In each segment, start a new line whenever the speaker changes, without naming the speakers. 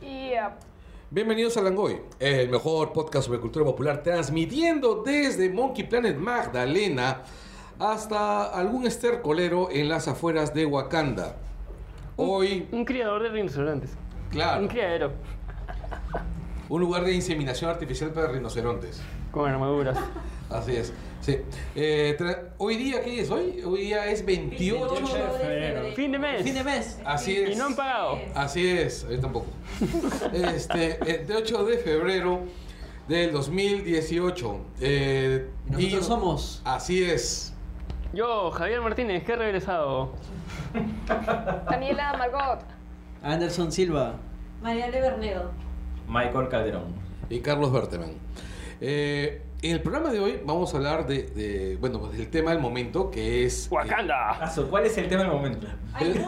Yeah.
Bienvenidos a Langoy, el mejor Eh, podcast sobre cultura popular, transmitiendo desde Monkey Planet Magdalena hasta algún estercolero en las afueras de Wakanda. Hoy,
Un criador de rinocerontes. Un
claro,
criadero.
un lugar de e inseminación artificial para rinocerontes.
Con armaduras.
Así es. Sí. Eh, tra- hoy día, ¿qué es hoy? Hoy día es 28.
fin de mes.
Fin de mes. Así es.
Y no han pagado.
Así es, yo tampoco. Este, el 8 de febrero del 2018. Eh,
Nosotros somos.
Así es.
Yo, Javier Martínez, que he regresado.
Daniela Margot.
Anderson Silva.
María Levernedo.
Michael Calderón.
Y Carlos Berteman. Eh, en el programa de hoy vamos a hablar de, de, bueno, pues del tema del momento que es... eh,
¡Wakanda!
Aso, ¿cuál es el tema del momento?
Hay muchos.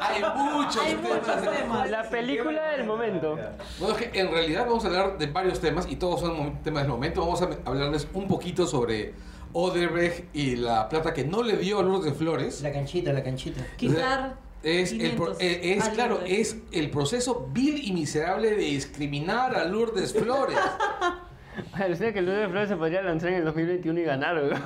Hay muchos
Hay
temas.
muchos temas.
La película del momento.
Bueno, es que en realidad vamos a hablar de varios temas y todos son mom- temas del momento. Vamos a me- hablarles un poquito sobre Odebrecht y la plata que no le dio a Lourdes Flores.
La canchita, la canchita.
Quitar.
Es, el pro-
500
eh, es
al
claro,
Lourdes.
es el proceso vil y miserable de discriminar a Lourdes Flores.
Alucina que el Luis de Flores se podría lanzar en el 2021 y ganar, weón.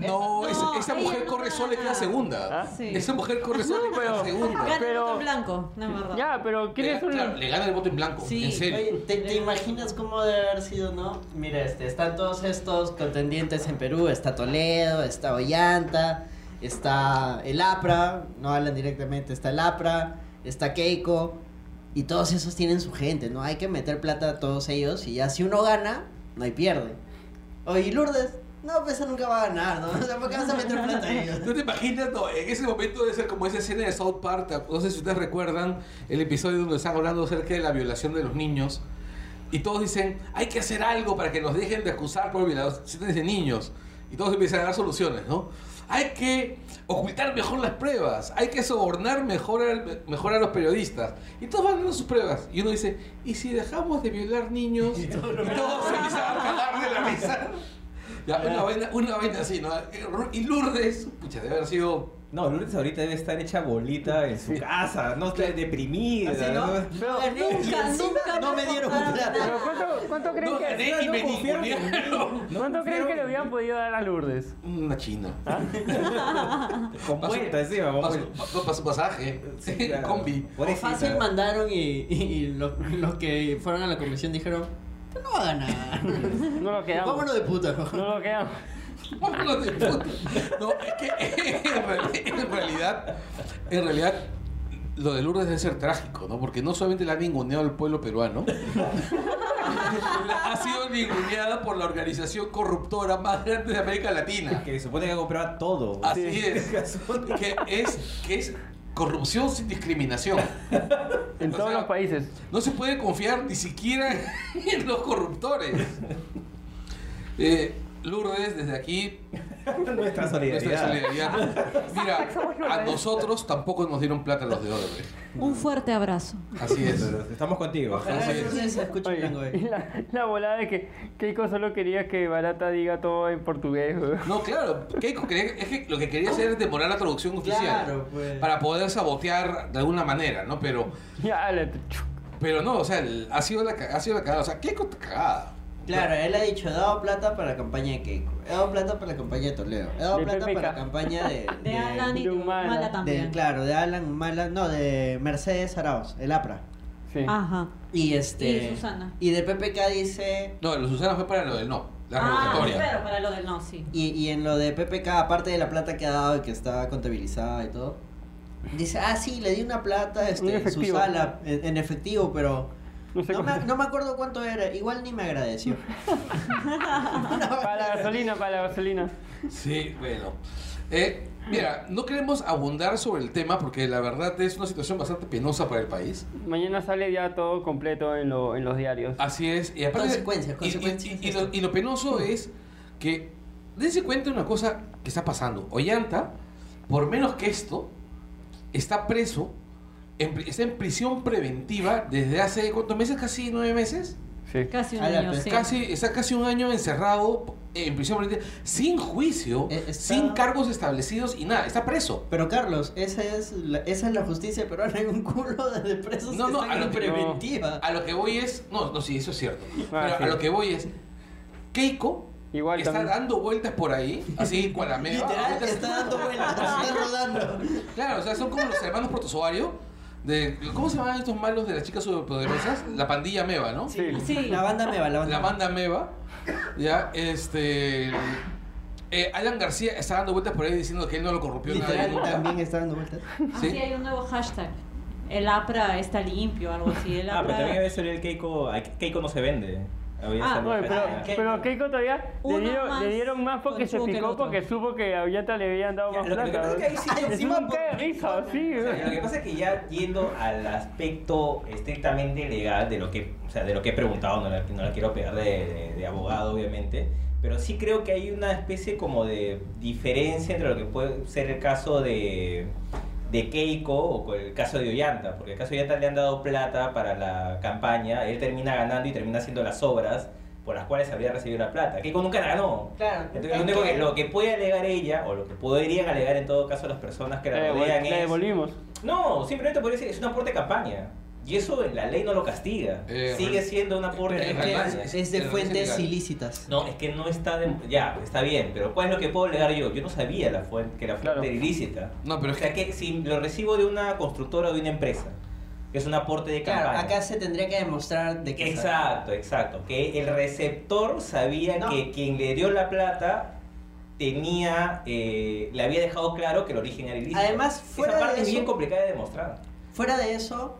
No,
No,
es- esa
ella
mujer
no
corre
gana
sola en la
nada.
segunda.
¿Ah?
Sí.
Esa mujer corre sola en la
pero-
segunda.
Gana el voto
Pero-
en blanco, no es verdad.
Ya, pero
Le,
¿quién es
ga-
un.?
claro, le gana el voto en blanco,
Sí.
en serio.
Oye, ¿te, te imaginas cómo debe haber sido, no? Mira, este, están todos estos contendientes en Perú. Está Toledo, está Ollanta, está el APRA. No hablan directamente, está el APRA, está Keiko. Y todos esos tienen su gente, ¿no? Hay que meter plata a todos ellos y ya si uno gana, no hay pierde. Oye, Lourdes, no, pues esa nunca va a ganar, ¿no? O sea, ¿por qué vas a meter plata a ellos?
¿No te imaginas? No, en ese momento debe ser como esa escena de South Park. No sé si ustedes recuerdan el episodio donde están hablando acerca de la violación de los niños. Y todos dicen, hay que hacer algo para que nos dejen de acusar por violaciones de niños. Y todos empiezan a dar soluciones, ¿no? Hay que ocultar mejor las pruebas, hay que sobornar mejor, al- mejor a los periodistas. Y todos van dando sus pruebas. Y uno dice, ¿y si dejamos de violar niños? Y todos, se empiezan a cagar de la risa. Ya, una vaina, una vaina así, ¿no? Y Lourdes, pucha, debe haber sido...
No, Lourdes ahorita debe estar hecha bolita en su casa, no está deprimida.
Así, ¿no?
Pero-
gané,
Nunca,
y encima
nunca
no
me
me dieron
contaron
pero
plata.
¿cuánto, cuánto creen
No
que.?
gané y me
confiaron
ningunearon.
¿Cuánto creen que le hubieran podido dar a Lourdes?
Una china.
Con
Paso-
Ah, vuelta encima, con
Paso,
vuelta.
pa- pa- su pasaje,
Sí,
en
claro.
combi.
Por eso,
Fácil
claro.
mandaron y, y los, los que fueron a la comisión dijeron, "Tú no va a ganar.
No lo quedamos.
Vámonos de puta. ¿no?".
No lo quedamos.
Vámonos de puta. No, es que en reali- en realidad, en realidad, lo de Lourdes debe ser trágico, ¿no? Porque no solamente la ha ninguneado el pueblo peruano, la- ha sido ninguneada por la organización corruptora más grande de América Latina.
Que se supone que compraba todo.
Ah,
Así
Sí.
es. Que es, que es corrupción sin discriminación.
En
O
todos
sea,
los países.
No se puede confiar ni siquiera en los corruptores. Eh, Lourdes, desde aquí,
Nuestra
nuestra
solidaridad.
solidaridad. Mira,
Somos Lourdes.
a nosotros tampoco nos dieron plata los de Odebrecht.
Un fuerte abrazo.
Así es.
Estamos contigo.
Ojalá
Así
que ustedes se escuchen
Oye,
algo,
y
eh.
la, la volada de que Keiko solo quería que Barata diga todo en portugués, weón.
No, claro, Keiko quería- es que lo que quería hacer es demorar la traducción oficial.
Claro, pues.
Para poder sabotear de alguna manera, ¿no? Pero,
Ya, la chu-
pero no, o sea, el- ha sido la, ca- ha sido la cagada. O sea, Keiko está cagada.
Claro, él ha dicho, he dado plata para la campaña de Keiko, he dado plata para la campaña de Toledo, he dado
De
plata
PPK.
para la campaña de...
De Alan y
de
de
humana.
Mala
de-
también.
claro, de Alan Mala, no, de Mercedes Arauz, el APRA.
Sí.
Ah.
Ajá.
Y este...
Y de Susana.
Y de PPK dice,
No, los Susana fue para lo del no, la
ah,
revocatoria.
claro, para lo del no, sí.
Y, y en lo de PPK, aparte de la plata que ha dado y que está contabilizada y todo, dice, ah, sí, le di una plata
En
este, en su
efectivo.
sala, en, en efectivo, pero
No sé
no
cómo-
me, no me acuerdo cuánto era, igual ni me agradeció.
Para la gasolina, para la gasolina.
Sí, bueno. Eh, mira, no queremos abundar sobre el tema porque la verdad es una situación bastante penosa para el país.
Mañana sale ya todo completo en, lo- en los diarios.
Ah.
Así es. Y aparte,
Consecuencias,
y- y-
consecuencias.
Y, y lo, y lo penoso es que dense cuenta de una cosa que está pasando. Ollanta, por menos que esto, está preso, en pri- está en prisión preventiva desde hace, ¿cuántos meses? Casi nueve meses.
Sí.
Casi un
Ala,
año,
pues,
sí.
Casi, está casi un año encerrado en prisión preventiva, sin juicio,
Eh, está-
sin cargos establecidos y nada, está preso.
Pero Carlos, esa es la, esa es la justicia peruana, hay un culo de presos
No,
que
no,
están
a lo
en
que-
preventiva.
A lo que voy es. No, no, sí, eso es cierto.
Ah,
Pero
sí.
a lo que voy es. Keiko
Igual
está
también.
dando vueltas por ahí, así cual la media.
Literal,
vueltas-
está dando vueltas, está rodando.
Claro, o sea, son como los hermanos protozoario. De, ¿Cómo se llaman estos malos de las chicas superpoderosas? La pandilla Meva, ¿no?
Sí.
Sí.
La banda me va, la banda.
La banda Meva. Ya, este. eh, Alan García está dando vueltas por ahí diciendo que él no lo corrompió nadie
Literal
nunca.
también está dando vueltas.
Sí.
Así Ah, hay un nuevo hashtag. El APRA está limpio, algo así. El
Ah, pero también
APRA.
había salido el Keiko. ay, Keiko no se vende. Había
Ah,
salido
Oye,
el
pero,
hashtag.
pero Keiko todavía le
Uno
dieron,
más
le dieron más porque se
conchudo que el
picó
otro.
porque supo que a Ollanta le habían dado
Ya,
más
lo que pasa
plata.
es que ahí sí-
Es
encima
un
por-
cagarrizo, sí.
O sea, lo que pasa es que ya yendo al aspecto estrictamente legal de lo que, o sea, de lo que he preguntado, no la, no la quiero pegar de, de- de abogado, obviamente, pero sí creo que hay una especie como de diferencia entre lo que puede ser el caso de, de Keiko o con el caso de Ollanta, porque el caso de Ollanta le han dado plata para la campaña, él termina ganando y termina haciendo las obras por las cuales habría recibido la plata. Keiko nunca la ganó.
Claro.
Entonces, lo, único que, lo que puede alegar ella, o lo que podrían alegar en todo caso las personas que
Le
la
devol-
rodean
Eh, le
es...
devolvimos.
No, simplemente por decir, es un aporte de campaña. Y eso en la ley no lo castiga.
Eh,
Sigue siendo un aporte
eh,
de
Es,
eh,
campaña.
que es de
Pero
fuentes
es ilegal.
ilícitas.
No, es que no está de... Ya, está bien, pero ¿cuál es lo que puedo alegar yo? Yo no sabía la fuente, que la fuente
Claro.
era ilícita.
No, pero
O
es
sea,
que.
que si lo recibo de una constructora o de una empresa, que es un aporte de campaña.
Claro, acá se tendría que demostrar de qué se trata.
Exacto, exacto. Que el receptor sabía
No.
que quien le dio la plata tenía, eh, le había dejado claro que el origen era ilícito.
Además, fuera
Esa parte
de
es bien
eso-
complicada de demostrar.
Fuera de eso,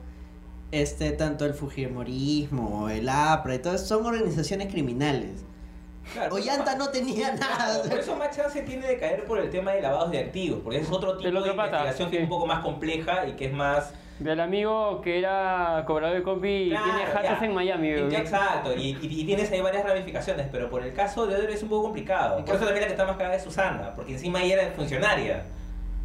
este, tanto el Fujimorismo, el APRA y todo eso son organizaciones criminales.
Claro,
Ollanta no tenía nada.
Por eso más chance tiene de caer por el tema de lavados de activos, porque es otro tipo
lo
de
que pasa,
investigación que es
sí.
un poco más compleja y que es más...
Del amigo que era cobrador de combi y
Claro,
tiene jatas
ya.
en Miami.
Y-
weón.
Exacto, y, y- y tienes ahí varias ramificaciones, pero por el caso de Odebrecht es un poco complicado. Por eso también la que está más cagada es Susana, porque encima ella era funcionaria.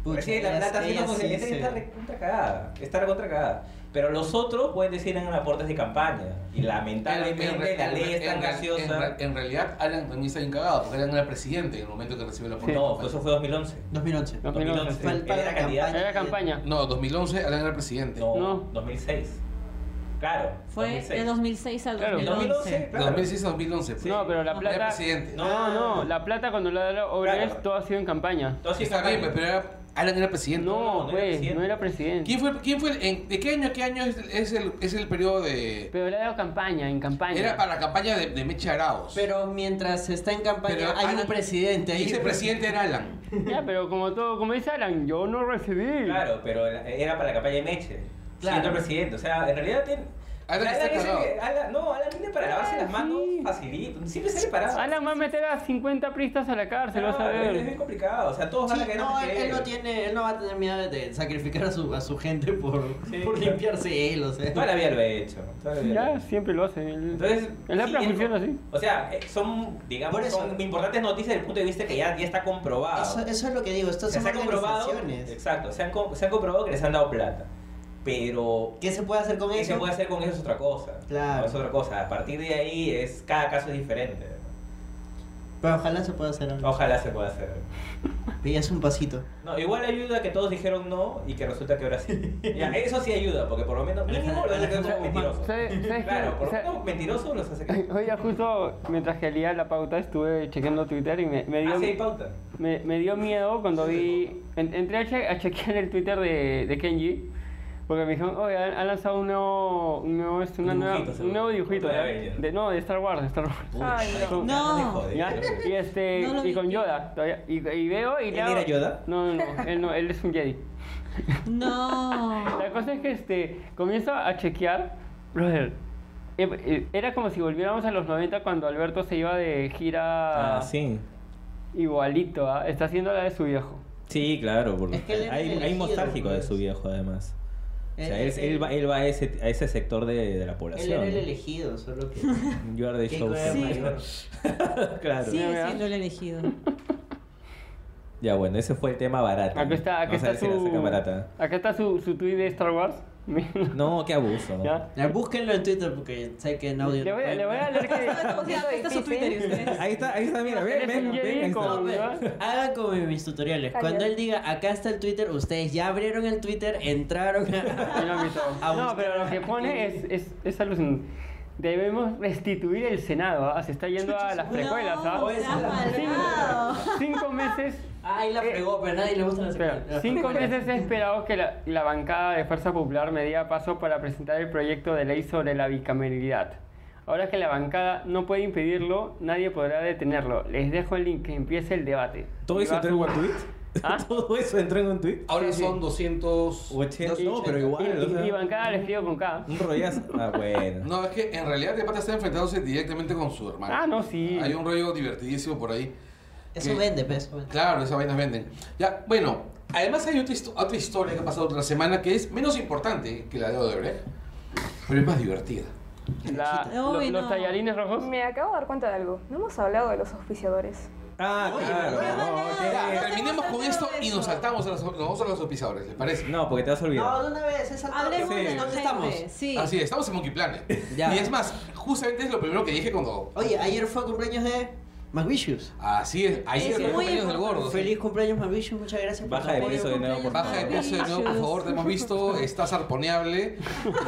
Pucha,
Recibe Pues la
ella-
plata así
ella
no funciona,
sí
esa
se-
está recontra cagada, está recontra cagada. Pero los otros pueden decir en aportes de campaña. Y lamentablemente
en-
la ley es tan
en-
graciosa.
en- En realidad, Alan también está bien cagado, porque Alan era presidente en el momento que recibe la oportunidad.
No, pues eso fue 2011.
2011.
2011.
2011. Él
Falta
era
la
candidato.
Era campaña.
No, 2011 Alan era presidente.
No,
No.
2006. Claro.
Fue
2006.
de 2006 al
Claro.
2011.
2011, claro.
2006 a 2011. pues.
No, pero la
Era
plata-
presidente.
No.
No, Ah, no, la plata cuando la da Obreres
Ah. Claro.
todo ha sido en campaña.
Entonces,
Está bien, pero era- Alan era presidente.
No,
no era
pues,
presidente.
no era presidente.
¿Quién fue, quién fue el- en- ¿De qué año a qué año es, es el, es el periodo de.?
Pero le ha dado campaña, en campaña.
Era para la campaña de, de Meche Araos.
Pero mientras está en campaña
Pero
hay
Alan-
un presidente.
y
Hay
ese
un-
presidente era Alan.
Ya, pero como todo, como dice Alan, yo no recibí.
Claro, pero era para la campaña de Meche.
Claro.
Siendo presidente. O sea, en realidad tiene.
Alan está
es el
cagado.
que- Alan- no, Alan tiene para lavarse las manos
sí.
facilito. Siempre sale parado.
Alan va a meter a 50 pristas a la cárcel, vas a
Claro, es bien
ver.
complicado. O sea, todos van a
Sí,
caer
no,
en
él,
el
él no tiene, él no va a tener miedo de sacrificar a su, a su gente por,
Sí.
por limpiarse él, o sea.
Toda la vida lo he hecho. toda la vida lo he
Ya,
hecho.
siempre lo hace. él-
Entonces,
El APRA
sí,
funciona así.
O sea, eh, son, digamos,
Por eso.
son importantes noticias desde el punto de vista que ya, ya está comprobado.
Eso, eso es lo que digo,
O
estas
sea,
son
se ha comprobado.
organizaciones.
Exacto, se han, com- se han comprobado que les han dado plata. Pero
¿Qué se puede hacer con
qué
eso?
se puede hacer con eso es otra cosa.
Claro.
Es otra cosa. A partir de ahí es cada caso es diferente.
Pero ojalá se pueda hacer algo.
Ojalá se pueda hacer.
Y es un pasito.
No, igual ayuda que todos dijeron no y que resulta que ahora sí. Ya, eso sí ayuda, porque por lo menos mínimo los hace que no sean mentirosos.
¿Sabes- sabes
Claro,
qué?
por lo
¿Sabes-
menos mentirosos los hace que.
Hoy ya justo mientras que leía la pauta estuve chequeando Twitter y me, me dio,
Así hay pauta.
me, me dio miedo cuando vi... en- entré a, che- a chequear el Twitter de, de Kenji porque me dijeron, oye, han, han lanzado un nuevo, un nuevo, este, una nueva-
Dibujito,
un nuevo
seguro.
dibujito.
Otra
¿eh?
vez ya.
De, no, de Star Wars, de Star Wars.
Ay, no.
Con-
No.
Déjate joder.
¿Ya? Y este
No lo
y
vi.
con Yoda todavía. Y, y veo y
¿Él
leo-
era Yoda?
No, no, no, él no, él es un Jedi.
No.
La cosa es que este comienzo a chequear, brother. eh, eh, Era como si volviéramos a los 90 cuando Alberto se iba de gira
Ah, sí.
igualito, ¿ah? está haciendo la de su viejo.
Sí, claro, porque
Es que él era
hay,
el
hay
elegido,
nostálgico de
pues.
su viejo además. O sea,
Él-
él, él va, él va a, ese, a ese sector de, de la
Él era
población.
el elegido, solo que.
You are the
Keiko
show.
era
Sí.
mayor.
claro.
Sigue
¿verdad?
siendo el elegido.
Ya bueno, ese fue el tema barato.
Acá está, acá
Vamos
está
a ver si la
su.
sacan barata.
acá está su, su tweet de Star Wars.
No, qué abuso. ¿no?
¿Ya?
Ya, Búsquenlo en Twitter porque sé que en audio.
Le voy, a- le voy a leer que.
O sea, está su
difícil.
Twitter y ustedes.
Ahí está, ahí está, mira, ven,
Eres
ven,
un Jedi
ven. ahí
con-
está.
No, pues, Hagan como en mis tutoriales.
Calla.
Cuando él diga acá está el Twitter, ustedes ya abrieron el Twitter, entraron a.
Ahí lo han visto.
A
No,
buscar.
pero lo que pone es, es, es alucinante. Debemos restituir el Senado. ¿ah? Se está yendo a las precuelas. ¿ah?
No, se ha malvado.
Cinco meses
Ay, la fregó, pero nadie le gusta la
Espera, Eh, cinco meses he esperado que la, la bancada de Fuerza Popular me diera paso para presentar el proyecto de ley sobre la bicameralidad. Ahora que la bancada no puede impedirlo, nadie podrá detenerlo. Les dejo el link que empiece el debate.
¿Todo
Y
eso
va
entró en
su-
un tweet?
¿Ah?
¿Todo eso entró en un tweet?
Ahora
Sí, sí.
son 200...
Ochenta- no, pero
Y,
igual. o
y-
sea,
y bancada le escribo con K.
Un rollazo. Ah, bueno.
No, es que en realidad de pata está enfrentándose directamente con su hermano.
Ah, no, sí.
Hay un rollo divertidísimo por ahí.
Eso vende, pues. eso vende.
Claro, esas vainas venden. Ya, bueno, además hay otra, histo- otra historia que ha pasado otra semana que es menos importante que la de Odebrecht, pero es más divertida.
La- lo-
Uy,
Los
no.
tallarines rojos.
Me acabo de dar cuenta de algo. No hemos hablado de los auspiciadores.
Ah, claro. no,
Ya,
ok.
terminemos con esto y nos saltamos a los, nos vamos a los auspiciadores, ¿les parece?
No, porque te vas a
No,
olvidar.
de una vez, es al toque.
Hablemos de los
¿Dónde estamos?
jefes, Sí.
Así es, estamos en Monkey Planet.
Ya.
Y es más, justamente es lo primero que dije cuando...
Oye, ayer fue cumpleaños de McVicious.
Así es, ayer
Es
fue el
muy
cumpleaños del gordo.
Feliz cumpleaños, McVicious. Muchas gracias por
Baja de
tu apoyo.
peso de nuevo, por
Baja de
favor.
peso de nuevo, por favor, te hemos visto, estás arponeable.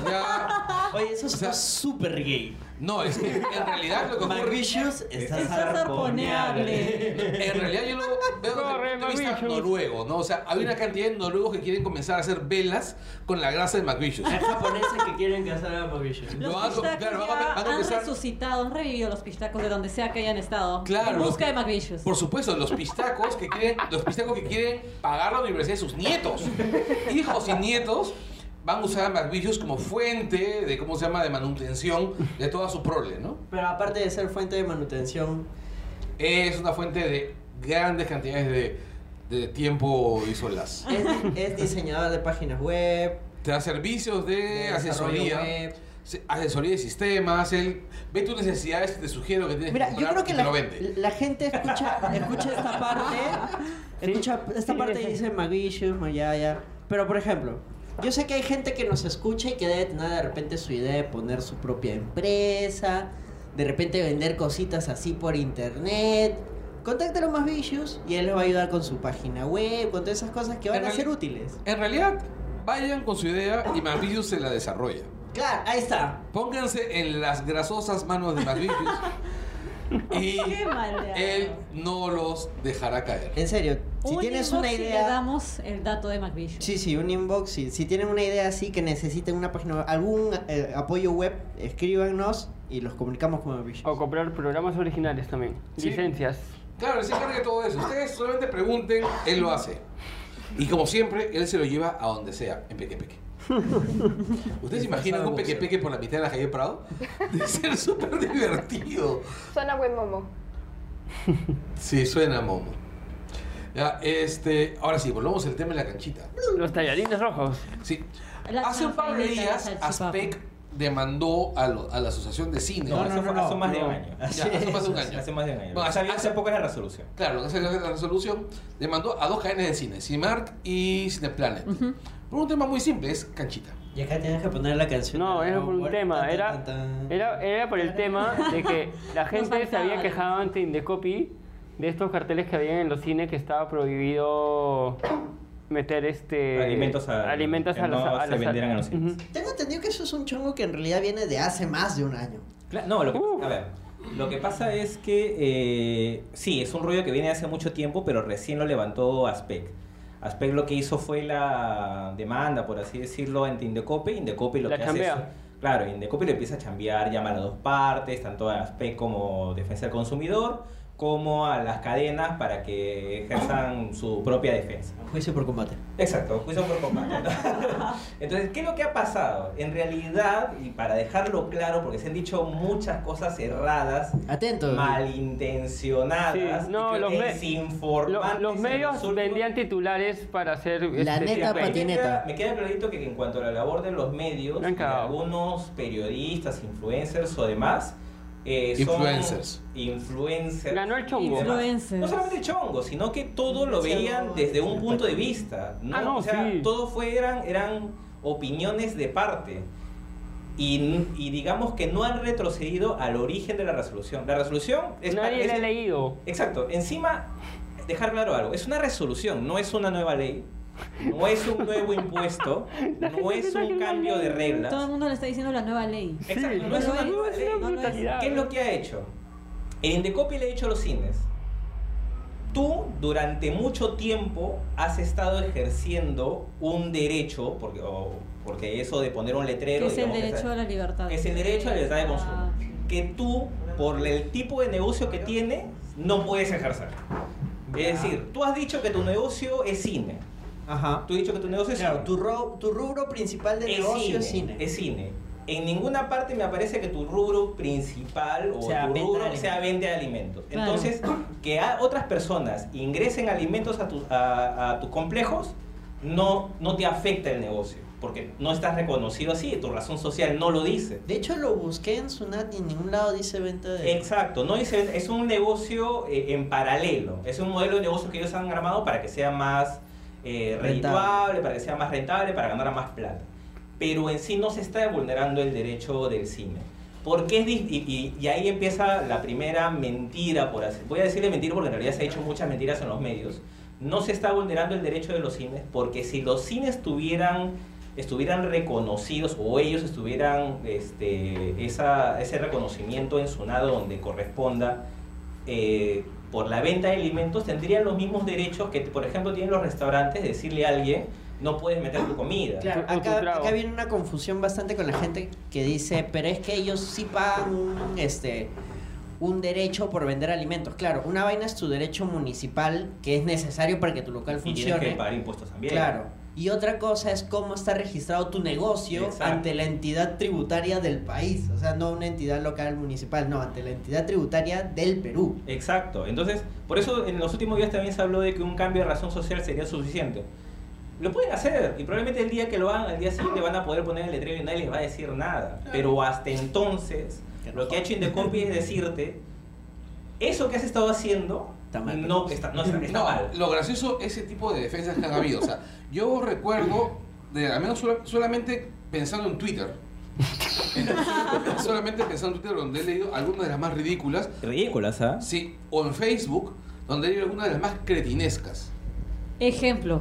Ya...
Oye, eso
O sea,
está súper gay.
No, es que en realidad lo que ocurre...
McVicious está
Estás
arponeable.
En realidad yo lo veo desde
Corre,
el punto de vista
McVicious.
noruego, ¿no? O sea, hay una cantidad de noruegos que quieren comenzar a hacer velas con la grasa de McVicious.
Hay japoneses que quieren casar a McVicious.
Lo
Los
hago,
pistacos
claro, van a-
ya
van a
han
empezar-
resucitado, han revivido los pistacos de donde sea que hayan estado.
Claro,
En
los-
busca de McVicious.
Por supuesto, los pistacos que quieren, los pistacos que quieren pagar la universidad de sus nietos. Hijos y nietos van a usar a McVicious como fuente de, ¿cómo se llama?, de manutención de toda su prole, ¿no?
Pero aparte de ser fuente de manutención,
Es una fuente de grandes cantidades de, de tiempo y solas.
es, es diseñador de páginas web,
Te da servicios de,
de desarrollo
asesoría.
web.
Sí, Asesoría de sistemas, él ve tus necesidades te sugiero que tienes
Mira,
que
yo
comprar
creo que
y
la,
te lo vende.
la gente escucha, escucha esta parte, escucha esta
sí,
parte
sí.
y dice Maguillo, Mayaya. Pero por ejemplo, yo sé que hay gente que nos escucha y que debe tener de repente su idea de poner su propia empresa, de repente vender cositas así por internet. Contáctalo más Vicious y él les va a ayudar con su página web, con todas esas cosas que van a
Pero-
ser útiles.
En realidad, vayan con su idea y Mavillius se la desarrolla.
Claro, ahí está.
Pónganse en las grasosas manos de Mavillius y
Qué maleado.
él no los dejará caer.
En serio, si
Un
tienes
inbox
una
y
idea.
le damos el dato de McVicious.
Sí, sí, un inbox. sí. Si tienen una idea así que necesiten una página, algún eh, apoyo web, escríbanos y los comunicamos con el
O comprar programas originales también.
Sí.
Licencias.
Claro, él se encarga de todo eso. Ustedes solamente pregunten, él lo hace. Y como siempre, él se lo lleva a donde sea, en Pequepeque. ¿Ustedes se imaginan un Pequepeque por la mitad de la calle Prado? Debe ser súper divertido.
Suena buen momo.
Sí, suena Momo. Ya, este, ahora sí, volvamos al tema de la canchita.
Los tallarines rojos.
Sí.
La
Hace un par de
chanfainita,
días,
la salchipapa.
Aspec demandó a, lo- a la Asociación de Cine.
No, eso
no,
fue
no,
hace más de
no.
un año.
Ya, hace más de un año.
Hace más de un año.
Bueno,
Hace
hace-
hace poco es la resolución.
Claro, esa es la resolución. Demandó a dos cadenas de cine, Cinemark y Cineplanet. Por un tema muy simple, es canchita.
Y acá tienes que poner la canción.
No, era por un tema. Era, era, era por el tema de que la gente se había
faltaba.
quejado ante Indecopy de estos carteles que habían en los cines que estaba prohibido meter este
Alimentos a-
alimentos
que
a los
no
a
se
los-
vendieran en los cines.
Ujú.
Tengo entendido que eso es un chongo que en realidad viene de hace más de un año.
Cla- No, lo que,
Uh.
a ver, lo que pasa es que eh, sí, es un rollo que viene de hace mucho tiempo, pero recién lo levantó Aspec. Aspec lo que hizo fue la demanda, por así decirlo, ante Indecope. Indecope lo
La
que hace
chambea.
es... Claro, Indecope le empieza a chambear, llama a las dos partes, tanto a Aspec como Defensa del Consumidor, como a las cadenas para que ejerzan su propia defensa.
Juicio por combate.
Exacto, juicio por combate. Entonces, ¿qué es lo que ha pasado? En realidad, y para dejarlo claro, porque se han dicho muchas cosas erradas,
Atento.
malintencionadas,
Sí, no,
y creo
los
que
me- Lo-
desinformantes
los
en
medios
últimos-
vendían titulares para hacer...
La
este,
neta
clickbait.
me
patineta.
queda, me queda clarito que en cuanto a la labor de los medios,
La han
y
cagado.
algunos periodistas, influencers o demás, eh, son
Influencers.
influencers
Ganó el chongo.
y demás.
Influencers.
No solamente el chongo, sino que todo lo
Sí,
veían
no,
desde
sí,
un
sí.
punto de vista. ¿no?
Ah, no,
o sea,
sí.
todo fue, eran, eran opiniones de parte. Y, y digamos que no han retrocedido al origen de la resolución. La resolución es pa-
Nadie
es-
la ha leído.
Exacto. Encima, dejar claro algo. Es una resolución, no es una nueva ley. No es un nuevo impuesto. No es un cambio de
Todo el
reglas.
mundo le está diciendo la nueva ley.
Exacto, no es una nueva ley.
no es.
brutalidad.
¿Qué es lo que ha hecho? El Indecopi le ha hecho a los cines. Tú durante mucho tiempo has estado ejerciendo un derecho, porque, o- porque eso de poner un letrero...
Que es el
digamos que
derecho
está-
a la libertad.
es el derecho a la libertad de consumo.
Ah.
Que tú, por el tipo de negocio que tiene, no puedes ejercer. Es decir, tú has dicho que tu negocio es cine.
Ajá.
Tú has dicho que tu negocio es
Claro,
cine.
tu, ro- tu rubro principal de
es
negocio
cine,
es cine.
es cine. En ninguna parte me aparece que tu rubro principal o
Sea
tu
venta de
rubro
alimentos.
sea venta de alimentos.
Claro.
Entonces, que a- otras personas ingresen alimentos a, tus- a- a tus complejos no, no te afecta el negocio, porque no estás reconocido así, tu razón social no lo dice.
De hecho, lo busqué en Sunat y en ningún lado dice venta de.
Exacto, no dice, es un negocio eh, en paralelo, es un modelo de negocio que ellos han armado para que sea más eh,
Rentable.
redituable, para que sea más rentable, para ganar más plata. Pero en sí no se está vulnerando el derecho del cine. Porque es dif- y, y- y ahí empieza la primera mentira, por así voy a decirle mentira porque en realidad se han hecho muchas mentiras en los medios. No se está vulnerando el derecho de los cines porque si los cines tuvieran estuvieran reconocidos o ellos estuvieran este, esa, ese reconocimiento en su nado donde corresponda eh, por la venta de alimentos, tendrían los mismos derechos que, por ejemplo, tienen los restaurantes de decirle a alguien, no puedes meter tu comida.
Claro,
Tu- tu
acá,
trago.
acá viene una confusión bastante con la gente que dice, pero es que ellos sí pagan un, este, un derecho por vender alimentos. Claro, una vaina es tu derecho municipal que es necesario para que tu local
Y tienes que
funcione.
pagar impuestos también.
Claro. Y otra cosa es cómo está registrado tu negocio
Exacto.
ante la entidad tributaria del país. O sea, no una entidad local municipal, no, ante la entidad tributaria del Perú.
Exacto. Entonces, por eso en los últimos días también se habló de que un cambio de razón social sería suficiente. Lo pueden hacer y probablemente el día que lo hagan, al día siguiente van a poder poner el letrero y nadie les va a decir nada. Pero hasta entonces, lo que ha hecho Indecopi es decirte, eso que has estado haciendo
Está mal.
no está, no está, está
No,
mal.
lo gracioso es ese tipo de defensas que han habido. O sea, yo recuerdo, de, al menos sola- solamente pensando en Twitter. solamente pensando en Twitter, donde he leído algunas de las más ridículas.
Ridículas, ¿ah?
Sí, o en Facebook, donde he leído algunas de las más cretinescas.
Ejemplo.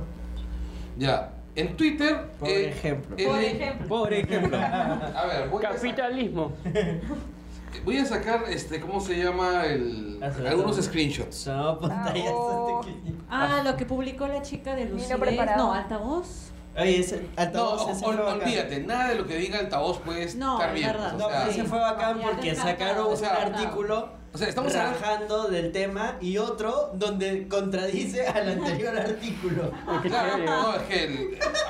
Ya. En Twitter. eh,
Por ejemplo.
he
Por
leído-
ejemplo.
Por ejemplo.
A ver, voy a, sa-
Capitalismo.
voy a sacar, este, ¿cómo se llama? El,
Hace
algunos
rato.
screenshots.
No, pantallas
Bravo.
de que-
Ah, lo que publicó la chica de Lucidez.
preparado.
No, altavoz.
Oye, ese
No,
altavoz,
o-
ese
o-
fue bacán.
olvídate, nada de lo que diga altavoz puede
No,
estar bien.
verdad.
pues,
No,
o sea,
pero ese fue bacán
Ya,
porque
descartado,
sacaron un
descartado.
artículo
o sea, estamos hablando-
rajando del tema y otro donde contradice al anterior artículo.
Qué
Claro,
chévere.
no, es que el-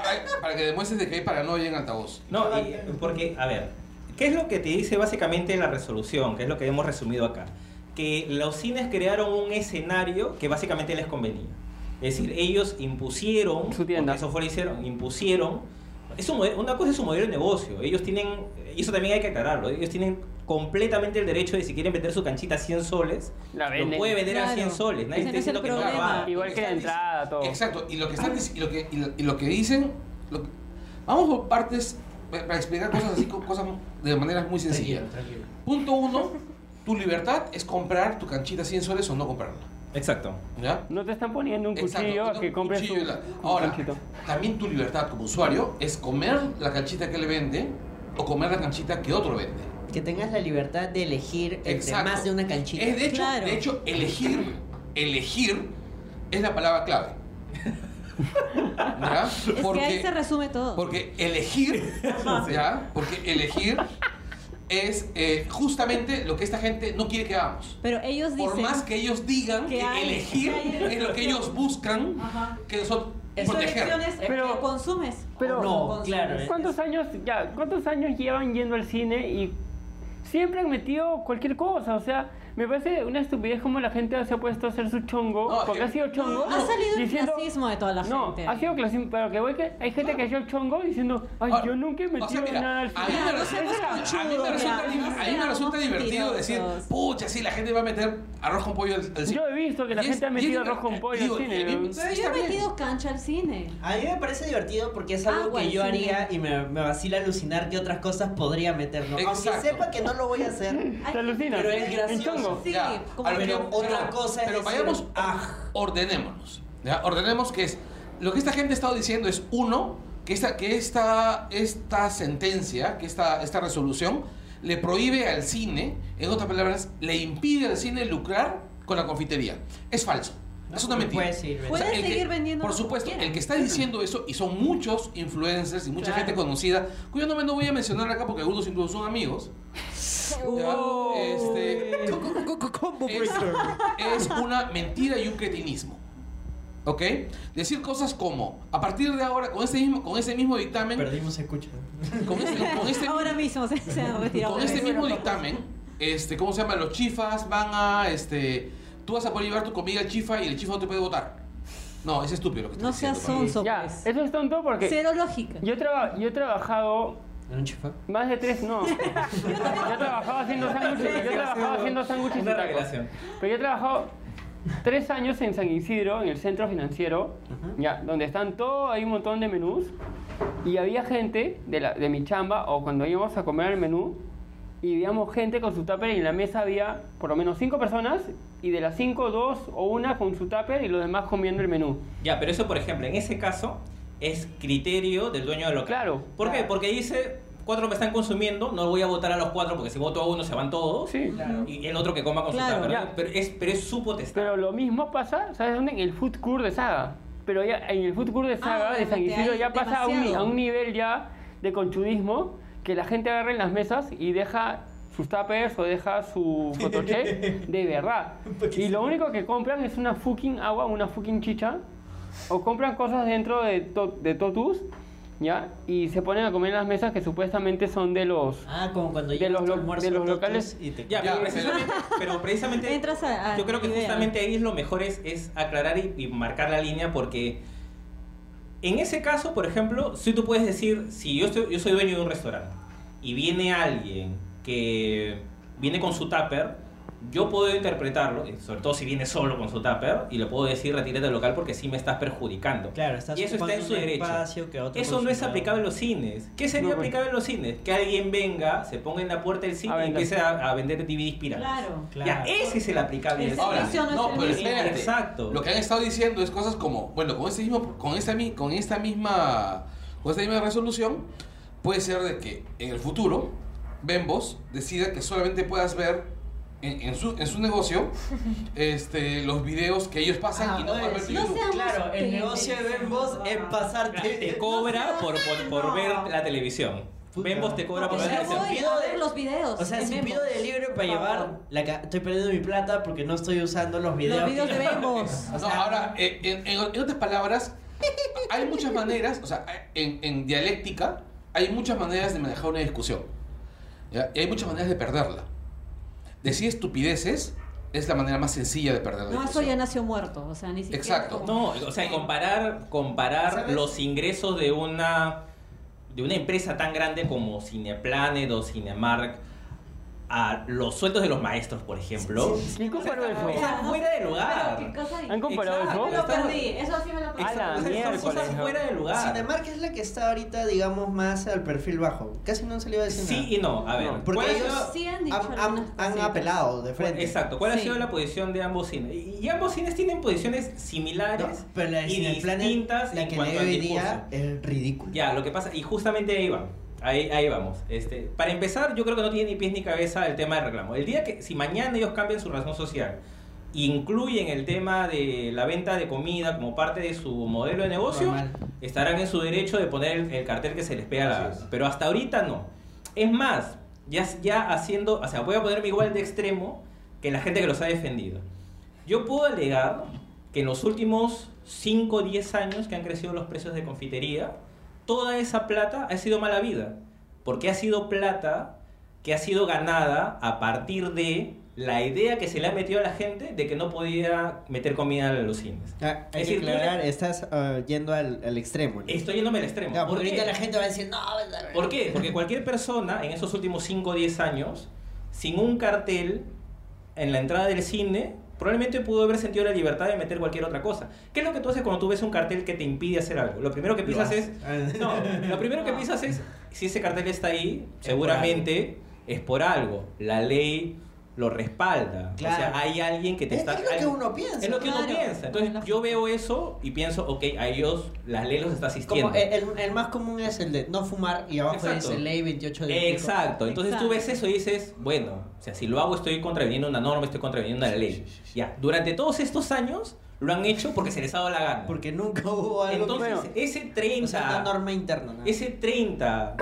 hay- para que demuestres de que hay paranoia en altavoz.
No, y- porque, a ver, ¿qué es lo que te dice básicamente la resolución? ¿Qué es lo que hemos resumido acá? Que los cines crearon un escenario que básicamente les convenía. Es decir, ellos impusieron,
Su tienda.
porque eso fue lo hicieron, impusieron. Es un mode- una cosa es su modelo de negocio. Ellos tienen, y eso también hay que aclararlo, ellos tienen completamente el derecho de si quieren vender su canchita a 100 soles,
La
lo
venden.
puede vender a
Claro.
100 soles.
Ese
Nadie está
no es el
diciendo que no la
problema.
va a-
Igual
Lo
que la
están
entrada,
dic-
todo.
Exacto, y lo que, están, dic- y lo que, y lo, y lo que dicen, lo que- vamos por partes pa- para explicar cosas así, co- cosas de maneras muy sencillas. Punto uno, tu libertad es comprar tu canchita 100 soles o no comprarla.
Exacto.
¿Ya?
No te están poniendo un
Exacto,
cuchillo a
no,
que compres
cuchillo y
un-
la-
un
Ahora,
ganchito.
también tu libertad como usuario es comer la canchita que le vende o comer la canchita que otro vende.
Que tengas la libertad de elegir entre
Exacto.
más de una canchita.
Es de hecho,
Claro.
de hecho, elegir, elegir es la palabra clave. ¿Ya?
Es que ahí se resume todo.
porque elegir, ¿ya? Porque elegir es eh, justamente lo que esta gente no quiere que hagamos.
Pero ellos dicen.
Por más que ellos digan
que
que
hay-
elegir
que hay
es lo que ellos buscan,
Ajá.
que nosotros
Son
proteger.
elecciones eh,
Pero-
que consumes.
pero-
o
No,
consumes.
claro, eh.
¿Cuántos años, ya, ¿Cuántos años llevan yendo al cine y siempre han metido cualquier cosa? O sea, me parece una estupidez como la gente se ha puesto a hacer su chongo,
No, es
porque
que-
ha sido chongo.
Ha salido el
diciendo-
clasismo de toda la
No,
gente.
ha sido clasismo, pero que voy que hay gente que ha sido chongo diciendo, ay,
Ahora,
yo nunca he
o sea,
metido
mira,
nada al
a
cine.
mí me
no
resulta,
seamos
a- a mí me
conchudos,
resulta diver-
ya.
a mí me
Seamos
resulta divertido decir,
mentirosos.
pucha, sí, la gente va a meter arroz con pollo al, al cine.
Yo he visto que la
Y es-
gente
y
ha
es
metido
diver-
arroz con pollo
digo,
al cine.
y- y-
¿no?
está
Yo he
bien.
metido cancha al cine.
A mí me parece divertido porque es algo
Agua
que
al
yo
cine.
haría y me, me vacila alucinar que otras cosas podría meter, ¿no? Aunque
Exacto.
sepa que no lo voy a hacer.
Ay,
Te alucinas.
pero es
en
gracioso.
chongo.
Sí,
Ya,
como
a lo
que-
Pero
que-
otra cosa es
Pero
decir,
vayamos,
ah.
ordenémonos. ¿ya? Ordenemos que es. Lo que esta gente ha estado diciendo es: uno, que esta, que esta, esta sentencia, que esta, esta resolución, le prohíbe al cine, en otras palabras, le impide al cine lucrar con la confitería. Es falso.
No,
es una
porque
mentira.
puede seguir
O sea,
Pueden
el que-
seguir vendiendo
Por
lo que
supuesto,
quieran.
el que está diciendo eso, y son muchos influencers y mucha
Claro.
gente conocida, cuyo nombre no voy a mencionar acá porque algunos incluso son amigos. ¿ya? Este, es, es una mentira y un cretinismo. ¿Ok? Decir cosas como, a partir de ahora, con ese mismo, con ese mismo dictamen,
Perdimos escucha.
con este, con este-
Ahora mismo se, se han retirado.
con este mismo dictamen, este, ¿cómo se llama? Los chifas van a, este, tú vas a poder llevar tu comida al chifa y el chifa no te puede votar. No, es estúpido lo que estoy
No
diciendo,
seas
para mí.
sonso,
Ya,
pues.
eso es tonto porque
Cero lógica.
yo, traba- yo he trabajado
¿Era un chifa?
más de tres, no. yo trabajaba haciendo sándwiches, yo trabajaba haciendo sándwiches y
Una
tacos.
revelación.
Pero yo he trabajado tres años en San Isidro, en el centro financiero, ya, donde están todo, hay un montón de menús. Y había gente de, la- de mi chamba, o cuando íbamos a comer el menú, y veíamos gente con su tupper y en la mesa había por lo menos cinco personas, y de las cinco, dos o una con su tupper y los demás comiendo el menú.
Ya, pero eso, por ejemplo, en ese caso es criterio del dueño del local.
Claro.
¿Por qué?
Claro.
Porque dice, cuatro me están consumiendo, no voy a votar a los cuatro porque si voto a uno se van todos.
Sí.
Y el otro que coma con
Claro.
su tupper.
Ya.
Pero es, pero es su potestad.
Pero lo mismo pasa, ¿sabes dónde? En el food court de Saga. Pero ya en el food court de Saga de
obviamente,
San Isidro
hay
ya pasa a un, ni-
demasiado.
a un nivel ya de conchudismo que la gente agarra en las mesas y deja sus tapers o deja su photoche de verdad. Y lo único que compran es una fucking agua, una fucking chicha o compran cosas dentro de, to- de Totus, ¿ya? Y se ponen a comer en las mesas que supuestamente son de los...
Ah, como cuando
De
llegas
los
tu
lo-
almuerzo
de los
a Totus
locales.
Y te...
Ya,
Ya,
pero
pero-
precisamente, pero precisamente
Entras a- a
yo
Ah,
creo que
idea.
justamente ahí lo mejor es, es aclarar y, y marcar la línea porque en ese caso, por ejemplo, si tú puedes decir, si yo, estoy- yo soy dueño de un restaurante y viene alguien que viene con su tupper, yo puedo interpretarlo, y sobre todo si viene solo con su tupper, y le puedo decir retírate del local porque sí me estás perjudicando.
Claro, estás
y eso está
ocupando
en su
un
derecho.
espacio que otro
Eso no es
consumidor-
aplicable en los cines. ¿Qué sería
No, pues.
aplicable en los cines? Que alguien venga, se ponga en la puerta del
Ah,
cine
A
y
vender.
empiece a, a vender DVDs piratas.
Claro.
Claro.
Ya, eh, ese es el aplicable.
Ese
Ahora,
servicio no es
no, pero
servicio.
espérate.
Exacto.
Lo que han estado diciendo es cosas como, bueno, con este mismo, con esta, mi- con esta misma, con esta misma resolución, puede ser de que en el futuro Bembos decida que solamente puedas ver en, en su, en su negocio este, los videos que ellos pasan
Ah,
y no
oye,
puedes ver
sí,
tú.
no seamos
claro, el
pendejos.
negocio de Bembos es pasarte.
te cobra por, por, por ver la televisión.
Puta.
Vemos te cobra por
Porque
ver la
yo
televisión.
voy a ver los videos.
O sea,
en
si
Memo.
pido delivery para
Por
llevar,
favor.
la ca- estoy perdiendo mi plata porque no estoy usando los videos.
Los
que
videos de
yo-
Bembos.
O
No,
sea,
ahora, eh, en, en- en otras palabras, hay muchas maneras, o sea, en, en dialéctica, hay muchas maneras de manejar una discusión. ¿ya? Y hay muchas maneras de perderla. Decir estupideces es la manera más sencilla de perder la
No, eso
discusión.
ya nació muerto. O sea, ni siquiera.
Exacto.
como-
No, o sea, comparar, comparar
¿Sabes?
los ingresos de una de una empresa tan grande como Cineplanet o Cinemark a los sueldos de los maestros, por ejemplo,
¿Quién comparó eso?
está fuera de lugar.
Pero, ¿qué cosa hay?
¿Han comparado
Exacto.
Me
eso?
lo perdí. Eso sí me lo perdí.
A la
Exacto, o sea, son cosas
miércoles.
fuera de lugar.
Cinemark es la que está ahorita, digamos, más al perfil bajo. Casi no han salido de cine.
Sí y no, a ver.
No,
Porque
¿cuál ha
ellos
sido-
Sí han dicho
han- han,
algunas
han
cositas.
apelado de frente.
Exacto, ¿cuál ha
Sí.
sido la posición de ambos cines? Y, y ambos cines tienen posiciones
No,
similares
pero la de
y
Cineplanet,
distintas
la
en
que
cuanto
leo
al
hoy día,
discurso.
es ridícula.
Ya, lo que pasa, y justamente ahí vamos. Ahí, ahí vamos. Este, para empezar, yo creo que no tiene ni pies ni cabeza el tema del reclamo. El día que, si mañana ellos cambian su razón social, incluyen el tema de la venta de comida como parte de su modelo de negocio,
Normal.
estarán en su derecho de poner el, el cartel que se les pega a la... Pero hasta ahorita no. Es más, ya, ya haciendo, o sea, voy a ponerme igual de extremo que la gente que los ha defendido. Yo puedo alegar que en los últimos 5 o 10 años que han crecido los precios de confitería, toda esa plata ha sido mala vida, porque ha sido plata que ha sido ganada a partir de la idea que se le ha metido a la gente de que no podía meter comida a los cines.
Ah, hay
Es
que
decir, tú
aclarar, estás ah, yendo al, al extremo. ¿no?
Estoy yéndome al extremo.
Claro,
¿Por
porque
qué?
ahorita la gente va a decir, no,
¿Por qué? Porque cualquier persona en esos últimos 5 o 10 años, sin un cartel en la entrada del cine, probablemente pudo haber sentido la libertad de meter cualquier otra cosa. ¿Qué es lo que tú haces cuando tú ves un cartel que te impide hacer algo? Lo primero que piensas es... No, lo primero que piensas es, si ese cartel está ahí, seguramente es por algo. La ley lo respalda. O
Claro.
sea, hay alguien que te
Es,
está...
es lo que
hay-
uno piensa.
es lo que uno
Claro.
piensa. Entonces
Con la-
yo veo eso y pienso, ok, a ellos la ley los está asistiendo.
Como el, el- el más común es el de no fumar y abajo
Exacto.
dice ley 28 de
Exacto, entonces tú
Exacto.
ves eso y dices, bueno, o sea, si lo hago estoy contraviniendo una norma, estoy contraviniendo una ley. Ya, durante todos estos años lo han hecho porque se les ha dado la gana.
Porque nunca hubo algo
Entonces,
bueno,
ese
que, o sea, una
30,
norma interna. ¿no?
ese 30,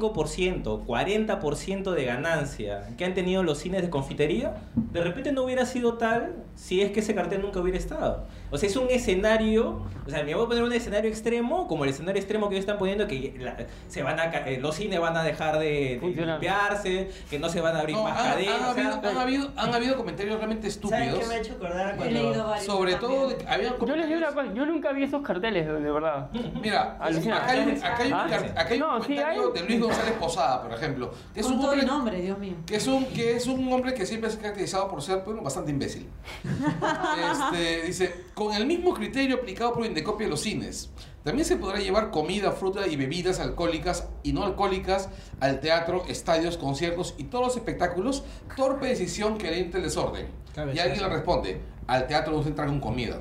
35%, 40% de ganancia que han tenido los cines de confitería, de repente no hubiera sido tal si es que ese cartel nunca hubiera estado. O sea, es un escenario, o sea, me voy a poner un escenario extremo, como el escenario extremo que ellos están poniendo, que la- se van a, ca- eh, los cines van a dejar de, de
Funcionar.
limpiarse, que no se van a abrir
No, ah,
más
han,
cadenas.
han
o sea,
habido,
pues.
han, habido, han habido comentarios realmente
¿Saben qué
ah, estúpidos.
me ha hecho acordar a
He leído
cuando...
varios
Sobre todo, de que
también.
había
Yo les digo una
comentarios-
cosa, yo nunca vi esos carteles, de de verdad.
Mira,
Alucina.
acá hay, un- acá hay un,
¿Ah?
car- acá hay un
No, sí,
comentario
hay.
de Luis González Posada, por ejemplo, que es
Con
un
todo el
hombre
nombre, Dios mío.
que es un que es un hombre que siempre se ha caracterizado por ser bueno, bastante imbécil. Este, dice, con el mismo criterio aplicado por Indecopia en los cines, también se podrá llevar comida, fruta y bebidas alcohólicas y no alcohólicas al teatro, estadios, conciertos y todos los espectáculos. Torpe decisión que alienta el desorden.
Claro,
y
sí,
alguien
sí.
le responde, al teatro no se entra con comida.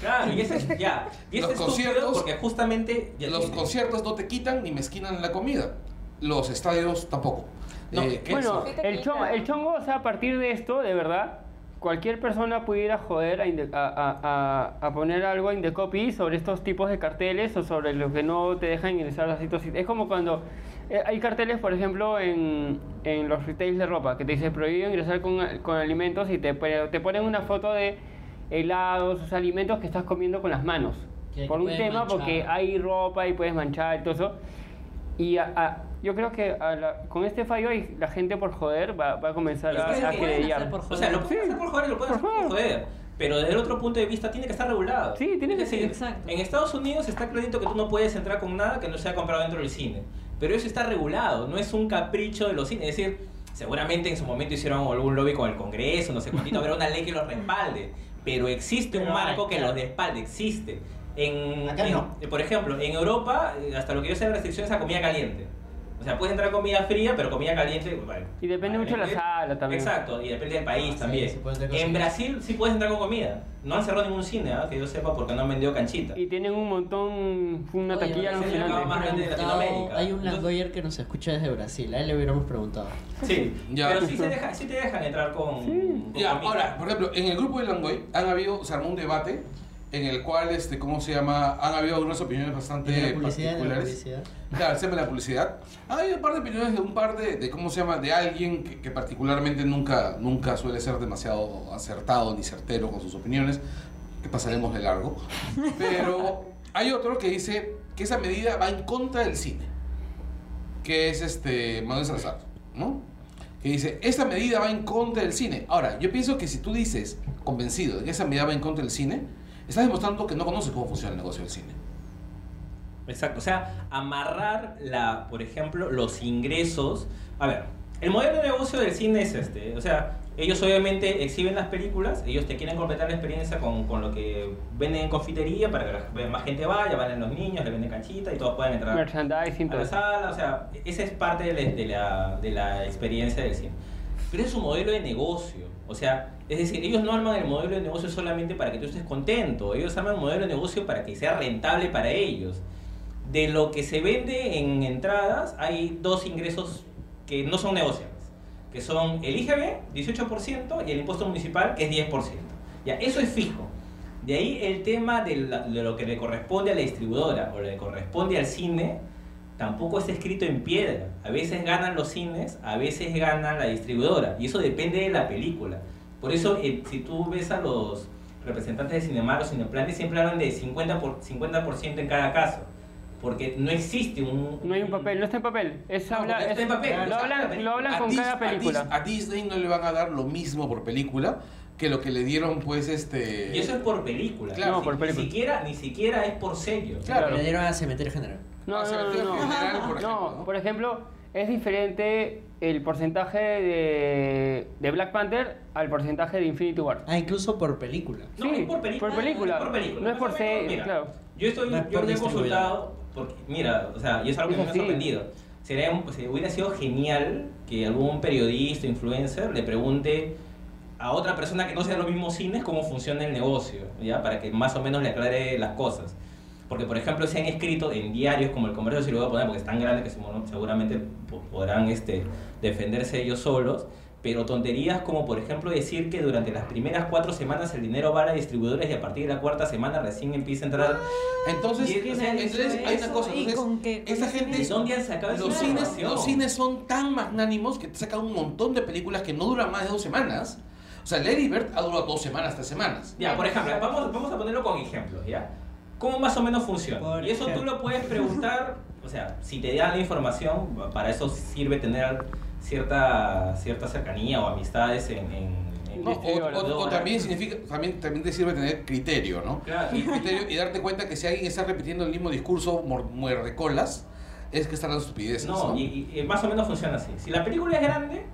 Claro, y ese es, ya, y ese
Los
es estúpido
conciertos-
porque justamente... ya
Los
tiene.
conciertos no te quitan ni mezquinan la comida. Los estadios tampoco.
No,
Eh,
¿qué?
Bueno,
Eso.
el chongo, el chongo, o sea, a partir de esto, de verdad, cualquier persona pudiera joder a, Inde- a- a- a- a poner algo a Indecopy sobre estos tipos de carteles o sobre los que no te dejan ingresar a ciertos sitios. Es como cuando eh, hay carteles, por ejemplo, en, en los retails de ropa, que te dice prohibido ingresar con, con alimentos y te, pe- te ponen una foto de helados, o sea, alimentos que estás comiendo con las manos.
Que
Por un
puedes
tema,
manchar.
porque hay ropa y puedes manchar y todo eso. Y a- a- yo creo que a la- con este fallo ahí la gente por joder va, va a comenzar
Pero
a,
es que
a
lo pueden
querellar.
hacer por joder.
O sea, lo pueden
Sí.
hacer por joder y lo pueden
Por
hacer por
joder.
joder. Pero desde el otro punto de vista tiene que estar regulado.
Sí, tiene
Es
que-
decir,
exacto.
En Estados Unidos está clarito que tú no puedes entrar con nada que no sea comprado dentro del cine. Pero eso está regulado, no es un capricho de los cines. Es decir, seguramente en su momento hicieron algún lobby con el Congreso, no sé cuántito, habrá una ley que los respalde. Pero existe un
Pero hay,
marco que
claro.
los respalde, existe. En,
Acá
en-
no.
Por ejemplo, en Europa, eh, hasta lo que yo sé, hay restricciones a comida caliente. O sea, puedes entrar comida fría, pero comida caliente. vale. ¿eh?
Y depende mucho de la sala también.
Exacto, y depende del país
Ah, Sí,
también.
sí pueden tener
en
cosas.
Brasil sí puedes entrar con comida. No han cerrado ningún cine, ¿ah? que yo sepa, porque no han vendido canchita.
Y tienen un montón, una
Oye,
taquilla
ahora
se le acaba
alucinante.
más. grande de Latinoamérica.
Hay un
Entonces-
Langoyer que nos escucha desde Brasil, a él le hubiéramos preguntado.
Sí,
Ya.
pero sí, se deja, sí te dejan entrar con. con
Ya,
comida.
ahora, por ejemplo, en el grupo de Langoy han habido, se armó un debate en el cual, este, ¿cómo se llama? Han habido algunas opiniones bastante
De la publicidad, de la
particulares.
publicidad.
Claro, siempre la publicidad. Ha habido un par de opiniones de un par de, de ¿cómo se llama? De alguien que, que particularmente nunca, nunca suele ser demasiado acertado ni certero con sus opiniones, que pasaremos de largo. Pero hay otro que dice que esa medida va en contra del cine, que es este Manuel Salazar, ¿no? Que dice, esta medida va en contra del cine. Ahora, yo pienso que si tú dices, convencido, de que esa medida va en contra del cine, estás demostrando que no conoces cómo funciona el negocio del cine.
Exacto, o sea, amarrar, la, por ejemplo, los ingresos. A ver, el modelo de negocio del cine es este. O sea, ellos obviamente exhiben las películas, ellos te quieren completar la experiencia con, con lo que venden en confitería para que la- más gente vaya, vayan los niños, le venden canchita y todos puedan entrar.
Merchandising,
a
todo
la
eso.
sala, o sea, esa es parte de la, de la- de la experiencia del cine. Pero es un modelo de negocio, o sea, es decir, ellos no arman el modelo de negocio solamente para que tú estés contento, ellos arman el modelo de negocio para que sea rentable para ellos. De lo que se vende en entradas, hay dos ingresos que no son negociables, que son el IGB, 18%, y el impuesto municipal, que es 10%. Ya, eso es fijo. De ahí el tema de, la- de lo que le corresponde a la distribuidora o le corresponde al cine, tampoco está escrito en piedra. A veces ganan los cines, a veces gana la distribuidora. Y eso depende de la película. Por eso, eh, si tú ves a los representantes de Cinemark o Cineplanes, siempre hablan de 50%, por, 50 en cada caso. Porque no existe un...
No hay un papel, no está en papel. Es
No,
habla-
porque no está en
es-
papel,
Lo
no está en
hablan,
papel.
lo hablan
a
con
Dis-
cada
a Dis-
película.
A, Disney no le van a dar lo mismo por película que lo que le dieron, pues, este.
Y eso es por película.
Claro,
No, por
Ni-
película.
Ni siquiera, ni siquiera es por sello.
Claro.
Le dieron a Cementerio General.
No,
O sea,
no,
el tema
no, no.
general, por
No,
ejemplo, ¿no?
por ejemplo, es diferente el porcentaje de, de Black Panther al porcentaje de Infinity War.
Ah, incluso por película.
No,
Sí,
es por película.
por película.
No es por, película.
No es por
Más o menos,
serie,
mira,
claro.
Yo estoy,
No es
yo
por
le he
distribuidor.
consultado, porque, mira, o sea, y es algo
Es
que me ha
así.
sorprendido. Sería, un- se- hubiera sido genial que algún periodista, influencer, le pregunte a otra persona que no sea de los mismos cines cómo funciona el negocio, ¿ya? Para que más o menos le aclare las cosas. Porque, por ejemplo, se han escrito en diarios como El Comercio, si lo voy a poner, porque es tan grande que seguro- seguramente po- podrán este, defenderse ellos solos, pero tonterías como, por ejemplo, decir que durante las primeras cuatro semanas el dinero va a distribuidores y a partir de la cuarta semana recién empieza a entrar...
Entonces,
Y es que
o sea,
nadie
entonces
sabe
hay una
eso,
cosa.
¿y
entonces,
con qué? ¿Con
esa
qué
gente.
¿De dónde han sacado esa
Los cines,
información?
los cines son tan magnánimos que te sacan un montón de películas que no duran más de dos semanas. O sea, Lady Bird ha durado dos semanas, tres semanas.
Ya, por ejemplo, vamos, vamos a ponerlo con ejemplos, ¿ya? ¿Cómo más o menos funciona?
Por
y eso tú
ejemplo.
lo puedes preguntar, o sea, si te dan la información, para eso sirve tener cierta, cierta cercanía o amistades en... en- en-
No, o,
Distribuidora,
o- o
¿no?
también significa, también, también te sirve tener criterio, ¿no?
Claro, y-
Criterio y darte cuenta que si alguien está repitiendo el mismo discurso mor- muerdecolas, es que están las estupideces.
No,
¿no?
y, y- y más o menos funciona así. Si la película es grande,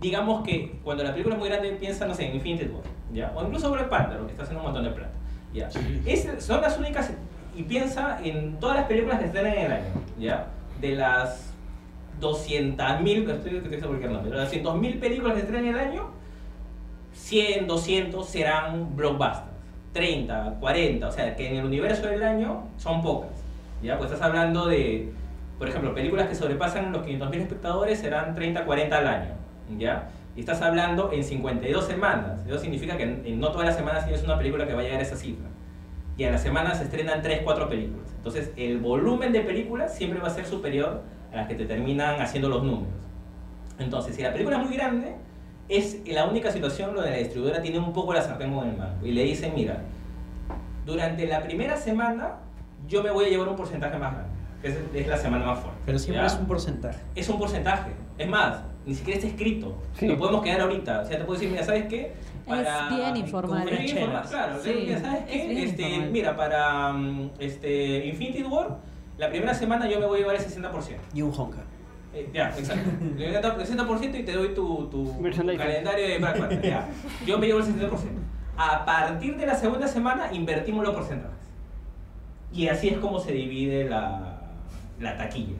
digamos que cuando la película es muy grande piensa, no sé, en Infinity War, ¿ya? O incluso Black Panther, que está haciendo un montón de plata, ¿ya? Es- son las únicas, y piensa en todas las películas que están en el año, ¿ya? De las 200.000, pero estoy, estoy cualquier nombre, de las 200.000 películas que están en el año, 100, 200 serán blockbusters. 30, 40, o sea, que en el universo del año son pocas. ¿Ya? Pues estás hablando de, por ejemplo, películas que sobrepasan los 500.000 espectadores serán 30, 40 al año. ¿Ya? Y estás hablando en 52 semanas. Eso significa que en- en no todas las semanas tienes una película que va a llegar a esa cifra. Y a la semana se estrenan 3, 4 películas. Entonces, el volumen de películas siempre va a ser superior a las que te terminan haciendo los números. Entonces, si la película es muy grande, es la única situación donde la distribuidora tiene un poco la sartén con el mango y le dice, mira, durante la primera semana yo me voy a llevar un porcentaje más grande, que es, es la semana más fuerte.
Pero siempre
¿ya?
es un porcentaje.
Es un porcentaje, es más, ni siquiera está escrito,
Sí.
lo podemos quedar ahorita, o sea, te puedo decir, mira, ¿sabes qué?
Es bien informal.
Es bien informal,
Chelas.
claro,
Sí,
mira, ¿sabes
es
qué?
bien
Este,
informal.
mira, para mm, este, Infinity War, la primera semana yo me voy a llevar el 60%.
Y un honka.
Eh, Ya, exacto. Le voy a dar el 60% y te doy tu, tu
Merchandising.
calendario de Black Panther. Ya. Yo me llevo el 60%. A partir de la segunda semana invertimos los porcentajes. Y así es como se divide la, la taquilla.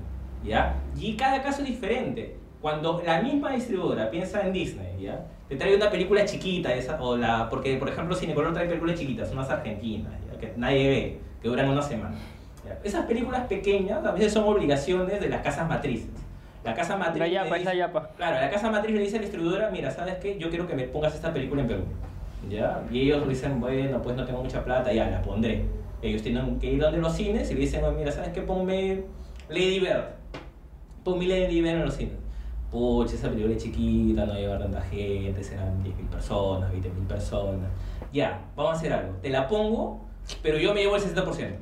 ¿ya? Y cada caso es diferente. Cuando la misma distribuidora piensa en Disney, ¿ya? te trae una película chiquita, esa, o la, porque por ejemplo Cinecolor trae películas chiquitas, unas argentinas, ¿ya? que nadie ve, que duran una semana. ¿ya? Esas películas pequeñas a veces son obligaciones de las casas matrices. La casa matriz.
La
le
yapa, es la
dice-
yapa.
Claro, la casa matriz le dice a la distribuidora, mira, ¿sabes qué? Yo quiero que me pongas esta película en Perú. ¿Ya? Y ellos dicen, bueno, pues no tengo mucha plata, ya, la pondré. Ellos tienen que ir donde los cines y le dicen, "Oye, mira, ¿sabes qué? Ponme Lady Bird. Ponme Lady Bird en los cines. Pucha, esa película es chiquita, no lleva tanta gente, serán 10.000 personas, 20.000 personas. Ya, vamos a hacer algo. Te la pongo, pero yo me llevo el 60%.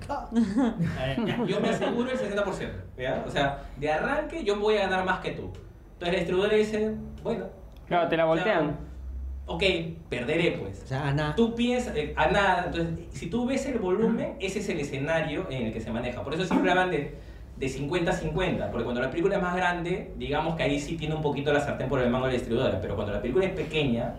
Ya, yo me aseguro el 60%. ¿ya? O sea, de arranque yo voy a ganar más que tú. Entonces la distribuidora dice, bueno.
Claro, te la
o sea,
voltean.
ok, perderé pues.
O sea, Ana.
Tú piensas, eh, a nada, entonces si tú ves el volumen, ese es el escenario en el que se maneja. Por eso siempre hablan de, de 50-50, porque cuando la película es más grande, digamos que ahí sí tiene un poquito la sartén por el mango de la distribuidora, pero cuando la película es pequeña,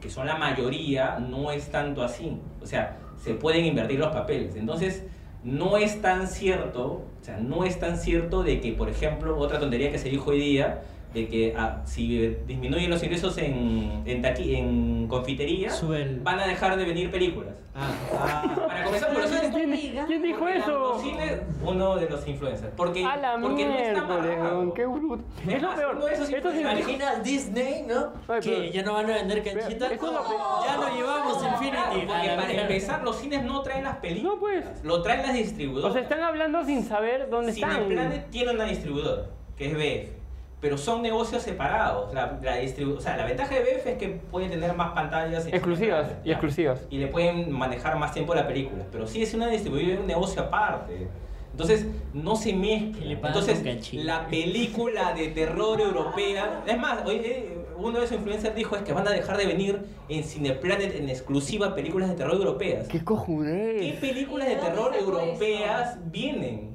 que son la mayoría, no es tanto así. O sea, se pueden invertir los papeles. Entonces, no es tan cierto, o sea, no es tan cierto de que, por ejemplo, otra tontería que se dijo hoy día, de que ah, si disminuyen los ingresos en, en, taqui- en confitería,
Sube el-
van a dejar de venir películas.
Ah,
Para comenzar por eso es
¿Quién,
¿Quién dijo
porque
eso?
Los cines, uno de los influencers. Porque,
A la
porque no está
miércoles,
amarrado.
weón, qué bruto. Es lo
Además,
peor.
uno de esos
Esto
influencers-
significa-
Imaginas Disney, ¿no?
Ay, pero-
Que ya no van a vender canchitas.
Pero, eso es lo peor.
Ya no llevamos
Claro,
Infinity.
porque
a la
para
mierda.
empezar, los cines no traen las películas.
No, pues.
Lo traen las
O
distribuidoras.
sea, están hablando sin saber dónde están.
Cineplanet tiene una distribuidora, que es BF. Pero son negocios separados. La, la distribu- o sea, la ventaja de BF es que pueden tener más pantallas. en
Exclusivas
Cineplanet,
y
ya.
exclusivas.
Y le pueden manejar más tiempo la película. Pero sí es una distribuidora, es un negocio aparte. Entonces, no se
Que
mezcla.
le pagan
Entonces,
con canchita.
la película de terror europea. Es más, hoy, eh, uno de esos influencers dijo es que van a dejar de venir en Cineplanet en exclusiva películas de terror europeas.
¡Qué
¿Qué
cojudez!
películas
¿Y de
de terror
dónde sacó
europeas vienen?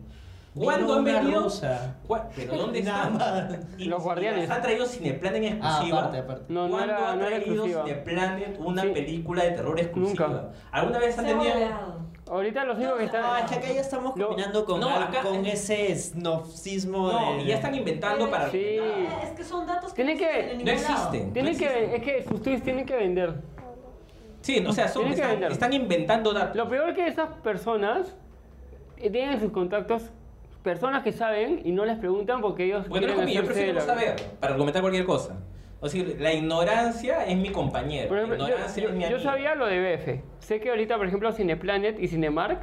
Vino
¿Cuándo han
una
venido?
rusa.
¿Cuá- ¿Pero dónde
Nada
están?
más.
Y-
Los
y
guardianes.
las ha traído Cineplan en
Ah,
exclusiva.
aparte, aparte.
No, no
¿Cuándo
era-
ha
no era
traído
exclusiva.
Cineplanet una
Sí.
película de terror exclusiva?
Nunca.
¿Alguna vez han
Se ha
tenido?
boleado.
Ahorita los únicos que están.
No, Ah, es que acá ya estamos
Lo-
combinando con,
No,
al-
acá-
con ese snobsismo
No,
de...
y ya están inventando para
Sí.
arruinar.
Es que son datos que
Tiene que-
existen en
No
ningún lado.
existen.
Tienen que, es que sus tweets tienen que vender.
Sí, o sea, son,
Tienen que
están,
vender.
están inventando datos.
Lo peor que esas personas eh, tienen en sus contactos personas que saben y no les preguntan porque ellos
Bueno, no es
quieren
conmigo, yo
hacerse
prefiero no
la-
saber para argumentar cualquier cosa. O sea, la ignorancia es mi compañero.
Por ejemplo,
la
yo,
ignorancia
yo-
es mi
yo
amigo.
sabía lo de BF. Sé que ahorita, por ejemplo, Cineplanet y Cinemark.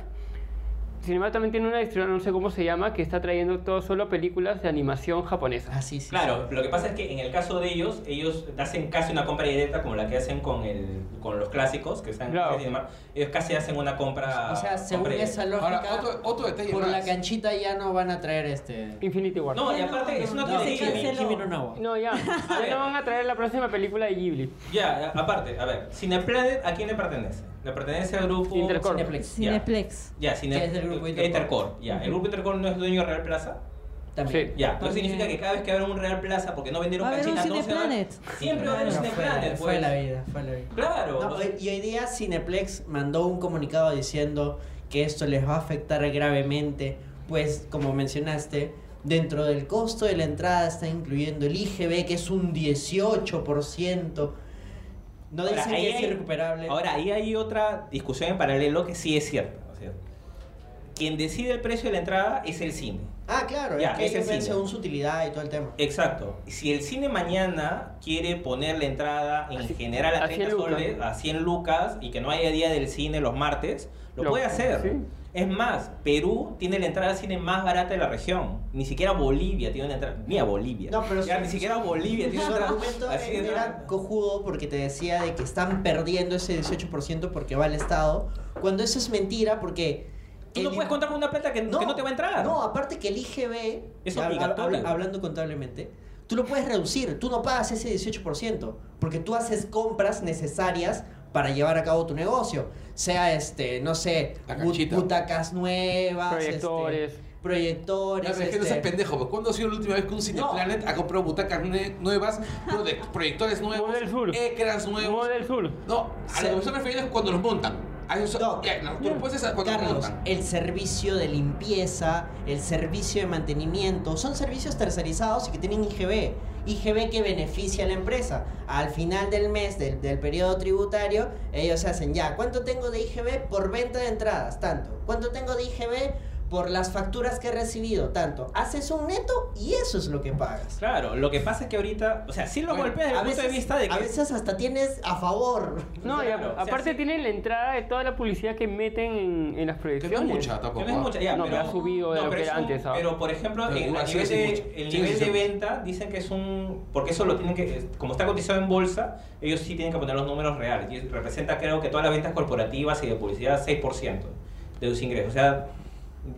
Cinemark también tiene una distribuidora, no sé cómo se llama, que está trayendo todo solo películas de animación japonesa.
Ah, sí, sí.
Claro, lo que pasa es que en el caso de ellos, ellos hacen casi una compra directa como la que hacen con, el, con los clásicos, que están
Claro.
en Cinemark. ellos casi hacen una compra.
O sea, según
compra
esa
directa.
lógica,
Ahora, otro, otro detalle
por
más.
la canchita ya no van a traer este...
Infinity War.
No, y aparte es una
No,
cosa
se
increíble.
canceló.
Kimi no Nawa.
No, ya. Ya
ver.
no van a traer la próxima película de Ghibli.
Ya, a- aparte, a ver, Cineplanet, ¿a quién le pertenece? Le pertenece al grupo.
Intercorp.
Cineplex.
Cineplex.
Ya, Cine...
Que es del grupo
Intercorp.
Intercorp.
Ya, el grupo Intercorp no es dueño de Real Plaza.
También.
Sí.
Ya, entonces
También.
significa que cada vez que habrá un Real Plaza, porque no vendieron
Va a haber un
canchitas, no se van-
Cineplanet.
Siempre va a haber un
Bueno, fue, la-
Cineplanet,
fue
pues.
la vida, fue la vida.
Claro.
No, eh,
o sea,
y hoy día Cineplex mandó un comunicado diciendo que esto les va a afectar gravemente, pues como mencionaste, dentro del costo de la entrada está incluyendo el IGB, que es un 18%. No
Ahora,
dicen
ahí
que es
hay-
irrecuperable.
Ahora, ahí hay otra discusión en paralelo que sí es cierta. o sea, quien decide el precio de la entrada es el cine.
ah, claro,
Ya,
es que
es el
ellos ven
cine.
según su utilidad y todo el tema.
Exacto. Si el cine mañana quiere poner la entrada en general a
a 100
30 soles,
lucas.
a 100 lucas, y que no haya día del cine los martes, lo,
Lo-
puede hacer.
sí.
Es más, Perú tiene la entrada al cine más barata de la región. Ni siquiera Bolivia tiene una entrada. Mira Bolivia.
No, pero
Ya,
su-
ni siquiera Bolivia tiene
Su
una entrada
argumento
así de
era
barata.
cojudo porque te decía de que están perdiendo ese 18% porque va al Estado, cuando eso es mentira porque...
Tú no
el-
puedes contar con una plata que que no, te va a entrar.
No, aparte que el IGB,
Es
hab- hab-
obligatorio.
hablando contablemente, tú lo puedes reducir, tú no pagas ese 18%, porque tú haces compras necesarias para llevar a cabo tu negocio, sea este, no sé,
La
bu-
canchita.
butacas nuevas,
Proyectores.
este,
Ya,
proyectores,
pero es que no seas
este,
pendejo, pues, ¿cuándo ha sido la última vez que un Cineplanet ha comprado butacas ne- nuevas, prode- proyectores nuevos,
Model Sur.
ecrans nuevos?
Model Sur.
No, a lo que me estoy refiriendo es cuando los montan. A eso,
No.
ya, la- tú lo puedes hacer cuando los
Carlos,
montan.
el servicio de limpieza, el servicio de mantenimiento, son servicios tercerizados y que tienen IGB. IGB que beneficia a la empresa. Al final del mes, del, del periodo tributario, ellos hacen ya, ¿cuánto tengo de IGB por venta de entradas? Tanto. ¿Cuánto tengo de IGB por las facturas que he recibido? Tanto. Haces un neto y eso es lo que pagas.
Claro, lo que pasa es que ahorita, o sea, sí lo
Bueno,
golpea desde el punto de vista de que
a veces hasta tienes a favor.
No, y a-
Claro, o sea,
aparte
sí.
tienen la entrada de toda la publicidad que meten en, en las
Que no es
proyecciones.
mucha
que
tampoco.
no es
¿ah?
mucha, ya,
no,
pero,
pero ha subido de
no,
lo que
pero
era
es un-
antes. ¿ah?
Pero por ejemplo,
Pero
en-
igual
a
sigue
nivel
siendo
de,
mucho.
el
Sigue
nivel de
siendo
venta dicen que es un, porque eso lo tienen que, como está cotizado en bolsa, ellos sí tienen que poner los números reales. Y representa creo que todas las ventas corporativas y de publicidad 6% de sus ingresos. O sea,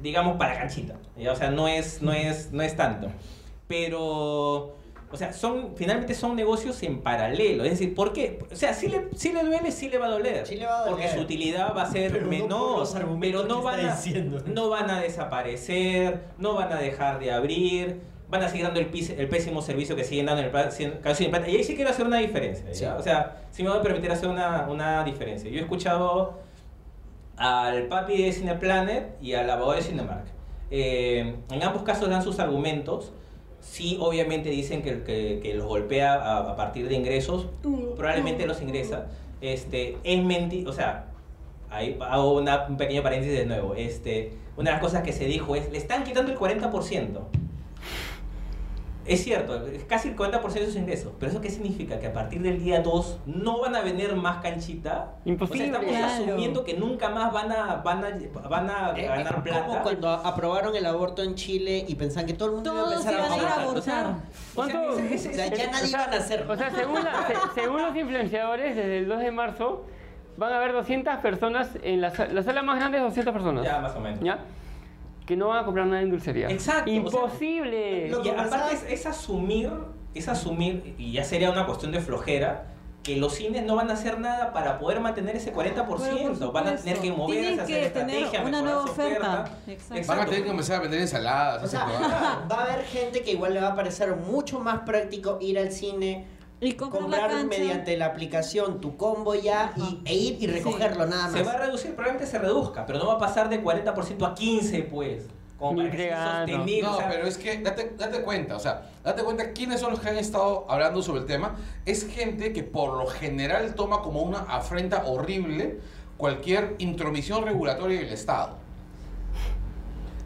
digamos para canchita. ¿ya? O sea, no es, no es, no es tanto. Pero, o sea, son, finalmente son negocios en paralelo. Es decir, ¿por qué? O sea, si le, sí le duele, sí le va a doler.
Sí le va a doler.
Porque su utilidad va a ser
Pero no
menor.
por los argumentos
pero no
que
van
está
a-
diciendo.
no van a desaparecer, no van a dejar de abrir, van a seguir dando el, pis- el pésimo servicio que siguen dando en el pla- si- caso de plata. Y ahí sí quiero hacer una diferencia. ¿ya?
Sí.
O sea, si me voy a permitir hacer una, una diferencia. Yo he escuchado al papi de Cineplanet y al abogado de Cinemark. Eh, en ambos casos dan sus argumentos Sí, obviamente dicen que, que- que los golpea a, a partir de ingresos, probablemente los ingresa. Este, es mentira, o sea, ahí hago una- un pequeño paréntesis de nuevo. Este, una de las cosas que se dijo es, le están quitando el 40%. Es cierto, es casi el 40% de sus ingresos. Pero eso qué significa? Que a partir del día 2 no van a vender más canchita.
Imposible.
O sea, estamos
Claro.
asumiendo que nunca más van a, van a, van a
Eh,
ganar
es como
plata.
cuando aprobaron el aborto en Chile y pensaban que todo el mundo
Todos
iba a
iban
empezar
a ir
a
a
abortar.
abortar.
¿Cuánto?
O sea, ya nadie
Eh, O sea,
iba a nacer.
O sea, según, la- se- según los influenciadores, desde el 2 de marzo van a haber 200 personas en la, sa- la sala más grande, es 200 personas.
Ya, más o menos.
¿Ya? Que no van a comprar nada en dulcería.
Exacto, o sea,
Eh,
Imposible.
lo-
Y aparte es,
conversabas.
es asumir, es asumir, y ya sería una cuestión de flojera, que los cines no van a hacer nada para poder mantener ese 40%.
Pero por
van a tener que
supuesto.
moverse,
Tienen
hacer
que
estrategia,
tener una
mejorar
nueva
su
oferta.
oferta.
Exacto.
Van a tener que comenzar a vender ensaladas.
O sea,
esas huevadas.
va a haber gente que igual le va a parecer mucho más práctico ir al cine,
Y comprar, la
comprar
cancha.
mediante la aplicación tu combo ya y,
Ajá.
e ir y recogerlo nada más.
Se va a reducir, probablemente se reduzca, pero no va a pasar de 40% a 15, pues. Como para que sea
Intrigando.
sostenible.
No,
o sea,
pero es que date, date cuenta, o sea, date cuenta quiénes son los que han estado hablando sobre el tema. Es gente que por lo general toma como una afrenta horrible cualquier intromisión regulatoria del Estado.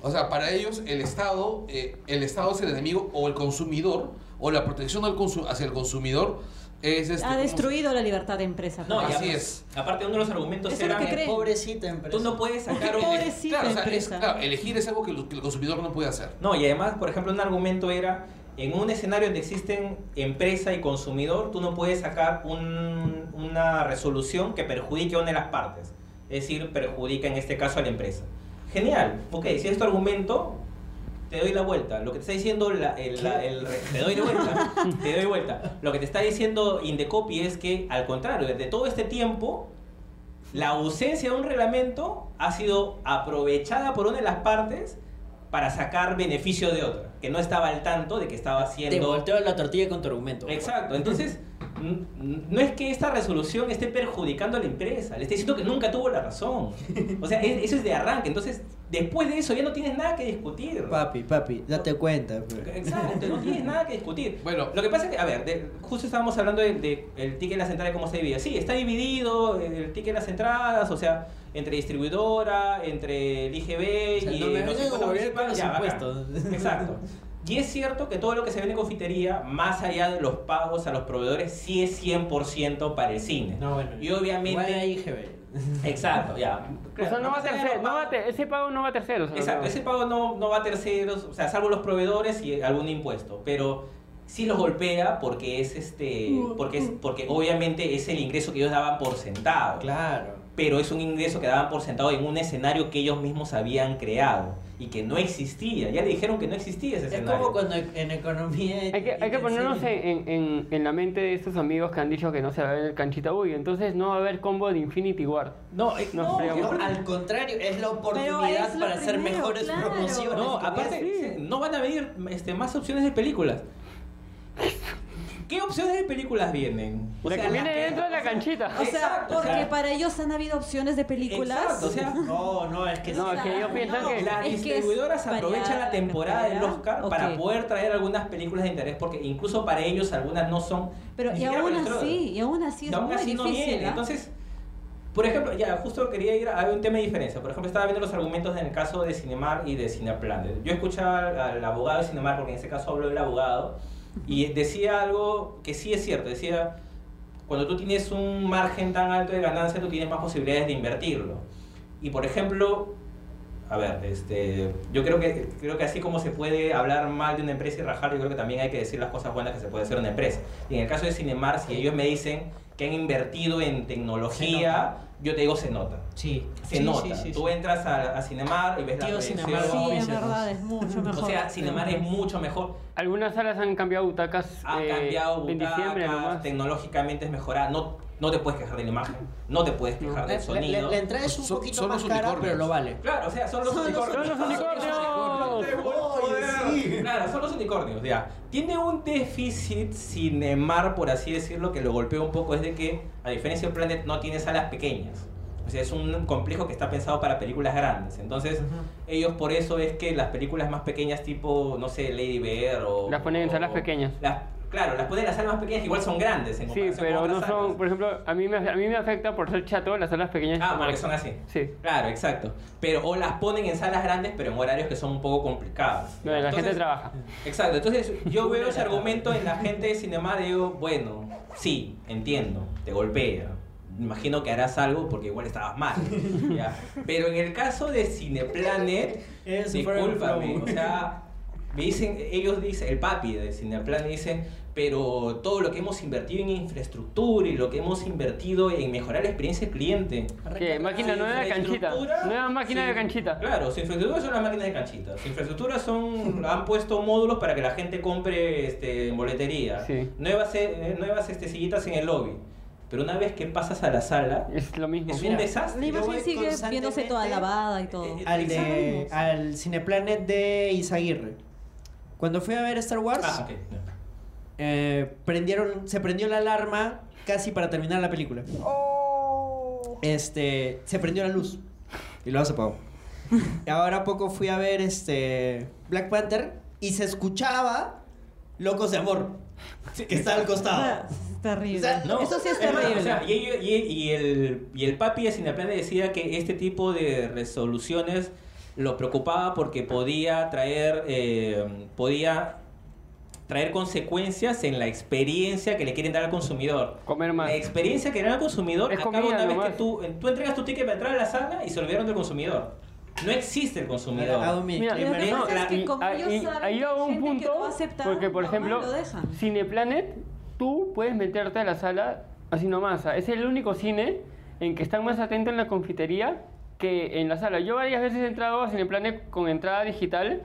O sea, para ellos el Estado, eh, el Estado es el enemigo o el consumidor o la protección del consu- hacia el consumidor es este,
Ha
¿cómo se-
destruido la libertad de empresa.
No, y
Así
aparte-
es.
Aparte, uno de los argumentos
Eso es lo
era
que creen.
Pobrecita empresa.
tú no puedes sacar un,
Pobre- Pobrecita
Claro, o sea, es-
empresa.
claro, elegir es algo que, lo- que el consumidor no puede hacer.
No, y además, por ejemplo, un argumento era, en un escenario donde existen empresa y consumidor, tú no puedes sacar un- una resolución que perjudique a una de las partes. Es decir, perjudica en este caso a la empresa. Genial, ok, si es tu argumento, te doy la vuelta. Lo que te está diciendo la- el, la- el- te doy la vuelta, te doy vuelta. Lo que te está diciendo Indecopy es que, al contrario, desde todo este tiempo, la ausencia de un reglamento ha sido aprovechada por una de las partes para sacar beneficio de otra, que no estaba al tanto de que
Te
estaba haciendo.
volteo la tortilla con tu argumento.
Exacto, entonces n- n- no es que esta resolución esté perjudicando a la empresa, le está diciendo que nunca tuvo la razón. O sea, es- eso es de arranque, entonces después de eso ya no tienes nada que discutir.
Papi, papi, date cuenta. pues. pe.
Exacto, no tienes nada que discutir.
Bueno.
lo que pasa es que, a ver, de- justo estábamos hablando del de, el ticket en las entradas, cómo está dividido. Sí, está dividido eh, el ticket en las entradas, o sea, entre distribuidora, entre el IGB
O sea,
y
no me
los
vengan a
50
volver con los
ya, bacán.
impuestos.
Exacto. Y es cierto que todo lo que se vende en confitería, más allá de los pagos a los proveedores, sí es 100% para el cine.
No, bueno.
Y obviamente-
Igual ahí, GB.
Exacto, ya.
o sea, no va a
Más allá de los
tercero. No va a
pagos-
ter- ese pago no va a terceros. o sea,
Exacto,
no.
ese pago no, no va a terceros, o sea, salvo los proveedores y algún impuesto, pero sí los golpea porque es este, porque es, porque obviamente es el ingreso que ellos daban por sentado,
Claro.
pero es un ingreso que daban por sentado en un escenario que ellos mismos habían creado y que no existía, ya le dijeron que no existía ese
Es
escenario.
como cuando en economía.
Hay que, hay que ponernos en, en- en- en la mente de estos amigos que han dicho que no se va a ver el canchita Uy, entonces no va a haber combo de Infinity War.
No, eh,
No,
no,
fregamos.
yo-
al contrario, es la
Pero
oportunidad
es lo
para hacer
primero,
mejores
claro.
promociones.
No,
con
aparte,
eso.
dice, no van a venir este, más opciones de películas. ¿Qué opciones de películas vienen? O
la
sea,
que viene
las que-
dentro de la canchita.
O sea,
Exacto, o
porque
sea-
para ellos han habido opciones de películas.
Exacto, o sea,
No, no, es que
No, es que ellos piensan
No,
que...
la- Es
Las
que es
distribuidoras
variada
aprovechan la
la
temporada del
temporada.
Oscar para
Ok.
poder traer algunas películas de interés, porque incluso para ellos algunas no son.
Pero
ni
y
siquiera
aún
para el
así,
Oscar.
y aún así es
Y aún
muy
así no
difícil.
viene.
¿ah?
Entonces, por ejemplo, ya justo quería ir a hay un tema de diferencia. Por ejemplo, estaba viendo los argumentos en el caso de Cinemar y de Cineplan. Yo escuchaba al, al abogado de Cinemar, porque en ese caso habló el abogado, y decía algo que sí es cierto. Decía, cuando tú tienes un margen tan alto de ganancia, tú tienes más posibilidades de invertirlo. Y por ejemplo, a ver, este, yo creo que, creo que así como se puede hablar mal de una empresa y rajar, yo creo que también hay que decir las cosas buenas que se puede hacer en una empresa. Y en el caso de Cinemar, si ellos me dicen que han invertido en tecnología, yo te digo se nota.
Sí,
Se nota. Tú entras a, a Cinemar y ves la
Tío
proyección.
Cinemar,
sí, es
Oficios.
verdad, es mucho mejor.
O sea, Cinemar es mucho mejor.
Algunas salas han cambiado butacas
Ha
eh,
cambiado
en diciembre
butacas,
nomás.
tecnológicamente es mejorada. No, no te puedes quejar de la imagen, no te puedes quejar del
La, la-
sonido.
la entrada es un
Son-
poquito
son
más
los
cara,
unicornios.
pero lo vale.
Claro, o sea, son los
Son los
unicornios.
¡Son los unicornios!
Oye, sí.
Claro, son los unicornios, ya. Tiene un déficit cinemar, por así decirlo, que lo golpea un poco, es de que, a diferencia de Planet, no tiene salas pequeñas. O sea, es un complejo que está pensado para películas grandes. Entonces, ellos por eso es que las películas más pequeñas, tipo, no sé, Lady Bear o.
Las ponen en
o-
salas pequeñas.
las- claro, las ponen en las salas más pequeñas que igual son grandes
Sí,
en comparación con
pero no
otras
son,
salas.
por ejemplo, a mí me, a mí me afecta por ser chato las salas pequeñas.
Ah, porque son así.
Sí.
Claro, exacto. Pero o las ponen en salas grandes, pero en horarios que son un poco complicados.
Donde la gente
Entonces-
trabaja.
Exacto, entonces yo veo ese argumento en la gente de cinema y digo, bueno, sí, entiendo, te golpea. Imagino que harás algo porque igual estabas mal. ya. Pero en el caso de Cineplanet,
Es súper
discúlpame,
flow.
o sea, me dicen, ellos dicen, el papi de Cineplanet dice, pero todo lo que hemos invertido en infraestructura y lo que hemos invertido en mejorar la experiencia del cliente.
Que máquina
Su
nueva de canchita.
infraestructura-
Nueva máquina
sí.
de canchita.
Claro, su infraestructura son las máquinas de canchita. Su infraestructura son. han puesto módulos para que la gente compre este, en boletería.
Sí.
Nuevas, eh, nuevas este, sillitas en el lobby. Pero una vez que pasas a la sala,
Es lo mismo.
es un
Mira,
La
desastre.
Yo voy
imagen sigue viéndose toda
constantemente-
lavada y todo.
Eh,
Al, de,
Sabemos.
al Cineplanet de Izaguirre. Cuando fui a ver Star Wars,
Ah, ok.
eh, prendieron, se prendió la alarma casi para terminar la película.
Oh.
Este, se prendió la luz y luego se apagó. Y ahora poco fui a ver este Black Panther y se escuchaba Locos de Amor que está al
Ah.
costado.
Es terrible.
O sea, no,
Eso sí es
Es más,
terrible.
o sea, y, ellos- y- y el, y el papi de Cineplanet decía que este tipo de resoluciones lo preocupaba porque podía traer eh, podía traer consecuencias en la experiencia que le quieren dar al consumidor.
Comer más.
La experiencia que le dan al consumidor
Es
acaba
comida
una vez
nomás.
que tú, tú entregas tu ticket para entrar a la sala y se olvidaron del consumidor. No existe el
Hago
consumidor.
mi
Mira,
Lo
disclaimer.
que
no,
pasa es
la-
que como
Ah,
ellos
y
saben
ahí
que hay
hago un
gente que
punto,
no va a aceptar,
porque por
nomás
ejemplo,
lo dejan.
Cineplanet, tú puedes meterte a la sala así nomás. ah, Es el único cine en que están más atentos en la confitería que en la sala. Yo varias veces he entrado a Cineplanet con entrada digital,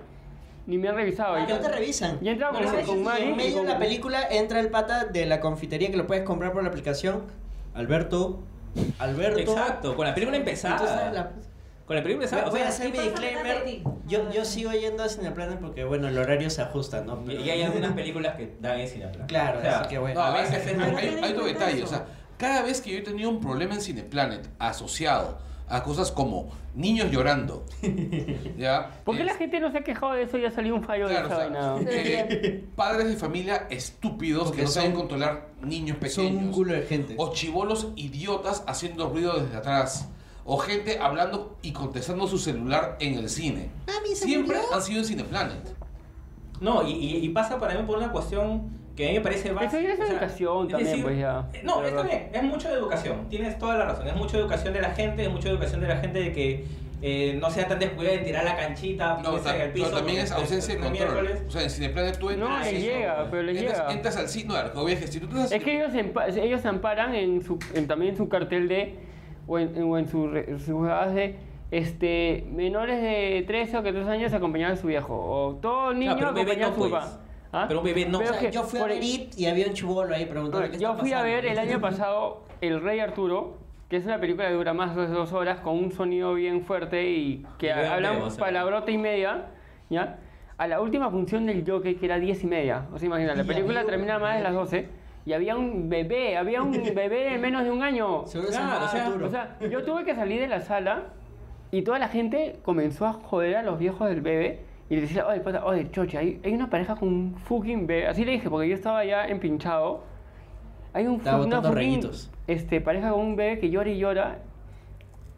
ni me han revisado.
Ah,
Y-
no te revisan.
y he entrado
No,
con-
a veces
con Mari
En
y
medio de
con-
la película entra el pata de la confitería que lo puedes comprar por la aplicación. Alberto, Alberto.
Exacto, con la película empezada.
Entonces, la-
Con la película empezada. o
voy a
sea,
hacer mi
pasa atrás de
disclaimer.
ti.
Yo, yo sigo yendo a Cineplanet porque, bueno, el horario se ajusta, ¿no?
y
Pero-
y hay algunas películas que dan en Cineplanet.
Claro,
O sea,
así que bueno.
No, a
a
veces
veces es-
hay, hay,
Pero
hay otro
tiene
detalle. O sea,
cuentazo.
cada vez que yo he tenido un problema en Cineplanet asociado a cosas como niños llorando, ¿ya?
¿Por qué la
Eh,
gente no se ha quejado de eso y ha salido un fallo de
claro,
esa vaina?
o sea, eh, padres de familia estúpidos
Porque
que no saben
son-
controlar niños
Son un
pequeños.
culo de gente.
O chivolos idiotas haciendo ruido desde atrás. O gente hablando y contestando su celular en el cine. Siempre han sido en Cineplanet.
No, y, y- y pasa para mí por una cuestión que a mí me parece básica.
Eso ya es educación
es
también, pues, ya.
eh, No,
La
es
verdad.
también, es mucho de educación. Tienes toda la razón. Es mucho de educación de la gente, es mucho de educación de la gente de que eh, no sea tan descuidada de tirar la canchita
No,
pisa Este, en
ta-
el piso.
pero también
porque
es ausencia de
el
control.
miércoles-
O sea, en Cineplanet tú entras.
No,
Ah,
le
eso,
llega,
güey.
pero le
entras,
llega.
entras al cine. No, a lo que voy es que si tú entras al
Es que ellos, empa- ellos amparan en su, en también su cartel de, o en, en- o en su re- sus jugadas de, este, menores de 13 o 14 años acompañaban a su viejo, o todo niño
pero un bebé
acompañaba a
no,
su
pues.
papá. ¿Ah?
Pero un bebé no.
Pero
O
O
es
sea,
que
yo fui a
por-
ver It y había un chivolo ahí preguntando qué
yo
está
fui a
pasando.
ver el año pasado El Rey Arturo, que es una película que dura más de dos horas con un sonido bien fuerte y que
Y vean
hablan
Bebo, o sea.
palabrota y media, ¿ya? A la última función del Jockey, que era diez y media, o sea, imagina, la
Y
película
había un
termina más de las 12 y había un bebé, había un bebé de menos de un año.
Seguro se
Claro,
llamaba
o sea,
Arturo.
O sea, yo tuve que salir de la sala y toda la gente comenzó a joder a los viejos del bebé y les decía, oye, pata, oye, choche, hay, hay una pareja con un fucking bebé. Así le dije, porque yo estaba ya empinchado. Hay un
Estaba
fu- una
botando
fucking,
rayitos.
Este, pareja con un bebé que llora y llora.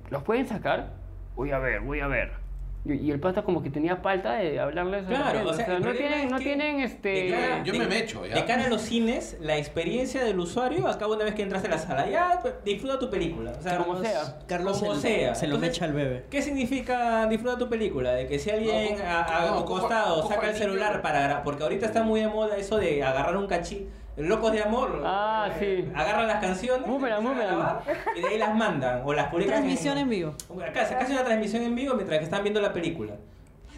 ¿Los pueden sacar? Voy a ver, voy a ver. Y, y el pata como que tenía falta de hablarles a la
Claro,
gente.
o sea, el
no
problema
tienen,
es
no
que
tienen
de cara-
este...
Yo
de-
me mecho, ya.
De cara a los cines, la experiencia del usuario acaba una vez que entras a la sala. Ya pues, disfruta tu película. O sea,
Como
no-
sea.
Carlos
como
se,
sea.
se los
Entonces,
echa al bebé.
¿Qué significa disfruta tu película? De que si alguien
No,
a, a
no,
tu
coja-
costado
coja
saca el
el niño.
celular para agarrar, porque ahorita está muy de moda eso de agarrar un cachí. Locos de amor.
Ah,
eh,
sí.
Agarran las canciones.
Boomerang,
empiezan a
boomerang.
grabar, Y de ahí las mandan. O las publican.
Transmisión en vivo.
Acá se hace una transmisión en vivo mientras que están viendo la película.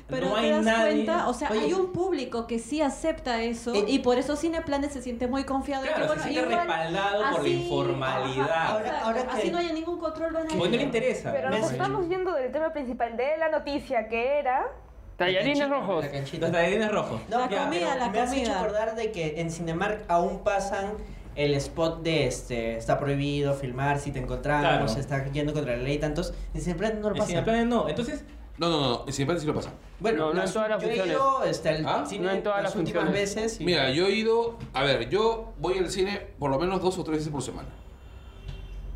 Pero
no
te
hay
das
nadie.
cuenta, o sea,
Oye.
hay un público que sí acepta eso
Eh,
y por eso Cineplanet se siente muy confiado.
Claro,
y que,
se
bueno,
siente
igual,
respaldado Ah, por la
así-
informalidad.
ajá,
Ahora-
exacto,
ahora que-
así no haya ningún control. van a
Porque no le
decir.
interesa.
Pero
Me
nos
hace-
estamos yendo del tema principal de la noticia, que era...
Tallarines
La canchita,
rojos.
la canchita.
Los tallerines rojos.
La comida,
pero
la
me has hecho
comida.
acordar de que en Cinemark aún pasan el spot de este está prohibido filmar si te encontramos,
Claro.
está yendo contra la ley tantos. En Cineplanet no lo
En
pasa.
Cineplanet no. Entonces,
No, no, no, en Cineplanet sí lo pasa.
Bueno,
No, no en
las-
todas las
yo he
funciones.
ido este, al
¿Ah?
cine
No en todas
las
las
últimas
funciones.
veces. y-
Mira, yo he ido, a ver, yo voy al cine por lo menos dos o tres veces por semana.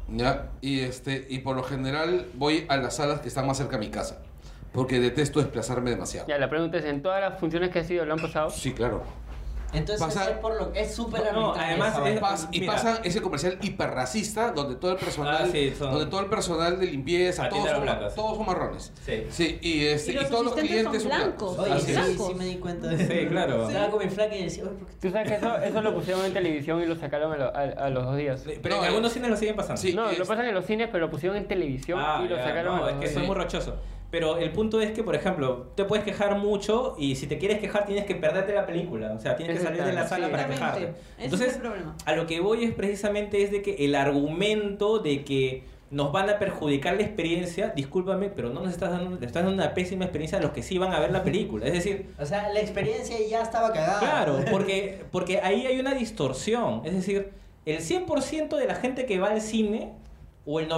¿Ya? Y este, y por lo general voy a las salas que están más cerca a mi casa. Porque detesto desplazarme demasiado.
Ya, la pregunta es, ¿en todas las funciones que has ido lo han pasado?
Sí, claro.
Entonces
pasa-
es por lo es súper
No,
arbitrario
además
esa
es-
vaina.
Pas- y
Mira.
pasa ese comercial hiperracista donde todo el personal,
Ah, sí, son-
donde todo el personal de limpieza,
Patitas
todos son,
blancas.
todos son marrones.
Sí.
y, este,
Y los
todos los
asistentes son
clientes son blancos.
blancos.
Oye,
Así
sí,
es.
sí me di cuenta de
Sí, claro.
Estaba con mi flaca y decía, oye, ¿por qué
Tú sabes que eso, eso lo pusieron en televisión y lo sacaron a, lo- a- a los dos días.
pero
No,
en
eh,
algunos cines lo siguen pasando.
sí.
No,
es-
lo pasan en los cines, pero lo pusieron en televisión
Ah,
y lo
ya,
sacaron
no,
a
es
los
que
dos
soy
días.
muy rochoso. Pero el punto es que, por ejemplo, te puedes quejar mucho y si te quieres quejar tienes que perderte la película. O sea, tienes que salir de la sala para
Exactamente.
quejarte.
Ese es
Entonces,
el problema.
a lo que voy es precisamente es de que el argumento de que nos van a perjudicar la experiencia, discúlpame, pero no nos estás dando, le estás dando una pésima experiencia a los que sí van a ver la película. Es decir,
O sea, la experiencia ya estaba cagada.
Claro, porque, porque ahí hay una distorsión. Es decir, el 100% de la gente que va al cine, o el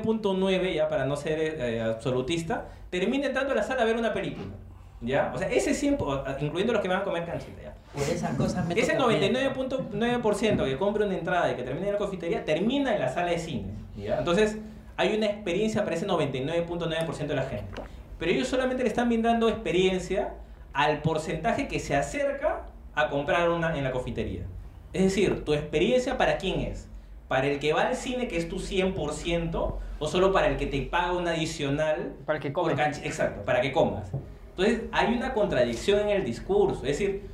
99.9%, ya para no ser eh, absolutista, termina entrando a la sala a ver una película. ¿Ya? O sea, ese 100%, incluyendo los que van a comer canchita, ¿ya?
Por esas cosas me
Ese
toca mierda.
99.9% que compra una entrada y que termina en la confitería, termina en la sala de cine. ¿ya? Entonces, hay una experiencia para ese 99.9% de la gente. Pero ellos solamente le están brindando experiencia al porcentaje que se acerca a comprar una en la confitería. Es decir, ¿tu experiencia para quién es? ¿Para el que va al cine, que es tu 100%, o solo para el que te paga un adicional
Para que
por
coman.
canch- Exacto, para que comas. Entonces, hay una contradicción en el discurso. Es decir,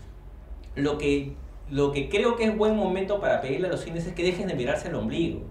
lo que, lo que creo que es buen momento para pedirle a los cines es que dejen de mirarse el ombligo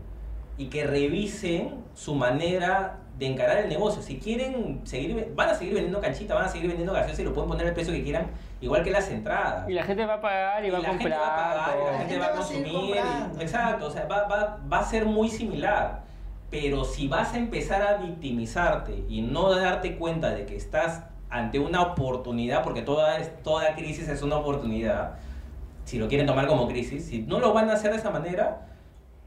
y que revisen su manera de encarar el negocio. Si quieren seguir, ve- van a seguir vendiendo canchita, van a seguir vendiendo gaseosa y lo pueden poner al precio que quieran, igual que las entradas.
Y la gente va a pagar y,
Y
va a
la gente
comprar.
va a pagar, y la gente va a
La gente va a seguir
consumir.
comprando.
y- exacto, o sea, va, va- va a ser muy similar. Pero si vas a empezar a victimizarte y no darte cuenta de que estás ante una oportunidad, porque toda, es- toda crisis es una oportunidad, si lo quieren tomar como crisis, si no lo van a hacer de esa manera,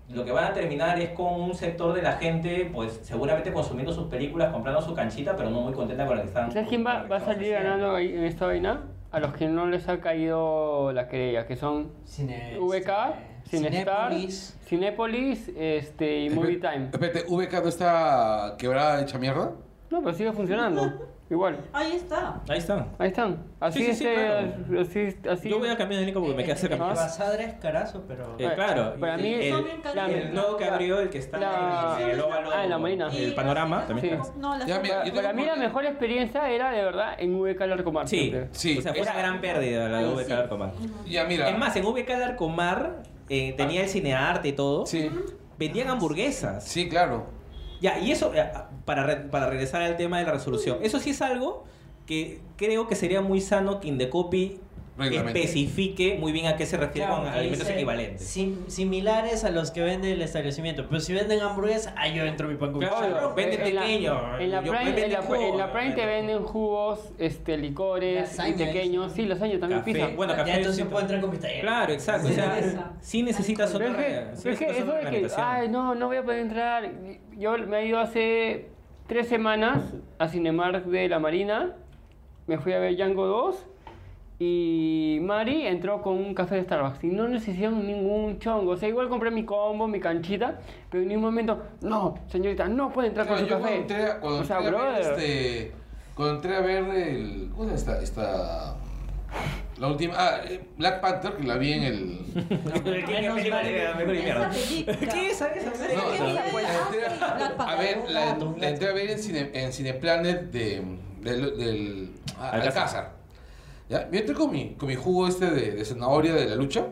lo que van a terminar es con un sector de la gente, pues seguramente consumiendo sus películas, comprando su canchita, pero no muy contenta con la que están.
¿Sabes quién va,
con la que
va a
están
salir
haciendo.
ganando ahí en esta vaina? A los que no les ha caído la querella, que son
Este,
Cine-
VK, Cinestar,
Cinépolis.
Cinépolis este, y Movie Time.
Espérate, VK no está quebrada hecha mierda.
No, pero sigue funcionando. Igual.
Ahí está.
Ahí están.
Ahí están. Así
sí,
es eh,
sí, claro.
así, así-
Yo voy a cambiar de link porque me quedé
Eh,
cerca.
Ah,
Basadra es carazo, pero.
Eh, claro,
Para
y-
mí-
el,
Son bien caros.
el nuevo que abrió, el que está
La-
en el óvalo,
Ah, en la marina.
Y
el panorama,
las-
también.
Sí.
está.
No, las-
Ya, mira,
Para,
yo tengo
para mí
un
la
problema.
mejor experiencia era de verdad en VK Larcomar.
Sí,
siempre.
sí. O sea, fue
Es-
una gran pérdida la Ah, de
Sí.
VK Larcomar.
Ya, mira.
Es más, en VK Larcomar eh, tenía el cinearte y todo.
Sí,
Vendían hamburguesas.
sí, claro.
Ya, y eso, eh, para, re- para regresar al tema de la resolución, eso sí es algo que creo que sería muy sano que Indecopy
Reglamento.
especifique muy bien a qué se refiere
Claro,
con
porque
alimentos
dice
equivalentes.
sim- similares a los que vende el establecimiento. Pero si venden hamburguesas, ahí yo entro mi pan con
Claro.
chorro.
vende
en la-
pequeño,
En la,
yo-
Prime,
vende
en la-
jugo.
en la Prime te venden jugos, este, licores,
Lasaña,
y pequeños. Sí, lasaña también
Café.
pizza.
Bueno,
ya entonces
cafecito.
puedo entrar con mi taller.
Claro, exacto. O sea,
Esa.
sí necesitas
Pero
otra,
es
re-
que,
sí
pero es que
necesitas
eso
otra
de que,
organización.
ay, no, no voy a poder entrar. Yo me he ido hace tres semanas a Cinemark de la Marina. Me fui a ver Django 2. Y Mari entró con un café de Starbucks y no nos hicieron ningún chongo. O sea, igual compré mi combo, mi canchita, pero en un momento, no, señorita, no puede entrar
Claro,
con su
yo
café.
cuando entré, a- cuando
o sea,
entré a ver
brother.
este. Cuando entré a ver el. ¿Cómo se llama esta? esta la última. Ah, eh, Black Panther, que la vi en el.
¿Qué- qué- qué película era? Me acuerdo de mierda. ¿Qué es? ¿Sabes? ¿Sabes?
No,
¿Qué
no,
día
no,
es?
la entré
Ah, sí, Black
a,
Panther.
ver, la,
Un gato, un
la entré a ver en, Cine, en Cineplanet de, del, del ah,
Alcázar.
Alcázar. ¿Ya? Yo entré con mi, con mi jugo este de, de zanahoria de la lucha.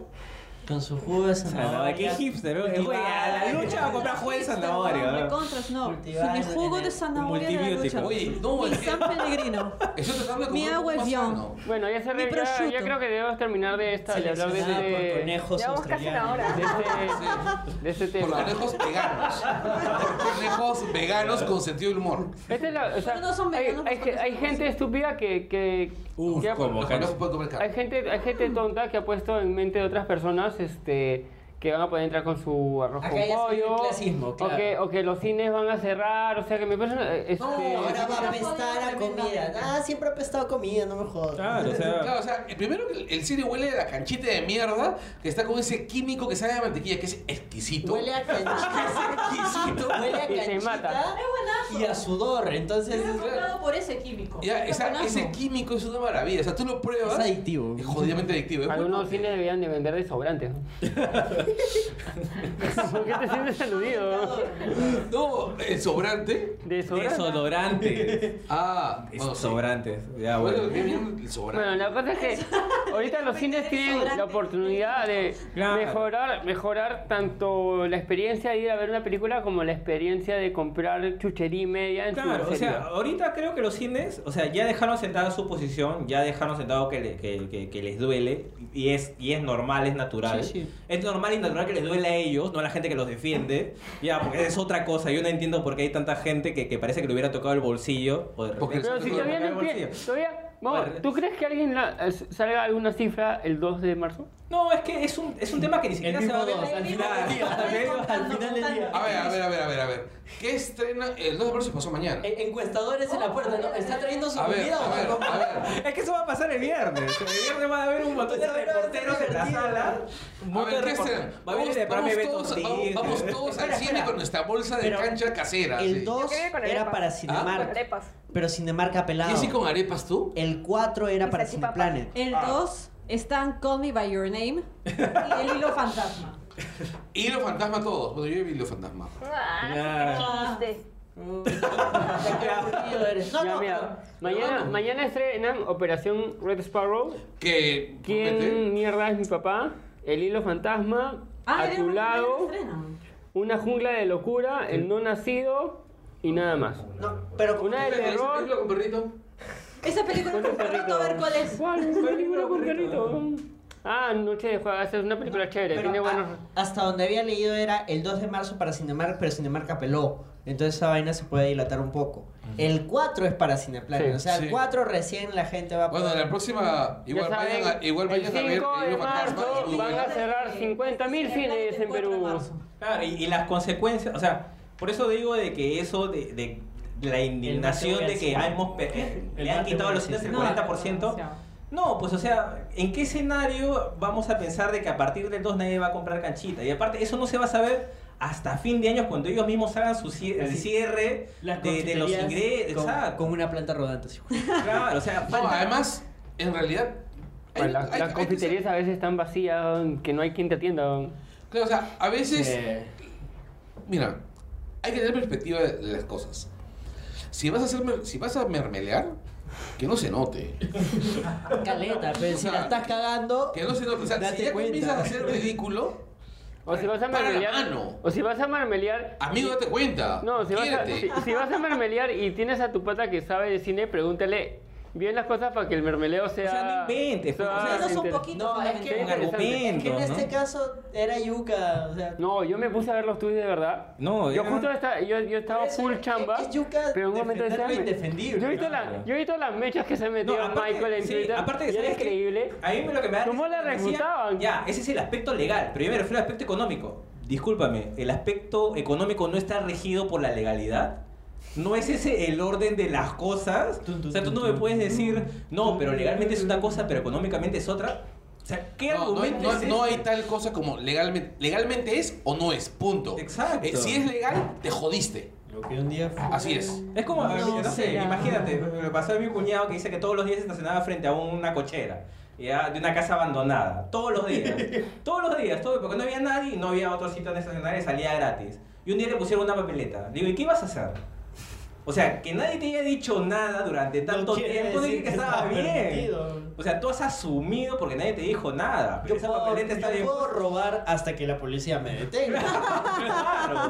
Con su jugo de
Ah,
zanahoria.
no, Qué hipster, ¿no? Que
Cultivada.
juega a la lucha va a comprar juego de zanahoria.
No,
¿no?
recontras, no.
Cultivada
Sin el jugo
en
de
el-
zanahoria de la
multibiótico.
lucha.
Oye, no,
Mi
es que-
San Pellegrino.
Estoy tratando de
Mi
comer un
agua
poco
es
más
Beyond.
sano.
Bueno, ya se
Mi
re- ya, ya
prosciutto.
creo que debemos terminar de esta, de hablar de
Seleccionada por
este, de
conejos
Ya vamos casi una
australianos.
hora.
este, de este
Por
tema.
conejos veganos. Por conejos veganos con sentido del humor.
Esta Este es la- o sea,
Pero no son
hay,
veganos,
hay,
porque
que- hay
son
gente estúpida que... que
Uh,
Uf,
que ha-
cómo.
Los conejos pueden comer
hay,
carne.
gente, hay gente tonta que ha puesto en mente de otras personas este, que van a poder entrar con su arroz
Acá
con
ya se ve el
pollo.
clasismo, claro.
o, que, o que los cines van a cerrar, o sea que me parece... una- este,
No, ahora va a
no
apestar a
puedo
comida.
tremendamente.
Ah, siempre ha apestado a comida, no me jodas.
Claro, o sea,
Claro, o sea, el primero que el- el cine huele a la canchita de mierda que está con ese químico que sabe a mantequilla, que es exquisito.
Huele a canchita. exquisito, Huele a
Y te mata.
canchita y a sudor. Entonces
Yo he
es,
comprado por ese químico.
Ya,
Es
esa-
buenazo.
ese químico es una maravilla. O sea, tú lo pruebas.
es adictivo.
Es jodidamente adictivo. Es
Algunos
bueno.
cines deberían de vender de sobrantes. ¿Por qué te sientes aludido?
No, el sobrante.
¿De sobrante?
desodorante.
Ah, bueno, sí.
Desodorantes. Ya,
Bueno,
bueno.
qué bien el
Bueno,
sobrante.
la cosa es que ahorita los cines tienen la oportunidad de
Claro.
mejorar, mejorar tanto la experiencia de ir a ver una película como la experiencia de comprar chuchería y media en
Claro,
su
o sea,
mercería.
ahorita creo que los cines, o sea, ya dejaron sentada su posición, ya dejaron sentado que, le- que, que- que les duele, y es, y es normal, es natural.
Sí, sí.
Es normal y natural que les duele a ellos, no a la gente que los defiende. Ya, porque es otra cosa, yo no entiendo por qué hay tanta gente que, que parece que le hubiera tocado el bolsillo. O de
Porque
repente-
Pero si todavía no entiendo, todavía... Vamos,
Bueno.
¿tú crees que alguien la- eh, salga alguna cifra el 2 de marzo?
No, es que es un, es un tema que ni siquiera se
mismo
va a ver.
dos, al
final del día.
Al menos al final del día.
A ver, a ver, a ver, a ver, a ver. ¿Qué estrena? El 2 de marzo pasó mañana.
En- Encuestadores en la puerta, ¿no? ¿Está trayendo su
A ver,
comida o
a ver,
algo?
a ver.
Es que eso va a pasar el viernes. El viernes va a haber un montón de
Pero no,
reporteros en la
divertido.
sala. Un
A
montón
ver,
de
¿qué será?
reporteros. Va a haber
Vamos,
el de Prame
vamos
Beto
todos,
Ortiz.
vamos- vamos todos al
Espera,
cine
espera.
con nuestra bolsa de
Pero
cancha casera.
El
sí.
2
quería con
era
arepas.
para
Con
Cinemark,
arepas.
pero Cinemark apelado.
¿Y así con arepas tú?
El 4 era
Y
para
salchipapas.
Cineplanet.
El
Ah.
2 están Call Me By Your Name y El Hilo Fantasma.
Y los fantasmas todos. Bueno, yo vi los fantasmas.
Ah, sí, qué triste.
No,
Ya,
no,
mira, mañana, mañana estrenan Operación Red Sparrow.
Que.
¿Quién
promete.
mierda es mi papá? El hilo fantasma.
Ah,
a
era
tu
una
lado.
primera estreno.
Una jungla de locura, el no nacido y nada más.
no, pero
Una de
Espérate, ¿ese película
terror.
con perrito?
Esa película
Con
con
un
perrito,
perrito.
a ver cuál es.
¿Cuál? Una película con perrito. Ah, Noche de Juegas es una película chévere,
Pero
tiene
a-
buenos.
hasta donde había leído era el 2 de marzo para Cinemark, pero Cinemark apeló. Entonces esa vaina se puede dilatar un poco. El 4 es para Cineplanet.
Sí.
o sea,
Sí.
el 4 recién la gente va a
Bueno,
poder-
la próxima. Igual
ya saben,
vayan a, igual
el
vayan a ver
5
el
de
hilo fantasma y
marzo
Google.
van a cerrar 50.000 cines en Perú.
Claro, y, y las consecuencias, o sea, por eso digo de que eso de, de la indignación de que
Mateo
hemos pe- eh,
El
le han
Mateo
quitado los
García.
cines el 40%. No, pues o sea, ¿en qué escenario vamos a pensar de que a partir del 2 nadie va a comprar canchita? Y aparte, eso no se va a saber hasta fin de año cuando ellos mismos hagan su cie- el
Así-
cierre
Las
de, de los
confiterías
ingresos.
Con,
exacto.
con una planta rodante. así.
Claro, o sea,
No,
falta-
además, en realidad. hay-
Bueno, las,
hay-
las
hay-
confiterías a veces están vacías, que no hay quien te atienda.
Claro, o sea, a veces.
Eh,
Mira, hay que tener perspectiva de de las cosas. Si vas a hacer, mer- si vas a mermelear, que no se note.
Caleta, pero si
O sea,
la estás cagando.
Que no se note. O sea,
Date
si ya
cuenta.
comienzas a hacer ridículo,
O si vas a
Para la
marmelear.
mano.
O si vas a marmelear.
amigo, date cuenta.
No, si vas, a, si,
Quiérete.
si vas a mermelear y tienes a tu pata que sabe de cine, pregúntale bien las cosas para que el mermeleo sea.
O sea, no inventes, pues,
Ah,
o sea,
Esos son
inter-
poquitos
No, es que,
Qué
con
es
interesante.
argumentos,
que en
¿no?
este caso era yuca. O sea,
No, yo me puse a ver los tuyos de verdad.
No,
yo
era-
justo estaba, yo, yo estaba
Pero es-
full
es-
chamba.
es yuca
pero en un momento
defender
decía,
lo
me-
indefendible,
Yo he visto,
claro.
la- yo he visto las mechas que se metió
No, aparte-
Michael en
sí,
Twitter.
aparte de
y era
¿sabes qué?
increíble.
A mí me lo que me da
¿Cómo la
risa es que decía,
refutaban?
Ya, ese es el aspecto legal. Primero fue el aspecto económico. Discúlpame, el aspecto económico no está regido por la legalidad. No es ese el orden de las cosas.
Tun, tun,
O sea, tú
tun,
no me
tun.
puedes decir, no, pero legalmente es una cosa, pero económicamente es otra. O sea, ¿qué
No, no hay,
argumento
no-
es
no
ese?
hay tal cosa como legalmente, legalmente es o no es, punto.
Exacto.
Eh, si es legal, te jodiste.
Lo que un día fue.
Así es.
Es como, a ver,
No
no, sé,
será.
imagínate, me pasó a mi cuñado que dice que todos los días se estacionaba frente a una cochera, ya, de una casa abandonada, todos los días, todos los días, todo, porque no había nadie y no había otro sitio donde estacionar y salía gratis. Y un día le pusieron una papeleta, digo, ¿y qué ibas a hacer? O sea, que nadie te haya dicho nada durante tanto tiempo, no
decir
significa que estaba bien.
permitido.
O sea, tú has asumido porque nadie te dijo nada, pero
Yo,
esa
puedo,
papeleta está
yo
bien.
puedo robar hasta que la policía me detenga.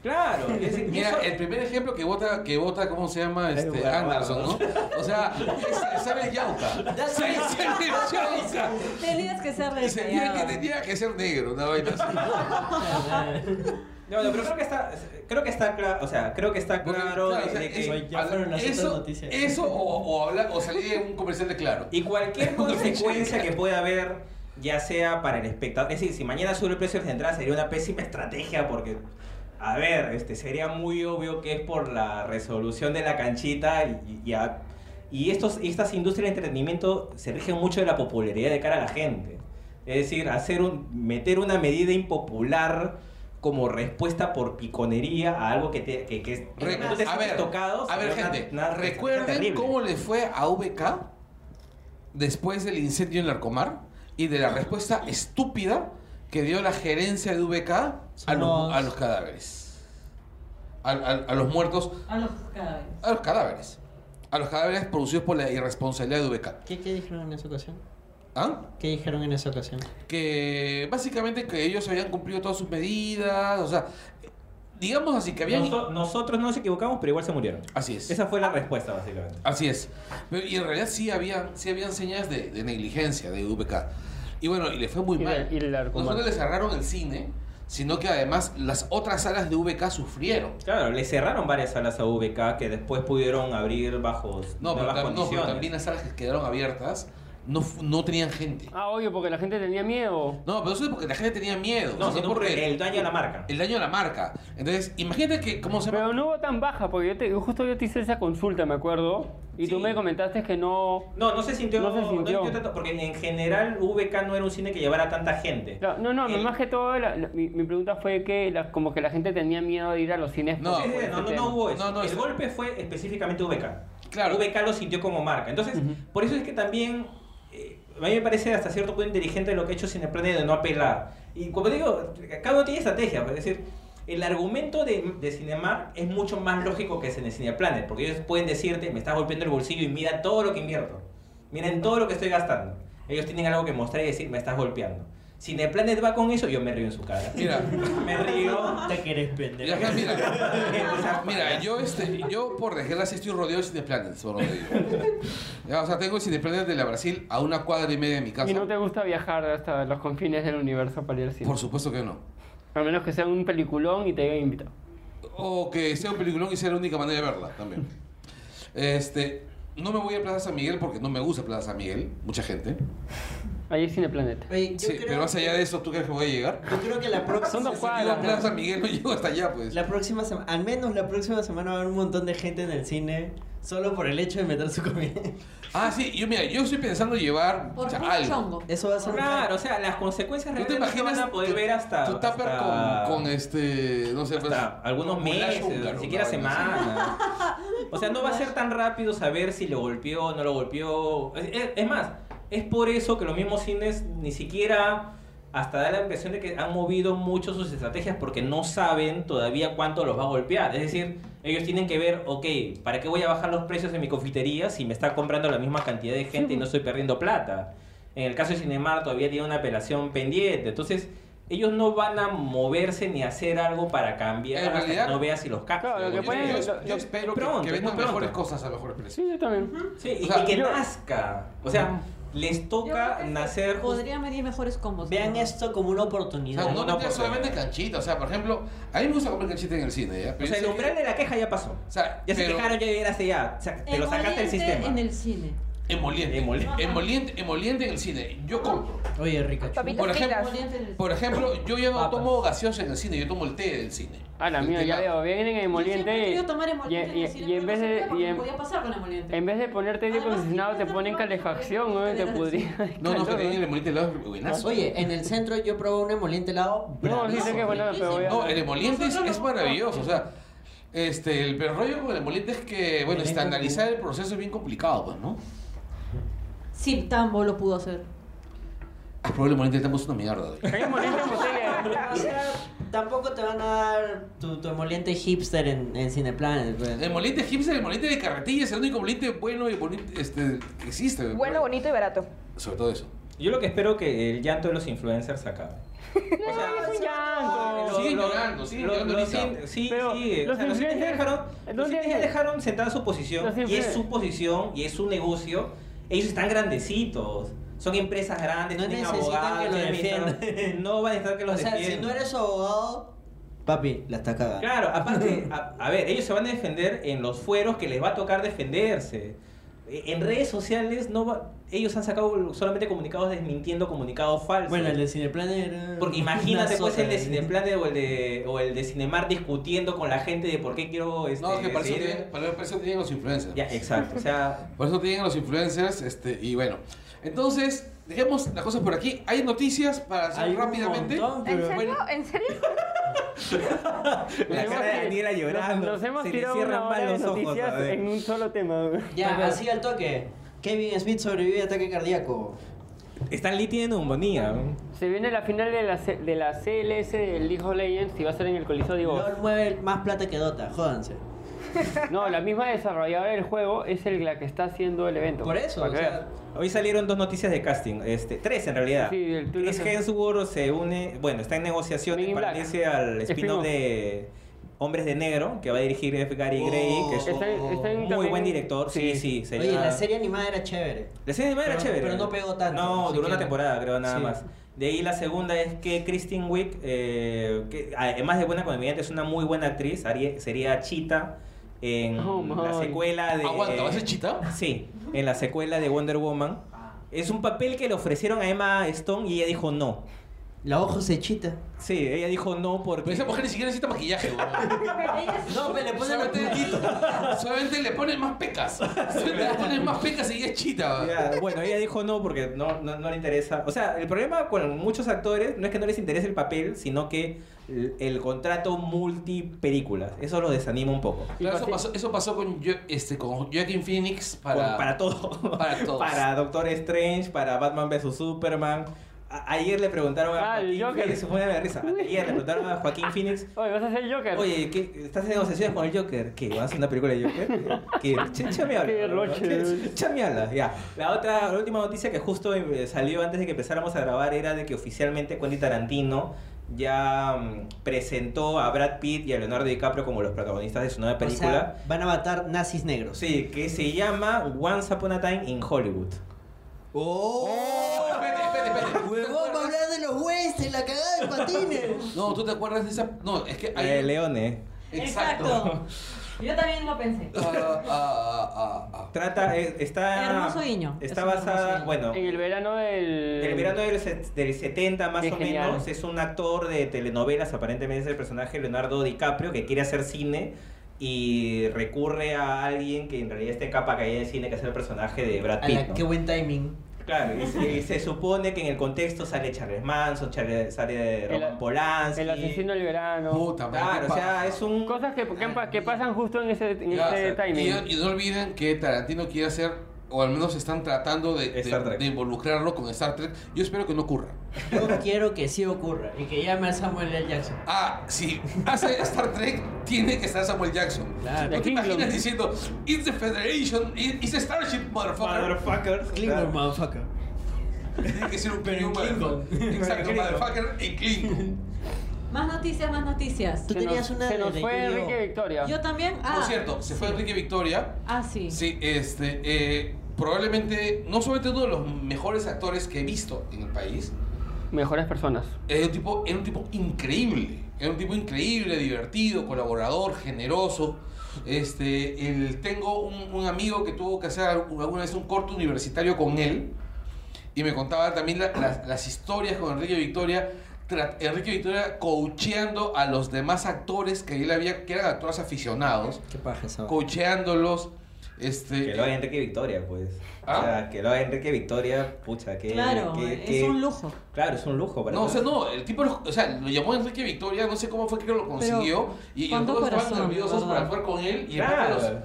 Claro, claro. Es decir,
Mira,
eso-
el primer ejemplo que vota, que vota, ¿cómo se llama? Este,
bueno,
Anderson, ¿no? O sea, es- sale el yauca.
Ya
Sale
sé.
sale el yauca.
Tenías que ser
Y sentía que
reseñado.
tenía que ser negro, una vaina así.
No, no, pero creo que está, creo que está claro, o sea, creo que está
Porque,
claro
claro,
de-
o sea, eh,
de que-
eso- ya fueron las otras
eso,
noticias.
eso o, o hablar- o salir en un comercial de claro.
y cualquier consecuencia que pueda haber ya sea para el espectador. Es decir, si mañana sube el precio de las entradas sería una pésima estrategia porque, a ver, este, sería muy obvio que es por la resolución de la canchita y, y, a- y estos, estas industrias de entretenimiento se rigen mucho de la popularidad de cara a la gente. Es decir, hacer un, meter una medida impopular como respuesta por piconería a algo que te que, que- que
Re-
no te
a
sientes
ver,
tocado,
a ver
sería una-
gente,
una estrategia
recuerden
terrible.
cómo le fue a VK después del incendio en Larcomar y de la respuesta estúpida que dio la gerencia de VK a los,
Somos-
a los cadáveres. A, a- a los muertos,
A los cadáveres.
a los cadáveres. A los cadáveres producidos por la irresponsabilidad de VK.
¿Qué, qué dijeron en esa ocasión?
¿Ah?
¿Qué dijeron en esa ocasión?
Que básicamente que ellos habían cumplido todas sus medidas, o sea, digamos así que habían...
Noso- nosotros no nos equivocamos, pero igual se murieron.
Así es.
Esa fue la respuesta, básicamente.
Así es. Pero, y en realidad sí había, sí habían señas de, de negligencia de VK. Y bueno, y le fue muy
Y
mal.
la- y la
no solo le cerraron el cine, sino que además las otras salas de VK sufrieron.
Claro, le cerraron varias salas a VK que después pudieron abrir bajo
No, pero,
nuevas
tam- no, pero
condiciones.
también las salas que quedaron abiertas no, fu- no tenían gente.
Ah, obvio, porque la gente tenía miedo.
No, pero eso es porque la gente tenía miedo.
No,
o sea,
sino
porque
por el daño a la marca.
El daño a la marca. Entonces, imagínate que, ¿cómo se llama?
Pero no hubo tan baja, porque yo te- justo yo te hice esa consulta, me acuerdo. Y tú
Sí.
me comentaste que no.
No, no se sintió,
No se sintió.
tanto, porque en general VK no era un cine que llevara tanta gente.
No, no, no,
El-
más que todo, la- la- mi, mi pregunta fue que la- como que la gente tenía miedo de ir a los cines.
No,
por-
Sí, sí,
por
sí,
este
no, no,
tema.
no hubo eso.
No, no,
el
eso-
golpe fue específicamente VK.
Claro.
VK lo sintió como marca. Entonces, por eso es que también eh, a mí me parece hasta cierto punto inteligente lo que ha hecho Cineplanet de no apelar. Y como digo, cada uno tiene estrategia. pues, Es decir, el argumento de, de Cinemark es mucho más lógico que es en el Cineplanet. Porque ellos pueden decirte, me estás golpeando el bolsillo y mira todo lo que invierto. Miren todo lo que estoy gastando. Ellos tienen algo que mostrar y decir, me estás golpeando. Cineplanet va con eso, yo me río en su cara.
Mira,
Me río.
Te querés vender.
mira, acá, mira.
O sea,
Mira, yo, este, yo por desgracia sí estoy rodeado de Cineplanet, por lo que digo. Ya, O sea, tengo el Cineplanet de la Brasil a una cuadra y media de mi casa.
Y no te gusta viajar hasta los confines del universo para ir al cine.
Por supuesto que no.
A menos que sea un peliculón y te hayan invitado.
O que sea un peliculón y sea la única manera de verla también. Este, no me voy a Plaza San Miguel porque no me gusta Plaza San Miguel, mucha gente.
Ahí es Cineplanet.
Oye, yo
Sí,
creo
pero más allá
que- Ah,
de eso, ¿tú crees que voy a llegar?
Yo creo que la próxima.
Son dos
semana-
Yo
cuadras.
a Plaza San Miguel no llego hasta allá, pues.
La próxima semana, al menos la próxima semana va a haber un montón de gente en el cine solo por el hecho de meter su comida.
Ah, sí, yo mira, yo estoy pensando llevar
Por
o sea,
puro
algo.
chongo.
Eso va a ser.
Claro, o sea, las consecuencias
¿Tú te
realmente no
imaginas
van a poder
tu-
ver hasta.
Tu tupper
hasta-
con, con este, no sé, pues,
hasta algunos
con Lash
meses,
Hungaro,
ni siquiera
una vaina así.
semanas. O sea, no va a ser tan rápido saber si lo golpeó o no lo golpeó. Es, es- es más, es por eso que los mismos cines ni siquiera hasta da la impresión de que han movido mucho sus estrategias porque no saben todavía cuánto los va a golpear. Es decir, ellos tienen que ver, ok, ¿para qué voy a bajar los precios en mi confitería si me está comprando la misma cantidad de gente y no estoy perdiendo plata? En el caso de Cinemar todavía tiene una apelación pendiente. Entonces, ellos no van a moverse ni hacer algo para cambiar
En
hasta
realidad-
que no veas si los captan.
Claro, lo que
Yo,
pueden-
yo-
lo-
yo
lo-
espero que-
pronto,
que vendan
pronto.
mejores cosas a mejores precios.
Sí, yo también.
Sí, y,
O sea,
y que
yo-
nazca. O sea, les
Yo
toca
creo que
nacer. just-
Podrían venir mejores combos.
Vean
¿no?
esto como una oportunidad.
O sea, no
Una
vender solamente
oportunidad.
canchita. O sea, por ejemplo, a mí me gusta comer canchita en el cine, ¿ya?
O
Pero yo
sea, el
sé
umbral
que-
de la queja ya pasó.
O sea,
ya se
pero-
quejaron, ya llegaste ya. O sea, te lo sacaste del
Emoliente
sistema.
En el cine.
Emoliente.
Emoliente.
Emoliente. Emoliente, en el cine. Yo compro.
Oye, rica.
Papitas
Por ejemplo,
fritas.
por ejemplo, yo ya no
Papas.
tomo gaseosa en el cine, yo tomo el té del cine.
Ah, la
El
mía,
té
ya
helado.
veo. Vienen en emoliente.
Yo siempre he querido
y-
tomar emoliente
y-
en el cine,
y en
pero
vez
no
de.
sabía por
y
qué
en- em
podía pasar con emoliente.
En vez de ponerte aire
Además,
acondicionado, te
siempre
ponen
tengo
calefacción,
calor.
¿no? te podría.
No, no, que
calor,
eh,
tiene el
¿no?
emoliente helado es buenazo.
Oye, en el centro yo probé un emoliente helado.
No, sí sé que es bueno, pero voy a-
No, el emoliente es,
Nosotros
es
lo-
maravilloso, o sea, este, el pero rollo con el emoliente es que, bueno,
Miren,
estandarizar
como-
el proceso es bien complicado, pues, ¿no?
Sí, Tambo lo pudo hacer.
Ah, probable el emoliente del tambo es una mierda. güey.
Hay emoliente en botella.
O sea, tampoco te van a dar tu, tu emoliente hipster en, en Cineplanet. pues.
El emoliente hipster, el emoliente de carretilla es el único emoliente bueno y bonito este, que existe. güey.
Bueno, bonito y barato.
Sobre todo eso.
Yo lo que espero que el llanto de los influencers se acabe. O sea,
Es un llanto.
Siguen llorando, siguen llorando
Los,
ahorita.
in- sí,
Pero
sí. eh,
los
o sea, los indios ya
influencers-
dejaron,
¿dónde
los indios ya
hay?
dejaron sentada su posición.
Los
Y es
influencers-
su posición y es su negocio. Ellos están grandecitos. Son empresas grandes,
No
tienen
necesitan
abogados,
que los
tienen
defiendan.
administradores. No van a necesitar que los
o sea, si
defiendan.
no eres abogado, papi, la está cagando.
Claro, aparte, a, a ver, ellos se van a defender en los fueros que les va a tocar defenderse. eh, en redes sociales no va- ellos han sacado solamente comunicados desmintiendo comunicados falsos.
Bueno, el de Cineplanet era.
Porque imagínate
una
pues el de
sopa,
Cineplanet o el de, o el de Cinemar discutiendo con la gente de por qué quiero... Este,
No, es que para eso,
seguir-
tienen, para para eso tienen los influencers.
Ya, exacto. O sea,
Por eso tienen los influencers, este, y bueno. Entonces, dejemos las cosas por aquí. Hay noticias para hacer
Hay un
rápidamente.
montón,
¿En
pero-
serio?
bueno.
¿En serio?
la
Nos
cara de
hemos-
Daniela llorando.
Nos, nos hemos
se le
tirado
cierran
una hora
mal
de
los ojos,
noticias
a ver.
en un solo tema. güey.
Ya, así al toque. Kevin Smith sobrevive a ataque cardíaco.
Stan Lee tiene neumonía.
Se viene la final de la, C- de la CLS del League of Legends y va a ser en el Coliseo de Voz.
LOL mueve más plata que Dota, jódanse.
No, la misma desarrolladora del juego es el, la que está haciendo el evento.
Por eso,
Para
o
que
sea,
veas.
Hoy salieron dos noticias de casting, este, tres en realidad.
Sí, el tuyo
Chris
también.
Hemsworth se une, bueno, está en negociaciones
Men in
para
Black.
unirse al spin-off
Spin-off.
de Hombres de Negro, que va a dirigir F. Gary
Oh.
Gray, que es un
Está en- está en
muy
también-
buen director. Sí, sí, sería...
Oye, la serie animada era chévere.
La serie animada
Pero-
era chévere.
pero no pegó tanto,
No,
así
duró
que-
una temporada, creo, nada
Sí.
más. De ahí la segunda es que Kristen Wiig, eh, que además de buena comediante, es una muy buena actriz. haría- sería Chita en
Oh,
la
my.
secuela de... eh,
Aguanta, ¿va
Eh,
a ser chita?
Sí, en la secuela de Wonder Woman.
Ah.
Es un papel que le ofrecieron a Emma Stone y ella dijo no.
La ojo se chita.
Sí, ella dijo no
Pero
porque...
esa mujer ni siquiera necesita maquillaje, weón.
No, me le ponen el
Solamente,
puntito.
solamente le ponen más pecas. Solamente le ponen más pecas y ella es chita. weón.
Ya, bueno, ella dijo no porque no, no, no le interesa. O sea, el problema con muchos actores no es que no les interese el papel, sino que el, el contrato multipelículas. Eso los desanima un poco.
Claro, eso
pase-
pasó, eso pasó con, Jo- este, con Joaquin Phoenix
Para,
para,
para todo.
para todos.
Para Doctor Strange, para Batman vs. Superman. A- ayer le preguntaron a
Ah, el
Joaquín
Joker.
Phoenix, fue una risa. Ayer le preguntaron a Joaquín Phoenix
Oye, vas a ser Joker.
Oye, ¿qué, ¿estás en negociaciones con el Joker? ¿Qué? ¿Vas a hacer una película de Joker? ¿Qué? Ch- Chameala.
Qué roche.
Ch- Chameala, ya. La otra, la última noticia que justo eh, salió antes de que empezáramos a grabar era de que oficialmente Quentin Tarantino ya mm, presentó a Brad Pitt y a Leonardo DiCaprio como los protagonistas de su nueva
O
película.
sea, van a matar nazis negros.
sí, que se llama Once Upon a Time in Hollywood.
¡Oh!
Espérate, espérate, espérate.
¡Huevón, va a hablar de los westerns, la cagada de patines!
No, ¿tú te acuerdas de esa? No, es que hay...
Eh, Leone.
Exacto. Yo también lo pensé.
Ah, ah, ah, ah, ah.
Trata, eh, está...
Hermoso guiño.
Está
Es un hermoso
basada,
guiño.
bueno...
En el verano del.
El verano del, set- del 70 más
Qué
o
genial.
menos es un actor de telenovelas, aparentemente es el personaje Leonardo DiCaprio que quiere hacer cine y recurre a alguien que en realidad está en capa caída de cine que es el personaje de Brad
A
Pitt.
la,
¿no?
¡Qué buen timing!
Claro, y se, y se supone que en el contexto sale Charles Manson, Charles- sale
El-
Roman Polanski.
El asesino del verano.
ah. Puta madre,
Claro,
qué
o sea,
paja.
es un...
Cosas que, que pa- que pasan justo en ese, en
Ah, Ya,
ese
o sea,
timing.
Y, y no olviden que Tarantino quiere hacer, o al menos están tratando de, de-
Star Trek.
de involucrarlo con Star Trek. Yo espero que no ocurra.
Yo quiero que sí ocurra y que llame a Samuel L. Jackson.
Ah, si hace Star Trek, tiene que estar Samuel Jackson.
Claro.
¿No te
Klingon.
imaginas diciendo, It's the Federation, it- it's the Starship, motherfucker?
Motherfucker.
Klingon, motherfucker.
Tiene que ser un
Pero en
Klingon, motherfucker.
Klingon.
Exacto,
Pero en
motherfucker en Klingon.
Más noticias, más noticias.
Tú
Se
tenías
nos,
una
se nos
de
fue
Yu-Gi-Oh.
Enrique Victoria.
Yo también. Ah,
Por cierto, se fue
sí.
Enrique Victoria.
Ah, sí.
Sí, este, eh, probablemente, no solamente uno de los mejores actores que he visto en el país,
Mejores personas.
era un tipo, era un tipo increíble, era un tipo increíble, divertido, colaborador, generoso. Este, el- tengo un, un amigo que tuvo que hacer alguna vez un corto universitario con él y me contaba también la- las, las historias con Enrique Victoria. tra- Enrique Victoria coacheando a los demás actores que él había, que eran actores aficionados,
¿Qué paja esa?
coacheándolos. Este,
Que lo haga Enrique Victoria, pues.
¿Ah?
O sea, que lo haga Enrique Victoria, pucha, que...
Claro,
que-
es
que-
un lujo.
Claro, es un lujo. para
No, o sea,
todos.
no, el tipo, lo- o sea, lo llamó Enrique Victoria, no sé cómo fue que lo consiguió, y, y los
¿cuánto
dos estaban
corazón,
nerviosos para
verdad?
jugar con él, y el
Claro.
pata los-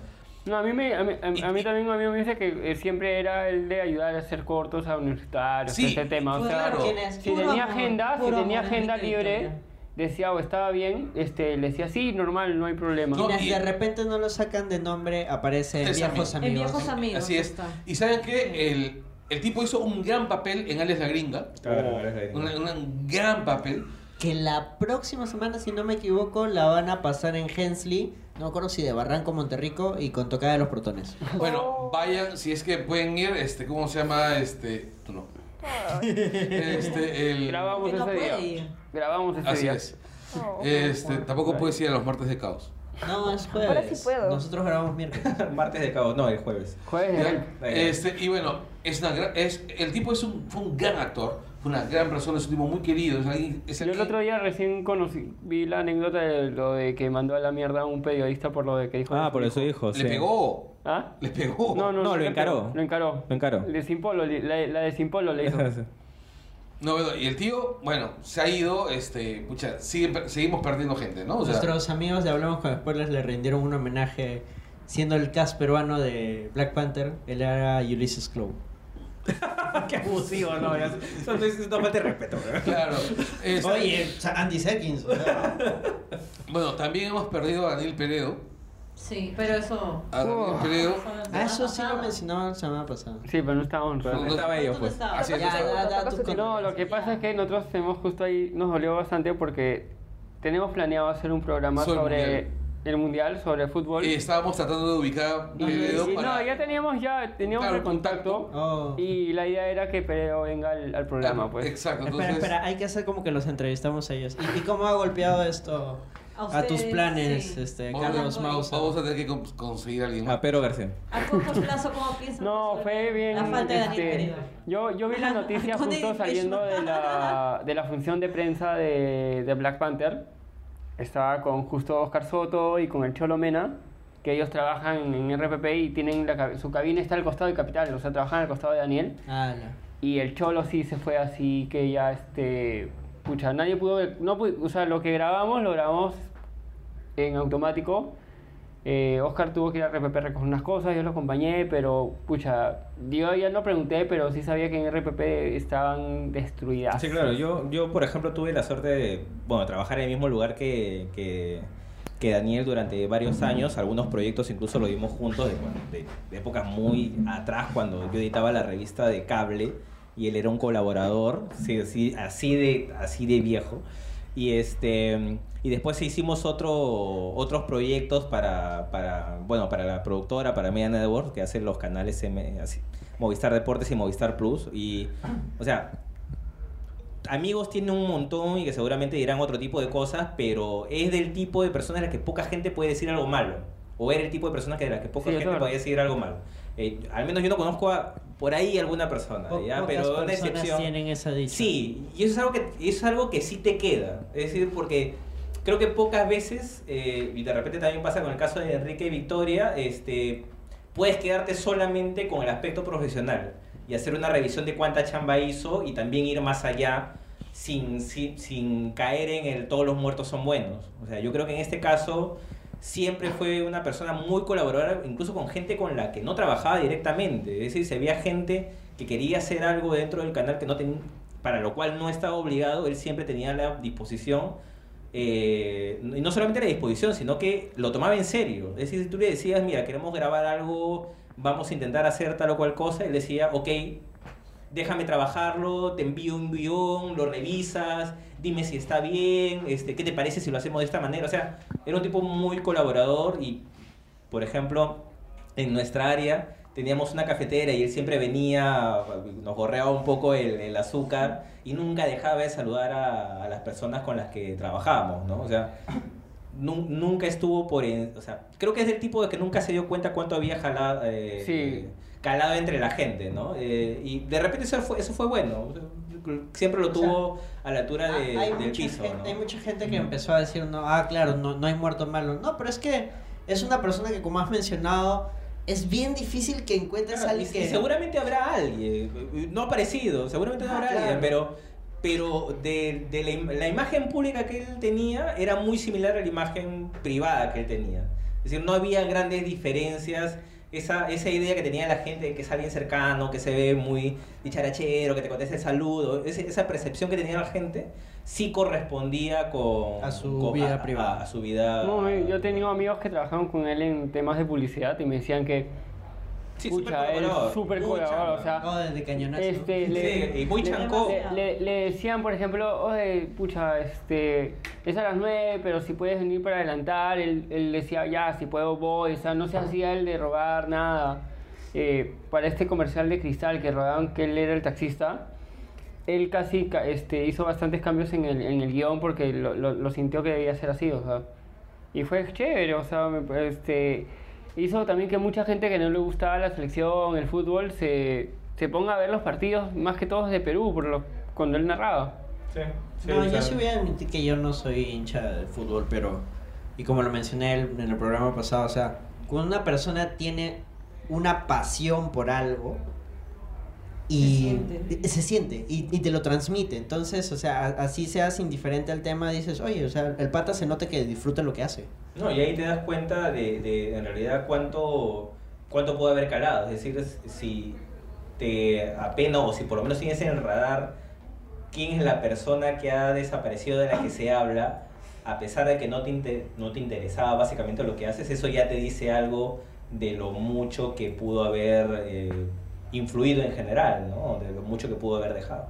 No, a mí, me, a mí, a mí- a mí
Y-
también un amigo me dice que eh, siempre era el de ayudar a hacer cortos a universitarios,
Sí,
ese tema. O sea,
claro.
¿Quién es?
si
Puro
tenía
amor,
agenda, si
puro
tenía
amor,
agenda
Enrique
libre,
Victoria.
decía o estaba bien, este, le decía sí, normal, no hay problema.
No,
Mira, si
y-
de repente no lo sacan de nombre, aparece en
Tres amigos.
viejos amigos.
En viejos amigos.
Así es.
está.
Y saben que el, el tipo hizo un gran papel en Alias la Gringa,
Claro, claro, claro.
una- una- un gran papel.
Que la próxima semana, si no me equivoco, la van a pasar en Hensley. No me acuerdo si de Barranco, Monterrico y con tocada de los protones.
Oh.
Bueno, vayan, si es que pueden ir, este, ¿cómo se llama? Este, tú no. Este, el...
Grabamos
Que no
ese
puede
día.
ir.
Grabamos ese
Así
día.
es. Este, tampoco puedes ir a los martes de caos.
No, es jueves.
Ahora sí puedo.
Nosotros grabamos miércoles.
Martes de cabo, no, el jueves.
Jueves de
Ya,
Hulk.
este, y bueno, es una gran- es, el tipo es un, fue un gran actor, fue una gran persona, es un tipo muy querido. Es alguien, es
Yo el
alguien-
otro día recién conocí, vi la anécdota de lo de que mandó a la mierda a un periodista por lo de que dijo.
Ah, por eso dijo.
le pegó,
¿Ah?
le pegó.
No, no,
No, lo
le
encaró.
pegó, Lo encaró.
Lo encaró.
De Simpolo, li- la, la de Simpolo le hizo.
No, bueno, y el tío, bueno, se ha ido, este, pucha, sigue per- seguimos perdiendo gente, ¿no? O sea,
Nuestros amigos de Hablamos con Spoilers le rindieron un homenaje siendo el cast peruano de Black Panther. Él era Ulysses Claw.
Qué abusivo, no, ya. Eso no es no falta de respeto, bro.
claro. este,
Oye, o sea, Andy Serkins. o sea.
Bueno, también hemos perdido a Daniel Peredo.
Sí, pero eso.
A Daniel
Oh.
Peredo.
Ah, eso sí lo mencionaba la semana pasada.
Sí, pero no está on.
No estaba ellos, pues.
Así
Ya,
es,
ya, ya, tú
No,
con-
No, lo que pasa es que nosotros tenemos justo ahí, nos dolió bastante porque tenemos planeado hacer un programa
Sobre el
sobre
Mundial.
el mundial, sobre fútbol.
Y estábamos tratando de ubicar a
Y-
Peredo
y
para.
no, ya teníamos ya teníamos
Claro,
el contacto
Oh.
y la idea era que Pedro venga al, al programa, pues.
Exacto,
Espera,
entonces.
espera, hay que hacer como que los entrevistamos a ellos. ¿Y, y cómo ha golpeado esto
A
a,
ustedes,
tus planes,
sí.
este,
Vamos a-
Carlos
vamos,
Mausa?
vamos a tener que con- conseguir a
Ah,
alguien más.
A Ah, Pedro García.
¿A corto plazo cómo piensan?
No,
resolver
fue bien.
La falta de Daniel
este,
Peredo.
yo, yo vi la noticia
Con
justo
dedication.
saliendo de la, de la función de prensa de, de Black Panther. Estaba con justo Oscar Soto y con el Cholo Mena, que ellos trabajan en RPP y tienen la cab- su cabina está al costado de Capital, o sea, trabajan al costado de Daniel.
Ah, no.
Y el Cholo sí se fue así que ya, este, pucha, nadie pudo, ver- no pu- o sea, lo que grabamos lo grabamos en automático. Eh, Oscar tuvo que ir a RPP a recoger unas cosas, yo lo acompañé, pero pucha, yo ya no pregunté, pero sí sabía que en RPP estaban destruidas.
Sí, claro. Yo, yo, por ejemplo, tuve la suerte de bueno, trabajar en el mismo lugar que, que, que Daniel durante varios años. Algunos proyectos incluso lo vimos juntos, de, bueno, de- de épocas muy atrás, cuando yo editaba la revista de cable y él era un colaborador, sí, así, así, de, así de viejo. Y, este, y después hicimos otro, otros proyectos para, para, bueno, para la productora, para Media Network, que hacen los canales M, así, Movistar Deportes y Movistar Plus. Y, o sea, amigos tiene un montón y que seguramente dirán otro tipo de cosas, pero es del tipo de personas a las que poca gente puede decir algo malo. O era el tipo de personas que de las que poca
Sí, es
gente
verdad.
puede decir algo malo. Eh, al menos yo no conozco a, por ahí alguna persona,
Po-
¿ya?
pocas
pero una
personas
excepción.
tienen esa dicha.
Sí, y eso es algo que eso es algo que sí te queda. Es decir, porque creo que pocas veces, eh, y de repente también pasa con el caso de Enrique y Victoria, este, puedes quedarte solamente con el aspecto profesional y hacer una revisión de cuánta chamba hizo y también ir más allá sin, sin, sin caer en el todos los muertos son buenos. O sea, yo creo que en este caso siempre fue una persona muy colaboradora, incluso con gente con la que no trabajaba directamente. Es decir, se veía gente que quería hacer algo dentro del canal que no ten- para lo cual no estaba obligado, él siempre tenía la disposición, eh, y no solamente la disposición, sino que lo tomaba en serio. Es decir, si tú le decías, mira, queremos grabar algo, vamos a intentar hacer tal o cual cosa, él decía, ok, déjame trabajarlo, te envío un guión, lo revisas, dime si está bien, este, qué te parece si lo hacemos de esta manera. O sea, era un tipo muy colaborador y, por ejemplo, en nuestra área teníamos una cafetera y él siempre venía, nos gorreaba un poco el, el azúcar y nunca dejaba de saludar a, a las personas con las que trabajábamos, ¿no? O sea, nu- nunca estuvo por... en- o sea, creo que es del tipo de que nunca se dio cuenta cuánto había jalado... eh,
Sí.
calado entre la gente, ¿no? Eh, y de repente eso fue, eso fue bueno. Siempre lo tuvo a la altura
Ah,
de-
hay,
del
mucha
piso,
gente,
¿no?
hay mucha gente que empezó a decir, no, ah, claro, no, no hay muerto malo. No, pero es que es una persona que, como has mencionado, es bien difícil que encuentres a
Claro, y,
alguien
y
que...
seguramente habrá alguien, no aparecido, seguramente no
Ah,
habrá
claro.
alguien, pero, pero de, de la, im- la imagen pública que él tenía era muy similar a la imagen privada que él tenía. Es decir, no había grandes diferencias. Esa, esa idea que tenía la gente de que es alguien cercano, que se ve muy dicharachero, que te contesta el saludo, ese- esa percepción que tenía la gente sí correspondía con
A su
con-
vida privada.
a, su vida.
No, me- yo he tenido amigos que trabajaron con él en temas de publicidad y me decían que
Sí,
Pucha,
súper
él
colaborador,
súper
muy
colaborador,
chamba.
o sea,
No, desde cañonazo.
este, le,
Sí, y muy
le-
chancó.
Le, le- le decían, por ejemplo, oye, pucha, este, es a las 9, pero si puedes venir para adelantar, él, él decía, ya, si puedo voy, o sea, no se hacía el de robar nada. Eh, para este comercial de cristal que rodaban que él era el taxista, él casi ca- este, hizo bastantes cambios en el, en el guión porque lo, lo- lo sintió que debía ser así, o sea. Y fue chévere, o sea, me- este, hizo también que mucha gente que no le gustaba la selección, el fútbol, se, se ponga a ver los partidos, más que todos de Perú, por lo, cuando él narraba.
Sí, sí,
No,
o
yo
sea,
sí voy a admitir que yo no soy hincha del fútbol, pero. Y como lo mencioné el- en el programa pasado, o sea, cuando una persona tiene una pasión por algo y
Se
y- se siente, y, y te lo transmite. Entonces, o sea, a- así seas indiferente al tema, dices, oye, o sea, el pata se nota que disfruta lo que hace.
No, y ahí te das cuenta de, de, en realidad cuánto, cuánto puede haber calado. Es decir, es- si te apena o si por lo menos tienes en el radar quién es la persona que ha desaparecido de la que se habla, a pesar de que no te, inte- no te interesaba básicamente lo que haces, eso ya te dice algo de lo mucho que pudo haber eh, influido en general, ¿no? De lo mucho que pudo haber dejado.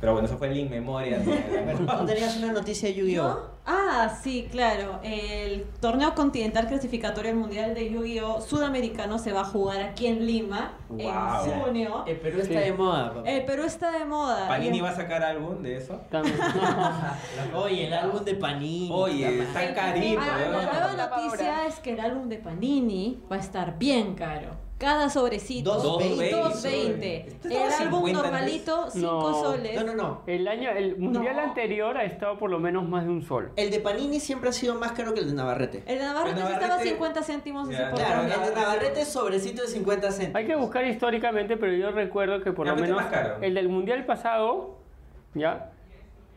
Pero bueno, eso fue el in memoria.
¿Tú tenías una noticia de Yu-Gi-Oh?
¿Yo? Ah, sí, claro. El torneo continental clasificatorio al mundial de Yu-Gi-Oh! sudamericano se va a jugar aquí en Lima
Guau.
en junio.
Eh,
El Perú
está de
moda, papá.
El Perú está de moda.
¿Panini
Y-
va a sacar álbum de eso?
También.
Oye, el álbum de Panini.
Oye,
está mal.
está carito.
Ah, la
¿eh?
nueva
Tapa
noticia
ahora.
es que el álbum de Panini va a estar bien caro. Cada sobrecito.
Dos veinte.
dos
Dos
veinte.
veinte.
El álbum
50
normalito, cinco
No.
soles.
No, no, no.
El año, el mundial
No.
anterior ha estado por lo menos más de un sol.
El de Panini siempre ha sido más caro que el de Navarrete.
El de Navarrete,
El Navarrete-
estaba 50 céntimos
Ya,
ese por
Claro,
cada.
el de Navarrete es sobrecito de 50 céntimos.
Hay que buscar históricamente, pero yo recuerdo que por lo
Realmente
menos
más caro.
el del mundial pasado, ya,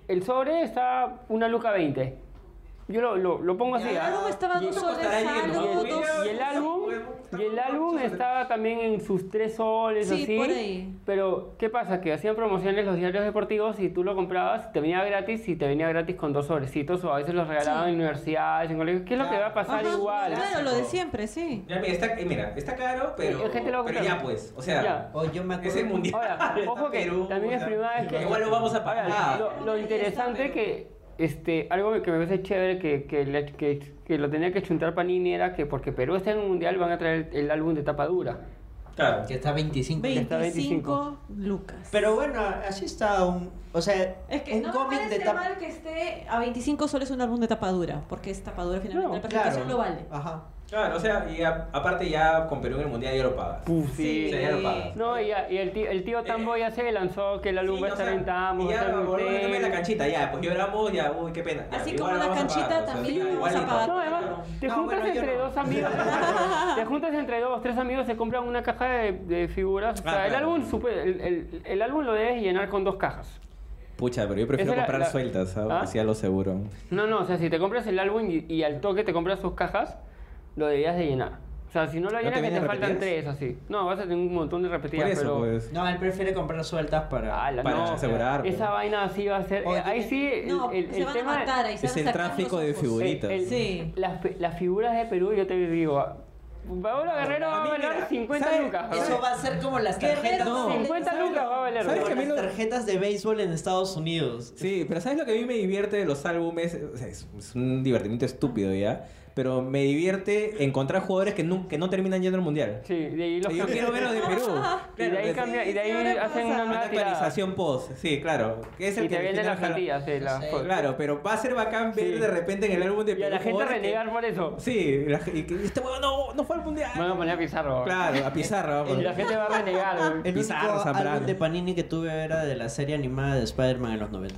el sobre está una luca 20. Yo lo, lo, lo pongo así.
El
¿ah?
álbum estaba
Y-
dos soles,
costará alguien,
Y
¿no?
algo,
el,
dos
y el álbum, y el álbum estaba también en sus tres soles,
Sí,
así.
por ahí.
Pero, ¿qué pasa? Que hacían promociones los diarios deportivos y tú lo comprabas, te venía gratis y te venía gratis con dos sobrecitos o a veces los regalaban
Sí.
en universidades, en colegios. ¿Qué es lo que va a pasar
Ajá,
igual?
Claro, lo de siempre, sí.
Ya, mira, está, eh, mira, está caro, pero,
Es que te lo hago
pero
caro.
ya pues. O sea,
Ya.
Oh, yo me
es
acuerdo.
el mundial.
Ahora,
está
ojo que también es
o sea,
primera vez que-
Igual lo vamos a pagar.
Ahora, lo, lo interesante que este, algo que me parece chévere que, que, le- que- que lo tenía que chuntar Panini era que porque Perú está en un mundial van a traer el, álbum de tapa dura.
Claro.
Que está 25.
Está
25
25.
lucas.
Pero bueno, así está un. O sea,
es que
un
no me
cómic
parece
de tapa-
mal que esté a 25 soles un álbum de tapadura, porque es tapadura finalmente,
No,
la
Claro.
presentación lo vale.
Ajá.
Claro, o sea, y a- aparte ya con Perú en el mundial ya lo pagas.
Puf,
O
sí.
sea, ya lo pagas.
No, y, y el tío, el tío Tambo ya se lanzó que el álbum
Sí,
va a
o
estar
sea,
en Tamo,
y
va a
ya,
estar en
volvemos a
Tel.
la canchita, ya, pues lloramos, ya, uy, qué pena. Ya,
Así
igual
como
lo
la
vamos a
canchita,
pagar, o sea,
también
ya,
lo vamos a
igualito.
pagar.
No, eh. además, te
No,
juntas
bueno, yo
entre
no.
dos amigos. te juntas entre dos, tres amigos, se compran una caja de, de figuras. O sea,
Ah,
el,
claro.
álbum, super- el, el- el álbum lo debes llenar con dos cajas.
Pucha, pero yo prefiero
Esa era
comprar
la-
sueltas, ¿sabes?
¿Ah?
Así a lo seguro.
No, no, o sea, si te compras el álbum y, y al toque te compras sus cajas, lo debías de llenar. O sea, si no lo
¿No te
llenas, que te
vienen
faltan tres,
repetidas?
así. No, vas a tener un montón de repetidas,
Por eso,
pero...
pues.
No, él prefiere comprar sueltas para.
Ala,
Para
no,
asegurar, pues.
Esa
pero-
vaina así va a ser... eh,
Oye,
ahí sí, el,
No,
el-
se
el
van
tema...
a matar ahí. Se
es
van a
el
sacar los
tráfico de
ojos.
figuras.
el- Eh, el-
Sí.
Las, pe- las figuras de Perú, yo te digo... ah, Paolo Guerrero
A
va a
mí,
valer
mira,
50
¿sabes?
lucas.
Eso va a ser como las tarjetas.
Guerrero
de-
se le-
50
¿sabes?
lucas va a valer.
¿Sabes
como
que a mí
las
lo-
tarjetas de béisbol en Estados Unidos.
Sí, pero ¿sabes lo que a mí me divierte de los álbumes? O sea, es, es un divertimiento estúpido ya. Pero me divierte encontrar jugadores que, nu- que no terminan yendo al mundial.
Sí, de ahí los pues,
Y Yo
cambian.
quiero ver los de Perú.
Y de
Claro,
ahí,
es-
cambia, y de
sí,
ahí
ahora
hacen
pasa.
una
Una
nueva tirada.
actualización post. Sí, claro. Que es el
Y
que
te
al
venden
final
las
jala-
plantillas. de la-
Sí.
Claro, pero va a ser bacán ver
Sí.
de repente en el álbum de
Y
Perú.
a la gente
jugadores que-
renegar por eso.
Sí, la ge- y que este huevo no, no fue al mundial.
Van a poner a Pizarro.
Claro, a Pizarra, vamos.
Y la gente va a renegar.
El único
Pizarro, Zambrano.
álbum de Panini que tuve era de la serie animada de Spider-Man en los 90.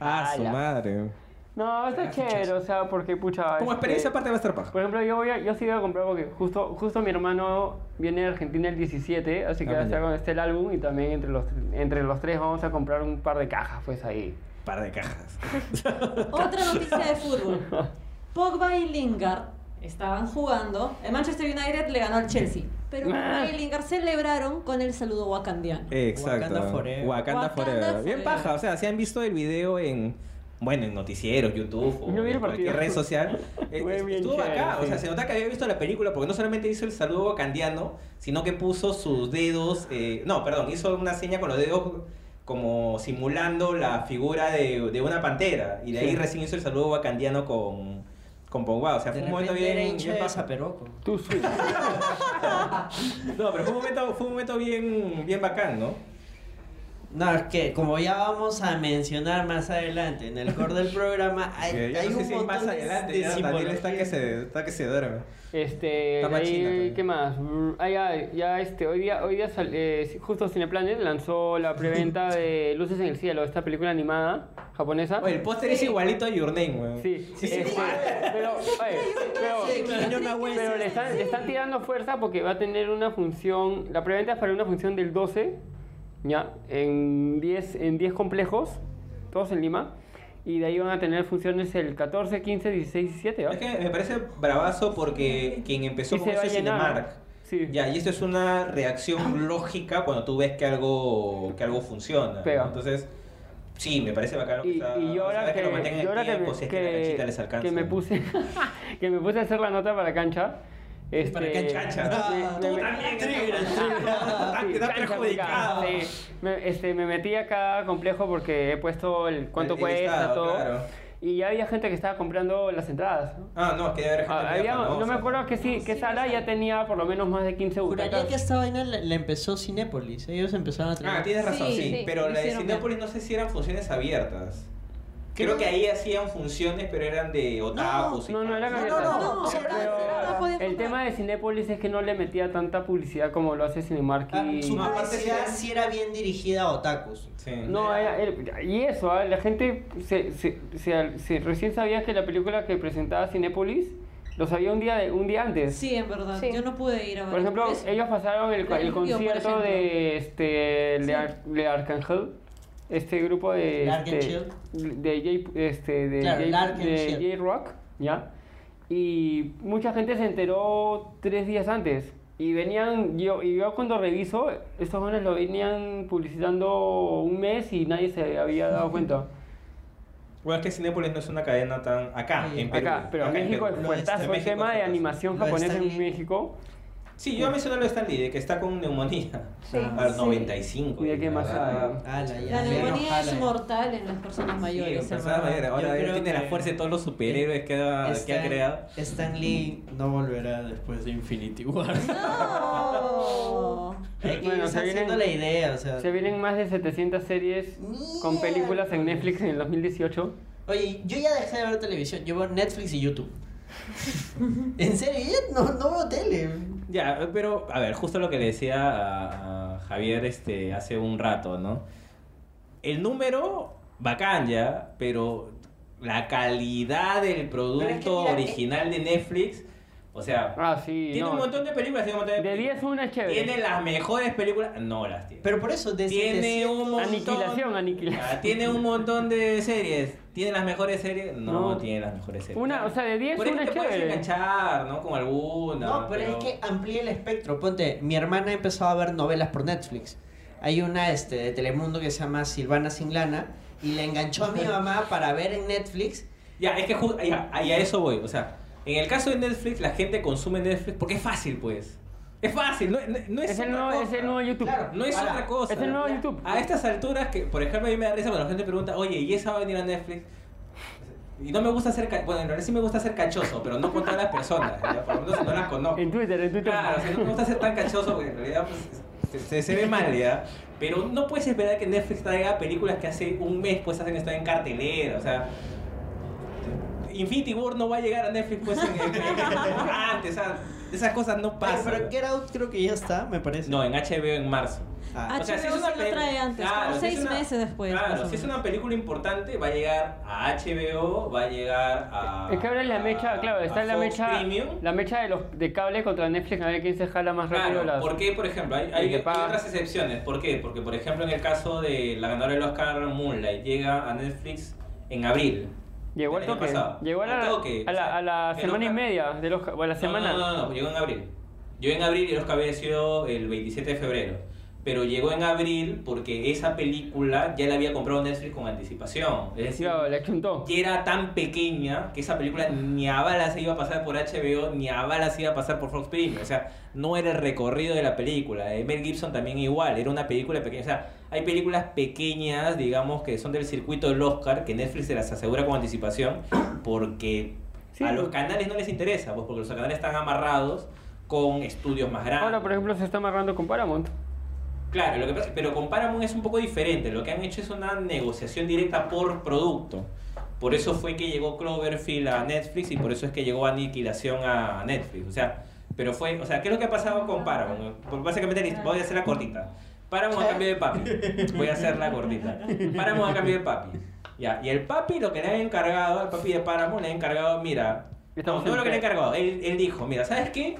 Ah, su
Ala.
madre.
No, está chévere, o sea, porque pucha. este,
Como experiencia aparte va a estar paja.
Por ejemplo, yo voy a, yo sí voy a comprar porque justo, justo mi hermano viene de Argentina el 17, así que
Ah,
va a estar
ya.
con este el álbum y también entre los, entre los tres vamos a comprar un par de cajas, pues ahí.
Par de cajas.
Otra noticia de fútbol. Pogba y Lingard estaban jugando. El Manchester United le ganó al Chelsea. Pero Pogba
Ah.
y Lingard celebraron con el saludo wakandiano.
Eh. Exacto.
Wakanda Forever.
Wakanda
Wakanda
Forever.
Forever.
Bien paja. O sea, si han visto el video en. Bueno, en noticieros, YouTube o
Yo vi el
en cualquier
partido.
red social. eh,
Fue
es-
bien
estuvo
chévere,
acá. O sea,
sí.
se nota que había visto la película porque no solamente hizo el saludo wakandiano, sino que puso sus dedos. eh, no, perdón, hizo una seña con los dedos como simulando la figura de, de una pantera. Y de ahí
Sí.
recién hizo el saludo wakandiano con, con Pogba. O sea,
De
fue un momento
repente era
bien,
hincha
bien
de
paja.
Zaperoco.
Tú sí.
No, pero fue un momento, fue un momento bien, bien bacán, ¿no?
No, es que como ya vamos a mencionar más adelante en el core del programa, hay,
Eh, ya
hay
no
un
sé si
montón
más
de-
adelante
de
ya Daniel está que
simbologías.
se, está que se duerme.
Este,
Está
de ahí,
machina todavía.
¿qué más? Mm, Ah, ya, ya, este, hoy día, hoy día sal- eh, justo Cineplanet lanzó la preventa de Luces en el Cielo, esta película animada japonesa.
Oye, el póster es igualito a Your Name, weón.
Sí,
Sí, sí,
este, pero, oye,
Sí,
pero,
claro.
pero le, están, le están tirando fuerza porque va a tener una función, la preventa es para una función del 12, ya, en 10, en 10 complejos, todos en Lima, y de ahí van a tener funciones el 14, 15, 16, 17, ¿va?
Es que me parece bravazo porque quien empezó
Y
con
se va
eso
a
es
llenar.
Cinemark.
Sí. Ah.
Ya, y esto es una reacción lógica cuando tú ves que algo, que algo funciona. ¿no?
Pega.
Entonces, sí, me parece bacano que
Y,
está-
y yo
o sea,
ahora que,
que lo mantengan en
yo ahora que,
tiempo,
me-
si es que, la
que,
canchita les alcanza.
que me
¿no?
puse que me puse a hacer la nota para cancha. Este,
Para cancha, cancha.
me- me-
Tú
me-
también,
Trigger,
¿no?
Ah, sí,
Te has
cancha,
perjudicado.
sí. Me, este, me metí a cada complejo porque he puesto el cuánto
El- el
cuesta,
listado,
todo.
claro.
Y ya había gente que estaba comprando las entradas. ¿no?
Ah, no, es que debe haber gente
Ah,
media
había- no me
famosa.
acuerdo que sí, que
Sí,
Sara
sí.
ya tenía por lo menos más de 15
Juraría que
butacas.
esta vaina la, la empezó Cinépolis. Ellos empezaron a
Ah,
traer.
tienes razón, sí.
Sí, sí,
pero la de
hicieron
Cinépolis no sé si eran funciones abiertas. Creo que ahí hacían funciones, pero eran de otakus. y
No, no
tal.
era
No,
gaveta.
no, no,
no,
Pero
no, no podía
el
comprar.
tema de Cinépolis es que no le metía tanta publicidad como lo hace Cinemark
Ah,
y
su
No, aparte
publicidad
sí-
sí era bien dirigida a otakus.
Sí.
No, era- era- y eso, ah, la gente se, se- se- se- recién sabía que la película que presentaba Cinépolis lo sabía un día, de- un día antes.
Sí, en verdad.
Sí.
Yo no pude ir a ver.
Por ejemplo,
Es-
ellos pasaron el, el
Rubio, por
concierto
ejemplo.
de este el de,
Sí.
Ar- de Arcángel, este grupo de
Lark and
este, de J este de
Claro,
J,
Lark and
de
Chill.
J Rock, ¿ya? Y mucha gente se enteró tres días antes. Y venían, yo, y yo cuando reviso, estos jóvenes lo venían publicitando un mes y nadie se había dado cuenta.
Bueno, es que Cinépolis no es una cadena tan. Acá,
Sí.
en Perú.
Acá, pero
Acá en
México es
Perú.
fuertazo.
México
El
es
tema de
fuertazo.
animaesa
Lo de
japonesa
Stan
en
Lee.
México.
Sí, yo mencioné lo de Stan Lee, de que está con neumonía.
Sí.
Al 95.
¿Y de qué más
¿verdad?
hay?
Ah,
La
la, ya, menos,
neumonía
ah,
es
la-
mortal en las personas
Sí,
mayores.
pensaba
hermano.
manera.
Yo
Ahora él
creo
tiene la
que-
fuerza de todos los superhéroes que ha, que Ah, ha
Stan-
creado.
Stan Lee no volverá después de Infinity War.
No.
Hay que
Bueno,
irse
se vienen-
haciendo la idea, o sea.
Se vienen más de 700 series con películas en Netflix en el 2018.
Oye, yo ya dejé de ver televisión, yo veo Netflix y YouTube. en serio, yo no, no veo tele.
Ya, pero a ver, justo lo que le decía a, a Javier este, hace un rato, ¿no? El número, bacán ya, pero la calidad del producto
Pero es que mira,
original de Netflix, o sea,
Ah, sí.
tiene
no.
un montón de películas, tiene un montón de
De 10
películas.
una es chévere.
Tiene las mejores películas, no las tiene.
Pero por eso, desde
tiene un montón,
Aniquilación,
Ah,
aniquilación.
tiene un montón de series. ¿Tiene las mejores series? No,
No.
tiene las mejores series.
Una, o sea, de 10
Por ahí
una es
te puedes
chévere.
enganchar, ¿no? Con alguna.
No, pero, es que amplía el espectro. Ponte, mi hermana empezó a ver novelas por Netflix. Hay una este, de Telemundo que se llama Silvana Singlana y la enganchó a mi mamá para ver en Netflix.
Ya, es que ju- ya, ahí a eso voy. O sea, en el caso de Netflix, la gente consume Netflix porque es fácil, pues. Es fácil, no, no- no es,
Es el,
otra
nuevo, es
cosa.
el nuevo YouTube.
Claro.
No es
Ahora,
otra cosa.
es el nuevo YouTube.
A estas alturas, que por ejemplo a mí me da risa cuando la gente pregunta, oye, ¿y esa va a venir a Netflix? Y no me gusta ser, ca- bueno, en realidad sí me gusta ser cachoso, pero no con todas las personas, ya, por lo menos no las conozco.
En Twitter, en Twitter.
Claro, o sea, no me gusta ser tan cachoso porque en realidad pues, se, se- se ve mal, ¿ya? Pero no puedes esperar que Netflix traiga películas que hace un mes pues hacen estar en cartelera, o sea... Infinity War no va a llegar a Netflix pues en, en- en- antes, o sea, esas cosas no
Oye,
pasan.
pero Get Out creo que ya está, me parece.
No, en HBO en marzo.
Ah,
HBO sí lo
peli-
trae antes, como seis
es
meses después, más
Claro,
o
si es
menos.
una película importante, va a llegar a HBO, va a llegar a.
Es que ahora es la mecha,
a-
claro, está
a
la
Fox
mecha,
Premium.
la mecha de los de cable contra Netflix, a ver quién se jala más rápido
Claro,
las.
porque por ejemplo hay, hay-
y que
hay
paga.
otras excepciones. ¿Por qué? Porque por ejemplo en el caso de la ganadora del Oscar Moonlight llega a Netflix en abril.
Llegó al
del año
toque,
pasado.
llegó a
Al
la,
toque,
a
o sea,
la, a la
el
semana y
Oscar-
media de los, o a la
No,
semana.
No, no, no, llegó en abril. Llegó en abril y los que había sido el 27 de febrero. Pero llegó en abril porque esa película ya la había comprado Netflix con anticipación. Es decir,
Claro, le chuntó.
ya era tan pequeña que esa película ni a balas se iba a pasar por HBO, ni a balas se iba a pasar por Fox Premium. O sea, no era el recorrido de la película. Eh, Mel Gibson también igual, era una película pequeña. O sea, hay películas pequeñas, digamos, que son del circuito del Oscar, que Netflix se las asegura con anticipación, porque
Sí,
a los
porque-
canales no les interesa, pues porque los canales están amarrados con estudios más grandes.
Ahora, por ejemplo, se está amarrando con Paramount.
Claro, lo que pasa, pero con Paramount es un poco diferente. Lo que han hecho es una negociación directa por producto. Por eso fue que llegó Cloverfield a Netflix y por eso es que llegó Aniquilación a Netflix. O sea, pero fue, o sea, ¿qué es lo que ha pasado con Paramount? Pues básicamente voy a hacer la cortita. Paramount a cambio de papi. Voy a hacer la cortita. Paramount a cambio de papi. Ya, y el papi lo que le han encargado, al papi de Paramount le han encargado, mira, no,
Estamos
no
en
lo que le han
paz.
encargado, él, él dijo, mira, ¿sabes qué?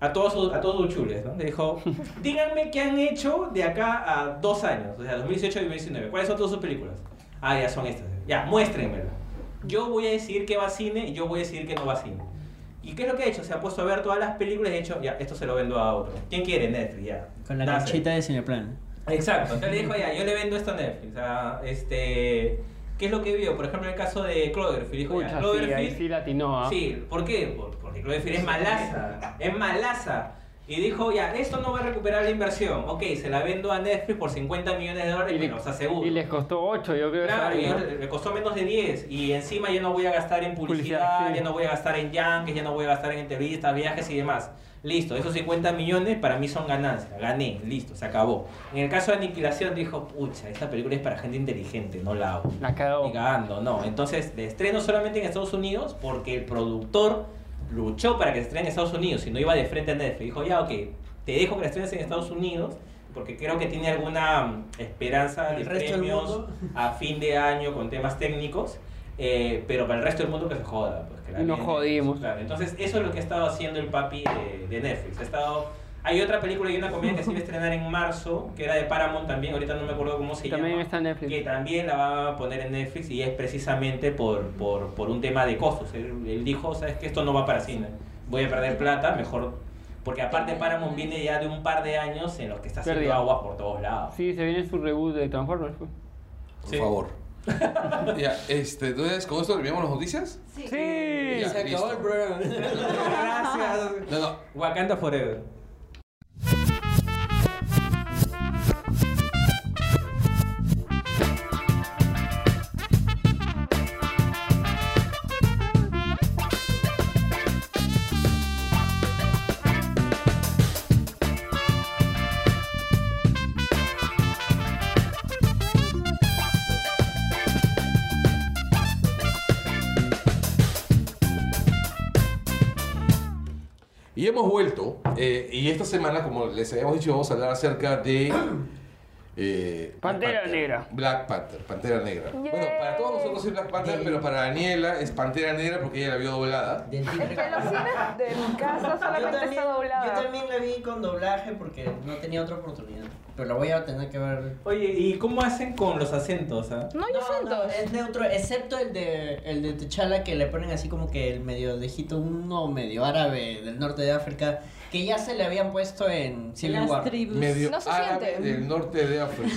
A todos, sus- a todos sus chules, ¿no? Le dijo, díganme qué han hecho de acá a dos años, o sea, 2018 y 2019. ¿Cuáles son todas sus películas? Ah, ya son estas. Ya, muéstrenmelas. Yo voy a decidir qué va a cine y yo voy a decidir qué no va a cine. ¿Y qué es lo que ha hecho? Se ha puesto a ver todas las películas y ha dicho, ya, esto se lo vendo a otro. ¿Quién quiere Netflix? Ya.
Con la
Dáselo.
canchita de Cineplan.
Exacto, entonces le dijo ya, yo le vendo esto a Netflix. a, este, ¿Qué es lo que vio? Por ejemplo, en el caso de Cloverfield. Dijo, ya,
Pucha, sí, ahí
Cloverfield.
sí latinó, ¿ah?
Sí, ¿por qué? Por- Porque Cloverfield es malaza. Es malaza. Y dijo, ya, esto no va a recuperar la inversión. Ok, se la vendo a Netflix por 50 millones de dólares,
le-
pero os aseguro.
y les costó 8, yo creo. esa
Claro, y este
vaina.
yo- me costó menos de 10 y encima yo no voy a gastar en publicidad,
Publicidad, sí.
ya no voy a gastar en yankees, ya no voy a gastar en entrevistas, viajes y demás. Listo, esos 50 millones para mí son ganancias, gané, listo, se acabó. En el caso de Aniquilación dijo, pucha, esta película es para gente inteligente, no la hago.
La cagó.
Ni cagando, no. Entonces, de estreno solamente en Estados Unidos porque el productor luchó para que se estrene en Estados Unidos y no iba de frente a Netflix. Dijo, ya, ok, te dejo que la estrenes en Estados Unidos porque creo que tiene alguna mm, esperanza de
El resto del
premios
mundo.
a fin de año con temas técnicos. eh, pero para el resto del mundo que se joda. Pues, que la
Y nos
miren.
jodimos.
Claro, entonces eso es lo que ha estado haciendo el papi de, de Netflix. Ha estado... Hay otra película y una comedia que se iba a estrenar en marzo, que era de Paramount también, ahorita no me acuerdo cómo se
También
llama
está en Netflix.
que también la va a poner en Netflix y es precisamente por, por, por un tema de costos. Él, él dijo, sabes que esto no va para cine, voy a perder plata, mejor... Porque aparte Paramount viene ya de un par de años en los que está haciendo
Pérdida.
aguas por todos lados.
Sí, se viene su reboot de Transformers. pues.
Por
Sí.
favor. ya, este, entonces, ¿con esto terminamos las noticias?
Sí.
Sí.
Ya, listo.
Gracias.
No, no,
Wakanda Forever.
Y hemos vuelto. eh, y esta semana, como les habíamos dicho, vamos a hablar acerca de. eh, Black
Pantera
Panther.
Negra.
Black Panther, Pantera Negra. Bueno, para todos nosotros es Black Panther, pero para Daniela es Pantera Negra porque ella la vio doblada.
Del
Es que los cines de mi casa
Yo
solamente
también,
está doblada.
yo también la vi con doblaje porque no tenía otra oportunidad. Pero la voy a tener que ver.
Oye, ¿y cómo hacen con los acentos? ah?
No, yo siento.
no, es neutro, excepto el de el de T'Challa que le ponen así como que el medio dejito uno medio árabe del norte de África que ya se le habían puesto en Civil
Las
War.
tribus.
Medio
No se
árabe
siente.
del norte de África.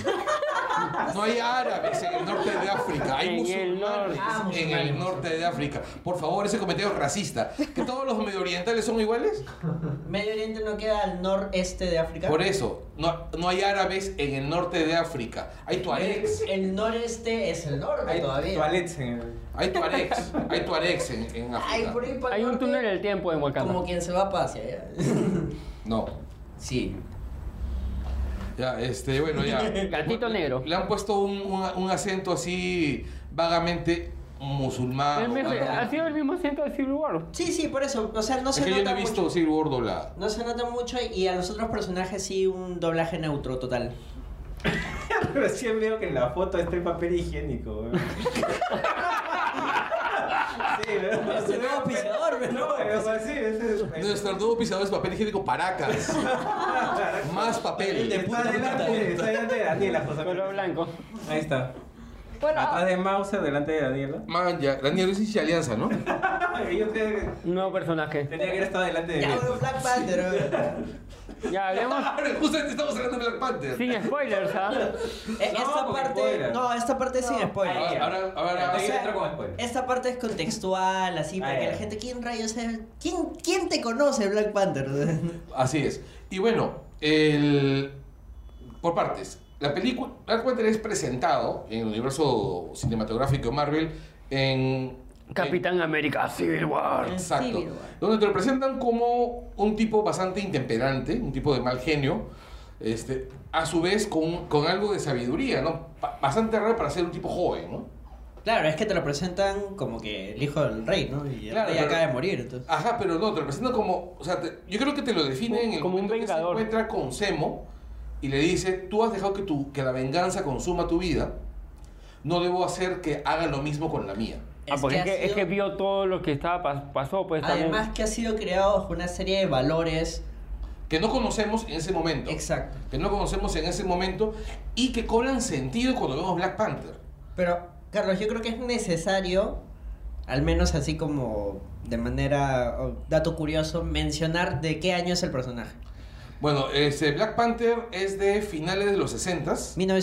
No hay árabes en el norte de África, hay
En el
musulmanes
norte.
Ah,
en
musulmanes.
el norte de África. Por favor, ese comentario es racista. ¿Que todos los medio orientales son iguales?
Medio Oriente no queda al noreste de África.
Por eso, no, no hay árabes en el norte de África. Hay tuaregs.
El noreste es el norte
Hay
todavía.
toilets en-
Hay tuaregs. Hay tuaregs en, en
Ay,
África.
por ahí para el
Hay un
norte,
túnel del tiempo en Wakanda.
Como quien se va para hacia allá.
No.
sí.
Ya, este, bueno, ya.
Gatito negro.
Le han puesto un, un, un acento así vagamente musulmán.
El
o
mismo-
algo.
ha sido el mismo centro de Civil War.
Sí, sí, por eso. O sea, no
es
se
que yo no
nota
he visto
mucho.
Civil War doblada.
No se nota mucho y a los otros personajes sí un doblaje neutro total.
Recién veo que en la foto está el papel higiénico. weón. sí, ¿verdad?
Es el nuevo pisador, ¿verdad?
No, o sea, sí, es, es- es-
Nuestro nuevo pisador es papel higiénico Paracas. Más papel.
Está delante, está delante de Daniela, José.
Color blanco.
Ahí está.
Bueno, ah,
Atrás de Mauser, delante de Daniela.
Man, ya. Daniel, es alianza, ¿no?
Ah, Yo te-
Nuevo personaje.
tenía que haber estado delante de mí.
Ya, bueno, Black Panther.
Ya hablemos
Ahora, Ah, Justamente estamos hablando de Black Panther.
sin spoilers, ¿ah?
Eh,
No,
esta
porque
parte,
spoiler.
no, esta parte es sin spoiler.
Ahí,
Ahora, ahora, ahora.
Ya,
O
ahí
sea,
entro con spoiler.
esta parte es contextual, así, para
Ah,
que
ya.
la gente, ¿quién rayos es? ¿Quién, quién te conoce, Black Panther?
Así es. Y bueno, el... por partes. La película Black Panther es presentado en el universo cinematográfico de Marvel en...
Capitán América Civil War.
Exacto.
Civil War.
donde te lo presentan como un tipo bastante intemperante, un tipo de mal genio, Este, a su vez, con, con algo de sabiduría, ¿no? Pa- bastante raro para ser un tipo joven, ¿no?
Claro, es que te lo presentan como que el hijo del rey, ¿no? Y el
Claro,
rey
pero-
acaba de morir, entonces.
Ajá, pero no, te lo presentan como. O sea, te- yo creo que te lo definen en el
Como un
momento que se
vengador.
encuentra con Semo y le dice: Tú has dejado que, tu, que la venganza consuma tu vida, no debo hacer que haga lo mismo con la mía.
Ah, porque es
ha
que, es
sido-
que vio todo lo que estaba pas- pasó, pues también.
Además que ha sido creado bajo una serie de valores.
Que no conocemos en ese momento.
Exacto.
Que no conocemos en ese momento y que cobran sentido cuando vemos Black Panther.
Pero, Carlos, yo creo que es necesario, al menos así como de manera, o dato curioso, mencionar de qué año es el personaje.
Bueno, este Black Panther es de finales de los 60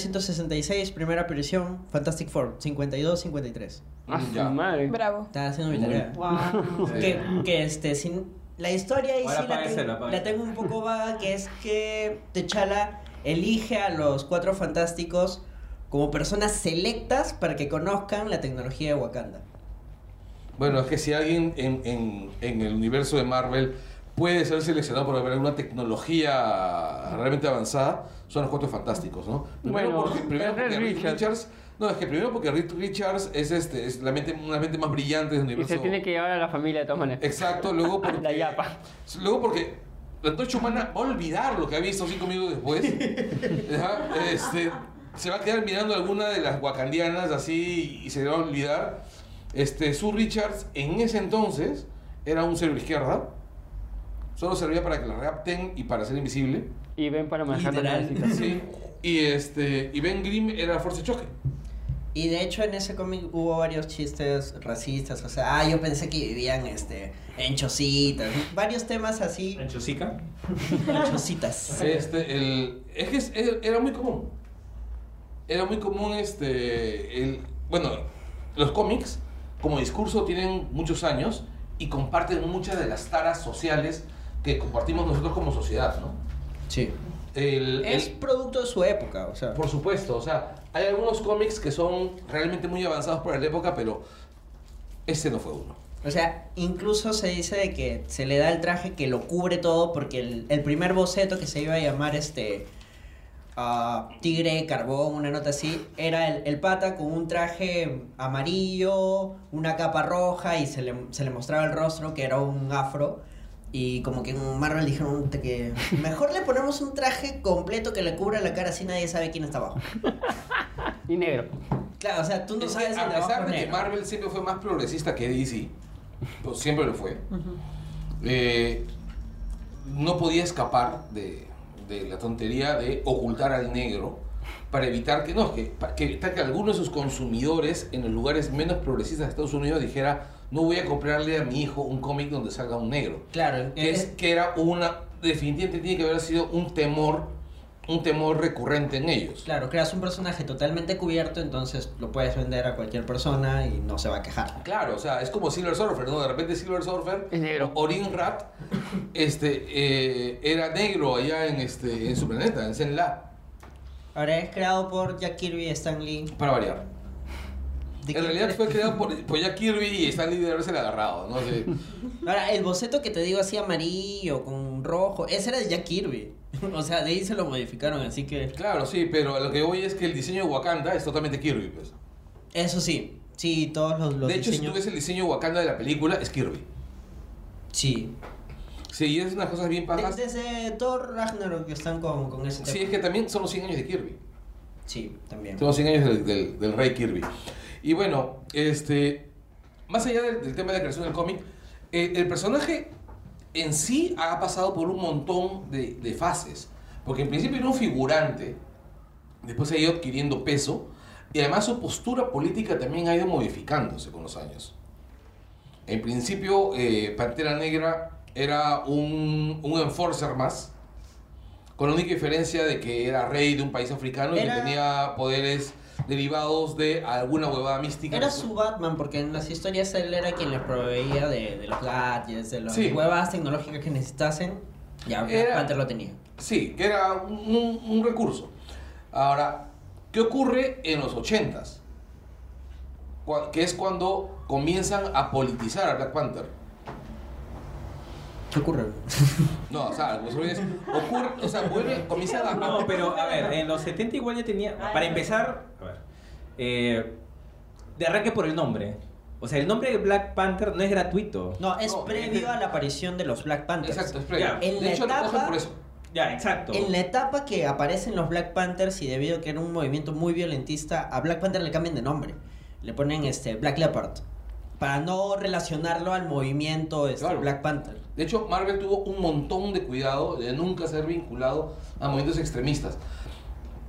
1966, primera aparición, Fantastic Four, 52, 53.
Ah, su
Mm, Ya.
madre.
Bravo.
Estaba haciendo mi
Muy
tarea.
Wow.
Que, que, este, sin, la historia y
Ahora
sí la
apágueselo,
tengo,
apágueselo.
la tengo un poco vaga, que es que T'Challa elige a los cuatro fantásticos como personas selectas para que conozcan la tecnología de Wakanda.
Bueno, es que si alguien en, en- en el universo de Marvel puede ser seleccionado por haber una tecnología realmente avanzada, son los cuatro fantásticos, ¿no? Primero
Bueno,
porque, primero
pero es
porque Reed
Richards.
Richards. No, es que primero porque Reed Richards es, este, es la mente, una mente más brillante del
Y
universo.
se tiene que llevar a la familia de todas maneras.
Exacto, luego porque.
La yapa.
Luego porque la antorcha humana va a olvidar lo que ha visto cinco minutos después. Ajá, este, se va a quedar mirando alguna de las wakandianas así y se le va a olvidar. Este, Sue Richards en ese entonces era un cero izquierda. Solo servía para que la rapten y para ser invisible.
Y ven para manejar la
Literal.
navecita.
Sí. Y este. Y Ben Grimm era la fuerza de choque.
Y de hecho en ese cómic hubo varios chistes racistas, o sea, ah, yo pensé que vivían este, en chocitas, varios temas así,
¿En Chosica?
en chocitas.
Este, el, es que es- es- era muy común. Era muy común este. El, bueno, los cómics, como discurso, tienen muchos años y comparten muchas de las taras sociales que compartimos nosotros como sociedad, ¿no?
Sí.
El-
Es
el-
producto de su época, o sea.
por supuesto, o sea, hay algunos cómics que son realmente muy avanzados para la época, pero este no fue uno.
O sea, incluso se dice de que se le da el traje que lo cubre todo porque el, el primer boceto que se iba a llamar este ah, tigre, carbón, una nota así, era el, el pata con un traje amarillo, una capa roja y se le, se le mostraba el rostro que era un afro. Y como que en Marvel dijeron "Puta, que mejor le ponemos un traje completo que le cubra la cara así nadie sabe quién está abajo.
Y negro.
Claro, o sea, tú no
Es que
sabes
a
dónde abajo
pesar de
es
que
negro.
Marvel siempre fue más progresista que DC, pues siempre lo fue, eh, no podía escapar de, de la tontería de ocultar al negro para evitar que no, que, para que evitar que alguno de sus consumidores en los lugares menos progresistas de Estados Unidos dijera no voy a comprarle a mi hijo un cómic donde salga un negro
Claro,
que es que era una definitivamente tiene que haber sido un temor un temor recurrente en ellos
Claro, creas un personaje totalmente cubierto, entonces lo puedes vender a cualquier persona y no se va a quejar.
Claro, o sea, es como Silver Surfer, ¿no? De repente Silver Surfer,
Es negro.
o Orin Rat, este, eh, era negro allá en, este, en su planeta, en Zenla,
Ahora es creado por Jack Kirby y Stan Lee.
para variar.
¿De
En
quién
realidad
crees?
fue creado por, por Jack Kirby y Stan Lee de haberse agarrado, ¿no? sé.
Ahora, el boceto que te digo así amarillo, con rojo, ese era de Jack Kirby. O sea, de ahí se lo modificaron, así que...
claro, sí, pero a lo que voy es que el diseño de Wakanda es totalmente Kirby, pues.
Eso sí, sí, todos los, los
de hecho, si tú
diseños...
ves el diseño de Wakanda de la película, es Kirby.
Sí.
Sí, y es unas cosas bien
De-
pajas.
desde Thor Ragnarok que están con, con ese tema.
Sí, es que también son los 100 años de Kirby.
Sí, también.
Son los 100 años del, del- del rey Kirby. Y bueno, este, más allá del, del tema de la creación del cómic, eh, el personaje en sí ha pasado por un montón de, de fases. Porque en principio era un figurante, después ha ido adquiriendo peso, y además su postura política también ha ido modificándose con los años. En principio, eh, Pantera Negra era un, un enforcer más, con la única diferencia de que era rey de un país africano y que
Era-
tenía poderes derivados de alguna huevada mística.
Era su Batman, porque en las historias él era quien les proveía de, de los gadgets, de las
Sí.
huevas tecnológicas que necesitasen. Ya, Black
Era-
Panther lo tenía.
Sí, que era un, un- un recurso. Ahora, ¿qué ocurre en los 80s? Cua- Que es cuando comienzan a politizar a Black Panther.
¿Qué ocurre?
No, o sea, los jóvenes ocurre, o sea, vuelve, comienza a
No, pero a ver, en los 70 igual Ah, ya tenía. Para empezar, a ver. eh, de arranque por el nombre. O sea, el nombre de Black Panther no es gratuito.
No, es
No,
previo a la aparición de los Black Panthers.
Exacto, espera.
Ya,
en
De
la
hecho, lo
etapa-
cogen por eso.
Ya, exacto.
En la etapa que aparecen los Black Panthers y debido a que era un movimiento muy violentista, a Black Panther le cambian de nombre. Le ponen este Black Leopard para no relacionarlo al movimiento este,
Claro.
Black Panther.
De hecho, Marvel tuvo un montón de cuidado de nunca ser vinculado a movimientos extremistas.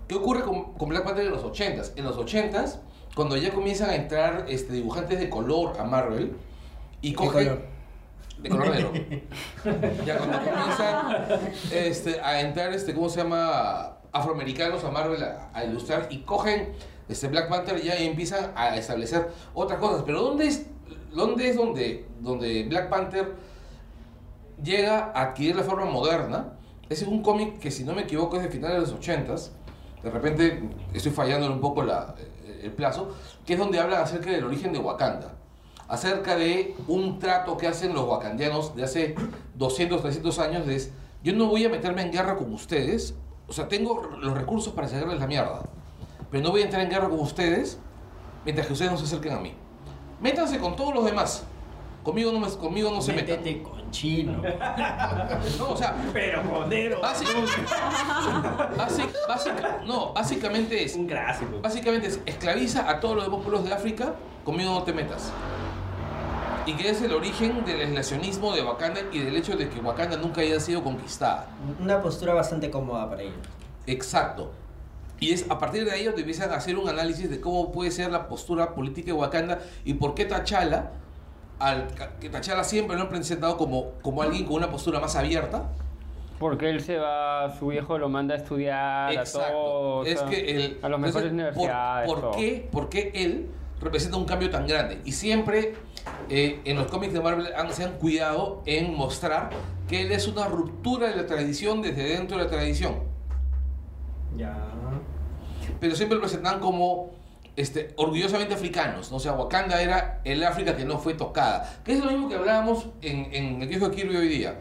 ¿Qué ocurre con, con Black Panther en los 80s? En los 80s, cuando ya comienzan a entrar este, dibujantes de color a Marvel, y cogen...
color?
De color negro. ya cuando comienzan este, a entrar, este, ¿cómo se llama? Afroamericanos a Marvel a, a ilustrar y cogen este Black Panther ya y empiezan a establecer otras cosas. Pero ¿dónde es, dónde, es donde, donde Black Panther llega a adquirir la forma moderna. Ese es un cómic que, si no me equivoco, es de finales de los 80s. De repente estoy fallando un poco la- eh, el plazo. Que es donde habla acerca del origen de Wakanda. Acerca de un trato que hacen los wakandianos de hace 200, 300 años. De, es, yo no voy a meterme en guerra con ustedes. O sea, tengo los recursos para sacarles la mierda. Pero no voy a entrar en guerra con ustedes mientras que ustedes no se acerquen a mí. Métanse con todos los demás. Conmigo no, me- conmigo no se metan.
Métete con chino.
No, o sea,
Pero jodero.
Ah,
Básic- básic- básica- no, básicamente es,
Un clásico.
Ah,
básicamente es, esclaviza a todos los demás pueblos de África, conmigo no te metas. Y que es el origen del aislacionismo de Wakanda y del hecho de que Wakanda nunca haya sido conquistada.
Una postura bastante cómoda para ellos.
Exacto. Y es a partir de ahí donde empiezan a hacer un análisis de cómo puede ser la postura política de Wakanda y por qué T'Challa, al, que T'Challa siempre lo han presentado como, como alguien con una postura más abierta,
Porque él se va, su viejo lo manda a estudiar a todos.
Es
a-
que el,
a los
entonces,
mejores universidades.
¿por, por
todo.
qué, por qué él representa un cambio tan grande? Y siempre eh, en los cómics de Marvel han- se han cuidado en mostrar que él es una ruptura de la tradición desde dentro de la tradición.
Ya.
Pero siempre lo presentan como este, orgullosamente africanos. ¿no? O sea, Wakanda era el África que no fue tocada. Que es lo mismo que hablábamos en, en el viejo Kirby hoy día.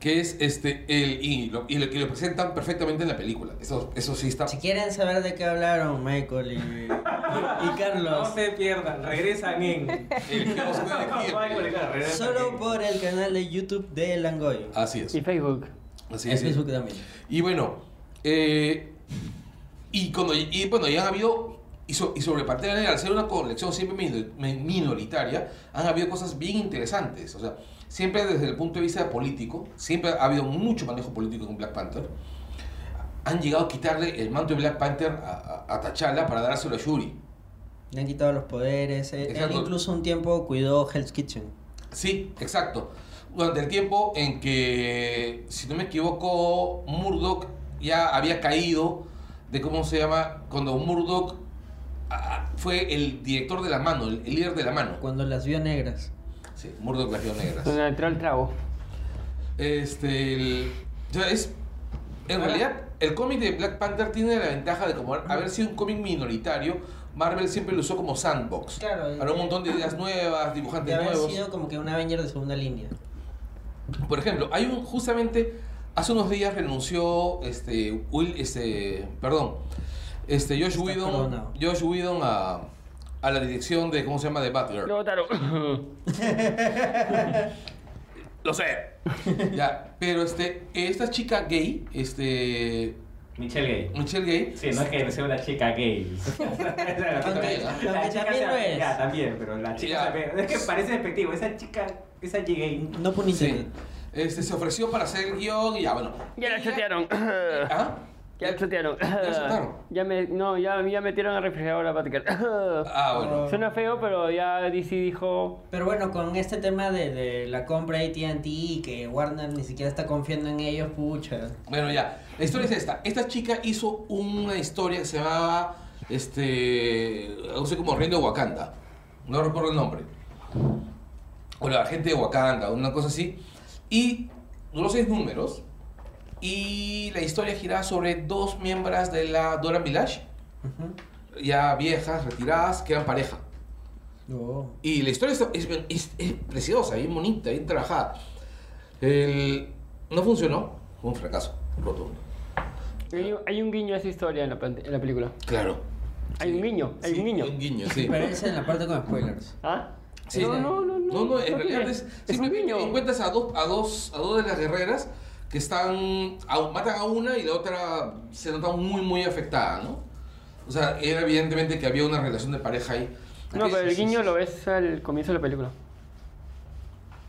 Que es este, el, y, lo, y lo que lo presentan perfectamente en la película. Eso, eso sí está
Si quieren saber de qué hablaron Michael y, y
No
Carlos,
se pierdan, regresan en.
El kiosco de Kirby.
solo por el canal de YouTube de Langoy.
Así es.
Y Facebook.
Así
En
es.
Facebook también.
Y bueno, eh, y, cuando, y bueno, ya han habido, y, so- y sobre parte de la negra, al ser una colección siempre mino- mi- minoritaria, han habido cosas bien interesantes. O sea, siempre desde el punto de vista político, siempre ha habido mucho manejo político con Black Panther. Han llegado a quitarle el manto de Black Panther a, a, a T'Challa para dárselo a Shuri.
Le han quitado los poderes. eh, Él, él
Exacto.
incluso un tiempo cuidó Hell's Kitchen.
Sí, exacto. Durante el tiempo en que, si no me equivoco, Murdoch ya había caído de cómo se llama, cuando Murdoch ah, fue el director de la mano, el, el líder de la mano.
Cuando las vio negras.
Sí, Murdoch las vio negras.
Donde entró el trago.
Este, el- o sea, es, en realidad, el cómic de Black Panther tiene la ventaja de como haber sido un cómic minoritario. Marvel siempre lo usó como sandbox.
Claro,
para un
eh,
montón de ideas nuevas,
De
dibujantes
haber
nuevos.
sido como que un Avenger de segunda línea.
Por ejemplo, hay un justamente hace unos días renunció este Will este perdón, este Josh
Está
Whedon,
perdonado.
Josh Whedon a, a la dirección de cómo se llama de Butler.
Lo votaron.
Lo sé. ya, pero este esta chica gay, este
Michelle Gay.
Michelle Gay,
Sí, no es que sea una chica gay. la
Aunque-
aunque también
se-
lo es.
Ya, también, pero la chica
Ya.
también. Es que parece despectivo. Esa chica, esa gay.
No puniste.
sí, este se ofreció para hacer el guión y ya bueno.
Ya la
Ella-
chotearon.
Ajá.
Ya la chotearon.
la chotaron?
Ya me, no, ya, ya metieron al refrigerador a Batgirl.
Ah, bueno.
Suena feo, pero ya DC dijo...
Pero bueno, con este tema de, de la compra de ATT y que Warner ni siquiera está confiando en ellos, pucha.
Bueno, ya. La historia es esta. Esta chica hizo una historia que se llamaba, este, no sé como Reino de Wakanda. No recuerdo el nombre. O la gente de Wakanda, una cosa así. Y duró seis números. Y la historia giraba sobre dos miembros de la Dora Village, ya viejas, retiradas, que eran pareja.
No.
Oh. Y la historia es, es- es- es preciosa, bien bonita, bien trabajada. El- no funcionó, fue un fracaso rotundo.
Hay, un- hay un guiño a esa historia en la, plante- en la película.
Claro.
Hay un guiño, hay
Sí,
un guiño.
Un guiño, sí.
Pero esa es la parte con spoilers.
¿Ah?
Sí.
No, no, no, no.
No, no, en realidad
tiene-
es,
un
simplemente
guiño.
encuentras a dos, a dos, a dos de las guerreras que están, a- matan a una y la otra se nota muy, muy afectada, ¿no? O sea, era evidentemente que había una relación de pareja ahí.
No,
Sí,
pero el
sí, sí,
guiño
sí.
lo ves al comienzo de la película.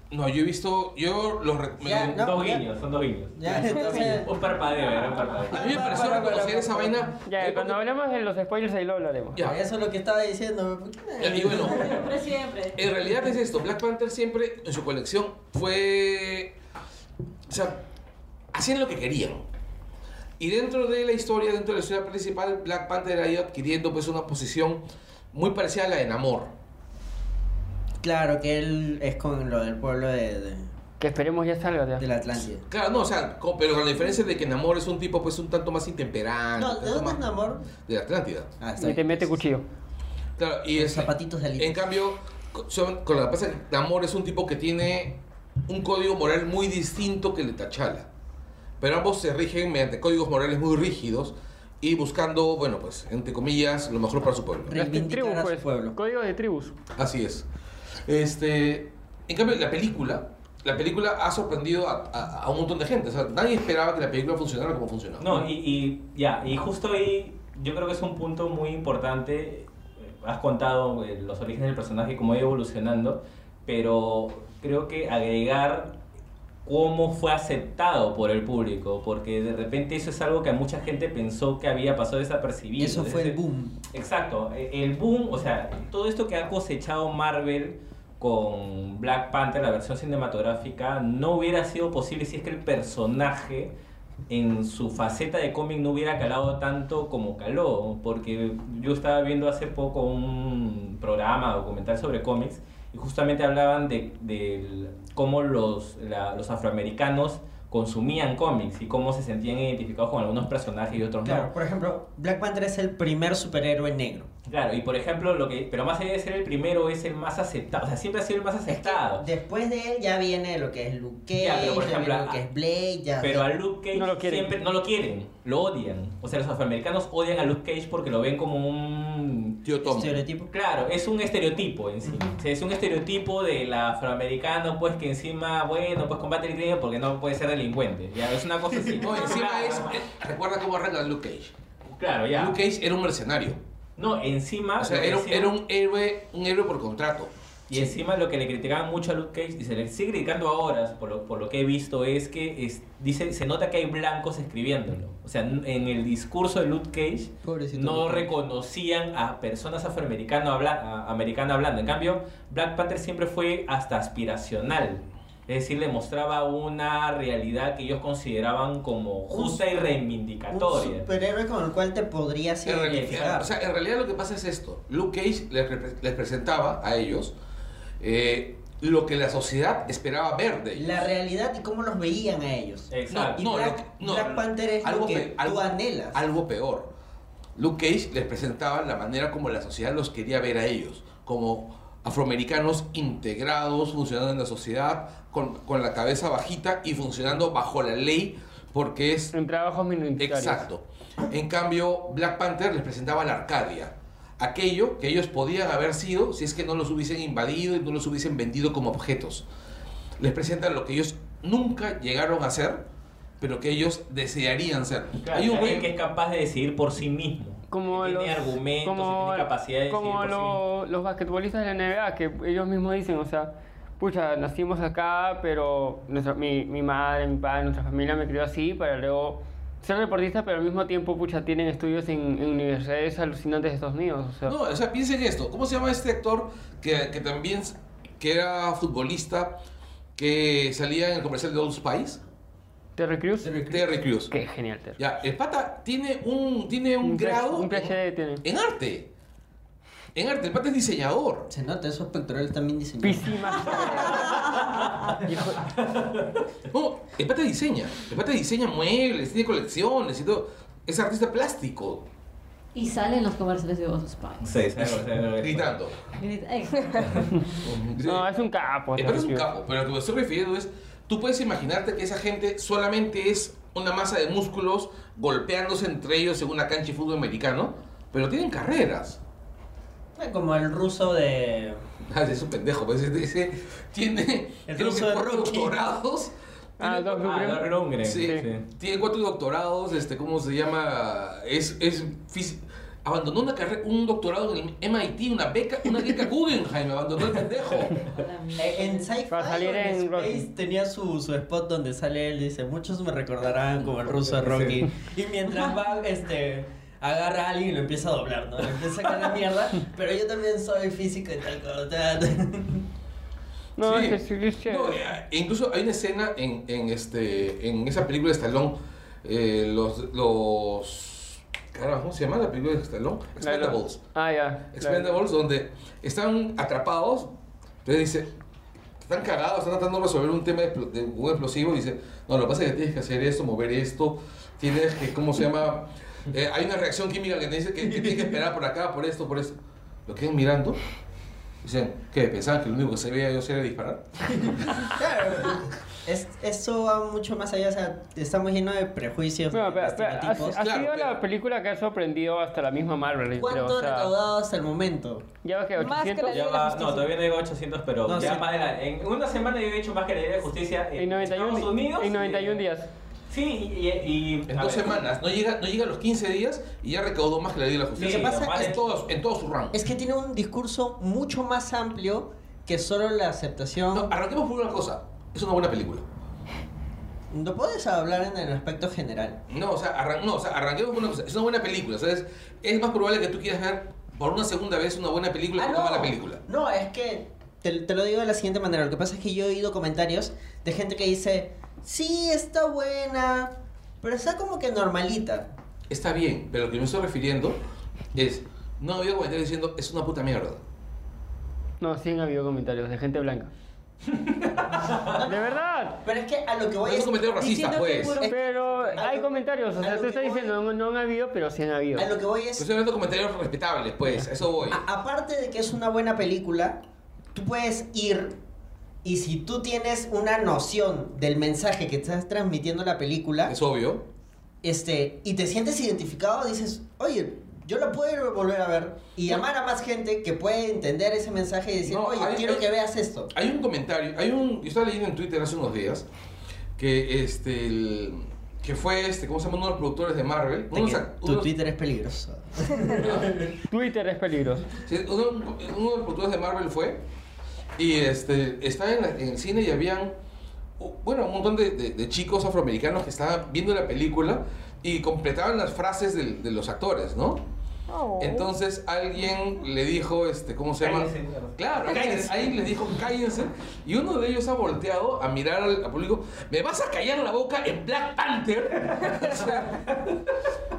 No, yo he visto, yo lo... re- me-
Ya, no.
Dos guiños, son dos guiños.
Ya, entonces.
Un parpadeo, era un
A
parpadeo.
mí me pareció reconocer esa vaina.
Ya,
eh,
cuando
porque-
hablemos de los spoilers ahí lo hablaremos.
Ya.
Eso es lo que estaba diciendo. ¿por qué?
Ya, y bueno,
Siempre, siempre.
en realidad es esto, Black Panther siempre en su colección fue... O sea, hacían lo que querían. Y dentro de la historia, dentro de la historia principal, Black Panther ha ido adquiriendo pues una posición muy parecida a la de Namor.
Claro que él es con lo del pueblo de, de,
Que esperemos ya salga. ya.
de la Atlántida.
Claro, no, o sea, co- pero con la diferencia de que Namor es un tipo pues un tanto más intemperante.
No,
un
¿de
tanto
dónde es
más-
Namor?
De la Atlántida.
Ah, está
Y te
bien.
mete cuchillo.
Claro, y
Los
este-
zapatitos de alitas.
En cambio, co- son- con la pasa que Namor es un tipo que tiene un código moral muy distinto que el de T'Challa. Pero ambos se rigen mediante códigos morales muy rígidos y buscando, bueno, pues, entre comillas, lo mejor para su pueblo.
Reivindicar a su pueblo.
pues, Código de tribus.
Así es. Este, en cambio, la película, la película ha sorprendido a, a- a un montón de gente. O sea, nadie esperaba que la película funcionara como funcionó.
No, y, y ya, y justo ahí yo creo que es un punto muy importante. Has contado eh, los orígenes del personaje, cómo ha ido evolucionando, pero creo que agregar cómo fue aceptado por el público, porque de repente eso es algo que a mucha gente pensó que había pasado
Y
desapercibido.
eso fue
Desde-
el boom.
Exacto, e- el boom, o sea, todo esto que ha cosechado Marvel con Black Panther, la versión cinematográfica, no hubiera sido posible si es que el personaje en su faceta de cómic no hubiera calado tanto como caló, porque yo estaba viendo hace poco un programa documental sobre cómics y justamente hablaban de, del- cómo los, la- los afroamericanos consumían cómics y cómo se sentían identificados con algunos personajes y otros no.
Claro, por ejemplo, Black Panther es el primer superhéroe negro.
Claro, y por ejemplo, lo que, pero más allá de ser el primero, es el más aceptado. O sea, siempre ha sido el más
Es que
aceptado.
después de él ya viene lo que es Luke Cage,
Ya, pero por
ya viene
ejemplo,
lo que
a-
es Blade, ya.
Pero a Luke Cage
No lo quieren.
siempre no lo quieren, lo odian. O sea, los afroamericanos odian a Luke Cage porque lo ven como un
Tío Tom.
estereotipo.
Claro, es un estereotipo en sí. O sea, es un estereotipo del afroamericano, pues que encima, bueno, pues combate el crimen porque no puede ser delincuente. Ya, es una cosa así.
No, encima
Claro,
es, eh, recuerda cómo arranca Luke Cage.
Claro, ya. Ah,
Luke Cage era un mercenario.
No, encima.
O
lo
sea,
que
era, un-
decían-
era un héroe, un héroe por contrato.
Y encima lo que le criticaban mucho a Luke Cage, y se le sigue criticando ahora, por lo, por lo que he visto, es que es- dice, se nota que hay blancos escribiéndolo. O sea, n- en el discurso de Luke Cage
Pobrecito
no
Luke Cage.
reconocían a personas afroamericanas habla, a- americanas hablando. En cambio, Black Panther siempre fue hasta aspiracional. Es decir, le mostraba una realidad que ellos consideraban como justa y
Un
reivindicatoria.
superhéroe con el cual te podrías
En realidad,
identificar.
o sea, en realidad lo que pasa es esto. Luke Cage les, repre- les presentaba a ellos eh, lo que la sociedad esperaba ver de ellos.
la realidad y cómo los veían a ellos.
Exacto.
Y
No,
Black,
lo que- no,
Black Panther es lo que
pe-
tú anhelas.
Algo peor. Luke Cage les presentaba la manera como la sociedad los quería ver a ellos, como afroamericanos integrados, funcionando en la sociedad, con, con la cabeza bajita y funcionando bajo la ley, porque es
En trabajos minoritarios.
Exacto. En cambio, Black Panther les presentaba la Arcadia. Aquello que ellos podían haber sido si es que no los hubiesen invadido y no los hubiesen vendido como objetos. Les presentan lo que ellos nunca llegaron a ser, pero que ellos desearían ser.
Claro,
Hay un
alguien
güey-
que es capaz de decidir por sí mismo.
Como
que
los,
tiene argumentos,
como,
y tiene capacidad de decidir
como
por sí mismo.
lo- los basquetbolistas de la NBA, que ellos mismos dicen, o sea, pucha, nacimos acá, pero nuestra- mi, mi madre, mi padre, nuestra familia me crió así para luego ser deportista, pero al mismo tiempo, pucha, tienen estudios en, en universidades alucinantes de Estados Unidos. O sea,
No, o sea, piensen esto. ¿Cómo se llama este actor que, que también s- que era futbolista, que salía en el comercial de Old Spice?
Terry Crews,
Terry Crews.
qué genial, Terry.
Ya, el pata tiene un, tiene un,
PH-
grado...
Un PhD tiene.
En arte. En arte, el pata es diseñador.
Se nota, esos pectorales también diseñados.
PC Master. Hijo-
No, el pata diseña. El pata diseña muebles, tiene colecciones y todo. Es artista plástico.
Y salen los comerciales de Osos Spice.
Sí, sí, sí, sí.
Gritando.
Grita, "Ey".
No, es un capo.
El pata Eh,
Terry
Mm.
es un
Crews.
capo, pero a lo que me estoy refiriendo es Tú puedes imaginarte que esa gente solamente es una masa de músculos golpeándose entre ellos en una cancha de fútbol americano, pero tienen carreras.
Ah, Como el ruso de.
Ah, es un pendejo, pues ese, ese tiene creo
El
que
ruso de
cuatro
Rocky.
doctorados.
Ah,
tiene,
dos Lundgren.
Ah, Lundgren,
sí, tiene cuatro doctorados, este, ¿cómo se llama? Es, es fis- abandonó una carrera, un doctorado en el MIT, una beca, una beca Guggenheim, abandonó el pendejo.
Eh, En Sci-Fi
Para salir
o en
en Rocky.
Space tenía su, su spot donde sale él y dice, muchos me recordarán como el ruso de Rocky. Y mientras va, este, agarra a alguien y lo empieza a doblar, ¿no? Le empieza a sacar la mierda, pero yo también soy físico y tal cosa.
No,
Sí.
es que sí, es chévere.
No, eh, incluso hay una escena en, en este, en esa película de Stallone, eh, los, los, caramba, ¿cómo se llama la película de Stallone?
La de los-
Expendables.
Ah, ya.
Expendables, donde están atrapados. Entonces dice, están cagados, están tratando de resolver un tema de, explo- de un explosivo. y Dice, no, lo que pasa es que tienes que hacer esto, mover esto. Tienes que, ¿cómo se llama? Eh, hay una reacción química que te dice que, que tienes que esperar por acá, por esto, por esto. Lo quedan mirando. Dicen, ¿qué? ¿Pensaban que lo único que sabía yo era disparar?
Claro, es, eso va mucho más allá, o sea, está muy lleno de prejuicios,
Bueno,
de
pero- pero ha, ha
estereotipos.
así- Claro,
sido
pero-
la película que ha sorprendido hasta la misma Marvel. creo,
¿Cuánto
o sea,
recaudado hasta el momento?
ya ves que
Más que la
800.
Liga
Ya
de
va,
Justicia.
no, todavía no llegó a 800, pero
No,
ya
sí.
más de la- en una semana yo he hecho más que la Liga de Justicia en,
En 91,
Estados Unidos.
en 91
y-
días.
Sí, y... y- y-
En
a
dos
ver.
semanas. No llega, no llega a los 15 días y ya recaudó más que la ley de la justicia.
Sí,
Lo que
normal ¿eh?
pasa en,
es-
todos, en todo su rango.
Es que tiene un discurso mucho más amplio que solo la aceptación.
No, ah.
No,
arranquemos por una cosa. Es una buena película.
puedes hablar en el aspecto general.
No, o sea, arran- no, o sea, arranquemos con una cosa. Es una buena película, ¿sabes? Es más probable que tú quieras ver por una segunda vez una buena película que
Ah,
una mala película.
No, es que te, te lo digo de la siguiente manera. Lo que pasa es que yo he oído comentarios de gente que dice, sí, está buena, pero está como que normalita.
Está bien, pero lo que me estoy refiriendo es. No había comentarios diciendo, es una puta mierda.
No, sí han habido comentarios de gente blanca. de verdad.
Pero es que a lo que
No
voy
es un
es,
comentario racista,
Diciendo que
pues.
puro-
Yo
Pero hay
lo-
comentarios. O
a
sea,
lo
tú
que
estás
voy-
diciendo, no, no han habido, pero sí han habido.
a lo que voy es...
Estoy hablando de comentarios respetables, pues. a Eso voy.
A- aparte de que es una buena película, tú puedes ir y si tú tienes una noción del mensaje que estás transmitiendo la película,
Es obvio.
este, y te sientes identificado, dices, oye, yo la puedo volver a ver y llamar a más gente que puede entender ese mensaje y decir,
No,
oye,
hay-
quiero
hay-
que veas esto.
Hay un comentario, hay un, yo estaba leyendo en Twitter hace unos días que este, el- que fue este, ¿cómo se llama? Uno de los productores de Marvel, uno de los
Que
act-
tu
uno-
Twitter es peligroso.
Twitter es peligroso.
sí, uno- uno de los productores de Marvel fue y este, estaba en, la- en el cine y habían, u- bueno, un montón de, de- de chicos afroamericanos que estaban viendo la película y completaban las frases del- de los actores, ¿no?
Oh.
Entonces alguien le dijo, este, ¿cómo se llama?
Cállense.
Claro, cállense. alguien les dijo, cállense. Y uno de ellos ha volteado a mirar al, al público, ¿me vas a callar la boca en Black Panther? o sea,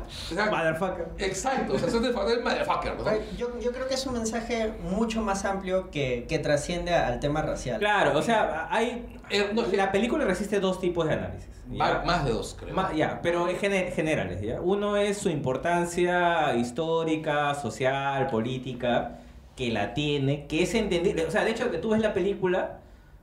o sea,
Motherfucker.
exacto, o sea, eso te falta el motherfucker, ¿no?
Yo, yo creo que es un mensaje mucho más amplio que, que trasciende al tema racial.
Claro, o sea, hay...
Eh, no,
la película resiste dos tipos de análisis.
Va-
¿ya?
Más de dos, creo.
Ma- ya, pero en gene- generales, ¿ya? Uno es su importancia histórica, social, política, que la tiene, que es entendible. O sea, de hecho, que tú ves la película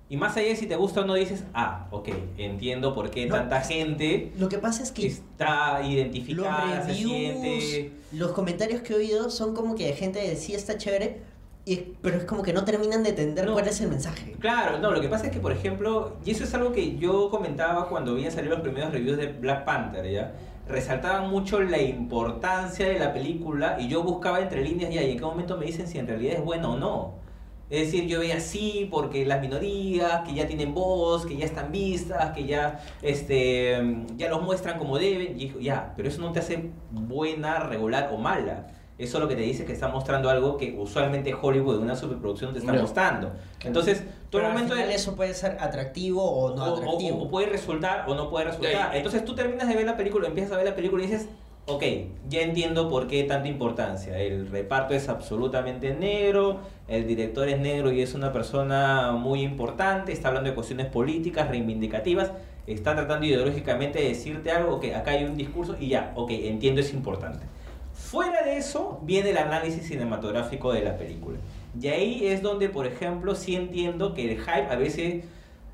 y más allá de si te gusta o no dices, ah, ok, entiendo por qué
No.
tanta gente
Lo que pasa es que...
está
Los
identificada, se
reviews,
siente...
los comentarios que he oído son como que de gente de sí está chévere, y, pero es como que no terminan de entender
No.
cuál es el mensaje.
Claro, no, lo que pasa es que, por ejemplo, y eso es algo que yo comentaba cuando vi salir los primeros reviews de Black Panther, ¿ya? Resaltaban mucho la importancia de la película y yo buscaba entre líneas, ya, y en qué momento me dicen si en realidad es bueno o no. Es decir, yo veía sí, porque las minorías, que ya tienen voz, que ya están vistas, que ya, este, ya los muestran como deben, y dijo, ya, pero eso no te hace buena, regular o mala. Eso lo que te dice es que está mostrando algo que usualmente Hollywood, una superproducción, te está
Ya.
mostrando. Entonces, todo
Pero al
momento
final
de
eso puede ser atractivo o no
o, o-
atractivo.
o puede resultar o no puede
Ya,
resultar.
ya.
Entonces tú terminas de ver la película, empiezas a ver la película y dices, ok, ya entiendo por qué tanta importancia. El reparto es absolutamente negro, el director es negro y es una persona muy importante, está hablando de cuestiones políticas, reivindicativas, está tratando ideológicamente de decirte algo, ok, acá hay un discurso y ya, ok, entiendo es importante. Fuera de eso viene el análisis cinematográfico de la película. Y ahí es donde, por ejemplo, sí entiendo que el hype a veces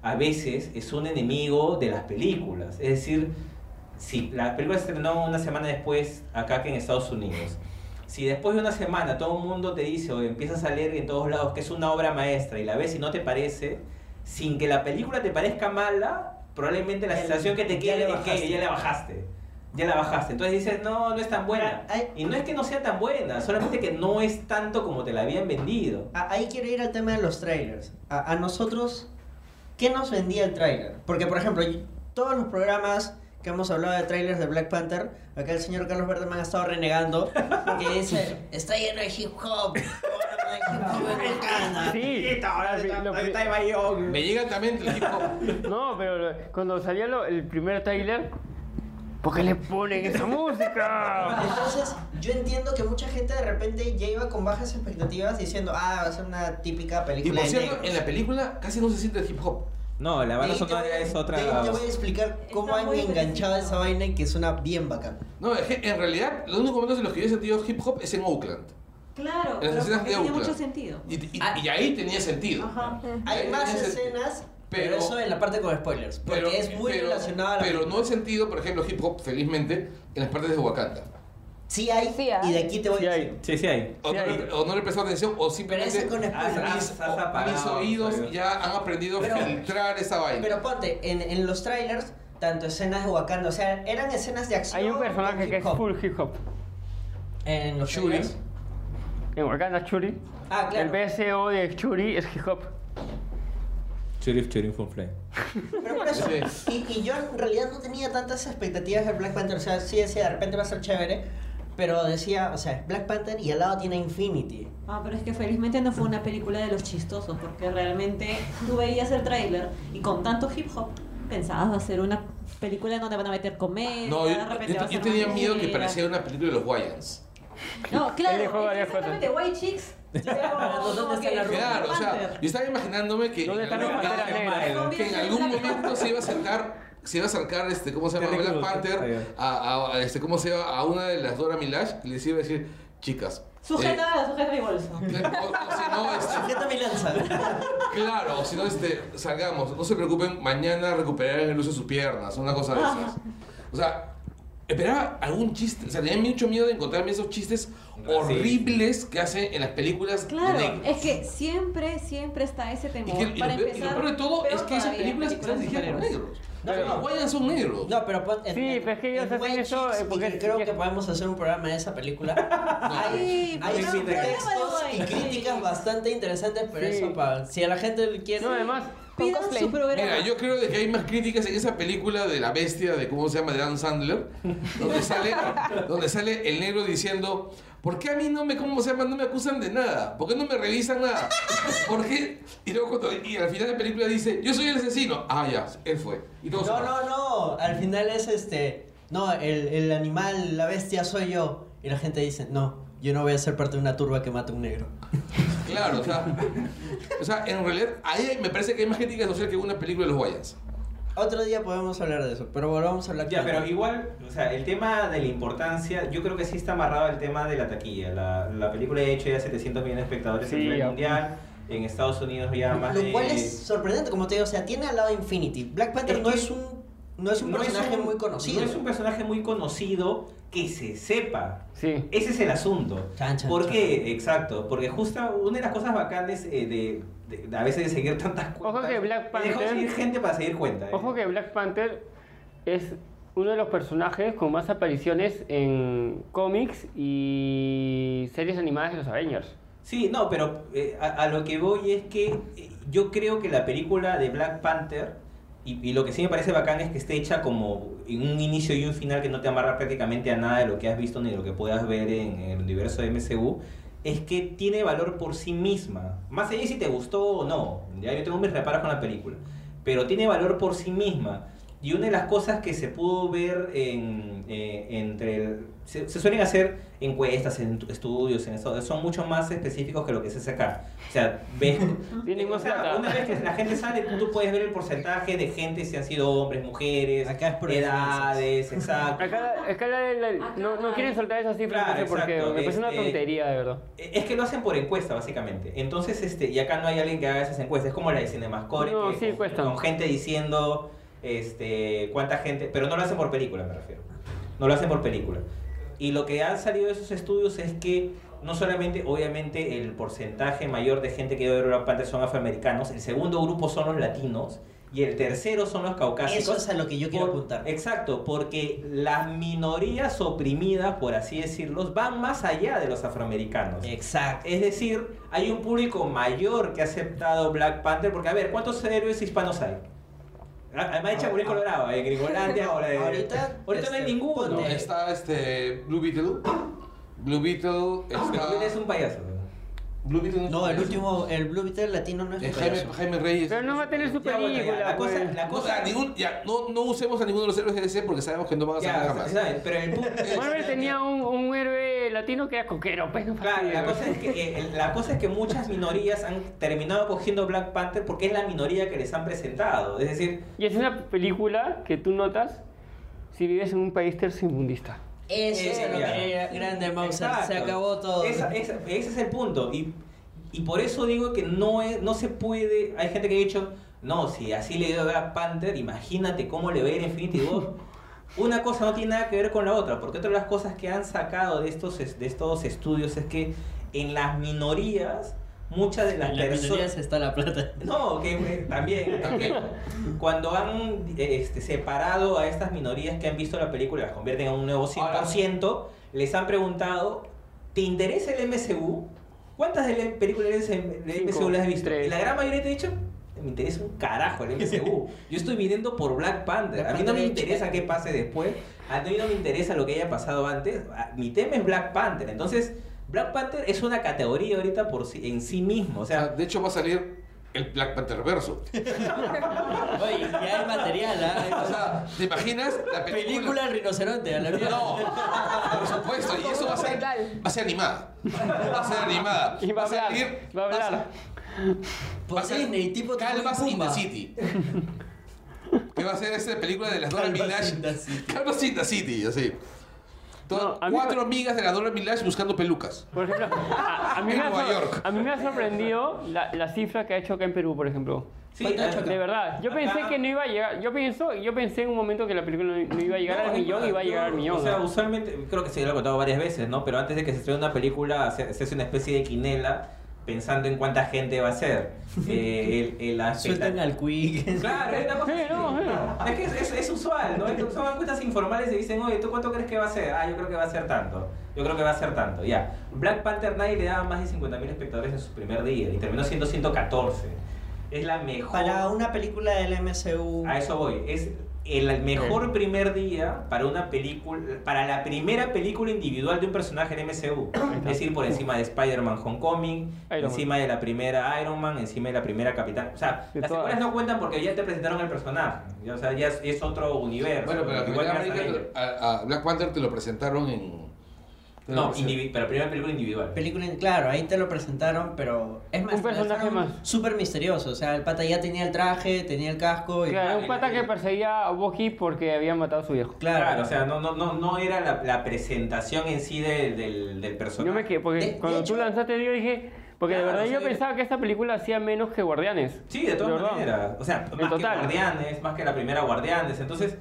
a veces es un enemigo de las películas. Es decir, si la película se estrenó una semana después acá que en Estados Unidos, si después de una semana todo el mundo te dice o empiezas a leer en todos lados que es una obra maestra y la ves y no te parece, sin que la película te parezca mala, probablemente la
Ya-
sensación que te
ya
quede
le
es que
bajaste.
ya la bajaste. Ya la bajaste. Entonces dices, no, no es tan buena.
Ay.
Y no es que no sea tan buena, solamente que no es tanto como te la habían vendido.
A- Ahí quiero ir al tema de los trailers. A, a nosotros, ¿qué nos vendía el trailer? Porque, por ejemplo, y- todos los programas que hemos hablado de trailers de Black Panther, acá el señor Carlos Verdeman ha estado renegando, porque dice, está lleno de hip hop.
Sí, la pri- lo pri-
Me llega también el equipo.
no, pero lo- cuando salió lo- el primer trailer, ¿por qué le ponen esa música?
Entonces, yo entiendo que mucha gente de repente ya iba con bajas expectativas diciendo, ah, va a ser una típica
Y
película
por
de
cierto, en
negros".
la película casi no se siente hip hop.
No, la banda
Y te voy
sonora
a-
es otra.
Te, te voy a explicar cómo
Está
han
muy
enganchado
específico.
esa vaina y que suena bien bacán.
No, es que en realidad, los únicos momentos en los que yo he sentido hip hop es en Oakland.
Claro,
En las
pero
escenas
porque
de
tiene
Oakland.
mucho sentido.
Y, y- y ahí tenía sentido.
Ajá.
Hay
Eh,
Ahí
más
tenía sentido.
escenas,
pero-
pero, eso en la parte con spoilers, porque es muy
pero-
relacionado a la
Pero
película.
no he sentido, por ejemplo, hip hop, felizmente, en las partes de Wakanda.
Sí hay,
Sí hay.
y de aquí te voy
Sí
a
hay.
decir.
Sí, sí hay.
O,
Sí,
no,
ahí.
le, o no le prestó atención, o
Pero
simplemente
eso con
Ah,
spoilers.
ah,
mis,
ah,
o-
apagado,
mis oídos
todavía.
ya han aprendido
Pero-
a filtrar esa vaina.
Pero ponte, en, en los trailers, tanto escenas de Wakanda, o sea, eran escenas de acción.
Hay un personaje
con
que es
hip-hop.
full hip hop.
En los
Shuri.
trailers.
En Wakanda Churi.
Ah, claro.
El BSO de Churi es hip hop.
Churif Churif Fun Fly.
Pero por eso, y, y yo en realidad no tenía tantas expectativas de Black Panther. O sea, sí decía, de repente va a ser chévere. Pero decía, o sea, es Black Panther y al lado tiene Infinity.
Ah, pero es que felizmente no fue una película de los chistosos, porque realmente tú veías el tráiler y con tanto hip hop pensabas va a ser una película en donde van a meter comedia,
no, yo,
de repente
yo-
va a
yo
ser
tenía
más
miedo que
ligera.
pareciera una película de los Wyans.
No, claro,
Él dijo
es
varias cosas.
exactamente, White Chicks. pero
¿Dónde
como
está
que
la
Black
Claro, o sea,
Panther.
yo estaba imaginándome que,
¿Dónde
en
están
algún
los
momento-
panteras negras?
que en algún momento se iba a acercar se iba a acercar este cómo se llama
Terry
Black
Crews. Ahí
Panther a, a- a, este cómo se llama a una de las Dora Milash y les iba a decir chicas eh,
Sujeta, sujeta mi bolso.
o, o si no este,
Sujeta mi lanza.
Claro, si no, este, salgamos. No se preocupen, mañana recuperarán el uso de sus piernas, una cosa de esas. O sea, esperaba algún chiste. O sea, tenía mucho miedo de encontrarme esos chistes horribles que hacen en las películas de
Claro,
negros.
es que siempre, siempre está ese
Y,
temor.
que, y lo
Para
peor- y lo
empezar,
peor de todo es
peor
que esas
todavía,
películas están
de
dirigidas por
superhéroes.
negros.
No,
Los
no.
guayas son negros.
No, pero pon, en-
Sí,
en-
pero es que ellos
en
hacen
White
eso,
Chicks,
eh, porque
y que creo
ya-
que podemos hacer un programa de esa película. pues, hay
Sí,
hay
pero no,
textos
problema de
y
White
críticas
Chicks.
bastante interesantes, pero
Sí.
eso para si a la gente le quiere.
No, además,
Con
Pidan
cosplay.
su programa.
Mira, yo creo de que hay más críticas en esa película de la bestia, de cómo se llama, de Dan Sandler, donde sale, donde sale el negro diciendo, ¿por qué a mí no me, cómo se llama, no me acusan de nada? ¿Por qué no me revisan nada? ¿Por qué? Y luego cuando- y al final de la película dice, yo soy el asesino. Ah, ya, él fue. Y todos
No, no, no. Al final es este. No, el, el animal, la bestia soy yo. Y la gente dice, no, yo no voy a ser parte de una turba que mata a un negro.
Claro, o sea, o sea, en realidad, ahí me parece que hay más críticas sociales que en una película de los Wayans.
Otro día podemos hablar de eso, pero volvamos a hablar
Ya, pero igual, o sea, el tema de la importancia, yo creo que sí está amarrado al tema de la taquilla. La, la película de hecho ya 700 millones de espectadores
Sí,
en nivel
ya.
mundial. En Estados Unidos ya más de...
Lo cual es sorprendente, como te digo, o sea, tiene al lado Infinity. Black Panther
eh, Es
no,
que-
es un, no es un
no es
personaje
un-
muy conocido.
No es un personaje muy conocido que se sepa.
sí.
Ese es el asunto.
Chan, chan,
¿Por
chan.
qué? Exacto. Porque justo una de las cosas bacanes eh, de, de- de a veces de seguir tantas
Ojo
cuentas...
que Black
he dejado
Panther-
seguir gente para seguir cuenta. eh.
Ojo que Black Panther es uno de los personajes con más apariciones en cómics y series animadas de los Avengers.
Sí, no, pero eh, a, a lo que voy es que eh, yo creo que la película de Black Panther, y, y lo que sí me parece bacán es que esté hecha como en un inicio y un final que no te amarra prácticamente a nada de lo que has visto ni de lo que puedas ver en, en el universo de MCU, es que tiene valor por sí misma. Más allá de si te gustó o no, ya yo tengo mis reparos con la película, pero tiene valor por sí misma. Y una de las cosas que se pudo ver en, eh, entre... el- se, se suelen hacer encuestas en tu- estudios, en eso, son mucho más específicos que lo que se hace acá. O sea, ves...
Tienen más
o sea,
plata.
una vez que la gente sale, tú puedes ver el porcentaje de gente, si han sido hombres, mujeres,
Acá es por
edades, exacto.
Acá, acá la- la- no, no quieren soltar esas cifras,
Ah,
no
Claro,
sé por qué.
exacto,
Me parece una
este-
tontería, de verdad.
eh, Es que lo hacen por encuesta, básicamente. Entonces, este, y acá no hay alguien que haga esas encuestas. Es como la de Cinemascore,
No,
que
sí,
con-
cuesta.
con, gente diciendo este, cuánta gente... Pero no lo hacen por película, me refiero. No lo hacen por película. Y lo que han salido de esos estudios es que no solamente, obviamente, el porcentaje mayor de gente que debe ver Black Panther son afroamericanos, el segundo grupo son los latinos y el tercero son los caucásicos.
Eso es a lo que yo quiero
Por-
apuntar.
Exacto, porque las minorías oprimidas, por así decirlos, van más allá de los afroamericanos.
Exacto.
Es decir, hay un público mayor que ha aceptado Black Panther, porque a ver, ¿cuántos héroes hispanos hay? Ah, Además de Chapulín Colorado, de Gringolandia o la de...
Ahorita,
Ahorita no hay
este,
ninguno. Ah,
ponte-
Pero
Está este Blue Beetle. Blue Beetle
Chapulín es
está.
un payaso.
Blue Beetle es
No,
un
el
payaso.
último, el Blue Beetle latino no es
Es
un
Jaime,
payaso.
Jaime Reyes.
Pero no va a tener su
Ya, bueno, ya,
película.
la cosa,
pues.
la
O
cosa-
sea, ningún- ya, no, no usemos a ninguno de los héroes de DC porque sabemos que no van a
ya,
salir
sí,
jamás.
saben, pero el punto-
Marvel tenía un, un héroe latino que era coquero, pues no
Claro, la
fastidies.
cosa, es que, eh, el- la cosa es que muchas minorías han terminado cogiendo Black Panther porque es la minoría que les han presentado. Es decir,
Y es una película que tú notas si vives en un país tercermundista.
Eso es
eh,
lo
ya.
que era grande Mauser. Se
Exacto.
acabó todo.
Esa- esa- ese es el punto. Y, y por eso digo que no, es, no se puede. Hay gente que ha dicho, no, si así le dio a Black Panther, imagínate cómo le va a ir Infinity War. Una cosa no tiene nada que ver con la otra, porque otra de las cosas que han sacado de estos, es- de estos estudios es que en las minorías, muchas de las
En las
personas.
minorías está la plata.
No, que eh, también, también. Cuando han eh, este, separado a estas minorías que han visto la película, las convierten en un nuevo 100%, les han preguntado, ¿te interesa el MCU? ¿Cuántas de las películas del del
Cinco,
MCU las has visto?
tres.
Y la gran mayoría te ha dicho, me interesa un carajo el MCU. Yo estoy viniendo por Black Panther. A mí no me interesa qué pase después. A mí no me interesa lo que haya pasado antes. A- Mi tema es Black Panther. Entonces, Black Panther es una categoría ahorita por sí- en sí mismo. O
O sea,
sea,
de hecho va a salir el Black Panther verso.
Oye, ya hay material, ¿ah? Hay
O
cosas-
sea, ¿te imaginas la película?
Película del rinoceronte, a la mierda.
No, por supuesto, y eso va a ser, va a ser animada. Va a ser animada.
Y va a hablar,
salir-
va a hablar.
Por Pues Disney, tipo Timón y
Calvas in the
Pumba.
City. Que va a ser esta película de las Dora
Calvas
Milash.
in the City.
Calvas in the City, así. Todas-
No, a mí
cuatro
me-
amigas de la Dora Milash buscando pelucas.
Por ejemplo, a, a mí
En
me ha
Nueva
sor-
York.
a mí me ha sorprendido la, la cifra que ha hecho acá en Perú, por ejemplo.
sí,
¿Cuánto ha
eh,
hecho acá?
De verdad, yo pensé
Acá-
que no iba a llegar. Yo pienso, yo pensé en un momento que la película no, no iba a llegar
No,
al
es
millón y va a
verdad,
llegar al
yo,
millón.
O sea,
¿no?
usualmente, creo que se lo he contado varias veces, ¿no? Pero antes de que se estrene una película, se, se hace una especie de quinela pensando en cuánta gente va a ser. Eh, el, el, la
Sueltan
expectativa-
al quick.
Claro, es una cosa
Sí,
así.
no, sí.
Es que es, es- es usual, ¿no? Entonces, Son encuestas informales y dicen, oye, ¿tú cuánto crees que va a ser? Ah, yo creo que va a ser tanto. Yo creo que va a ser tanto, ya. Black Panther nadie le daba más de 50.000 espectadores en su primer día y terminó siendo 114. Es la mejor.
Para una película del MCU.
A Ah, eso voy. Es el mejor primer día para una película, para la primera película individual de un personaje en MCU. Es decir, por encima de Spider-Man Homecoming,
Iron
encima de la primera Iron Man, encima de la primera Capitán. O sea,
De
las
todas.
secuelas no cuentan porque ya te presentaron el personaje. Ya, O sea, ya es, es otro universo.
Bueno, pero la
Igual
primera
que
América-
Avenger.
a, a Black Panther te lo presentaron en. te lo
No,
presentaron.
indivi- pero primera película individual.
Película, en- claro, ahí te lo presentaron, pero es más,
Un personaje
te lo dejaron
más.
Súper misterioso, o sea, el pata ya tenía el traje, tenía el casco y...
Claro, un pata que
Claro.
perseguía a Bucky porque habían matado a su viejo.
Claro.
o sea, no, no, no, no era la, la presentación en sí del, del, del personaje.
Yo me quedé, porque
De- de
cuando
hecho-
tú lanzaste, yo dije. Porque de
Claro,
verdad yo
sí.
pensaba que esta película hacía menos que Guardianes.
Sí, de todas
verdad.
maneras. O sea, más
total.
que Guardianes, más que la primera Guardianes. Entonces,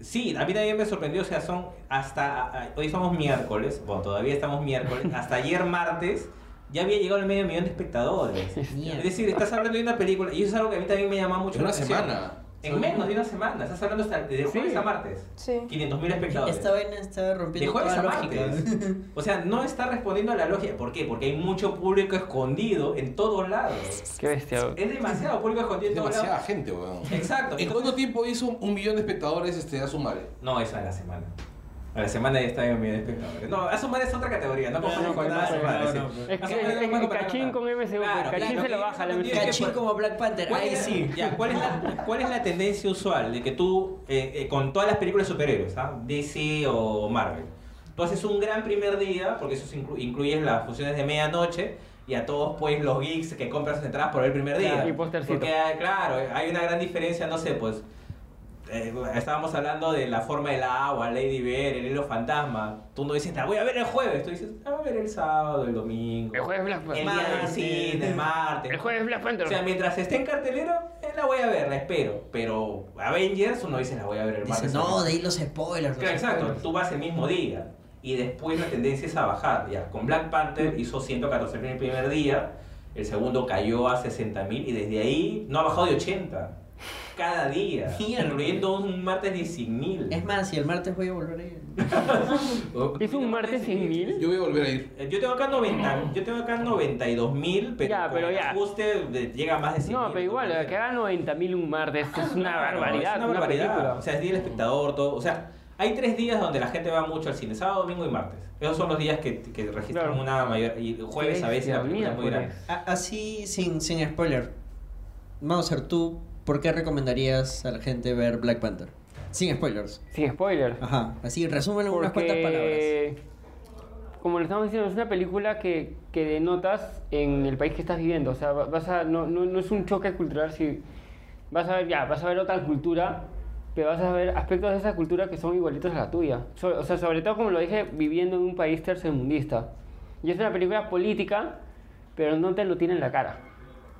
sí, a mí también me sorprendió. O sea, son hasta. a- a- Hoy somos miércoles, bueno, todavía estamos miércoles. Hasta ayer martes ya había llegado el medio millón de espectadores.
Mierda.
Es decir, estás hablando de una película. Y eso es algo que a mí también me llama mucho
En una
la atención.
semana.
En menos de una semana. Estás hablando hasta de jueves
Sí.
a martes.
Sí.
500.000 espectadores.
Esta vaina estaba
De
rompiendo
jueves
toda
a
lógica.
martes. O sea, no está respondiendo a la lógica. ¿Por qué? Porque hay mucho público escondido en todos lados.
Qué bestia. bro.
Es demasiado público escondido
Es
en todos lados.
demasiada gente, weón.
Exacto.
¿En cuánto tiempo hizo un millón de espectadores este, a su madre?
No, eso a la semana. A la semana ya está en mi espectadores. No, Asomar es otra categoría, no confundan con nada. Asomar, sí.
Es
Asomar
que- es
lo mismo
que
para
Cachín
ganar.
con MCU,
Claro,
Cachín
claro,
se lo
no
baja la
tiene-
MCU.
Cachín como Black Panther.
¿Cuál
Ahí
es,
sí.
ya, ¿cuál, es la, cuál es la tendencia usual de que tú, eh, eh, con todas las películas de superhéroes, ¿ah? DC o Marvel, tú haces un gran primer día, porque eso inclu- incluye las funciones de medianoche, y a todos pues los geeks que compran sus entradas por el primer día.
Claro, y postercito.
Porque, ah, claro, hay una gran diferencia, no sé, pues eh, estábamos hablando de la forma del agua, Lady Bear, el hilo fantasma. Tú no dices, la voy a ver el jueves, tú dices, la voy a ver el sábado, el domingo.
El jueves Black
El
Panther.
día del
Martes.
cine, el martes.
El jueves Black Panther.
O sea, mientras esté en cartelera, eh, la voy a ver, la espero. Pero Avengers uno dice la voy a ver el
Dice,
martes.
no, de ahí los spoilers. los
Claro, exacto.
spoilers".
Tú vas el mismo día. Y después la tendencia es a bajar. Ya, con Black Panther hizo 114 mil el primer día. El segundo cayó a 60 mil. Y desde ahí no ha bajado de 80. Cada día.
Mierda.
Incluyendo un martes 10 mil.
Es más, si el martes voy a volver a ir.
¿Es un martes 100.000?
Yo voy a volver a ir.
Eh, Yo tengo acá 90, yo tengo acá 92 mil, pero,
Ya, pero
con el
ya.
ajuste de- llega más de 100
No, pero igual, que haga 90.000 un martes es una
Claro,
barbaridad.
Es una barbaridad.
película.
o sea, es día del espectador, todo. O sea, hay tres días donde la gente va mucho al cine: sábado, domingo y martes. Esos son los días que, que registran
Claro.
una mayor. Y jueves a veces la película es muy grande.
Miércoles.
A- Así, sin, sin spoiler. Mauser, tú, ¿por qué recomendarías a la gente ver Black Panther? Sin spoilers.
Sin spoiler.
Ajá, así, resúmelo en unas cuantas palabras.
Porque, Como lo estamos diciendo, es una película que, que denotas en el país que estás viviendo. O sea, va- vas a, no, no, no es un choque cultural si vas a ver, ya, vas a ver otra cultura, pero vas a ver aspectos de esa cultura que son igualitos a la tuya. So- o sea, sobre todo, como lo dije, viviendo en un país tercermundista. Y es una película política, pero no te lo tiene en la cara.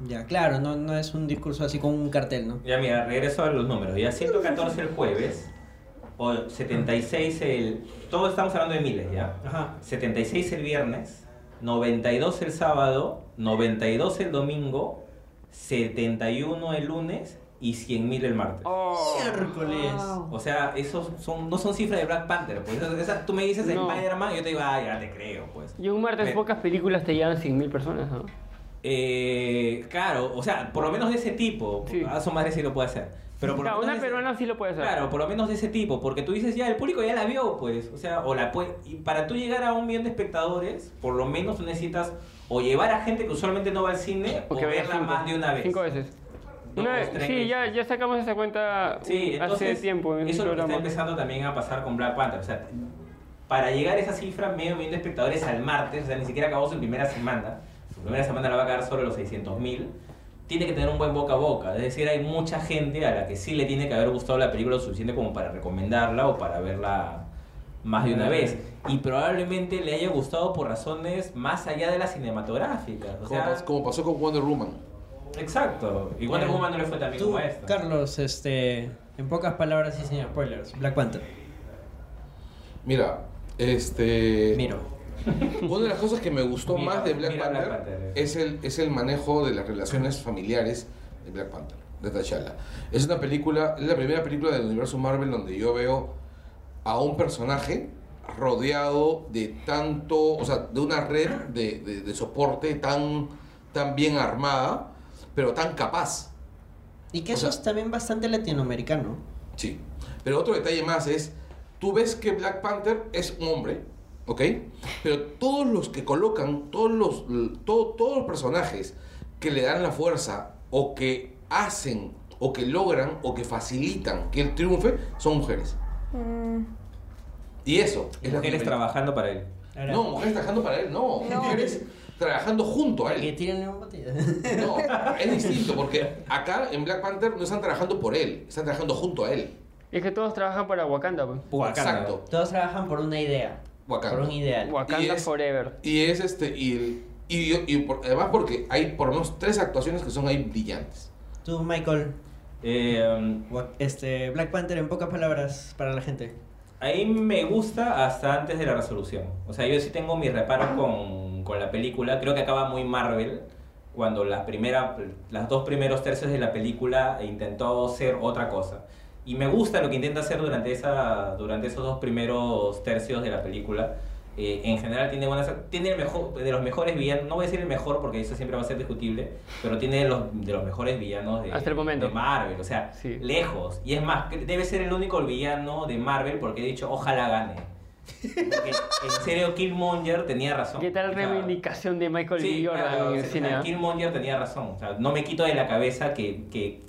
Ya, claro, no, no es un discurso así con un cartel, ¿no?
pues.
Ya, mira, regreso a los números. Ya 114 el jueves, o 76 el. Todos estamos hablando de miles, ¿ya?
Ajá.
76 el viernes, 92 el sábado, 92 el domingo, 71 el lunes y 100.000 el martes. Oh.
Miércoles.
Wow.
O sea, esos son, no son cifras de Black Panther. Pues. Esas- esas- tú me dices de
No.
Spider-Man, yo te digo, ah, ya te creo, pues.
Y un martes
Me-
pocas películas te llevan 100.000 personas, ¿no?
Eh, claro, o sea, por lo menos de ese tipo.
Sí.
A su madre sí lo puede hacer. Pero por lo
Claro,
menos
una
de ese-
peruana sí lo puede hacer.
Claro, por lo menos de ese tipo, porque tú dices ya, el público ya la vio, pues, o sea, o la puede, y para tú llegar a un millón de espectadores, por lo menos tú necesitas o llevar a gente que usualmente no va al cine, o,
Porque veía
verla
cinco-
más de una vez.
Cinco veces.
Dos,
Una vez-
tres
sí,
veces.
ya, ya sacamos esa cuenta
Sí,
uh, hace
entonces,
tiempo en
eso
el
es lo que está
programa.
empezando también a pasar con Black Panther. O sea, para llegar a esa cifra, medio millón de espectadores al martes, o sea, ni siquiera acabó su primera semana. Su primera semana la va a cagar solo los 600 mil. Tiene que tener un buen boca a boca. Es decir, hay mucha gente a la que sí le tiene que haber gustado la película lo suficiente como para recomendarla o para verla más de una vez. Y probablemente le haya gustado por razones más allá de las cinematográficas. O
como,
sea,
pas- como pasó con Wonder Woman.
exacto. Y Wonder Woman no le fue tan bien
Tú,
como a esta.
Carlos, este, en pocas palabras y sin spoilers, Black Panther.
Mira, este.
Miro.
Una de las cosas que me gustó
Mira,
más de Black
mira
Panther,
Black Panther.
es, el, es el manejo de las relaciones familiares de Black Panther, de T'Challa. Es una película, es la primera película del universo Marvel donde yo veo a un personaje rodeado de tanto, o sea, de una red de, de- de soporte tan, tan bien armada, pero tan capaz.
Y que
O
eso
sea-
es también bastante latinoamericano.
Sí. Pero otro detalle más es, tú ves que Black Panther es un hombre, ¿ok? Pero todos los que colocan, todos los, todo- todos los personajes que le dan la fuerza o que hacen o que logran o que facilitan que él triunfe son mujeres. Y eso es lo que
Mujeres
me-
trabajando para él.
No, mujeres trabajando para él, no.
No.
Mujeres trabajando junto a
Que
él.
tienen un batido.
No, es distinto porque acá en Black Panther no están trabajando por él, están trabajando junto a él.
Es que todos trabajan para Wakanda, pues.
Wakanda.
Exacto.
Todos trabajan por una idea.
Wakanda.
Por un ideal.
Wakanda
es-
Forever.
Y es este, y, el- y, y por- además porque hay por lo menos tres actuaciones que son ahí brillantes.
Tú, Michael,
Eh, um,
Wa- este, Black Panther en pocas palabras para la gente.
ahí me gusta hasta antes de la resolución. O sea, yo sí tengo mis reparos con, con la película. Creo que acaba muy Marvel cuando las primera, las dos primeros tercios de la película intentó ser otra cosa. Y me gusta lo que intenta hacer durante, esa, durante esos dos primeros tercios de la película. Eh, en general tiene buenas tiene el mejor de los mejores villanos no voy a decir el mejor porque eso siempre va a ser discutible pero tiene de los, de los mejores villanos de,
Hasta el momento.
de Marvel o sea
Sí.
lejos. Y es más, que debe ser el único villano de Marvel porque he dicho, ojalá gane. Porque en serio, Killmonger tenía razón.
¿Qué tal
O sea,
reivindicación de Michael
Sí,
B. Jordan
claro,
en
o
el
sea,
cine? ¿ah?
Killmonger tenía razón. O sea, no me quito de la cabeza que, que,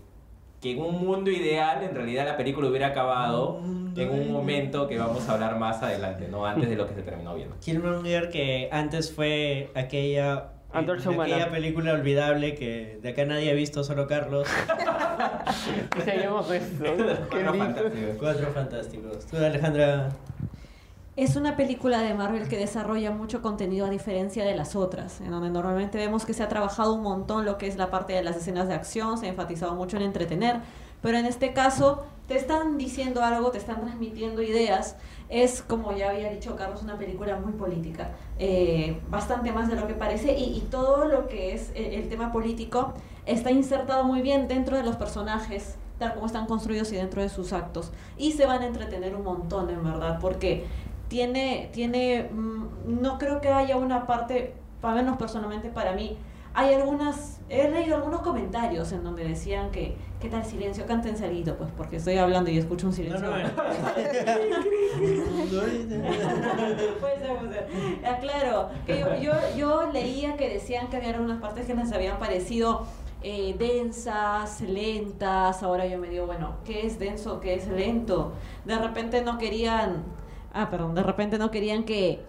que en un mundo ideal, en realidad la película hubiera acabado en un momento que vamos a hablar más adelante, no antes de lo que se terminó viendo.
Killmonger que antes fue aquella
Antorcha Humana.
aquella película olvidable que de acá nadie ha visto, solo Carlos.
Y seguimos con esto. Qué
Bueno,
lindo.
fantástico.
Cuatro fantásticos. Tú, Alejandra.
Es una película de Marvel que desarrolla mucho contenido a diferencia de las otras, en donde normalmente vemos que se ha trabajado un montón lo que es la parte de las escenas de acción, se ha enfatizado mucho en entretener, pero en este caso te están diciendo algo, te están transmitiendo ideas. Es, como ya había dicho Carlos, una película muy política, eh, bastante más de lo que parece, y, y todo lo que es el, el tema político está insertado muy bien dentro de los personajes, tal como están construidos y dentro de sus actos. Y se van a entretener un montón, en verdad, porque tiene, tiene, mm, no creo que haya una parte, para menos personalmente para mí, hay algunas, he leído algunos comentarios en donde decían que, ¿qué tal silencio? Canten salido, pues porque estoy hablando y escucho un
No,
silencio.
no, eh.
Puede ser, puede ser. Ah, claro, que yo, yo, yo leía que decían que había algunas partes que les habían parecido eh, densas, lentas. Ahora yo me digo, bueno, ¿qué es denso? ¿Qué es lento? De repente no querían. Ah, perdón, de repente no querían que.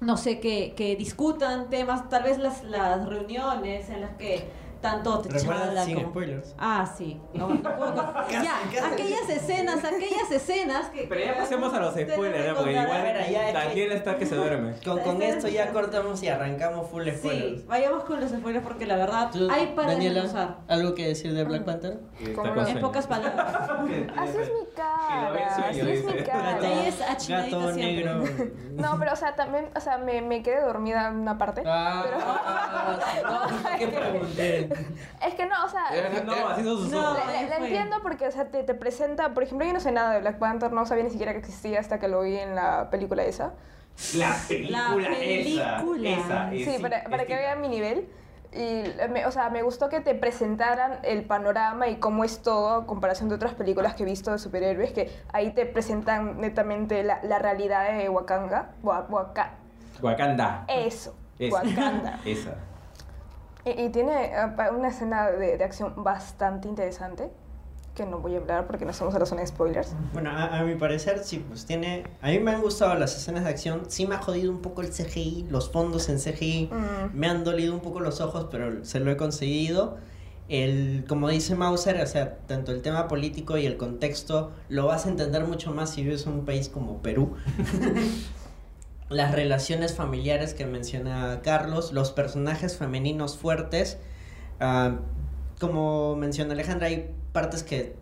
No sé, que, que discutan temas, tal vez las, las reuniones en las que tanto te
Recuerda
charlan
sin
como-
spoilers.
Ah, sí. No, tampoco. ya, aquellas escenas, aquellas escenas que.
Pero ya pasemos a los
Ustedes
spoilers, ¿no? Porque igual
Espera, ya, es que-
Daniela está que se duerme.
Con, con esto ya cortamos y arrancamos full spoilers.
Sí, vayamos con los spoilers porque la verdad
Tú,
hay para Ah,
Daniela,
desmenuzar.
¿algo que decir de Black Panther?
Y está
Como
con
no.
En
sueño.
pocas palabras.
Así es mi
Que lo ve
cara.
sueño,
Así es mi
dice.
cara.
Ahí es achinadita
Gato
siempre.
negro.
No, pero o sea, también, o sea, me, me quedé dormida en una parte.
Ah,
Pero-
¿Qué pregunté?
Es que no, o sea,
Eh,
No, así son sus
No.
ojos.
La, la-
ahí
la
fue.
entiendo porque, o sea, te, te presenta, por ejemplo, yo no sé nada de Black Panther, no sabía ni siquiera que existía hasta que lo vi en la película esa.
La película esa.
película.
esa es-
Sí, para,
es
para que
titan.
vean mi nivel. Y, me- o sea, me gustó que te presentaran el panorama y cómo es todo a comparación de otras películas que he visto de superhéroes, que ahí te presentan netamente la, la realidad de Wakanga. Wa- Waka-
Wakanda.
eso,
Esa.
Eh, Wakanda.
Esa.
Y, y tiene eh, pa- una escena de, de acción bastante interesante, que no voy a hablar porque no somos a la zona de spoilers.
Bueno, a, a mi parecer, sí, pues tiene. A mí me han gustado las escenas de acción. Sí, me ha jodido un poco el CGI, los fondos en CGI.
Mm.
Me han dolido un poco los ojos, pero se lo he conseguido. El, como dice Mauser, o sea, tanto el tema político y el contexto lo vas a entender mucho más si vives en un país como Perú. Las relaciones familiares que menciona Carlos, los personajes femeninos fuertes. Ah, como menciona Alejandra, hay partes que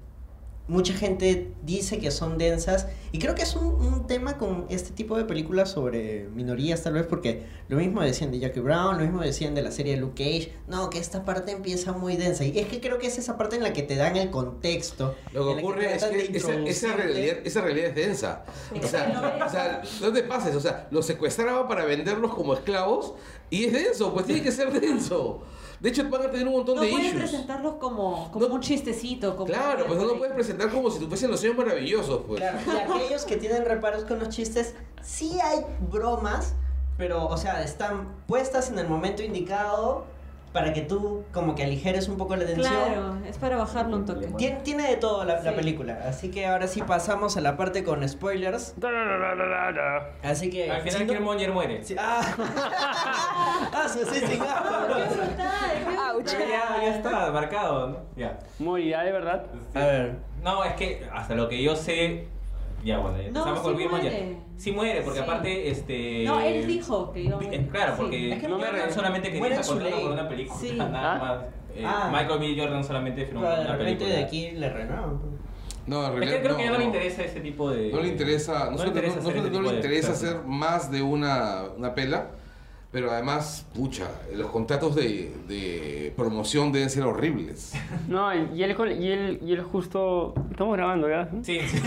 mucha gente dice que son densas y creo que es un, un tema con este tipo de películas sobre minorías tal vez porque lo mismo decían de Jackie Brown, lo mismo decían de la serie de Luke Cage, no, que esta parte empieza muy densa y es que creo que es esa parte en la que te dan el contexto.
Lo
en la
que ocurre es
tratan de
que esa, esa
introducirte.
realidad, esa realidad es densa. O sea, o sea, no te pases. O sea, los secuestraban para venderlos como esclavos y es denso, pues tiene que ser denso. De hecho, van a tener un montón
No
de
pueden
issues.
presentarlos como, como
No.
un chistecito. Como
Claro, pues no lo puedes presentar como si tú fuesen los señores maravillosos, pues.
Claro, y aquellos que tienen reparos con los chistes, sí hay bromas, pero, o sea, están puestas en el momento indicado para que tú como que aligeres un poco la tensión.
Claro, es para bajarlo un toque.
Tien- Tiene, de todo la, la
Sí.
película, así que ahora sí pasamos a la parte con spoilers.
Tararararara.
Así que...
Al final
si no-
Killmonger muere.
si- ah, ah, sí, sí, sí,
¡Ah,
ah.
¡Qué brutal! qué
Ouch.
ah, Ya,
brutal!
ya está, marcado, ¿no? Ya.
Morirá de verdad.
A ver,
No, es que hasta lo que yo sé. Ya, bueno, empezamos
sí
con Killmonger.
muere.
Sí muere, porque
Sí.
aparte, este.
No, él dijo que iba a morir.
Eh, Claro, porque
Sí.
Es que
no
muere.
Jordan solamente
Muere
quería
en su
contrato
ley.
por una película.
Sí.
Nada
Ah.
más. Eh,
Ah.
Michael B. Jordan solamente firmó
pero de
una
repente
película.
de aquí le renovan.
No, en
Es
realidad
que creo que ya no le
no.
interesa ese tipo de.
No le interesa, no,
le
solo-
interesa
no-
hacer
no-
ese
no le
tipo de
interesa
cosas.
hacer más de una, una pela, pero además, pucha, los contratos de, de promoción deben ser horribles.
No, y él, con- y él, y él justo... Estamos grabando, ¿verdad?
Sí, sí.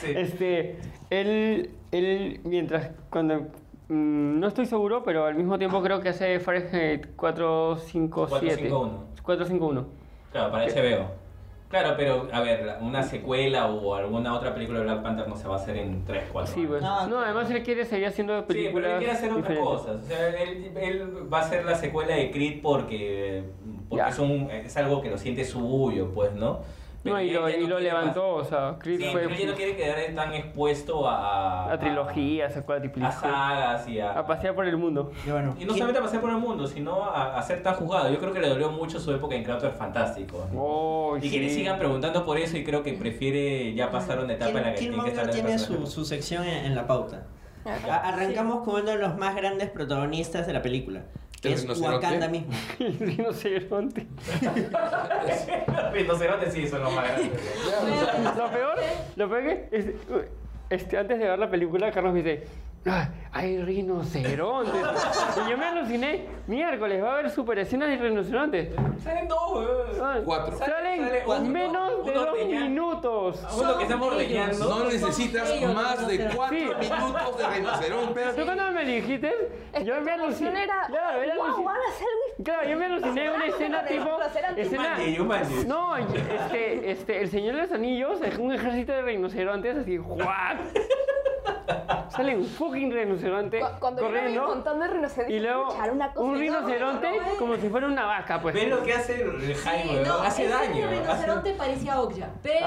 Sí.
Este, él, él, mientras, cuando, mm, no estoy seguro, pero al mismo tiempo creo que hace Fahrenheit 457.
451.
451.
Claro, para HBO. Claro, pero a ver, la- una secuela o alguna otra película de Black Panther no se va a hacer en 3, 4
Sí, pues.
No,
No, además él quiere seguir haciendo
Sí, pero
películas.
él quiere hacer otras
diferentes.
cosas. O sea, él, él va a hacer la secuela de Creed porque, porque
Ya.
es, un- es algo que lo siente suyo, pues, ¿no? Pero
No, y
ya-
lo,
ya
y lo
quiere
levantó, o sea,
pas-
Creed
Sí,
fue
pero ya no quiere quedar tan expuesto a...
a trilogías, a
A, a
cuadriplicas,
sagas y a...
a pasear por el mundo.
Y bueno,
Y no solamente a pasear por el mundo, sino a, a ser tan juzgado. Yo creo que le dolió mucho su época en Creator Fantástico.
Oh,
y que le
sí.
sigan preguntando por eso y creo que prefiere ya pasar una etapa en la que
Killmonger
tiene que estar
tiene
detrás de la
su,
cámara.
su sección en, en la pauta. A- arrancamos con uno de los más grandes protagonistas de la película, que
¿El
es
rinoceronte?
Wakanda mismo.
El rinoceronte.
Los rinocerontes sí son los más grandes.
Lo peor, lo peor que es, este, antes de ver la película, Carlos me dice, "Ah, hay rinocerontes. y yo me aluciné, miércoles, va a haber super escenas de rinocerontes.
Salen dos, weón.
Ah,
Cuatro.
Salen
Sale- sale
menos
cuatro.
de
Uno Ah,
dos
ordeña-
minutos.
A uno que está mordeñando.
No necesitas
ellos,
más de
los
cuatro
rinocerontes. Sí.
minutos de
Pero tú
rinocerontes.
cuando me dijiste, yo me aluciné.
era,
Claro, era
"Wow,
aluciné.
van a hacer algo
Claro, yo me aluciné una escena tipo.
Rinoceronte.
Escena.
Yumanji, Yumanji.
No, y- este, este, el señor de los anillos es un ejército de rinocerontes así, ¡guau! Sale un fucking rinoceronte
Cu- Cuando yo vi un
Eh, corriendo.
montón de rinocerontes,
Y luego
escuchar una cosa
un
y luego-
rinoceronte como si fuera una vaca, pues.
¿Ves lo que hace el Jaime, weón? hace
ese
daño. Ah,
rinoceronte parecía Okja, pero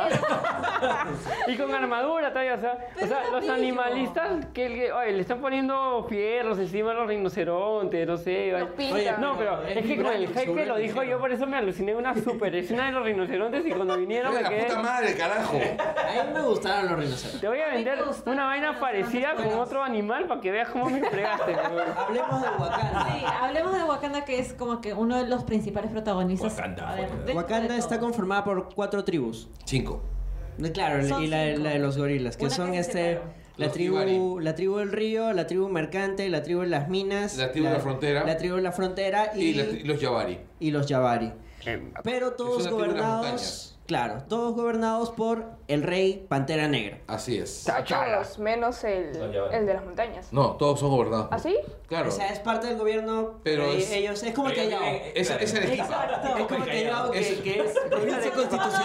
Y con armadura todavía, o sea,
Pero
o sea,
era
los
bello.
animalistas que, que- oye, le están poniendo fierros encima a los rinocerontes, no sé.
Lo
oye.
pintan.
no, pero
es
eh,
es que con
vibrante,
el hype que
seguro
lo
que
dijo,
hicieron.
yo por eso me aluciné una super escena de los rinocerontes y cuando vinieron
Mira
me
la
quedé.
puta madre, carajo.
A mí me gustaron los rinocerontes.
Te voy a
A mí me
vender
gustan
una
los
vaina
rinocerontes
parecida con
buenos.
otro animal para que veas cómo me fregaste. weón.
Hablemos de Wakanda.
sí, hablemos de Wakanda que es como que uno de los principales protagonistas.
Wakanda,
A ver,
Wakanda.
dentro
Wakanda
de
está
todo.
conformada por cuatro tribus.
Cinco.
Eh, Claro,
Son
y la,
cinco.
la de los gorilas, que
Una que
son
se
este
separó.
la
Los Ibarí.
tribu, la tribu del río, la tribu mercante, la tribu de las minas,
La tribu de la frontera.
la tribu de la frontera y,
Y, la- y los Jabari.
y los Yabari. Pero
tribu
todos
de las
gobernados,
montañas.
claro, todos gobernados por el rey Pantera Negra.
Así es.
Tachala.
Todos, menos el,
Los llevan.
el de las montañas.
No, todos son gobernados.
¿Ah, sí?
Claro.
O sea, es parte del gobierno,
Pero
pero
es-
ellos es como
Pero
que
ellos
Yao.
tienen-
Esa, esa es la
Es como que Yao, que,
Es-
que es provincia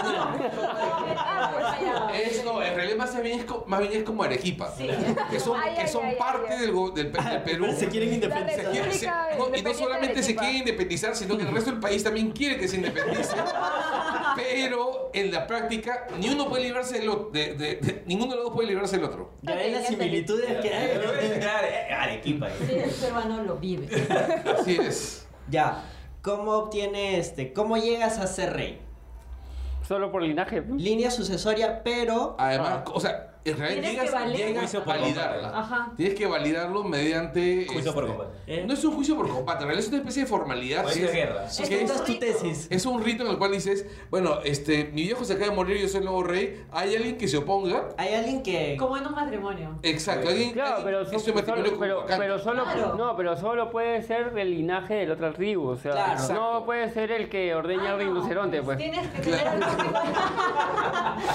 constitucional.
Ah, pues allá.
Es, no, en realidad más bien es, co- más bien es como Arequipa.
Sí.
Que son,
Ay,
que
ay,
son
ay,
parte
ay, ay.
Del, go- del pe- del Perú.
Pero se quieren
La
independizar.
Se quiere- se-
República
no, y no
Independiente de
solamente se
Arequipa.
quiere independizar, sino que el resto del país también quiere que se independice. pero en la práctica, ni uno puede librarse del otro. ninguno de los dos puede librarse del otro.
Ya ven las similitudes que hay.
Claro, eh, Arequipa. eh.
Sí, el peruano lo vive.
Así es.
Ya, ¿cómo obtiene este? ¿Cómo llegas a ser rey?
Solo por linaje.
Línea sucesoria, pero
Además, o sea, en realidad
Tienes que
llegas,
valer-
llegas a
Ah. Juicio por
validarla.
combate.
Ajá.
Tienes que validarlo mediante.
Juicio por
este,
combate.
¿Eh?
No es un juicio por combate, en realidad es una especie de formalidad.
Juicio
sí,
de
es-
guerra.
sí, que es-
sustentas tu tesis.
Es un rito en el cual dices, bueno, este, mi viejo se acaba de morir, yo soy el nuevo rey. ¿Hay alguien que se oponga?
Hay alguien que
Como en un matrimonio.
Exacto, alguien.
Claro,
alguien-
pero,
este
so-
matrimonio
solo,
con
pero,
Wakanda.
pero solo,
Claro.
no, pero solo puede ser del linaje del otro tribu. O sea,
Claro.
no puede ser el que ordeña
Ah,
al
no.
rinoceronte. Pues.
Tienes que tener
Claro.
algo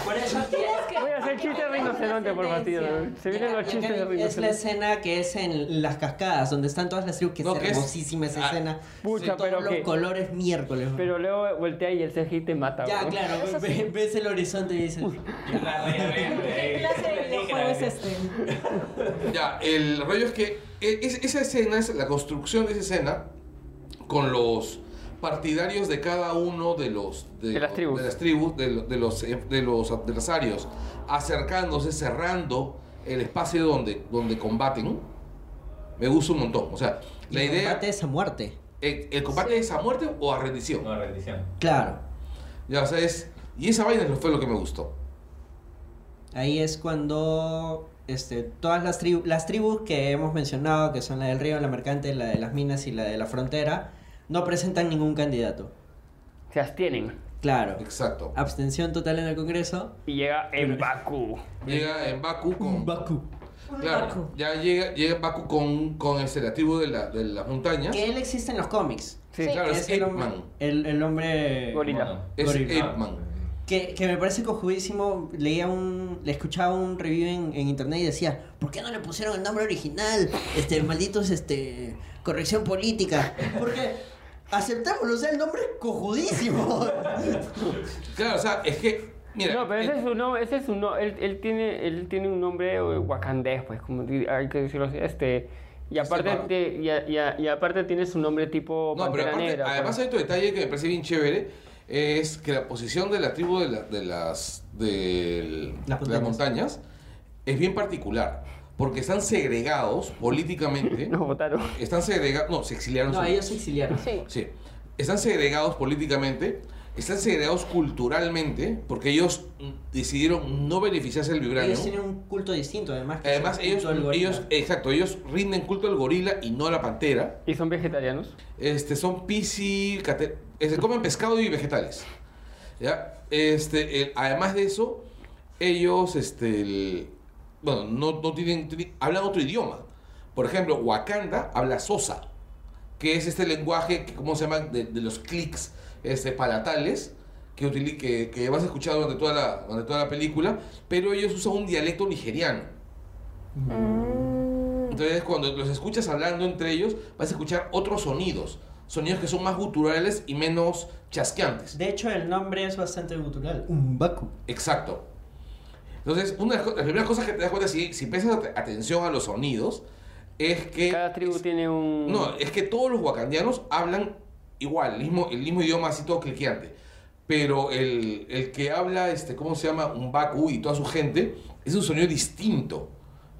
por eso
que-
Voy a hacer chiste de rinoceronte por partido. Se vienen los chistes de
es la
rinoceronte.
escena que es en las cascadas donde están todas las tribus que
No,
es
que es-
hermosísima esa
ah,
escena.
pucha,
Sí, todos
pero
los
que-
colores miércoles.
Pero luego voltea y el CGI te mata.
ya,
weón.
claro,
Eso
ve-
sí.
ves el horizonte y dices,
La re- re- re-
¿Qué clase de
re-
videojuego es este?
Ya, el rollo es que e- es- esa escena, es la construcción de esa escena, con los partidarios de cada uno de los
De las tribus.
de las tribus, de, lo- de los eh, de los adversarios acercándose cerrando el espacio donde donde combaten me gusta un montón o sea la
el
idea
combate es a muerte.
el, el combate es a muerte o a rendición
No, rendición.
Claro,
ya o sea, es y esa vaina fue lo que me gustó
ahí es cuando este, todas las, tribus las tribus que hemos mencionado, que son la del río, la mercante, la de las minas y la de la frontera, no presentan ningún candidato.
Se abstienen.
Claro,
exacto
Ah,
abstención total en el Congreso.
Y llega en Bakú.
llega en Baku con
Baku.
claro
Baku.
ya llega llega Baku con con este, la tribu de, la, de las montañas
Que él existe en los cómics.
Sí.
Sí.
Claro,
Que
es
es el
Ape
hombre,
Man.
el, el hombre
Gorila.
Es
Gorila.
Ape Man.
Que, que me parece cojudísimo. Leía un. Le escuchaba un review en, en internet y decía: ¿Por qué no le pusieron el nombre original? Este, malditos, este. Corrección política. Porque Aceptémoslo, o sea, el nombre es cojudísimo.
Claro, o sea, es que. Mira,
No,
eh,
pero ese es un nombre, ese es un no- él, él tiene, él tiene un nombre eh, wakandés, pues, como di- hay que decirlo así, este, y aparte,
bárbaro.
te- y, a- y a- y aparte tiene su nombre tipo
No, pero
Pantera
aparte,
Negra,
además
pues.
hay otro detalle que me parece bien chévere, es que la posición de la tribu de, la- de las del-
Las
de las
montañas.
montañas es bien particular, porque están segregados políticamente,
Nos votaron.
están segregados, no, se exiliaron.
No,
solos.
ellos se exiliaron.
Sí.
Sí. Están segregados políticamente, están segregados culturalmente, porque ellos mm, decidieron no beneficiarse del vibranio.
Ellos tienen un culto distinto, además. que
Además,
es el
ellos,
culto del gorila.
ellos, exacto, ellos rinden culto al gorila y no a la pantera.
¿Y son vegetarianos?
Este, son pisci, cate- este, comen pescado y vegetales. ¿Ya? Este, el- además de eso, ellos, este, el- bueno, no, no tienen, tienen- hablan otro idioma. Por ejemplo, Wakanda habla Sosa, que es este lenguaje, que, ¿cómo se llama? De, de los clics este, palatales. Que, utili- que, que vas a escuchar durante toda, la, durante toda la película, pero ellos usan un dialecto nigeriano.
Mm.
Entonces, cuando los escuchas hablando entre ellos, vas a escuchar otros sonidos. Sonidos que son más guturales y menos chasqueantes.
De hecho, el nombre es bastante gutural. Umbaku.
Exacto. Entonces, una de las, co- las primeras cosas que te das cuenta, si, si prestas at- atención a los sonidos, es que...
Cada tribu
es-
tiene un...
No, es que todos los wakandianos hablan igual, el mismo, el mismo idioma así todo cliqueante. Pero el, el que habla, este, ¿cómo se llama? Un Baku y toda su gente, es un sonido distinto.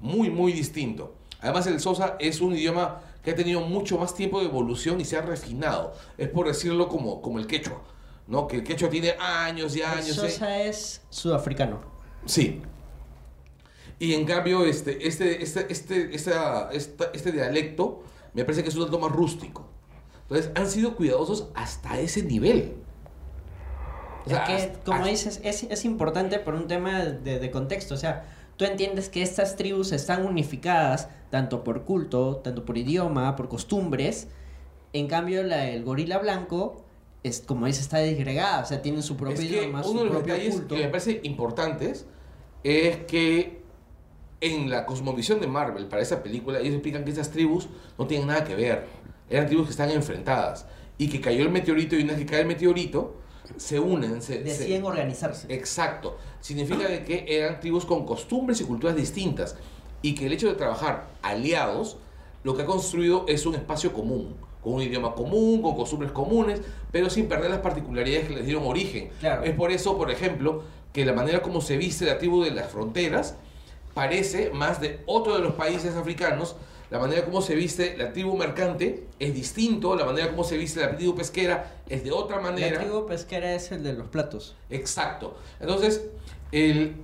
Muy, muy distinto. Además, el Sosa es un idioma que ha tenido mucho más tiempo de evolución y se ha refinado. Es por decirlo como, como el quechua, ¿no? Que el quechua tiene años y años. ¿eh?
Sosa es sudafricano.
Sí. Y en cambio, este, este, este, este, esta- esta- este dialecto me parece que es un tanto más rústico. Entonces, han sido cuidadosos hasta ese nivel. O sea,
es que,
hasta-
como
hasta-
dices, es, es importante por un tema de, de contexto. O sea, tú entiendes que estas tribus están unificadas tanto por culto, tanto por idioma, por costumbres. En cambio, la del gorila blanco, es, como dices, está disgregada. O sea, tienen su propio
es que
idioma, su
uno de los
propio
detalles
culto.
que me parece importantes es que en la cosmovisión de Marvel para esa película ellos explican que esas tribus no tienen nada que ver eran tribus que están enfrentadas y que cayó el meteorito y una vez que cae el meteorito se unen se, se-
Deciden organizarse.
Exacto. Significa de que eran tribus con costumbres y culturas distintas y que el hecho de trabajar aliados lo que ha construido es un espacio común, con un idioma común, con costumbres comunes, pero sin perder las particularidades que les dieron origen.
Claro.
Es por eso, por ejemplo, que la manera como se viste la tribu de las fronteras parece más de otro de los países africanos. La manera como se viste la tribu mercante es distinto, la manera como se viste la tribu pesquera es de otra manera.
La tribu pesquera es el de los platos.
Exacto. Entonces, el,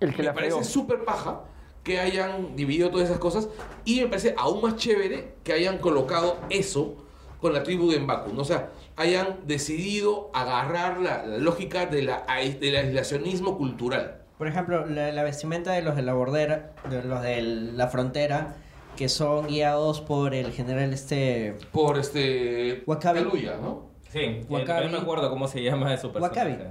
El que
me
la fregó.
parece súper paja que hayan dividido todas esas cosas y me parece aún más chévere que hayan colocado eso con la tribu de Mbaku, ¿no? O sea, hayan decidido agarrar la, la lógica de la, ai- del aislacionismo cultural.
Por ejemplo, la, la vestimenta de los de la bordera, de los de la frontera, que son guiados por el general este...
Por este...
Wakabi.
Kaluuya, ¿no?
Sí,
Wakabi.
Wakabi. no me acuerdo cómo se llama su personaje.
Wakabi.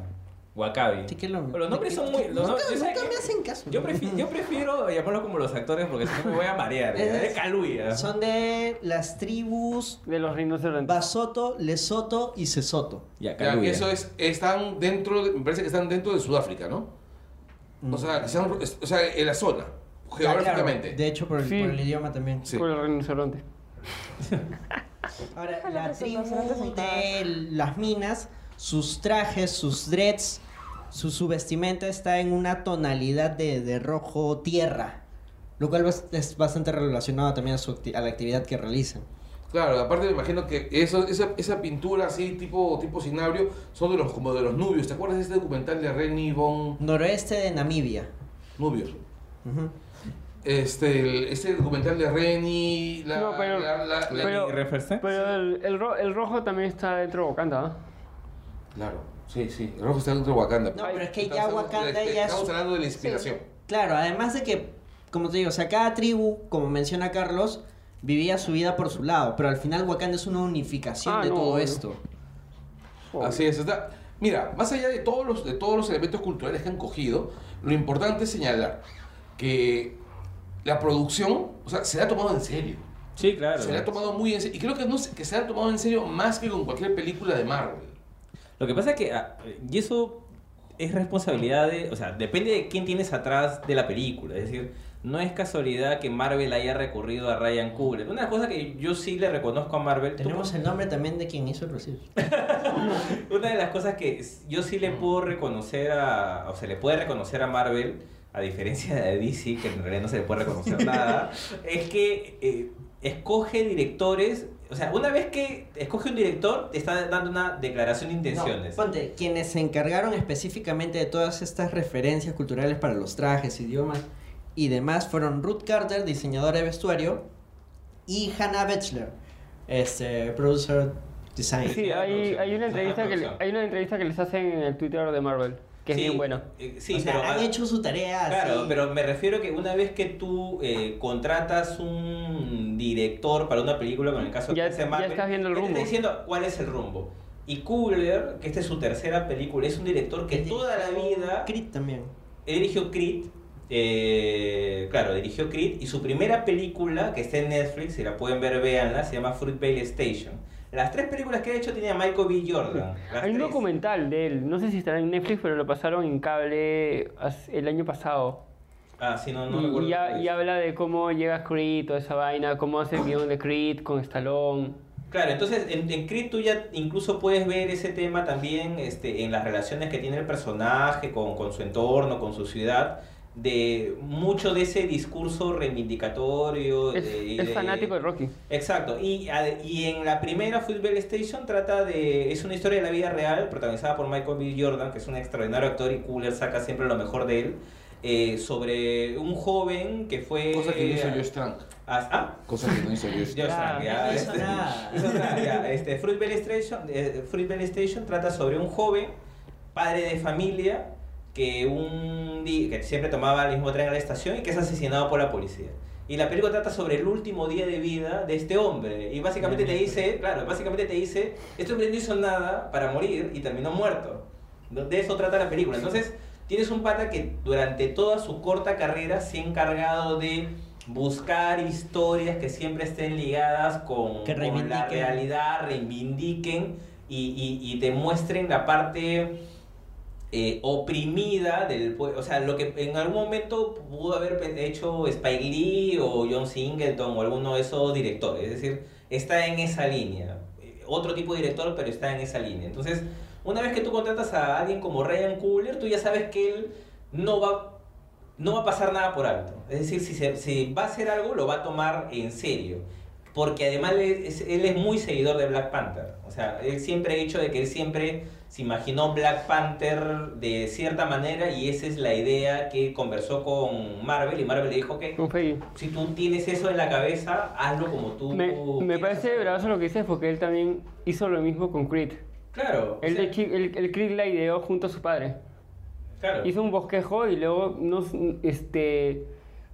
Wakabi.
Sí, que lo-
Los nombres son muy...
No,
Los nombres,
te-
yo sé
nunca
que-
me hacen caso.
yo prefiero, yo prefiero eh, llamarlo como los actores porque si no me voy a marear. eh,
Es-
ya, De Caluya.
Son de las tribus
De los rinocerontes.
Basoto, Lesoto y Sesoto.
Ya,
Ya, que
Kaluuya.
eso es, están dentro, de- me parece que están dentro de Sudáfrica, ¿no?
Mm.
O sea, que sean- o sea, en la zona, geográficamente.
De hecho, por el,
Sí.
por el idioma también.
Sí.
Por el rinoceronte.
Ahora,
Ojalá
la
que se
tribu
conserve sentada.
de las minas, sus trajes, sus dreads, su, su vestimenta está en una tonalidad de, de rojo tierra. Lo cual bas- es bastante relacionado también a, su acti- a la actividad que realizan.
Claro, aparte me imagino que eso, esa, esa pintura así tipo tipo cinabrio son de los como de los nubios. ¿Te acuerdas de este documental de Renny Von
Noroeste de Namibia.
Nubios?
Ujú.
Este, el- este documental de Renny, la,
No, pero-
la- la- la-
pero-
¿Y referse?
Pero el, el ro- el rojo también está dentro de Wakanda, ¿ah?
claro, sí, sí, el rojo está dentro de Wakanda.
No, pero es que ya
Estamos hablando de la-
Wakanda ya es
este, Estamos hablando de la inspiración.
Claro, además de que, como te digo, o sea, cada tribu, como menciona Carlos, vivía su vida por su lado, pero al final Wakanda es una unificación
Ah,
de
no,
todo
obvio.
esto.
Joder.
Así es, está. Mira, más allá de todos los de todos los elementos culturales que han cogido, lo importante es señalar que la producción, o sea, se la ha tomado en serio.
Sí, claro.
Se la ha tomado muy en serio. Y creo que, no, se- que se la ha tomado en serio más que con cualquier película de Marvel.
Lo que pasa es que, ah, y eso es responsabilidad de, o sea, depende de quién tienes atrás de la película. Es decir, no es casualidad que Marvel haya recurrido a Ryan Coogler. Una cosa que yo sí le reconozco a Marvel, tú-
Tenemos el nombre también de quien hizo el recibo.
una de las cosas que s- yo sí
Mm.
le puedo reconocer a, o se le puede reconocer a Marvel, a diferencia de DC, que en realidad no se le puede reconocer nada, es que eh, escoge directores, o sea, una vez que escoge un director, te está dando una declaración de intenciones.
No, pues, ponte, quienes se encargaron específicamente de todas estas referencias culturales para los trajes, idiomas y demás fueron Ruth Carter, diseñadora de vestuario, y Hannah Bechler, este, producer design.
Sí,
Sí, hay, hay, una entrevista que, le-
producción.
hay una entrevista que les hacen en el Twitter de Marvel, que
Sí,
es bien buena.
eh, sí,
o sea,
pero-
han hecho su tarea.
Claro,
sí.
pero me refiero que una vez que tú eh, contratas un director para una película, con el caso
Ya-
que hace
ya
Marvel,
estás viendo el
él te
rumbo.
está diciendo cuál es el rumbo. Y Coogler, que esta es su tercera película, es un director que
Él
toda la
dirigió
vida
Creed también.
él dirigió Creed. eh, claro, dirigió Creed y su primera película que está en Netflix, si la pueden ver, véanla, se llama Fruitvale Station. Las tres películas que ha hecho tenía Michael B. Jordan. las
Hay un
tres.
documental de él, no sé si estará en Netflix, pero lo pasaron en cable hace- el año pasado.
Ah, sí, no, no
Y-
recuerdo
y, ya-
cuál es.
y habla de cómo llega Creed, toda esa vaina, cómo hace el guión de Creed con Stallone.
Claro, entonces en, en Creed tú ya incluso puedes ver ese tema también este, en las relaciones que tiene el personaje con, con su entorno, con su ciudad, de mucho de ese discurso reivindicatorio.
Es,
de- E.
es
de-
fanático de Rocky.
Exacto, y, ad- y en la primera Football Station trata de. Es una historia de la vida real, protagonizada por Michael B. Jordan, que es un extraordinario actor y Cooler saca siempre lo mejor de él, eh, sobre un joven que fue.
Cosa que no hizo Josh Trank.
Ah, ah,
Eh, Cosa que no hizo Josh
Dios
Ya,
santo, ya,
no hizo
este,
nada.
hizo nada, ya, este, Fruitvale Station, eh, Fruitvale Station trata sobre un joven, padre de familia, que, un di- que siempre tomaba el mismo tren a la estación y que es asesinado por la policía. Y la película trata sobre el último día de vida de este hombre. Y básicamente te dice, claro, básicamente te dice, este hombre no hizo nada para morir y terminó muerto. ¿no? De eso trata la película. Entonces, tienes un pata que durante toda su corta carrera se ha encargado de buscar historias que siempre estén ligadas con,
Que
con la
reivindiquen.
realidad, reivindiquen y, y, y te muestren la parte eh, oprimida del pueblo. O sea, lo que en algún momento pudo haber pe- hecho Spike Lee o John Singleton o alguno de esos directores. Es decir, está en esa línea. Eh, Otro tipo de director, pero está en esa línea. Entonces, una vez que tú contratas a alguien como Ryan Coogler, tú ya sabes que él no va, no va a pasar nada por alto. Es decir, si, se- si va a hacer algo, lo va a tomar en serio. Porque además él es, él es muy seguidor de Black Panther. O sea, él siempre ha dicho de que él siempre se imaginó Black Panther de cierta manera y esa es la idea que conversó con Marvel y Marvel le dijo que
Con Feige.
si tú tienes eso en la cabeza, hazlo como tú.
Me, me
quieres
parece
hacerlo.
bravazo lo que dices porque él también hizo lo mismo con Creed.
Claro. o
Él
sea,
de chi- el, el Creed la ideó junto a su padre.
claro.
Hizo un bosquejo y luego nos, este,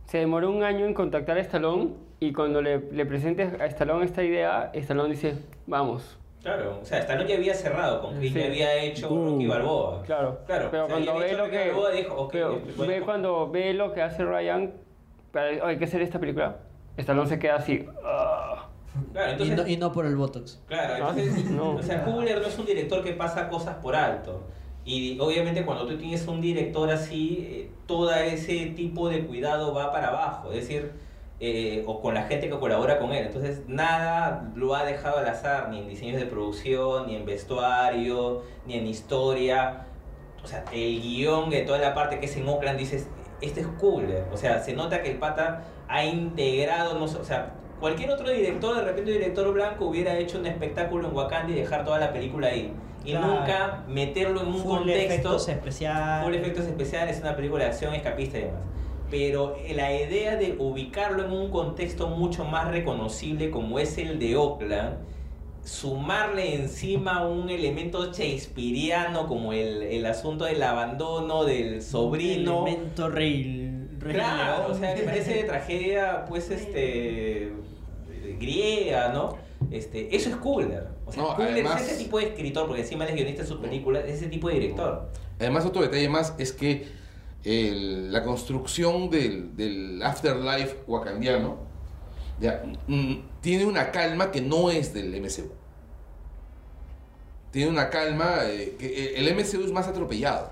se demoró un año en contactar a Stallone y cuando le, le presentes a Stallone esta idea, Stallone dice, vamos.
Claro, o sea, Stallone ya había cerrado con Creed,
Sí.
ya había hecho Rocky Balboa.
Claro,
claro.
pero
o sea, ya
cuando ve
había hecho
lo
Rocky
que
Balboa, dijo, ok,
pero
esto es bueno.
ve cuando ve lo que hace Ryan, para- "Oh, hay que hacer esta película. Stallone se queda así. "Ah".
Claro,
Y
entonces,
no, y no por el Botox.
claro,
Ah,
entonces
no.
o sea, Coogler no es un director que pasa cosas por alto. Y obviamente cuando tú tienes un director así, eh, todo ese tipo de cuidado va para abajo, es decir, eh, o con la gente que colabora con él. Entonces nada lo ha dejado al azar, ni en diseños de producción, ni en vestuario, ni en historia. O sea, el guión de toda la parte que es en Oakland, dices, este es Coogler. O sea, se nota que el pata ha integrado, no sé, o sea, cualquier otro director, de repente un director blanco hubiera hecho un espectáculo en Wakanda y dejar toda la película ahí. Y
Claro.
nunca meterlo en un
Full
contexto,
efectos especiales.
full efectos especiales, una película de acción escapista y demás. Pero eh, la idea de ubicarlo en un contexto mucho más reconocible como es el de Oakland, sumarle encima un elemento shakespeariano como el, el asunto del abandono del sobrino.
Elemento rey. rey
Claro,
león.
o sea, que parece de tragedia, pues, este, griega, ¿no? Este, eso es Coogler. O sea,
No,
Coogler
además-
es ese tipo de escritor, porque encima él es guionista de sus películas, es ese tipo de director.
Además, otro detalle más es que el- la construcción del, del afterlife wakandiano ya, mm, ti- tiene una calma que no es del MCU. Tiene una calma eh, que el MCU es más atropellado.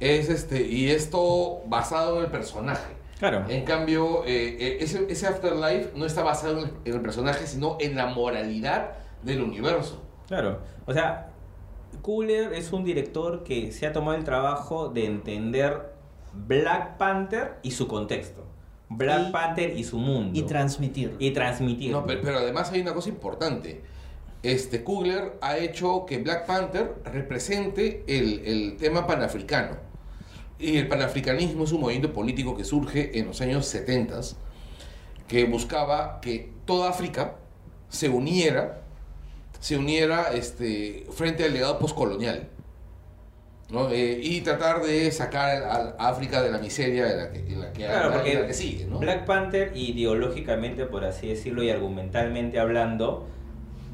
Es este, y esto basado en el personaje.
Claro.
En cambio, eh, eh, ese, ese Afterlife no está basado en el, en el personaje, sino en la moralidad del universo.
Claro. O sea, Cooler es un director que se ha tomado el trabajo de entender Black Panther y su contexto. Black
Y-
Panther y su mundo.
Y transmitir.
y transmitir.
No, pe- pero, además hay una cosa importante. Este Kugler ha hecho que Black Panther represente el, el tema panafricano. Y el panafricanismo es un movimiento político que surge en los años 70 que buscaba que toda África se uniera, se uniera este, frente al legado postcolonial. ¿no? Eh, y tratar de sacar a a África de la miseria en la que, en la que,
Claro,
en la
porque
que sigue. ¿no?
Black Panther, ideológicamente, por así decirlo, y argumentalmente hablando,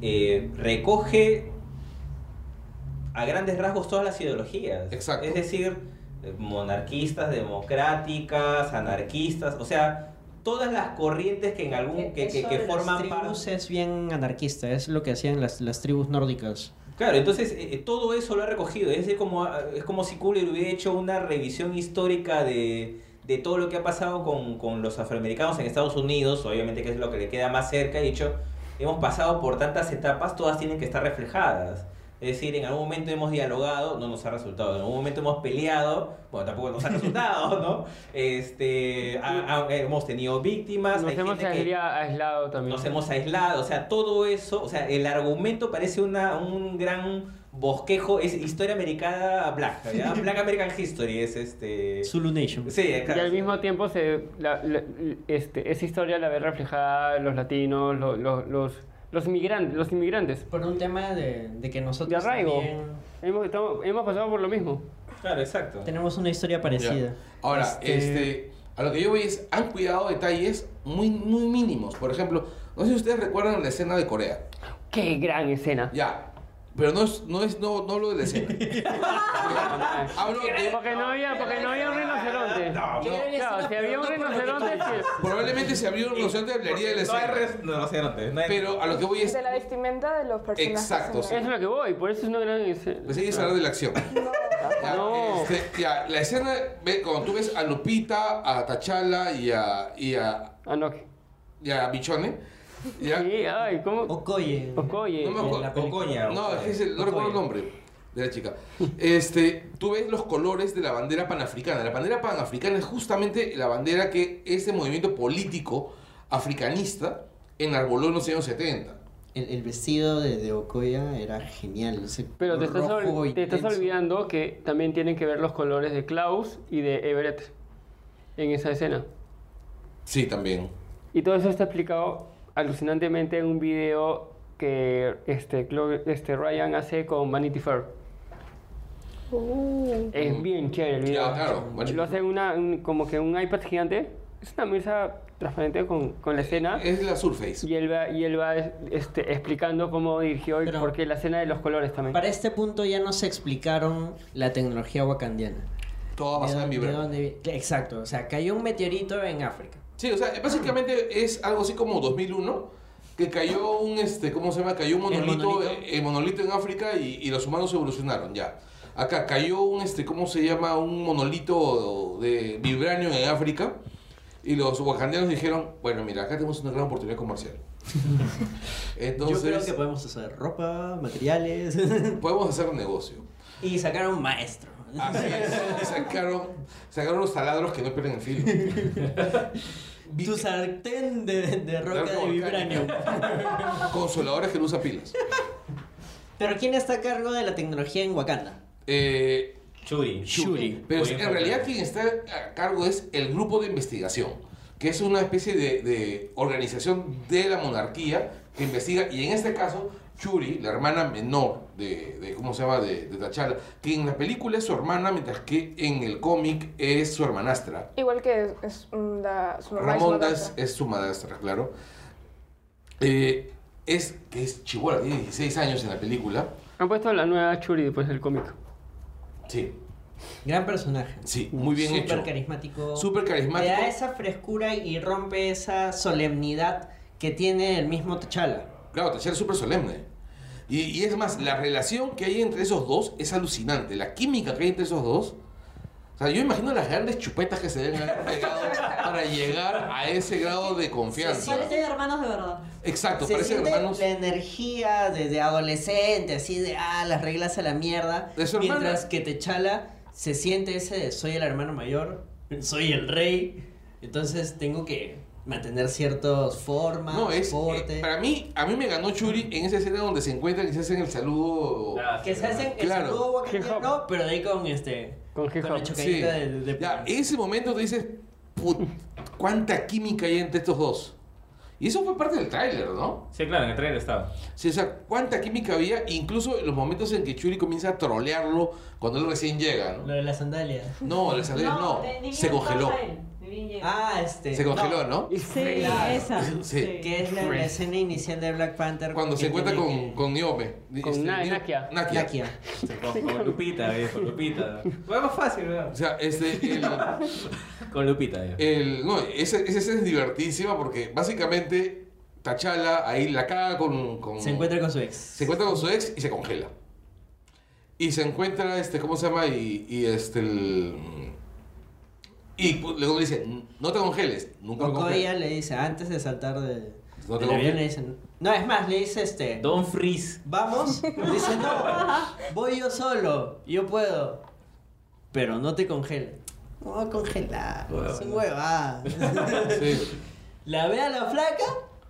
eh, recoge a grandes rasgos todas las ideologías.
Exacto.
Es decir, eh, monarquistas, democráticas, anarquistas, o sea, todas las corrientes que en algún que, que-
E- Eso
que
de las
forman
tribus
parte.
es bien anarquista, es lo que hacían las, las tribus nórdicas.
Claro, entonces eh, eh, todo eso lo ha recogido. Es decir, como, ah, es como si Cooler hubiera hecho una revisión histórica de, de todo lo que ha pasado con, con los afroamericanos en Estados Unidos, obviamente que es lo que le queda más cerca. Y dicho, hemos pasado por tantas etapas, todas tienen que estar reflejadas. Es decir, en algún momento hemos dialogado, no nos ha resultado. En algún momento hemos peleado, bueno, tampoco nos ha resultado, ¿no? Este, ha- ha- hemos tenido víctimas.
Nos
hay
hemos
gente que-
aisla- aislado también.
nos hemos aislado, o sea, todo eso, o sea, el argumento parece una, un gran bosquejo, es historia americana black, ¿ya? Black American History, es este...
Zulu Nation.
Sí,
Y al
claro.
mismo tiempo, se, la- la- este, esa historia la ve reflejada los latinos, lo- lo- los, los, migrantes, los inmigrantes.
Por un tema de, de que nosotros
De arraigo.
también
Hemos, estamos- hemos pasado por lo mismo.
Claro, exacto.
tenemos una historia
Ya.
parecida.
Ahora, este... a lo que yo voy es, han cuidado detalles muy, muy mínimos. Por ejemplo, no sé si ustedes recuerdan la escena de Corea.
¡Qué gran escena!
Ya. Pero no es, no es, no, no hablo de la escena. hablo de.
Porque no había, porque no había un rinoceronte.
Ah, No,
no.
Claro, si había un rinoceronte, sí.
Probablemente se abrió un noción de hablaría de la
no hay
escena.
res- no, no sé, no te- no hay-
Pero a lo que voy es.
De la vestimenta de los personajes.
Exacto,
es
¿no?
lo que voy, por eso es una gran
Pues
escena.
hay que hablar de la acción. Ya,
No.
este, ya, la escena, ve, cuando tú ves a Lupita, a Tachala y a, y a,
Ah, no. que-
y a Bichone, ya,
Sí, ay, ¿cómo?
Okoye.
Okoye.
No me
en
acuerdo.
la Cocoña,
No,
o-
es que es el- no recuerdo el nombre de la chica. Este, tú ves los colores de la bandera panafricana. La bandera panafricana es justamente la bandera que ese movimiento político africanista enarboló en los años 70.
El, el vestido de, de Okoya era genial. ese
Pero te estás, ol-
rojo
te estás
intenso.
olvidando que también tienen que ver los colores de Klaus y de Everett en esa escena.
Sí, también.
Y todo eso está explicado alucinantemente en un video que este, Clo- este Ryan hace con Vanity Fair. Es bien chévere el video.
Ya, claro, Vanity
Lo hace en una, en- como que un iPad gigante. Es una mesa transparente con, con la escena.
Eh, Es la Surface.
Y él va, y él va este, explicando cómo dirigió y
Pero-
por qué la escena de los colores también.
Para este punto ya nos explicaron la tecnología wakandiana.
Toda basada en
¿De
vibra.
dónde vi- Exacto, o sea, cayó un meteorito en África.
Sí, o sea, básicamente es algo así como 2001, que cayó un, este, ¿cómo se llama? Cayó un
El
monolito,
monolito.
eh, el monolito en África y, y los humanos evolucionaron, ya. Acá cayó un, este, ¿cómo se llama? Un monolito de vibranio en África y los wakandianos dijeron, bueno, mira, acá tenemos una gran oportunidad comercial.
Yo creo
Entonces,
que podemos hacer ropa, materiales.
podemos hacer un negocio.
y sacar a un maestro.
Así es, sacaron, sacaron los taladros que no pierden el filo. Vi-
Tu sartén de, de roca
Roca
de vibranio.
Consoladores que no usan pilas.
Pero ¿quién está a cargo de la tecnología en Wakanda?
Eh,
Shuri.
Shuri.
Pero
Muy
en
importante.
realidad quien está a cargo es el grupo de investigación, que es una especie de, de organización de la monarquía que investiga, y en este caso, Churi, la hermana menor de, de- ¿cómo se llama?, de, de T'Challa, que en la película es su hermana, mientras que en el cómic es su hermanastra.
Igual que es, es mm, la, su mamá es
Ramonda es,
madrastra.
es su madrastra, claro. Eh, es que es chibola, tiene 16 años en la película.
Han puesto la nueva Churi después del cómic.
Sí,
Gran personaje.
sí, muy bien
Súper
hecho.
carismático.
Súper
Le
carismático.
da esa frescura y rompe esa solemnidad que tiene el mismo T'Challa.
Claro, T'Challa es súper solemne. Y, y es más, la relación que hay entre esos dos es alucinante. La química que hay entre esos dos. O sea, yo imagino las grandes chupetas que se deben haber pegado para llegar a ese grado de confianza.
Parecen hermanos de verdad.
Exacto,
Se
parecen
siente
hermanos.
la energía desde adolescente, así de, ah, las reglas a la mierda.
De su hermana.
mientras que Techala se siente ese de, soy el hermano mayor, soy el rey, entonces tengo que mantener ciertas formas,
No, es.
porte.
eh, para mí, a mí me ganó Churi en esa escena donde se encuentran y se hacen el saludo.
que se hacen el
Claro.
saludo
Hip-hop.
wakandiano, pero ahí con este...
Con hip-hop.
la
Sí.
chocadita de, de-
Ya, ese momento te dices, "Put, cuánta química hay entre estos dos. Y eso fue parte del tráiler, ¿no?
Sí, claro, en el trailer estaba.
Sí, o sea, cuánta química había, incluso en los momentos en que Churi comienza a trolearlo cuando él recién llega,
Lo
¿no?
de las sandalias.
No, las salidas no,
de- ni
se
bien
congeló.
pasa él, ni bien llega.
Ah, este...
Se congeló, ¿no?
sí,
claro.
esa.
Sí.
Que es la, la escena inicial de Black Panther.
Cuando se
que
encuentra
tiene
con,
que-
con Niome.
Con Na- Nakia.
Nakia.
Nakia.
Con, con Lupita, eh, con Lupita. Fue más fácil,
O
¿verdad?
sea, este, el,
Con Lupita, eh.
el- no, esa esa escena es divertidísima porque básicamente Tachala ahí la caga con, con...
Se encuentra con su ex.
Se encuentra con su ex y se congela. Y se encuentra, este, ¿cómo se llama? Y, y, este, el... Y pu- luego le dice, no te congeles, nunca me
Okoye
congeles.
le dice, antes de saltar de,
No te
del avión, le
congeles.
dicen, no, es más, le dice este,
Don Freeze.
vamos, dice, no, voy yo solo, yo puedo, pero no te congele. No, va a congelar,
Huevón.
es un huevada.
Sí.
la ve a la flaca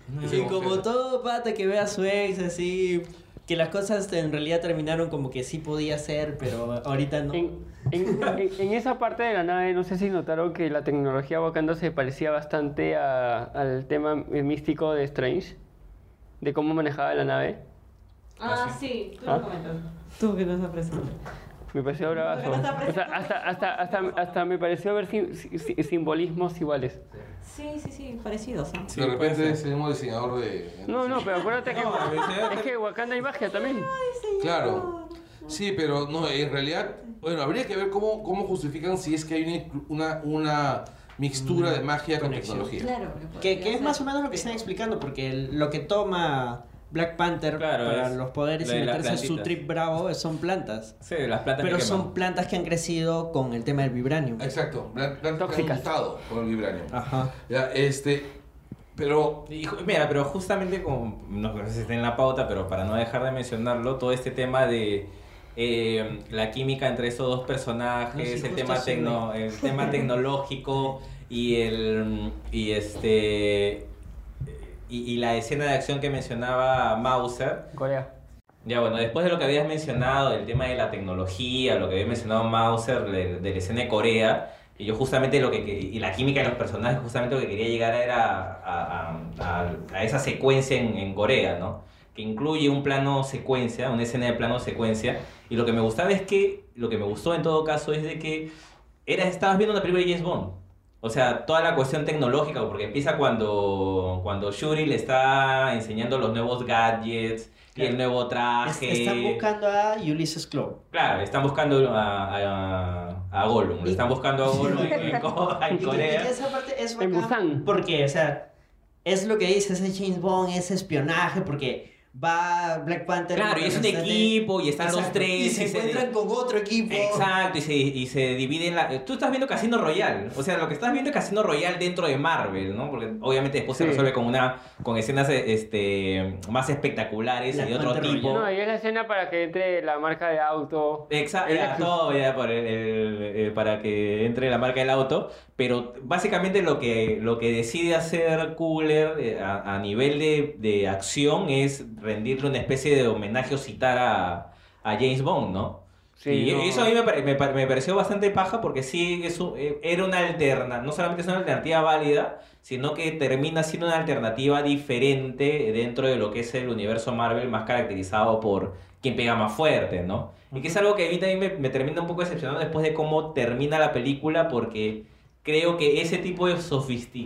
No.
y como todo pata que ve a su ex así, que las cosas en realidad terminaron como que sí podía ser, pero ahorita no.
En, en- en- en esa parte de la nave, no sé si notaron que la tecnología Wakanda se parecía bastante a- al tema eh, místico de Strange, de cómo manejaba la nave.
Ah, sí, tú
Ah.
lo comentas. Tú que nos apresuras.
Me pareció bravazo. O sea, hasta, hasta, hasta, hasta me pareció ver sim- si- si- simbolismos iguales.
Sí, sí, sí, parecidos. ¿ah?
de repente es el mismo diseñador de...
No, no, pero acuérdate que, es que Wakanda hay magia también.
Claro. Sí, pero no, en realidad, bueno, habría que ver cómo, cómo justifican si es que hay una, una, una mixtura de magia con
Mm, Conexión.
tecnología.
Claro.
Que, que es más o menos lo que están explicando, porque el- lo que toma Black Panther
Claro,
para
es
los poderes
lo
y
de las
meterse en su
plantitas.
trip bravo son plantas.
Sí, las plantas
Pero
que queman.
son plantas que han crecido con el tema del vibranium.
Exacto, plan- plantas que han
Tóxicas.
mutado con el vibranio.
Ajá.
Ya, este, pero
Y, ju- mira, pero justamente como, no sé si está en la pauta, pero para no dejar de mencionarlo, todo este tema de eh, la química entre esos dos
No, sí,
personajes, el,
justo
tema
así,
tecno- el tema tecnológico y el mm, y este y, y la escena de acción que mencionaba Mauser.
Corea.
Ya bueno, después de lo que habías mencionado, el tema de la tecnología, lo que había mencionado Mauser de, de la escena de Corea, y yo justamente lo que que- y la química de los personajes, justamente lo que quería llegar era a, a- a- a esa secuencia en, en Corea, ¿no? Que incluye un plano secuencia, una escena de plano secuencia, y lo que me gustaba es que, lo que me gustó en todo caso es de que era, estabas viendo una película de James Bond. O sea, toda la cuestión tecnológica, porque empieza cuando, cuando Shuri le está enseñando los nuevos gadgets y el nuevo
Es-
traje.
Están buscando a Ulysses Claw.
Claro, están buscando a, a, a Gollum. Le están buscando a Gollum en, Co- en
Y- Y
Corea.
esa parte es
En
bacán
Busan.
Porque, o sea, es lo que dice ese James Bond, ese espionaje, porque va Black Panther.
Claro, y es un
representante-
equipo y están los
Exacto,
tres.
Y se encuentran con otro equipo.
Exacto, y se, y se divide en la... Tú estás viendo Casino Royale, o sea, lo que estás viendo es Casino Royale dentro de Marvel, ¿no? Porque obviamente después se
Sí.
resuelve con una con escenas este, más espectaculares
La
y de otro
Panther
tipo.
No, y es la escena para que entre la marca de auto.
Exacto,
El
ya,
Lexus.
todo, ya, por el- el- eh, para que entre la marca del auto, pero básicamente lo que, lo que decide hacer Cooler eh, a, a nivel de, de acción es rendirle una especie de homenaje o citar a, a James Bond, ¿no?
Sí,
y
no.
eso a mí me, pare- me pare- me pareció bastante paja porque sí, es un- eh, era una alternativa, no solamente es una alternativa válida, sino que termina siendo una alternativa diferente dentro de lo que es el universo Marvel más caracterizado por quien pega más fuerte, ¿no? Y que es algo que a mí también me, me termina un poco decepcionando después de cómo termina la película porque creo que ese tipo de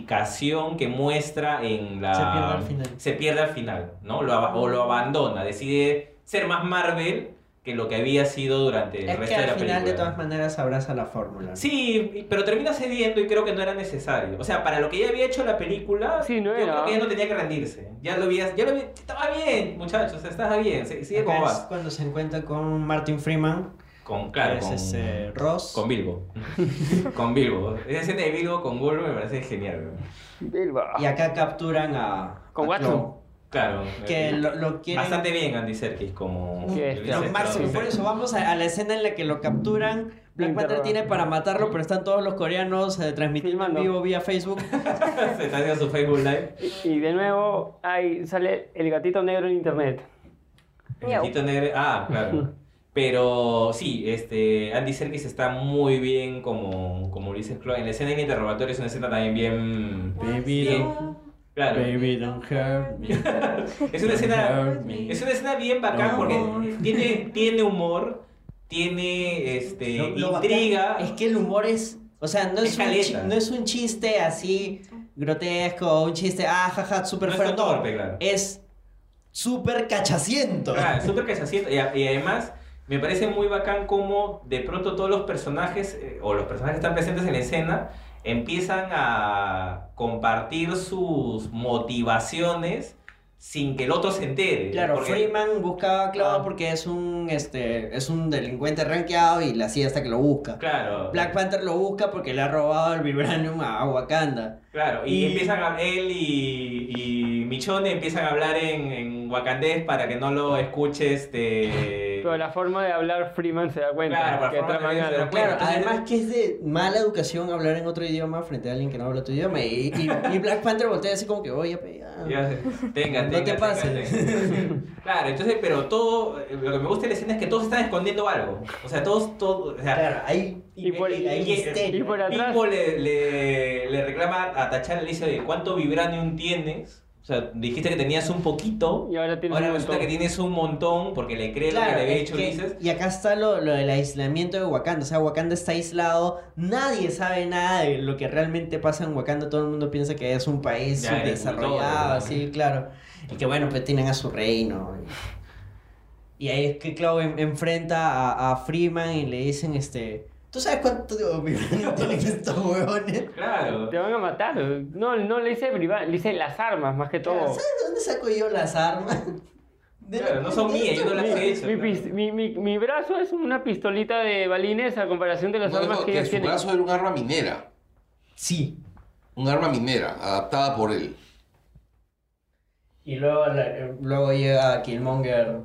sofisticación que muestra en la...
Se pierde al final.
se pierde al final, ¿no? Lo, aba- o lo abandona, decide ser más Marvel que lo que había sido durante el
Es
resto
que
de
al
la
final, de
película.
todas maneras, abraza la fórmula. ¿no?
Sí, pero termina cediendo y creo que no era necesario. O sea, para lo que ya había hecho la película,
Sí, no
yo
era.
creo que ya no tenía que rendirse. Ya lo había, ya lo había- estaba bien, muchachos, estaba bien, se- sigue
Acá
como
es
vas.
cuando se encuentra con Martin Freeman,
Con, claro,
que es
con,
este, Ross.
con Bilbo. con Bilbo. Esa escena de Bilbo con Gollum me parece genial. weón.
Bilbao.
Y acá capturan a.
Con
a
Watson.
Clo,
Claro.
Que
eh,
lo, lo quieren.
Bastante bien Andy Serkis como...
Sí,
Ulises
claro.
Lo
Claro.
máximo. Por eso vamos a, a la escena en la que lo capturan. Black Panther
Interrogan.
tiene para matarlo, pero están todos los coreanos eh, transmitiendo en
Filmando.
vivo vía Facebook.
Se está haciendo su Facebook Live.
Y, y de nuevo ahí sale el gatito negro en internet.
El
Miau.
gatito negro. Ah, claro. Pero sí, este, Andy Serkis está muy bien como, como Ulises Claw. En la escena del interrogatorio es una escena también bien...
Baby,
Bien.
don't,
Claro.
baby, don't hurt me.
Es una escena... Es una escena bien bacán
No.
porque tiene, tiene humor, tiene este,
Lo- lo bacán
intriga.
Es que el humor es. O sea, no
Es
es, un,
caleta.
chi- no es un chiste así grotesco, un chiste, ah, jaja, súper
No es
fuerte.
torpe, claro.
Es súper cachaciento.
Ah, súper que se asienta. Y, a- y además, me parece muy bacán cómo de pronto todos los personajes, eh, o los personajes que están presentes en la escena, empiezan a compartir sus motivaciones sin que el otro se entere.
Claro,
Porque-
Freeman buscaba a Claw
Ah.
porque es un, este, es un delincuente rankeado y la CIA hasta que lo busca.
Claro,
Black Panther lo busca porque le ha robado el vibranium a Wakanda.
claro. Y,
y-
empiezan a él y, y Michonne empiezan a hablar en, en wakandés para que no lo escuche este...
Pero la forma de hablar Freeman se da cuenta
Claro, por
que
forma de
traman
hablar se da
algo.
Bueno,
Claro,
entonces-
además que es de mala educación hablar en otro idioma frente a alguien que no habla tu idioma. Y, y- y Black Panther voltea así como que, oye, pe, ah".
Ya sé. Tenga,
No
tenga,
te
tenga,
pases.
tenga. Claro, entonces, pero todo, eh, lo que me gusta de la escena es que todos están escondiendo algo. O sea, todos, todo, o sea,
Claro, ahí
Y por-
ahí
y- y-
misterio.
y por
el
atrás.
tipo le, le, le reclama a Tachana, le dice, oye, ¿cuánto vibranium tienes? O sea, dijiste que tenías un poquito,
Y ahora tienes
ahora
un
resulta
montón.
que tienes un montón, porque le cree lo
Claro,
que le había
es
hecho
que-
Ulises.
y acá está lo, lo del aislamiento de Wakanda. O sea, Wakanda está aislado, nadie sabe nada de lo que realmente pasa en Wakanda. Todo el mundo piensa que es un país
Ya, el
subdesarrollado,
cultor,
así, claro. Y que bueno, pues tienen a su reino. Y, y ahí es que Clau en- enfrenta a, a Freeman y le dicen, este... ¿Tú sabes cuánto vibranium tienen estos huevones?
Claro.
Te van a matar. No, no le hice privar, le hice las armas más que todo.
¿Sabes de dónde saco yo las armas? De
Claro,
la-
no son
de
mías,
estos
yo no las he hecho.
Mi,
claro.
pis- mi, mi, mi brazo es una pistolita de balines a comparación de las
No,
armas
no,
que
que
ellos
su
tienen.
brazo era un arma minera.
Sí.
Un arma minera, adaptada por él.
Y luego, la- luego llega Killmonger.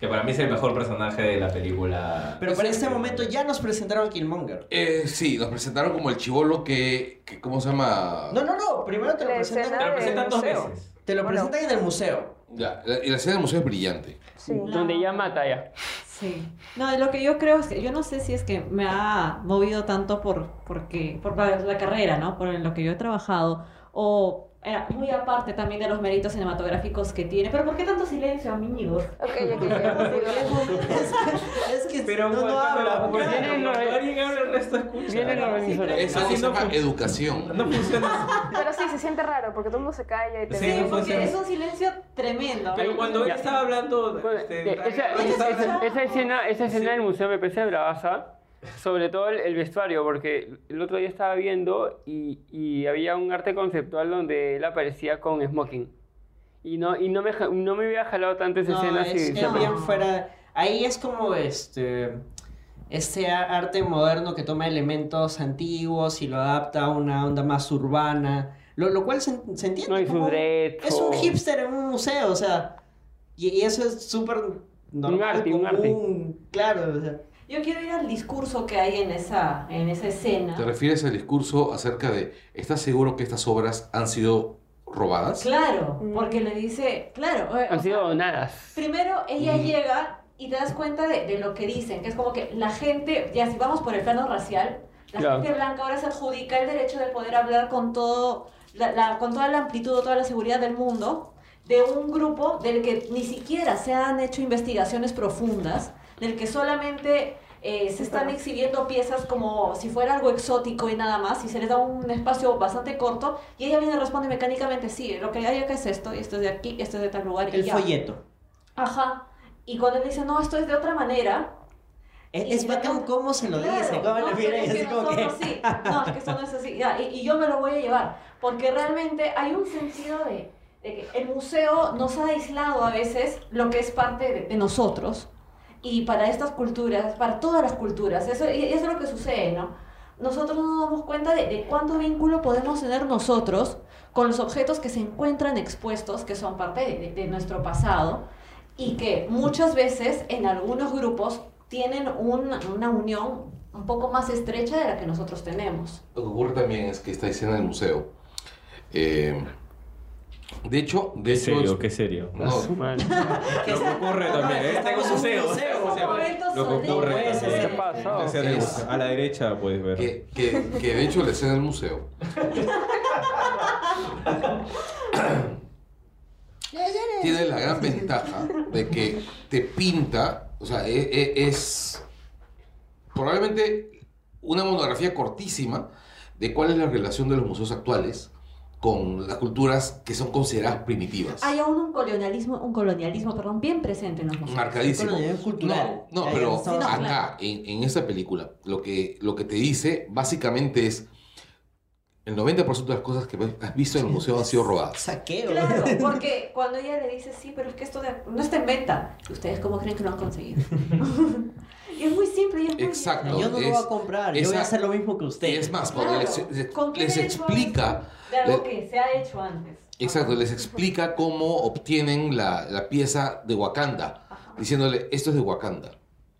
Que para mí es el mejor personaje de la película.
Pero para este momento ya nos presentaron a Killmonger.
Eh, sí, nos presentaron como el chivolo que, que- ¿Cómo se llama?
No, no, no. Primero te lo
La
presentan,
Te
escena
lo
de-
presentan dos
Museo.
veces.
te lo
Bueno.
presentan en el museo.
Ya, la, la escena del museo es brillante.
Sí.
Donde ya mata ya.
Sí. No, lo que yo creo es que yo no sé si es que me ha movido tanto por porque por la carrera, ¿no? Por en lo que yo he trabajado o era muy aparte también de los méritos cinematográficos que tiene. Pero ¿por qué tanto silencio, amigos?
Ok, ok, ok.
Es que, es que
Pero
no, no
cuando-
habla.
cuando
porque-
Vienen
alguien
los-
habla, el resto escucha.
Vienen los venezolanos.
Esa
Así
no se
no
llama
fun-
educación.
No funciona.
Pero sí, se siente raro porque todo el mundo se calla y te
Sí,
ve.
Sí, pues,
funciona.
porque es un silencio tremendo.
Pero cuando él
Ya.
estaba hablando.
Bueno,
este,
eh, esa,
él estaba-
esa- esa escena, esa escena
Sí.
del museo me parece bravaza, sobre todo el, el vestuario, porque el otro día estaba viendo y, y había un arte conceptual donde él aparecía con smoking. Y no, y no, me, ja- no me había jalado tanto esa
No,
escena.
es
sí,
que
sí.
no.
bien fuera. Ahí es como este. Este a- arte moderno que toma elementos antiguos y lo adapta a una onda más urbana. Lo, lo cual se, se entiende.
No, y oh.
como-
sus dreads,
Es un
o-
hipster en un museo, o sea. Y, y eso es súper normal.
arte, un arte.
común, Claro, o sea.
Yo quiero ir al discurso que hay en esa en esa escena.
¿Te refieres al discurso acerca de, ¿estás seguro que estas obras han sido robadas?
Claro, porque le dice, claro, eh, o
Han sido
sea,
donadas.
Primero, ella llega y te das cuenta de, de lo que dicen, que es como que la gente, ya si vamos por el plano racial, la
Claro.
gente blanca ahora se adjudica el derecho de poder hablar con, todo, la- la- con toda la amplitud, toda la seguridad del mundo, de un grupo del que ni siquiera se han hecho investigaciones profundas, del que solamente eh, se están exhibiendo piezas como si fuera algo exótico y nada más, y se les da un espacio bastante corto, y ella viene y responde mecánicamente, sí, lo que hay acá es esto, y esto es de aquí, esto es de tal lugar. y
El
ya".
folleto.
Ajá. Y cuando él dice, no, esto es de otra manera. y
Es, es
de
bacán
otra-
cómo se lo
Claro,
dice, cómo le
no,
mira
pero
y
es que
así como que...
nosotros sí. No, es que eso no es así. Ya, y, y yo me lo voy a llevar. Porque realmente hay un sentido de, de que el museo nos ha aislado a veces lo que es parte de, de nosotros. Y para estas culturas, para todas las culturas, eso, y eso es lo que sucede, ¿no? Nosotros no nos damos cuenta de, de cuánto vínculo podemos tener nosotros con los objetos que se encuentran expuestos, que son parte de- de- de nuestro pasado y que muchas veces en algunos grupos tienen un- una unión un poco más estrecha de la que nosotros tenemos.
Lo que ocurre también es que está escena del museo. eh, de hecho, de
Qué
hecho,
serio, qué serio.
No.
A su madre.
Lo que ocurre también, ¿eh? Está en un museo. Lo que ocurre
Pues,
también.
¿Qué
sí.
pasó?
Hacia la derecha- A la derecha puedes ver.
que, que- que de hecho la escena del museo. tiene la gran ventaja de que te pinta, o sea, e- e- es, probablemente una monografía cortísima de cuál es la relación de los museos actuales con las culturas que son consideradas primitivas.
Hay aún un colonialismo, un colonialismo, perdón, bien presente en los museos.
Marcadísimo.
Bueno, ya cultural.
No, no,
Ya, ya
pero
estamos-
Sí, no,
acá, en, en esta película, lo que, lo que te dice básicamente es el 90% de las cosas que has visto en el museo han sido robadas.
Saqueo.
Claro, porque cuando ella le dice, sí, pero es que esto de- no está en venta, ¿ustedes cómo creen que lo han conseguido? y es muy simple y es muy...
Exacto.
Yo no lo
es-
voy a comprar, yo voy
esa-
a hacer lo mismo que usted.
Y es más, cuando
Claro.
les, les-
¿Con qué
les
derecho
explica,
De algo
le-
que se ha hecho antes.
exacto, les explica cómo obtienen la, la pieza de Wakanda,
Ajá.
diciéndole, esto es de Wakanda,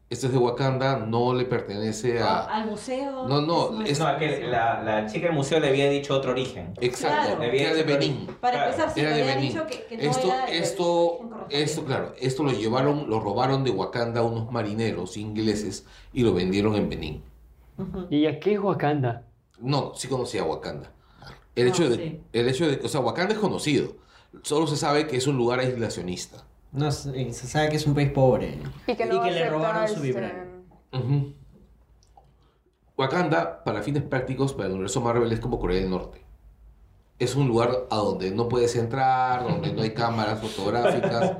esto es de Wakanda, no le pertenece a...
Al museo.
No, no,
muy
es-
No, aquel- la, la chica del museo le había dicho otro origen.
Exacto,
Claro.
que era de Benín.
Para
Claro,
empezar, si
era
me
de
habían
Benín.
dicho que, que no
esto,
era de-
esto, esto, claro, esto lo llevaron, lo robaron de Wakanda unos marineros ingleses y lo vendieron en Benín.
Ujú.
¿Y a qué es Wakanda?
No, sí conocía Wakanda. El
Ah,
hecho de,
sí.
el hecho de, o sea, Wakanda es conocido. Solo se sabe que es un lugar aislacionista.
No, sé, se sabe que es un país pobre.
Y que,
Y
no
que le
acepta,
robaron su
este,
vibrante.
Ujú. Wakanda, para fines prácticos, para el universo Marvel, es como Corea del Norte. Es un lugar a donde no puedes entrar, donde no hay cámaras fotográficas.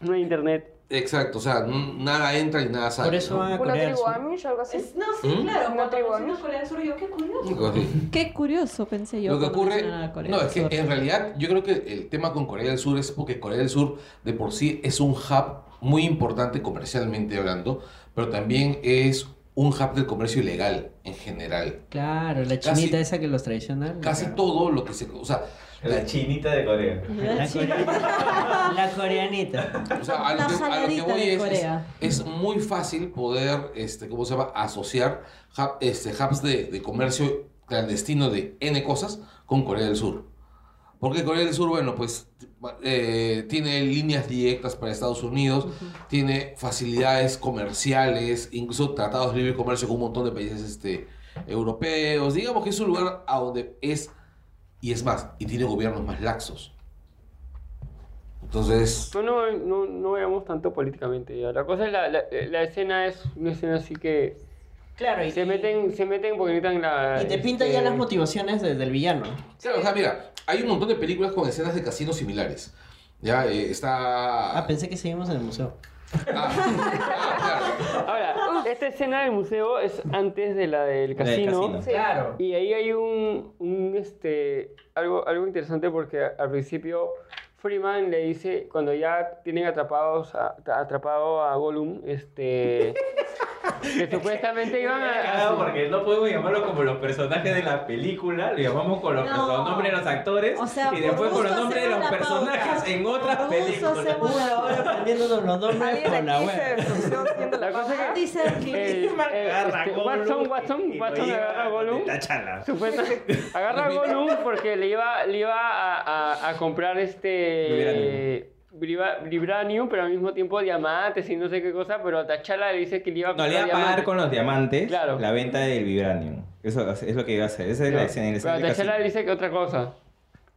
No hay internet.
Exacto, o sea, n- nada entra y nada sale.
Por eso
¿no?
van a
¿Una
Corea del
tribu
Sur.
Amish o algo así?
Es- no, sí,
¿Mm?
claro.
¿No
Cuando
tribu
conocí
Amish?
a Corea del Sur, yo qué curioso.
Algo así.
Qué curioso, pensé yo.
Lo que
cuando
ocurre,
mencionaron a Corea
no,
del
es que
Sur.
en realidad yo creo que el tema con Corea del Sur es porque Corea del Sur de por sí es un hub muy importante comercialmente hablando, pero también es un hub del comercio ilegal en general.
Claro, la
Casi-
chinita esa que los traiciona.
Casi
la-
todo lo que se, o sea,
La chinita de Corea.
La, coreanita. la coreanita.
o sea, a, lo
La
que, a lo que
jaladita
voy es,
de
es,
Corea.
es muy fácil poder, este, ¿cómo se llama? Asociar hub- este, hubs de, de comercio clandestino de N cosas con Corea del Sur. Porque Corea del Sur, bueno, pues eh, tiene líneas directas para Estados Unidos, tiene facilidades comerciales, incluso tratados de libre comercio con un montón de países este, europeos. Digamos que es un lugar a donde es, y es más, y tiene gobiernos más laxos. Entonces,
No, no, no, no veamos tanto políticamente. ya. La cosa es la, la, la escena es una escena así que
Claro, y,
se meten, se meten porque necesitan la.
y te pinta
este,
ya las motivaciones de- del villano.
Claro, o sea, mira, hay un montón de películas con escenas de casinos similares. Ya, eh, está.
Ah, pensé que seguimos en el museo.
Ah, ah, claro.
Ahora, esta escena del museo es antes de la del
La del
casino.
casino.
Sí.
Claro.
Y ahí hay un, un, este, algo, algo interesante porque a- al principio Freeman le dice, cuando ya tienen atrapados a, a- atrapado a Gollum, este, que supuestamente iban
Me he
a... a
cagado
su-
porque no podemos llamarlo como los personajes de la película, lo llamamos con los,
No.
los nombres de los actores
O sea,
y
por
después con los
gusto
nombres de los
hacemos la
personajes
pauta.
en otras
Por gusto
películas.
hacemos-
Una hora aprendiéndonos los nombres
Alguien
con la
aquí
web.
se frustó haciendo la
La cosa
paja.
que-
Dice aquí,
El- el-
Agarra
este,
Gollum
Watson,
y- y
Watson,
lo
Watson
lleva
agarra a Gollum.
de Tachala.
Supuestamente Pues, agarra a Gollum porque le iba, le iba a, a- a comprar este briba- Vibranium, pero al mismo tiempo diamantes y no sé qué cosa, pero a Tachala le dice que le iba a
No,
comprar
le iba a pagar
diamantes.
con los diamantes
Claro.
la venta del vibranium. Eso es lo que iba a hacer. Esa es la
Claro.
escena. la escena
Pero
del
Tachela
casino.
dice que otra cosa.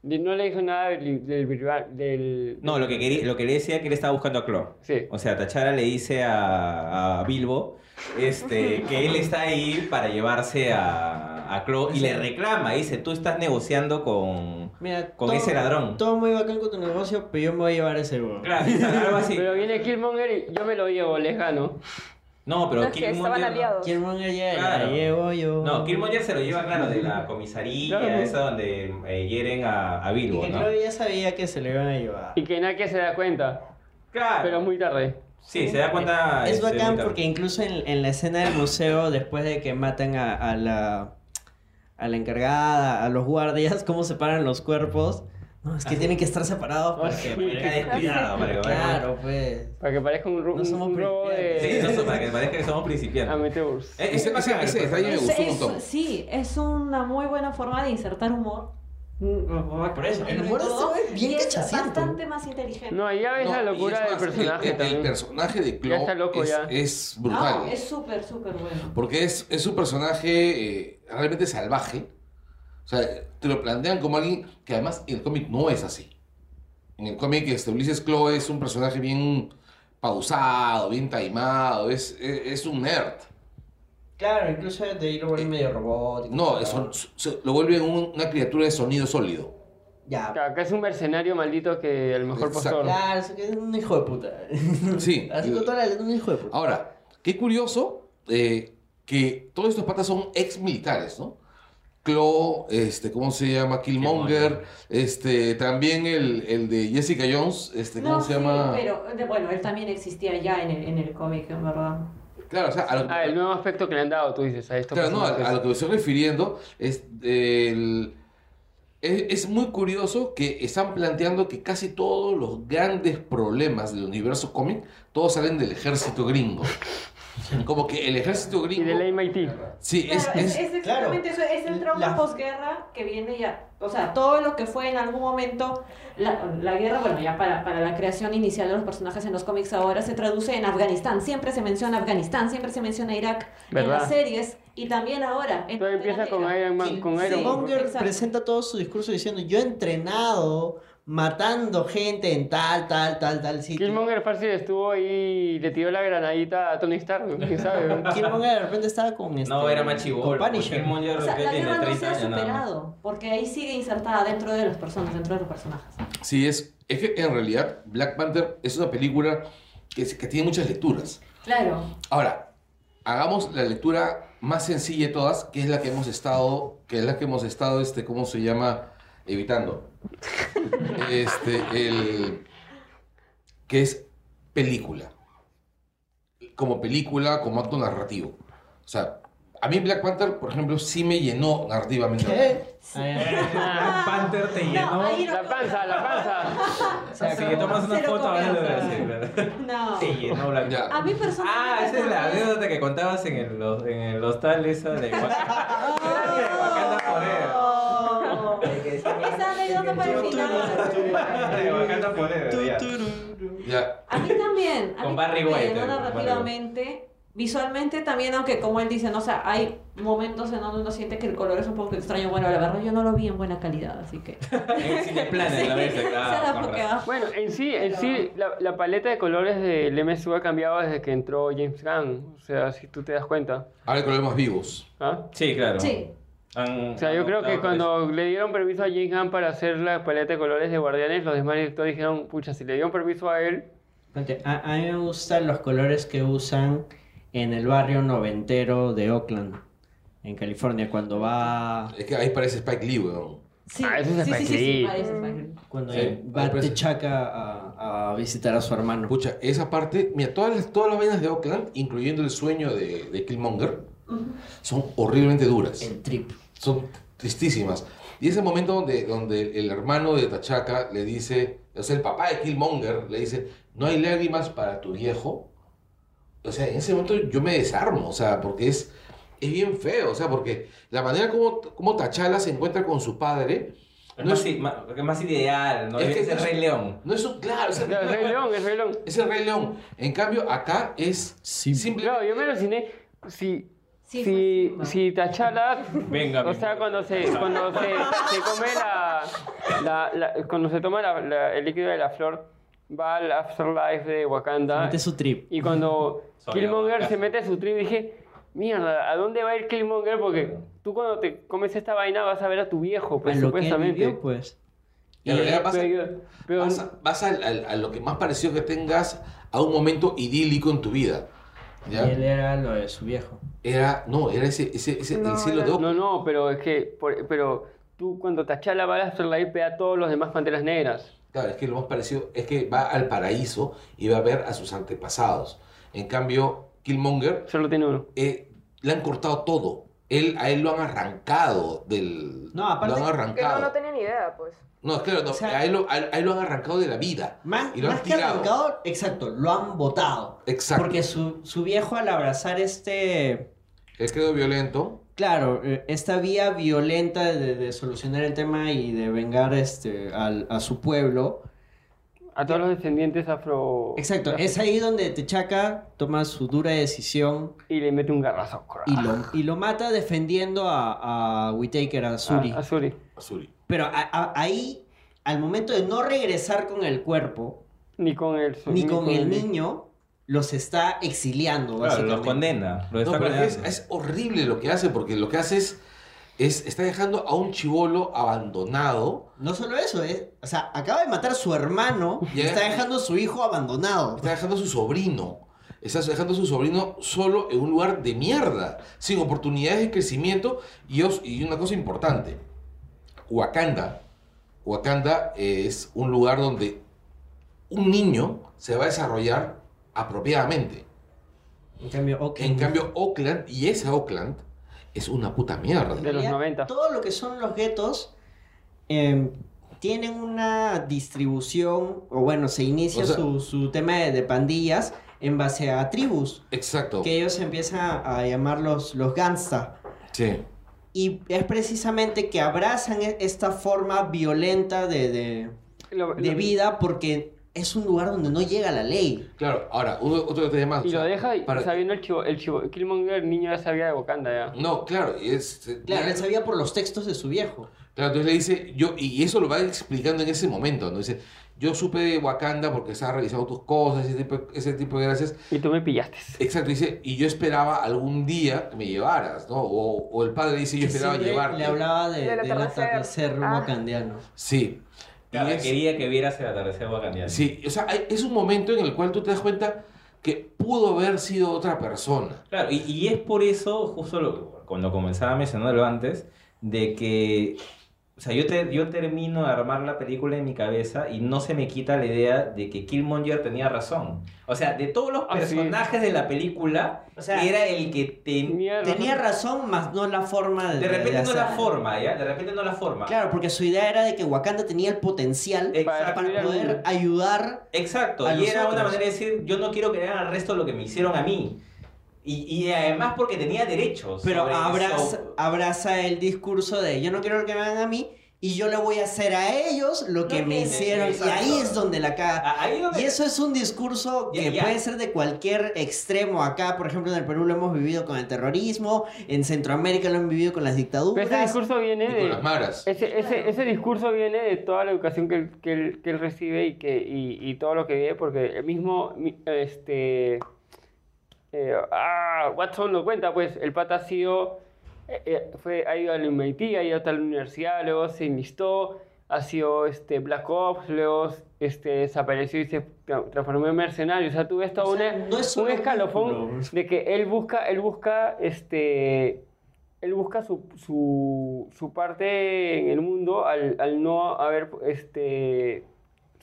Ni- No le dijo nada del, del, virua- del-
No, lo que, quería, lo que le decía que le estaba buscando a Claw.
Sí.
O sea, Tachara le dice a, a Bilbo este, que él está ahí para llevarse a, a Claw y le reclama. Dice, tú estás negociando con,
Mira,
Con ese ladrón.
Todo muy bacán con tu negocio, pero yo me voy a llevar ese huevo.
Claro, algo así.
Pero viene Killmonger y yo me lo llevo, les gano.
No, pero
No, es que estaban
Killmonger no-
aliados.
¿Quién manga ya
Claro.
la llevo yo?
No, Killmonger se lo lleva, claro, de la comisaría,
Claro.
esa donde eh, hieren a, a
Y
Bilbo,
que
¿no?
creo que ya sabía que se le iban a llevar.
Y que nadie se da cuenta,
Claro.
pero muy tarde.
Sí, se da cuenta.
es
este,
bacán
muy
porque
tarde.
incluso en, en la escena del museo, después de que matan a, a la, a la encargada, a los guardias, cómo separan los cuerpos. No, es que tienen que estar separados para que...
sí.
Para que descuidado, para que-
Claro, pues.
Para que parezca un, ro-
No
un
somos
robo
Sí,
de
no, para que parezca que somos principiantes.
Amateurs.
Eh,
Ese, ese, ese detalle me
Es-
gustó un
es-
montón.
sí, es una muy buena forma de insertar humor.
Por eso, el humor
humor
es bien
y es
cachaciento.
bastante más inteligente.
No, ahí ya ves
No,
la
y
locura
es
del
más,
personaje
el- el, el
también.
personaje de Claw
está loco
es,
ya.
es brutal.
No, es súper, súper bueno.
Porque es, es un personaje eh, realmente salvaje. O sea, te lo plantean como alguien que además en el cómic no es así. En el cómic este, Ulises Claw es un personaje bien pausado, bien taimado, es, es, es un nerd.
Claro, incluso de ir medio robótico.
Eh, No, es un- se- lo vuelve un- una criatura de sonido sólido.
Ya.
Claro, Acá es un mercenario maldito que el mejor
Exacto.
postor.
Claro, eso que es un hijo de puta.
Sí.
Así con toda la letra, un hijo de puta.
Ahora, qué curioso eh, que todos estos patas son ex militares, ¿no? Claw, este, ¿cómo se llama? Killmonger, este, también el, el de Jessica Jones, este, ¿cómo
No,
se
sí,
llama?
pero de- bueno, él también existía ya en el, en el cómic, en verdad.
Claro, o sea, a lo,
Ah, el nuevo aspecto que le han dado, tú dices, a esto.
claro, no, a, a lo que me estoy refiriendo es, el- es, es muy curioso que están planteando que casi todos los grandes problemas del universo cómic, todos salen del ejército gringo. Como que el ejército
Y
gringo...
del MIT.
Sí, es,
Claro, es,
es-
es exactamente eso, es el trauma
La-
posguerra que viene ya, o sea, todo lo que fue en algún momento, la, la guerra, bueno, ya para, para la creación inicial de los personajes en los cómics ahora se traduce en Afganistán, siempre se menciona Afganistán, siempre se menciona Irak en
¿Verdad?
las series y también ahora. En
Todo empieza con Iron Man, con Iron Man.
Killmonger
Exacto.
presenta todo su discurso diciendo: Yo he entrenado matando gente en tal, tal, tal, tal sitio.
Killmonger fácil estuvo ahí y le tiró la granadita a Tony Stark, quién sabe.
Killmonger de repente estaba con este,
No, era pues, más chivolo.
Con
porque
Punisher.
Killmonger
O sea, la
tiene
guerra no se
30
ha
años nada más.
superado, porque ahí sigue insertada dentro de las personas, dentro de los personajes.
sí, es, es que en realidad Black Panther es una película que, es- que tiene muchas lecturas.
Claro,
Ahora, hagamos la lectura más sencilla de todas, que es la que hemos estado, que es la que hemos estado, este, ¿cómo se llama? Evitando. Este, el... Que es película. Como película, como acto narrativo. O sea, a mí Black Panther, por ejemplo, sí me llenó
¿Eh?
narrativamente.
¿Qué? Ah,
Black Panther te
No,
llenó.
ahí
La panza, la panza.
O sea, si le tomas una
Cero
foto ahora lo verás.
confianza. no.
Te llenó Black
Ya.
A mí personalmente...
Ah, esa es la
también.
anécdota que contabas en el, los- en el hostal esa de Wakanda. Era de Wakanda Forever.
Oh. Esa anécdota para el final.
De Wakanda Forever, ya.
Ya.
A mí también. A
Con
mí
Barry
también,
White,
¿no?
eh, con Barry
narrativamente. Visualmente también, aunque como él dice, no, o sea, hay momentos en donde uno siente que el color es un poco extraño. Bueno, la verdad yo no lo vi en buena calidad, así que...
En Cineplanet la vez,
Será
claro. con
porque-
razón.
Bueno, en sí, en sí, la, la paleta de colores del MSU ha cambiado desde que entró James Gunn. O sea, si tú te das cuenta.
Ahora con los más vivos.
¿Ah?
Sí, claro.
Sí,
Han-
O sea, yo
han
creo que
optado por eso.
cuando le dieron permiso a James Gunn para hacer la paleta de colores de Guardianes, los demás directores dijeron, pucha, si le dieron permiso a él,
Ponte, A, a mí me gustan los colores que usan en el barrio noventero de Oakland, en California, cuando va.
Es que ahí parece Spike Lee, weón.
sí,
Ah, eso
sí,
es
sí, sí, sí,
Spike
parece
Lee.
Spike Lee.
Cuando
Sí,
va
ahí parece.
T'Chaka a, a visitar a su hermano.
Pucha, esa parte, mira, todas las, todas las vainas de Oakland, incluyendo el sueño de, de Killmonger, son horriblemente duras.
El trip.
Son tristísimas. Y ese momento donde, donde el hermano de Tachaca le dice, o sea, el papá de Killmonger le dice, no hay lágrimas para tu viejo. O sea, en ese momento yo me desarmo, o sea, porque es, es bien feo, o sea, porque la manera como, como T'Challa se encuentra con su padre,
Es
no
más,
es,
i- ma- porque es más ideal, ¿no?
Es que
Es, el
es-
Rey León.
no es un, claro, o sea,
claro, es Rey León, es Rey León.
es el Rey León. En cambio, acá es simplemente...
Claro, yo me aluciné, si,
Sí,
si,
fue Simba.
si T'Challa,
Venga,
o
mi
sea,
amor.
cuando se, cuando se, se come la, la- la- cuando se toma la- la- el líquido de la flor, va al afterlife de Wakanda,
Mete su trip.
y cuando
Soy
Killmonger
abogado.
se mete a su trip, dije, mierda, ¿a dónde va a ir Killmonger? Porque tú cuando te comes esta vaina vas a ver a tu viejo,
A
pues,
lo que él
supuestamente.
vivió, pues.
Y en realidad pasa-
pero- pero-
Vas, a- vas al- al- a lo que más pareció que tengas a un momento idílico en tu vida.
Y
¿ya?
él era lo de su viejo.
Era, no, era ese, ese, ese
No,
el cielo
era-
de Oco.
No, no, pero es que. por- pero tú cuando tachás la bala la IP a todos los demás panteras negras.
Claro, es que lo más parecido es que va al paraíso y va a ver a sus antepasados. En cambio, Killmonger
Solo tiene uno.
eh, le han cortado todo. Él, a él lo han arrancado del.
No, aparte-
Lo han
Que no,
arrancado.
no tenía ni idea, pues.
No, claro, no,
O sea-
a, él lo, a él- a él lo han arrancado de la vida.
Más,
y lo han
más que
tirado.
arrancado, exacto, lo han votado.
Exacto.
Porque su, su viejo al abrazar este,
El credo violento.
claro, eh, esta vía violenta de, de solucionar el tema y de vengar este, al- a su pueblo,
A todos los descendientes afro.
exacto, es ahí donde Techaca toma su dura decisión
Y le mete un garrazo. crack.
y lo, y lo mata defendiendo a, a Whitaker, a Suri.
Ah,
A, a Suri.
Azuri.
Pero a- a- ahí, al momento de no regresar con el cuerpo,
Ni con el
ni con el niño, los está exiliando,
Claro,
básicamente.
los condena. Los
No,
está
pero es,
condenando.
es horrible lo que hace, porque lo que hace es. es está dejando a un chivolo abandonado.
No solo eso, es, o sea, acaba de matar a su hermano y
Ya.
está dejando a su hijo abandonado.
Está dejando a su sobrino. Está dejando a su sobrino solo en un lugar de mierda. Sin oportunidades de crecimiento. Y, os- y una cosa importante. Wakanda. Wakanda es un lugar donde un niño se va a desarrollar apropiadamente.
En cambio, ok.
En cambio, Oakland, y esa Oakland, es una puta mierda.
De los 90.
Todo lo que son los guetos eh, tienen una distribución, o bueno, se inicia
O sea-
su, su tema de, de pandillas en base a tribus,
Exacto.
que ellos empiezan a, a llamar los, los gangsta.
Sí.
Y es precisamente que abrazan e- esta forma violenta de, de-
Lo-
de
lo-
vida porque es un lugar donde no llega la ley.
Claro, ahora, uno- otro tema.
Y
o sea,
lo deja y-
para-
sabiendo el chivo, el chivo. Killmonger, el niño ya sabía de Wakanda ya.
No, claro, es,
Claro, él sabía por los textos de su viejo.
Claro, entonces le dice, yo, y eso lo va explicando en ese momento, ¿no? Dice, yo supe de Wakanda porque estaba revisando tus cosas, ese tipo, ese tipo de gracias.
Y tú me pillaste.
Exacto, dice, y yo esperaba algún día que me llevaras, ¿no? O, o el padre dice, yo
Que
esperaba
siempre
llevarte.
Le hablaba de,
Del
del
atardecer.
atardecer
Ah.
wakandiano.
Sí. Y
Claro,
es-
Quería que vieras el atardecer wakandiano.
sí, o sea, hay- es un momento en el cual tú te das cuenta que pudo haber sido otra persona.
Claro, y, y es por eso, justo lo- cuando comenzaba a mencionarlo antes, de que, o sea, yo, te- yo termino de armar la película en mi cabeza y no se me quita la idea de que Killmonger tenía razón. O sea, de todos los
Ah, sí.
personajes de la película,
O sea,
era el que
Tenía
tenía...
razón.
Tenía razón, más no la forma de.
De repente no la
hacerlo.
forma, ¿ya? De repente no la forma.
Claro, porque su idea era de que Wakanda tenía el potencial
Eh,
Para
para
destruir al
poder
mundo.
ayudar.
Exacto,
A
y era
nosotros.
una manera de decir, yo no quiero que le hagan al resto lo que me hicieron a mí. Y, y además porque tenía derechos.
Pero
sobre eso.
abraza, abraza el discurso de yo no quiero que me hagan a mí y yo le voy a hacer a ellos lo que
No,
me
sí, sí,
hicieron. Y
exacto.
ahí es donde la caga.
A- Ahí es donde-
Y eso es un discurso
Ya,
que
ya.
puede ser de cualquier extremo. Acá, por ejemplo, en el Perú lo hemos vivido con el terrorismo, en Centroamérica lo han vivido con las
Pero ese
dictaduras.
discurso viene
Y con
de.
las maras.
Ese, ese, ese discurso viene de toda la educación que él, que él, que él recibe y, que, y, y todo lo que vive, porque el mismo, mi- este, eh, ah, Watson lo cuenta, pues, el pata ha sido, eh, eh, fue, ha ido al MIT, ha ido hasta la universidad, luego se enlistó, ha sido, este, Black Ops, luego, este, desapareció y se tra- transformó en mercenario, o sea, tú ves todo
O sea,
una-
no es
un
solo
escalofón
vínculo.
de que él busca, él busca, este, él busca su, su, su parte en el mundo al, al no haber, este,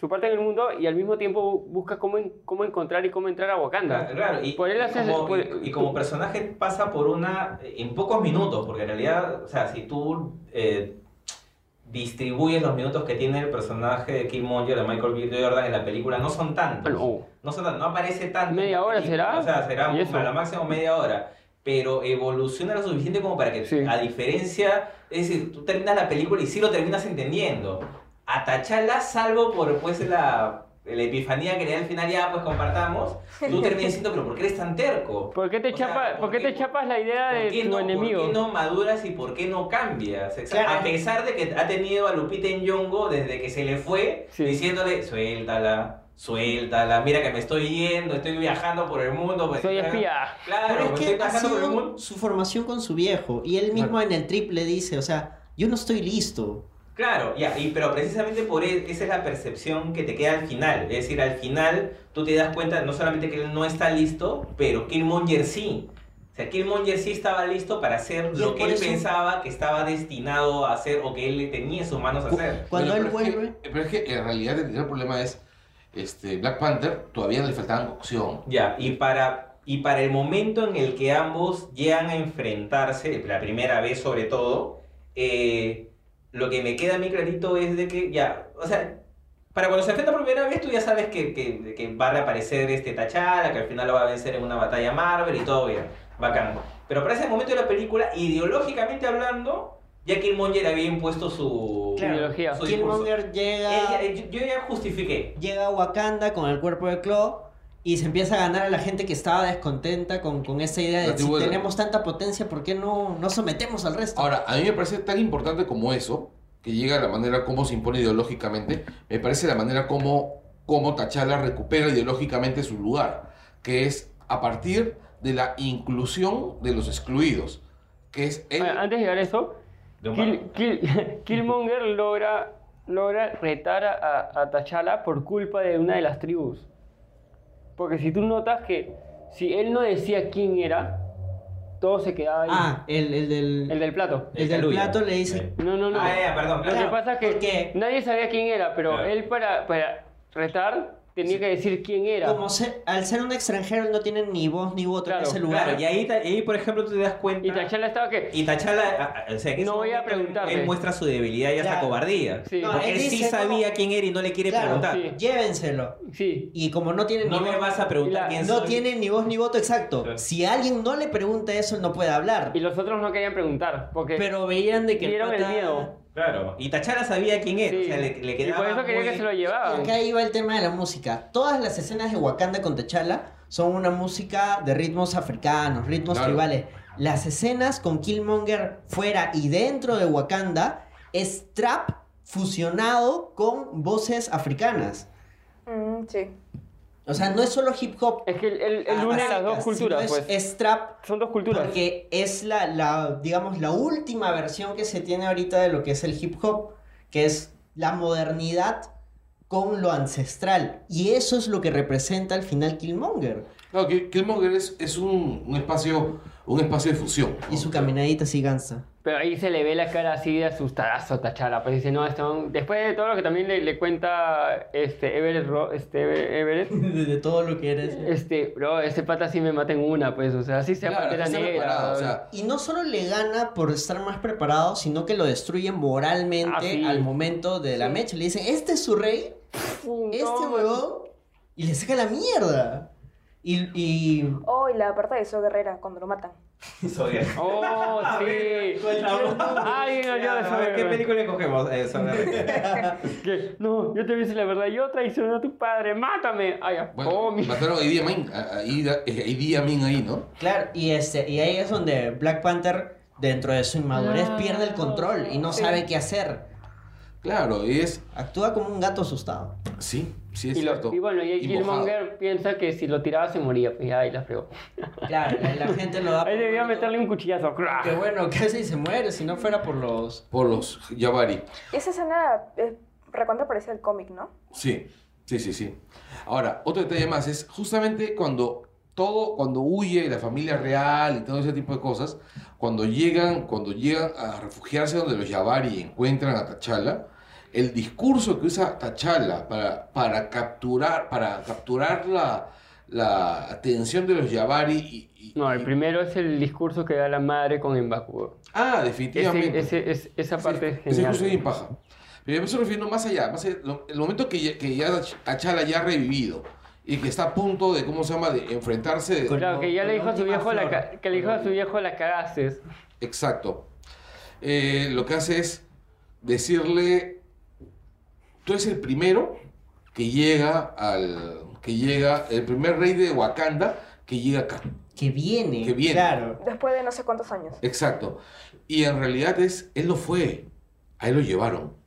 su parte en el mundo y al mismo tiempo bu- busca cómo, en- cómo encontrar y cómo entrar a Wakanda.
Claro, y,
Por él
y
haces-
como,
por-
y- y como personaje pasa por una... eh, en pocos minutos, porque en realidad, o sea, si tú eh, distribuyes los minutos que tiene el personaje de Killmonger, de Michael B. Jordan en la película, no son tantos.
Bueno, oh.
No, son tan- no aparece tanto.
¿Media
en la
hora
película,
será?
O sea, será
¿Y eso?
a lo máximo media hora. Pero evoluciona lo suficiente como para que,
Sí.
a diferencia, es decir, tú terminas la película y sí lo terminas entendiendo. A T'Challa, salvo por pues la, la epifanía que le da al final, ya pues compartamos, tú terminas diciendo, pero ¿por qué eres tan terco?
¿Por qué te,
O sea,
chapa-
¿por
¿por qué
qué-
te chapas la idea
¿Por
de
qué
tu
no-
enemigo?
¿Por qué no maduras y por qué no cambias? Exa-
Claro.
A pesar de que ha tenido a Lupita en Yongo desde que se le fue,
Sí.
diciéndole, suéltala, suéltala, mira que me estoy yendo, estoy viajando por el mundo. pues,
Soy
claro,
espía.
Claro,
Pero
me
es
estoy
que ha
viajando por el
sido
mundo.
su formación con su viejo. Y él mismo en el triple dice, o sea, yo no estoy listo.
Claro, ya, y, pero precisamente por e- esa es la percepción que te queda al final. Es decir, al final tú te das cuenta no solamente que él no está listo, pero Killmonger sí. O sea, Killmonger sí estaba listo para hacer
Y
lo
es
que
por
él
eso-
pensaba que estaba destinado a hacer o que él le tenía en sus manos a hacer.
Cuando
Pero-
él
pero es
vuelve-
que- pero es que en realidad el gran problema es. Este, Black Panther todavía le faltaba cocción.
Ya, y para, y para el momento en el que ambos llegan a enfrentarse, la primera vez sobre todo, eh, lo que me queda a mí clarito es de que ya, o sea, para cuando se enfrenta por primera vez tú ya sabes que, que- que va a reaparecer este T'Challa, que al final lo va a vencer en una batalla Marvel y todo bien, bacán. Pero para ese momento de la película, ideológicamente hablando, ya Killmonger había impuesto su,
Claro. Ideología.
su discurso.
Killmonger
Él
llega,
ya- yo- yo ya justifiqué.
llega a Wakanda con el cuerpo de Claw y se empieza a ganar a la gente que estaba descontenta con, con esa idea
Pero
de
te
si
vuelve-
tenemos tanta potencia, ¿por qué no, no sometemos al resto?
Ahora, a mí me parece tan importante como eso, que llega a la manera como se impone ideológicamente, me parece la manera como, como T'Challa recupera ideológicamente su lugar, que es a partir de la inclusión de los excluidos, que es él...
Ahora, Antes de llegar a eso,
De un
Kill-
barco.
Kill- Killmonger logra, logra retar a, a T'Challa por culpa de una de las tribus. Porque si tú notas que si él no decía quién era, todo se quedaba ahí.
Ah, el, el del,
El del plato.
el del
Caluya.
plato le dice,
Sí.
No, no, no.
Ah, ya, perdón.
Lo
claro.
que pasa es que
porque-
nadie sabía quién era, pero
Claro.
él para, para retar tenía que decir quién era.
como se- al ser un extranjero él no tiene ni voz ni voto en
Claro,
ese lugar.
Claro, y ahí, ta- ahí, por ejemplo, tú te das cuenta.
Y T'Challa estaba que...
Y T'Challa, a- a- o sea, que
No voy a preguntarle.
Él muestra su debilidad y hasta
Ya.
cobardía.
Sí.
No,
Porque
él
él sí
dice,
sabía
no.
quién era y no le quiere
Claro,
preguntar.
sí.
Llévenselo.
Sí.
Y como no tiene
No
ni
me
voz-
vas a preguntar
La-
quién
no
soy.
tiene ni voz ni voto exacto.
Claro.
Si alguien no le pregunta eso, él no puede hablar.
Y los otros no querían preguntar, porque
Pero veían de que
vieron el
pata-
miedo.
Claro. Y T'Challa sabía quién era. O sea, le, le
y
quedaba
por eso quería
muy-
que se lo
Y
llevaban.
acá iba el tema de la música. Todas las escenas de Wakanda con T'Challa son una música de ritmos africanos, ritmos
Claro.
tribales. Las escenas con Killmonger fuera y dentro de Wakanda es trap fusionado con voces africanas.
Mm, sí.
O sea, no es solo hip hop.
Es que él, él- él
a
une las
básicas,
dos culturas,
sino es-
pues.
Es trap
Son dos culturas.
Porque es la, la, digamos, la última versión que se tiene ahorita de lo que es el hip hop, que es la modernidad con lo ancestral. Y eso es lo que representa al final Killmonger.
Claro, Kill- Killmonger es, es un, un espacio, un espacio de fusión. ¿no?
Y su caminadita así gansa.
Pero ahí se le ve la cara así de asustadazo a T'Challa. Pues dice, no, este man- Después de todo lo que también le, le cuenta este Everett, Ro- este Ever- Everett,
De de todo lo que eres.
este, bro, este pata sí me mata en una, pues. O sea, así sea
Claro,
pantera
está
negra.
preparado, o sea,
Y no solo le gana por estar más preparado, sino que lo destruye moralmente
Ah, sí.
al momento de la mecha. Le dicen, este es su rey,
Pum,
este
no,
huevón, y le saca la mierda. Y, y
Oh, y la parte de So Guerrera cuando lo matan.
Soy él.
Oh, sí. Alguien olvidó de
Ya,
eso,
a ver, ¿Qué
bebé.
película cogemos? Eh, sobre-
Que, no, yo te voy a decir la verdad. Yo traicioné a tu padre. Mátame. Ay, ya.
bueno,
oh, mi-
mataron a Idi Amin, a, a Ida- eh, a Idi Amin ahí, ¿no?
Claro, y, este, y ahí es donde Black Panther, dentro de su inmadurez,
Ah,
Claro,
pierde el control y no
sí.
sabe qué hacer.
Claro, y es...
Actúa como un gato asustado.
Sí, sí es
Y, lo-
cierto.
y bueno, y,
mojado.
Killmonger piensa que si lo tiraba se moría. Pues ya, y la fregó.
Claro, la, la gente lo da.
Ahí
por
debía
muerto.
meterle un cuchillazo. ¡Crack!
Que bueno, casi se muere si no fuera por los.
Por los Jabari.
Y esa escena eh, recontra parece el cómic, ¿no?
Sí, sí, sí, sí. Ahora, otro detalle más es justamente cuando todo, cuando huye la familia real y todo ese tipo de cosas, cuando llegan, cuando llegan a refugiarse donde los Yabari y encuentran a T'Challa, el discurso que usa T'Challa para, para capturar, para capturar la, la atención de los Yabari y, y-
No, el
y-
primero es el discurso que da la madre con Mbaku.
Ah,
Ese,
definitivamente.
ese- es- esa parte es
Ese
genial.
discurso es bien paja. Pero yo me estoy refiriendo más allá, más allá, lo- el momento que ya, que ya T'Challa ya ha revivido y que está a punto de, ¿cómo se llama?, de enfrentarse.
Con-
Claro, que ya
Con
le
la
dijo a su
última
viejo la,
flor.
ca- que le dijo a su viejo la cagaces.
Exacto. Eh, lo que hace es decirle, tú eres el primero que llega al... que llega, el primer rey de Wakanda que llega acá.
Que viene.
Que viene.
Claro.
Después de no sé cuántos años.
Exacto. Y en realidad es, él no fue, a él lo llevaron.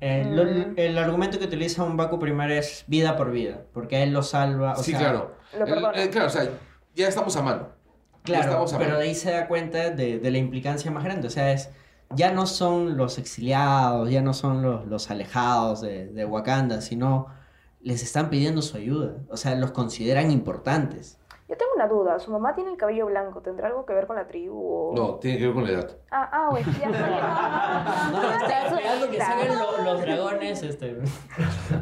El, Eh, lo- el argumento que utiliza un Baku primero es vida por vida, porque él lo salva. Ah, o
sí,
sea,
claro.
Lo
El-
perdona.
el- claro, o sea, ya estamos a mano. Ya
Claro,
estamos a
pero
mano.
de ahí se da cuenta de, de la implicancia más grande. O sea, es ya no son los exiliados, ya no son los, los alejados de, de Wakanda, sino les están pidiendo su ayuda. O sea, los consideran importantes.
Yo tengo una duda. Su mamá tiene el cabello blanco. ¿Tendrá algo que ver con la tribu o...?
No, tiene que ver con la edad.
Ah, ah, güey. Ya
No,
Ah,
está esperando que salgan lo- los dragones, este.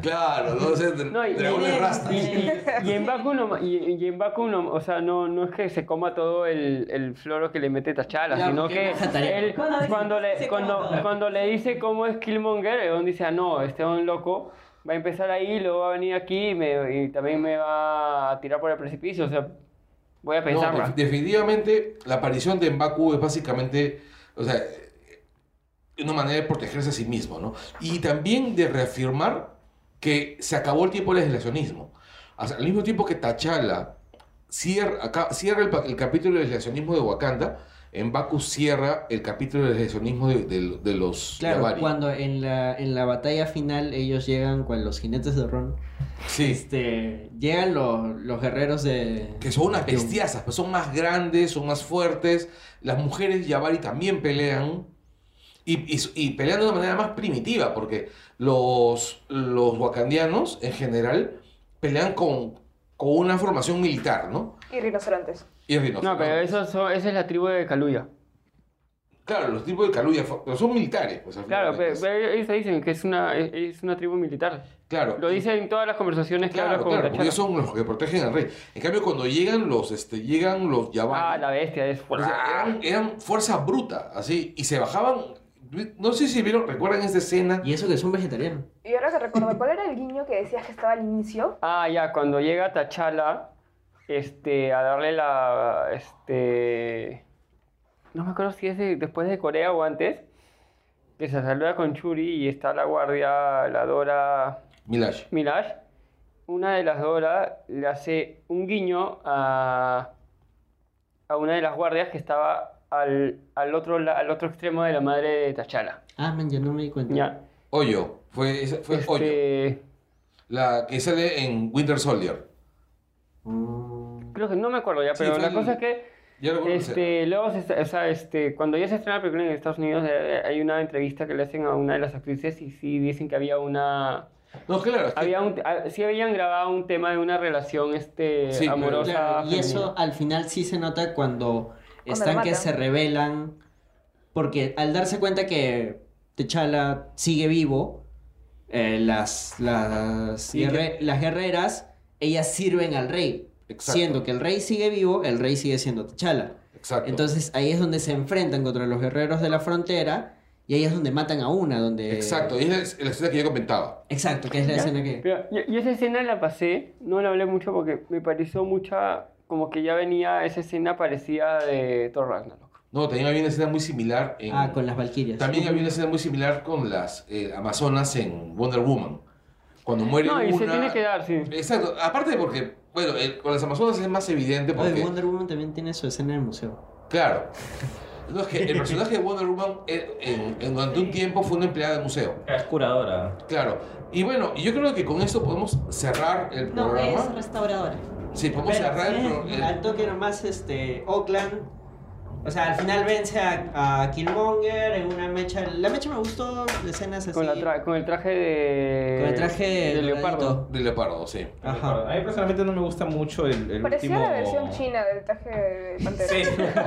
Claro, no sé,
No, y,
dragones rastas.
y- y- y en Baku no, ma- y, y en Baku no- o sea, no, no es que se coma todo el, el floro que le mete Tachala,
Ya,
sino
porque
que
no es Tachala.
él,
Cuando
cuando,
dice,
le,
se
cuando,
coma todo.
cuando le dice cómo es Killmonger, Egon dice, ah, no, este es un loco, va a empezar ahí, luego va a venir aquí y, me- y también me va a tirar por el precipicio, o sea, voy a
No, pues,
pensarla.
def- definitivamente la aparición de Mbaku es básicamente, o sea, una manera de protegerse a sí mismo, ¿no? Y también de reafirmar que se acabó el tiempo del legislacionismo. O sea, al mismo tiempo que T'Challa cierra, acá- cierra el, pa- el capítulo del legislacionismo de Wakanda, Mbaku cierra el capítulo del legislacionismo de, de- de los
Claro,
Yabari.
cuando en la, en la batalla final ellos llegan con los jinetes de Ron,
Sí,
este, llegan los, los guerreros de...
que son unas
de-
bestiazas, pues son más grandes, son más fuertes. Las mujeres Yabari también pelean. Y, y- y pelean de una manera más primitiva, porque los, los wakandianos en general pelean con, con una formación militar, ¿no?
Y rinocerontes.
Y rinocerontes.
No, pero eso, son- esa es la tribu de Kaluya.
Claro, los tipos de Kaluya fo- pero son militares, pues al final
Claro,
de
pero,
cuentas.
pero ellos dicen que es una, es- es una tribu militar.
Claro.
Lo dicen en todas las conversaciones que habla
Claro,
con
claro,
T'Challa.
porque ellos son los que protegen al rey. En cambio, cuando llegan los, este, llegan los Yabari.
Ah, la bestia es
O sea, eran, eran fuerza bruta, así, y se bajaban. No sé si vieron, recuerdan esta escena.
Y eso que son vegetarianos.
Y ahora que recuerdo, ¿cuál era el guiño que decías que estaba al inicio?
Ah, ya, cuando llega Tachala, este, a darle la, este, no me acuerdo si es de- después de Corea o antes, que se saluda con Churi y está la guardia, la Dora
Milash.
Mirage. Una de las Dora le hace un guiño a, a una de las guardias que estaba al, al otro, la- al otro extremo de la madre de Tachala.
Ah, man, yo no me di cuenta.
Ya,
Hoyo. Fue, esa- fue Hoyo.
este,
La que sale en Winter Soldier.
creo que no me acuerdo ya,
Sí,
pero
fue
la
el-
cosa es que
Yo recuerdo esa escena.
Este, luego, se, o sea, este, cuando ya se estrena la película en Estados Unidos, eh, hay una entrevista que le hacen a una de las actrices y sí dicen que había una,
No, claro. es que-
había un, ah, sí habían grabado un tema de una relación, este,
Sí, pero
amorosa.
Claro, y
femenina.
eso al final sí se nota cuando están
la
que
matan.
se rebelan, porque al darse cuenta que T'Challa sigue vivo, eh, las, las,
Y
guerre- las guerreras, ellas sirven al rey.
Exacto.
Siendo que el rey sigue vivo, el rey sigue siendo T'Challa.
Exacto.
Entonces ahí es donde se enfrentan contra los guerreros de la frontera y ahí es donde matan a una, donde...
Exacto. Y es la, la escena que yo comentaba.
Exacto, que es la
¿Ya?
escena que...
Pero yo, yo esa escena la pasé, no la hablé mucho porque me pareció mucha, como que ya venía esa escena parecida de Thor Ragnarok.
No, también había una escena muy similar en.
Ah, con las valquirias.
También había una escena muy similar con las eh, Amazonas en Wonder Woman. Cuando muere
No,
una.
y se tiene que dar, sí.
Exacto. Aparte porque, bueno, el- con las Amazonas es más evidente
Oye,
porque.
Wonder Woman también tiene su escena en el museo.
Claro. No, es que el personaje de Wonder Woman eh, en- en- durante un tiempo fue una empleada de museo.
Es curadora.
Claro. Y bueno, yo creo que con esto podemos cerrar el
No, es
programa.
restauradora.
Sí, podemos
Pero,
cerrar el, pro-
eh,
el-
Al toque nomás, este, Oakland. O sea, al final vence a, a Killmonger en una mecha. La mecha me gustó, escenas así.
Con, la tra- con el traje de...
Con el traje
de leopardo.
doradito.
del leopardo, sí.
Ajá.
A mí personalmente no me gusta mucho el, el
Parecía
último...
la versión china del traje de pantera.
Sí.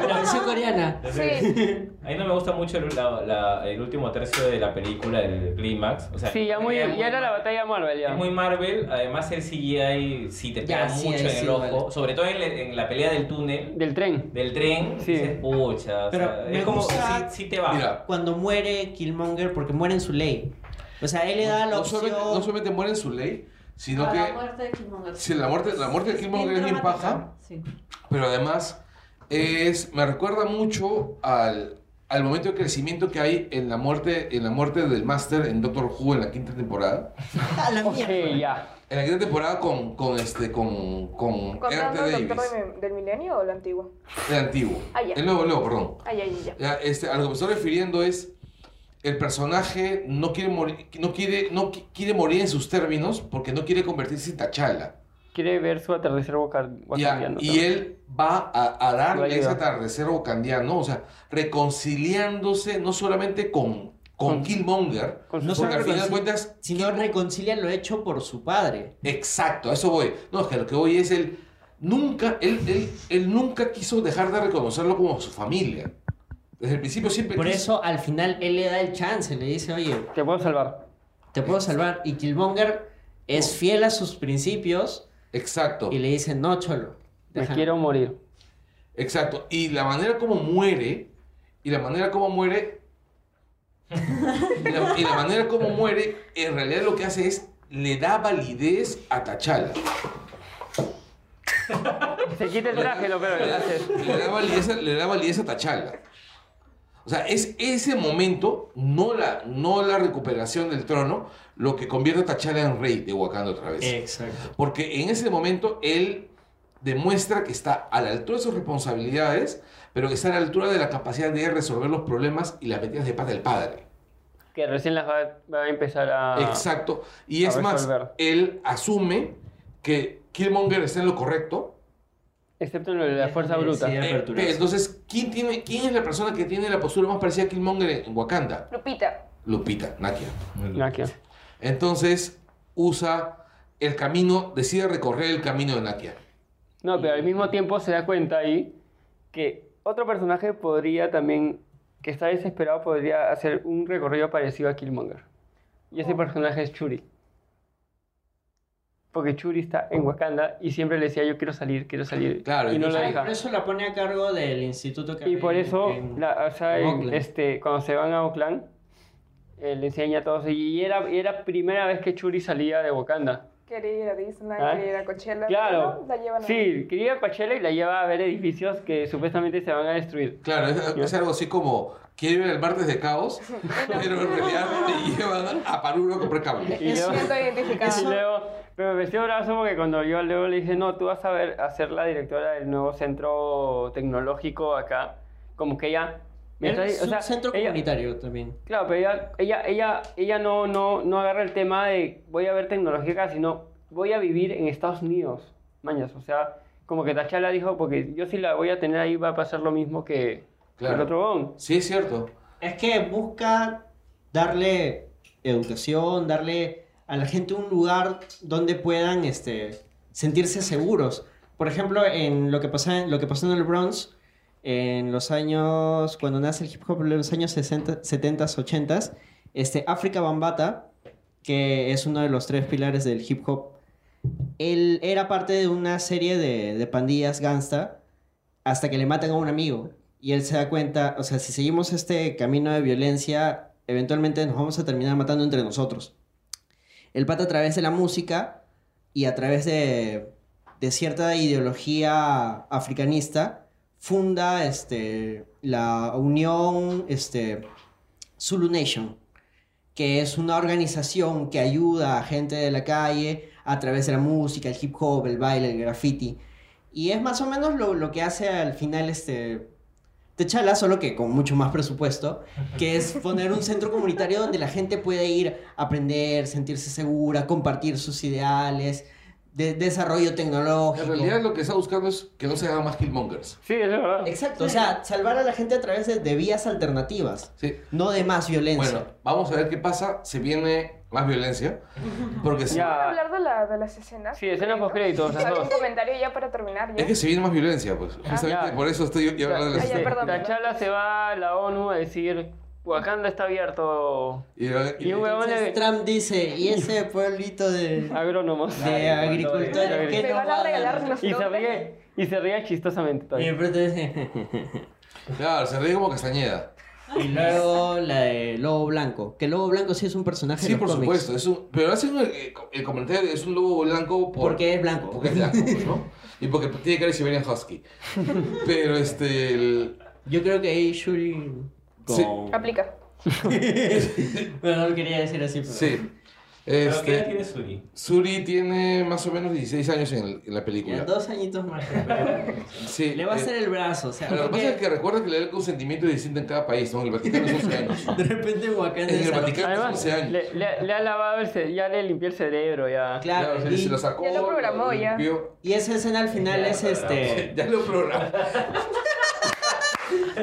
La versión coreana.
Sí.
A mí no me gusta mucho el, la- la- el último tercio de la película, el clímax. O sea,
Sí, ya, muy,
era
ya era la
mal-
batalla Marvel ya.
Es muy Marvel, además el CGI sí te
Ya,
pega
sí,
mucho
ahí
en
sí
el ojo,
duele.
sobre todo en, la- en la pelea del túnel,
Del tren.
del tren,
Sí.
dices, pucha, o
Pero
sea,
me
es como
gusta-
sí, sí te va.
Mira,
Cuando muere Killmonger, porque muere en su ley. O sea, él le da la
no
opción.
solamente, no solamente muere en su ley, sino
A
que...
la muerte de Killmonger.
Sí, la muerte- la muerte de Killmonger es bien
dramática.
paja.
Sí.
Pero además, es, me recuerda mucho al, al momento de crecimiento que hay en la muerte, en la muerte del Master en Doctor Who en la quinta temporada.
A Ah, la
Ok,
mierda.
ya.
En la quinta temporada con, con este, con, con
¿Contando
R.T.
el
Davis,
doctor de- del milenio o el antiguo?
el antiguo.
Ah, ya.
El nuevo, el nuevo, perdón.
Ay, ay, ay, ya.
Ya, este, a lo que me estoy refiriendo es, el personaje no quiere morir, no quiere, no qui- quiere morir en sus términos porque no quiere convertirse en Tachala.
quiere ver su atardecer waca-
Ya,
wakandiano.
y
¿no?
él va a, a
Lo
dar
ayuda.
ese atardecer bocandiano, o sea, reconciliándose no solamente con, con
Con-
Killmonger,
Con su-
No
porque al final de
reconcilia-
cuentas,
Si no reconcilia lo hecho por su padre.
exacto, a eso voy. No, es que lo que voy es él nunca, él, él, él nunca quiso dejar de reconocerlo como su familia. Desde el principio siempre
Por
pues
quiso-
eso al final él le da el chance, le dice, oye,
Te puedo salvar.
te puedo salvar. Y Killmonger
Oh.
es fiel a sus principios
Exacto,
y le dice, no, cholo.
Me
déjame".
quiero morir.
exacto. Y la manera como muere, y la manera como muere, y la, y la manera como muere, en realidad lo que hace es le da validez a T'Challa.
Se quita el traje, lo peor
le
que le
da,
haces.
le da validez, a- le da validez a T'Challa. O sea, es ese momento, no la, no la recuperación del trono, lo que convierte a T'Challa en rey de Wakanda otra vez.
Eh, Exacto.
Porque en ese momento él demuestra que está a la altura de sus responsabilidades, pero que está a la altura de la capacidad de resolver los problemas y las metidas de pata del padre.
Que recién las va, va a empezar a.
Exacto. Y
Ah. a
es más,
resolver.
él asume que Killmonger está en lo correcto,
Excepto en lo de la fuerza bruta.
Sí,
Eh,
apertura.
pe- entonces, ¿quién, tiene, ¿quién es la persona que tiene la postura más parecida a Killmonger en- en Wakanda?
Lupita.
Lupita, Nakia.
Nakia.
Entonces, usa el camino, decide recorrer el camino de Nakia.
No, pero al mismo tiempo se da cuenta ahí que otro personaje podría también, que está desesperado, podría hacer un recorrido parecido a Killmonger. Y ese personaje es Churi. Porque Churi está en Wakanda y siempre le decía yo quiero salir, quiero salir.
Claro,
y no
incluso-
la
Ah, y
deja.
por eso la pone a cargo del instituto que
Y por
hay
eso,
en-
la- o sea,
en
en-
Oakland.
este, cuando se van a Oakland, eh, le enseña a todos. Y era, era primera vez que Churi salía de Wakanda.
Quiere ir a Disney,
Ah.
quiere ir a Coachella.
Claro.
pero no, la llevan a-
Sí, quería a Coachella y la lleva a ver edificios que supuestamente se van a destruir.
Claro, es, es algo así como, quiere ver el martes de caos, pero en realidad le llevan a Paruro a comprar cable.
Y
Eso-
Me
luego-
siento identificada.
Y luego, pero me dio brazo porque cuando yo luego le dije, no, tú vas a ver a ser la directora del nuevo centro tecnológico acá, como que ella... me está-
Es
o
un
sea,
centro
ella-
comunitario también.
Claro, pero ella, ella, ella, ella no, no, no agarra el tema de voy a ver tecnología acá, sino voy a vivir en Estados Unidos, mañas. O sea, como que Tachala dijo, porque yo si la voy a tener ahí va a pasar lo mismo que que el
Claro.
otro bon.
Sí, es cierto.
Es que busca darle educación, darle a la gente un lugar donde puedan este, sentirse seguros. Por ejemplo, en lo que, pasa, lo que pasó en el Bronx, en los años, cuando nace el hip hop, en los años 60, 70, 80, este, África Bambata, que es uno de los tres pilares del hip hop, él era parte de una serie de, de pandillas gangsta hasta que le matan a un amigo. Y él se da cuenta, o sea, si seguimos este camino de violencia, eventualmente nos vamos a terminar matando entre nosotros. El pata a través de la música y a través de, de cierta ideología africanista funda este, la Unión este, Zulu Nation, que es una organización que ayuda a gente de la calle a través de la música, el hip hop, el baile, el graffiti. Y es más o menos lo, lo que hace al final este Techala, solo que con mucho más presupuesto, que es poner un centro comunitario donde la gente puede ir a aprender, sentirse segura, compartir sus ideales, de- desarrollo tecnológico.
En realidad lo que está buscando es que no se hagan más Killmongers.
Sí, eso es verdad.
Exacto, o sea, salvar a la gente a través de, de vías alternativas,
Sí.
no de más violencia.
Bueno, vamos a ver qué pasa. Se viene más violencia. Porque se-
Ya.
hablar de, la, de las escenas?
Sí, escenas postcréditos, las
Había un
dos.
comentario ya para terminar. Ya.
es que se viene más violencia, pues. Justamente
ya.
por eso estoy yo- yo hablando de este-
Ah,
las
ya, perdón.
Tachala se va a la ONU a decir, Wakanda está abierto.
Y,
Y un huevón
Entonces,
eh,
de
Trump dice, y ese pueblito de,
agrónomos.
de agricultores que
eh, Me
no
van
va
a
a
regalar
ganar?"
unos
Y se
lotes.
ríe, y se ríe chistosamente
Y de
todavía.
pronto dice,
Claro, se ríe como Castañeda.
Y luego la de Lobo Blanco. Que Lobo Blanco sí es un personaje de
Sí,
los
por
cómics,
supuesto. Es un, pero hacen el, el comentario de es un lobo blanco por-
Porque es blanco.
Porque es blanco, pues, ¿no? Y porque tiene cara de Siberian Husky. Pero este. el-
Yo creo que ahí Shuri.
Sí.
con-
Aplica.
bueno, no lo quería decir así, pero.
sí.
¿Pero qué edad
Este,
tiene Suri?
Suri tiene más o menos 16 años en, el- en la película.
Dos añitos más.
Sí,
Le va a
eh,
hacer el brazo, o sea,
Pero lo que
porque
pasa es que recuerda que le da el consentimiento distinto en cada país, ¿no? En el Vaticano es 11 años.
de repente Wakanda
En el
sacó-
Vaticano es 11
Además,
años.
le, le- le ha lavado el ce- ya le limpió el cerebro ya.
Claro,
Ya, se-
y,
se lo sacó.
Ya lo programó, ya.
limpió,
y esa escena al final es este...
Ya lo programó.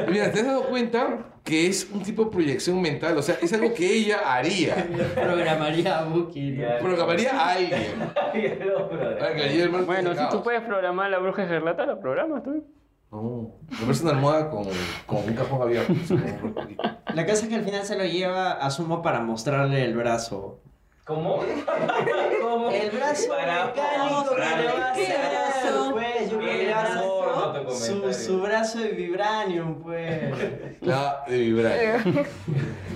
Mira, ¿te has dado cuenta que es un tipo de proyección mental? O sea, es algo que ella haría.
Programaría a Buki. ¿no?
Programaría a alguien.
Ya lo programó.
Para que le lleve el martes
Bueno,
de
si tú
caos.
puedes programar la bruja escarlata, la programas tú.
No, me parece una almohada con, con un cajón abierto.
La cosa es que al final se lo lleva a Sumo para mostrarle el brazo.
¿Cómo? ¿Cómo?
El brazo mecánico
mecánico
que le va a
¿Qué
hacer
brazo?
pues, yo creo que le
Bien
va a hacer
absurdo tu
su,
comentario.
su brazo de vibranium, pues.
La de vibranio.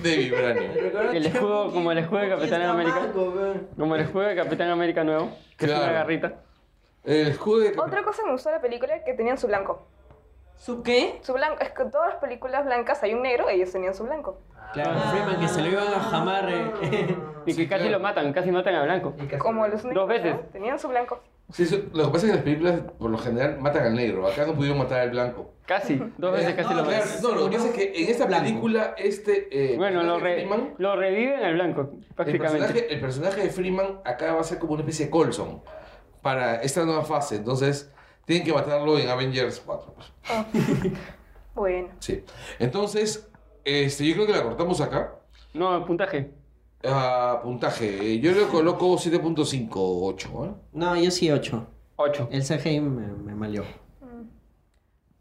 De vibranio.
Recuerdo
El
que
escudo,
Bucky-
como el escudo de
Bucky
Capitán
está
América.
manco, weón.
Como el juego de Capitán América nuevo, que es una
Claro.
garrita.
El escudo de...
Otra cosa que me gustó de la película que tenían su blanco.
¿Su qué?
Su blanco, es que en todas las películas blancas hay un negro, ellos tenían su blanco.
Claro,
Ah.
Freeman que se lo iban a jamar. eh.
Y que
Sí,
casi
claro.
lo matan, casi matan a Blanco.
Como los negros.
veces.
¿no? Tenían su blanco.
Sí, eso- lo que pasa es que las películas por lo general matan al negro. Acá no pudieron matar al blanco.
Casi, dos veces
Eh,
casi
no,
lo
claro,
matan.
No, lo que pasa es que en esta película, este. eh,
Bueno, lo, re-
personaje de Freeman,
lo reviven al Blanco,
el,
prácticamente.
personaje, el personaje de Freeman acá va a ser como una especie de Colson para esta nueva fase. Entonces, tienen que matarlo en Avengers 4. pues.
Ah. bueno.
Sí. Entonces, este, yo creo que la cortamos acá.
No, puntaje.
Ah, puntaje. eh, Yo le coloco 7.58. ¿eh?
No, yo sí 8.
8.
El CGI me, me malió.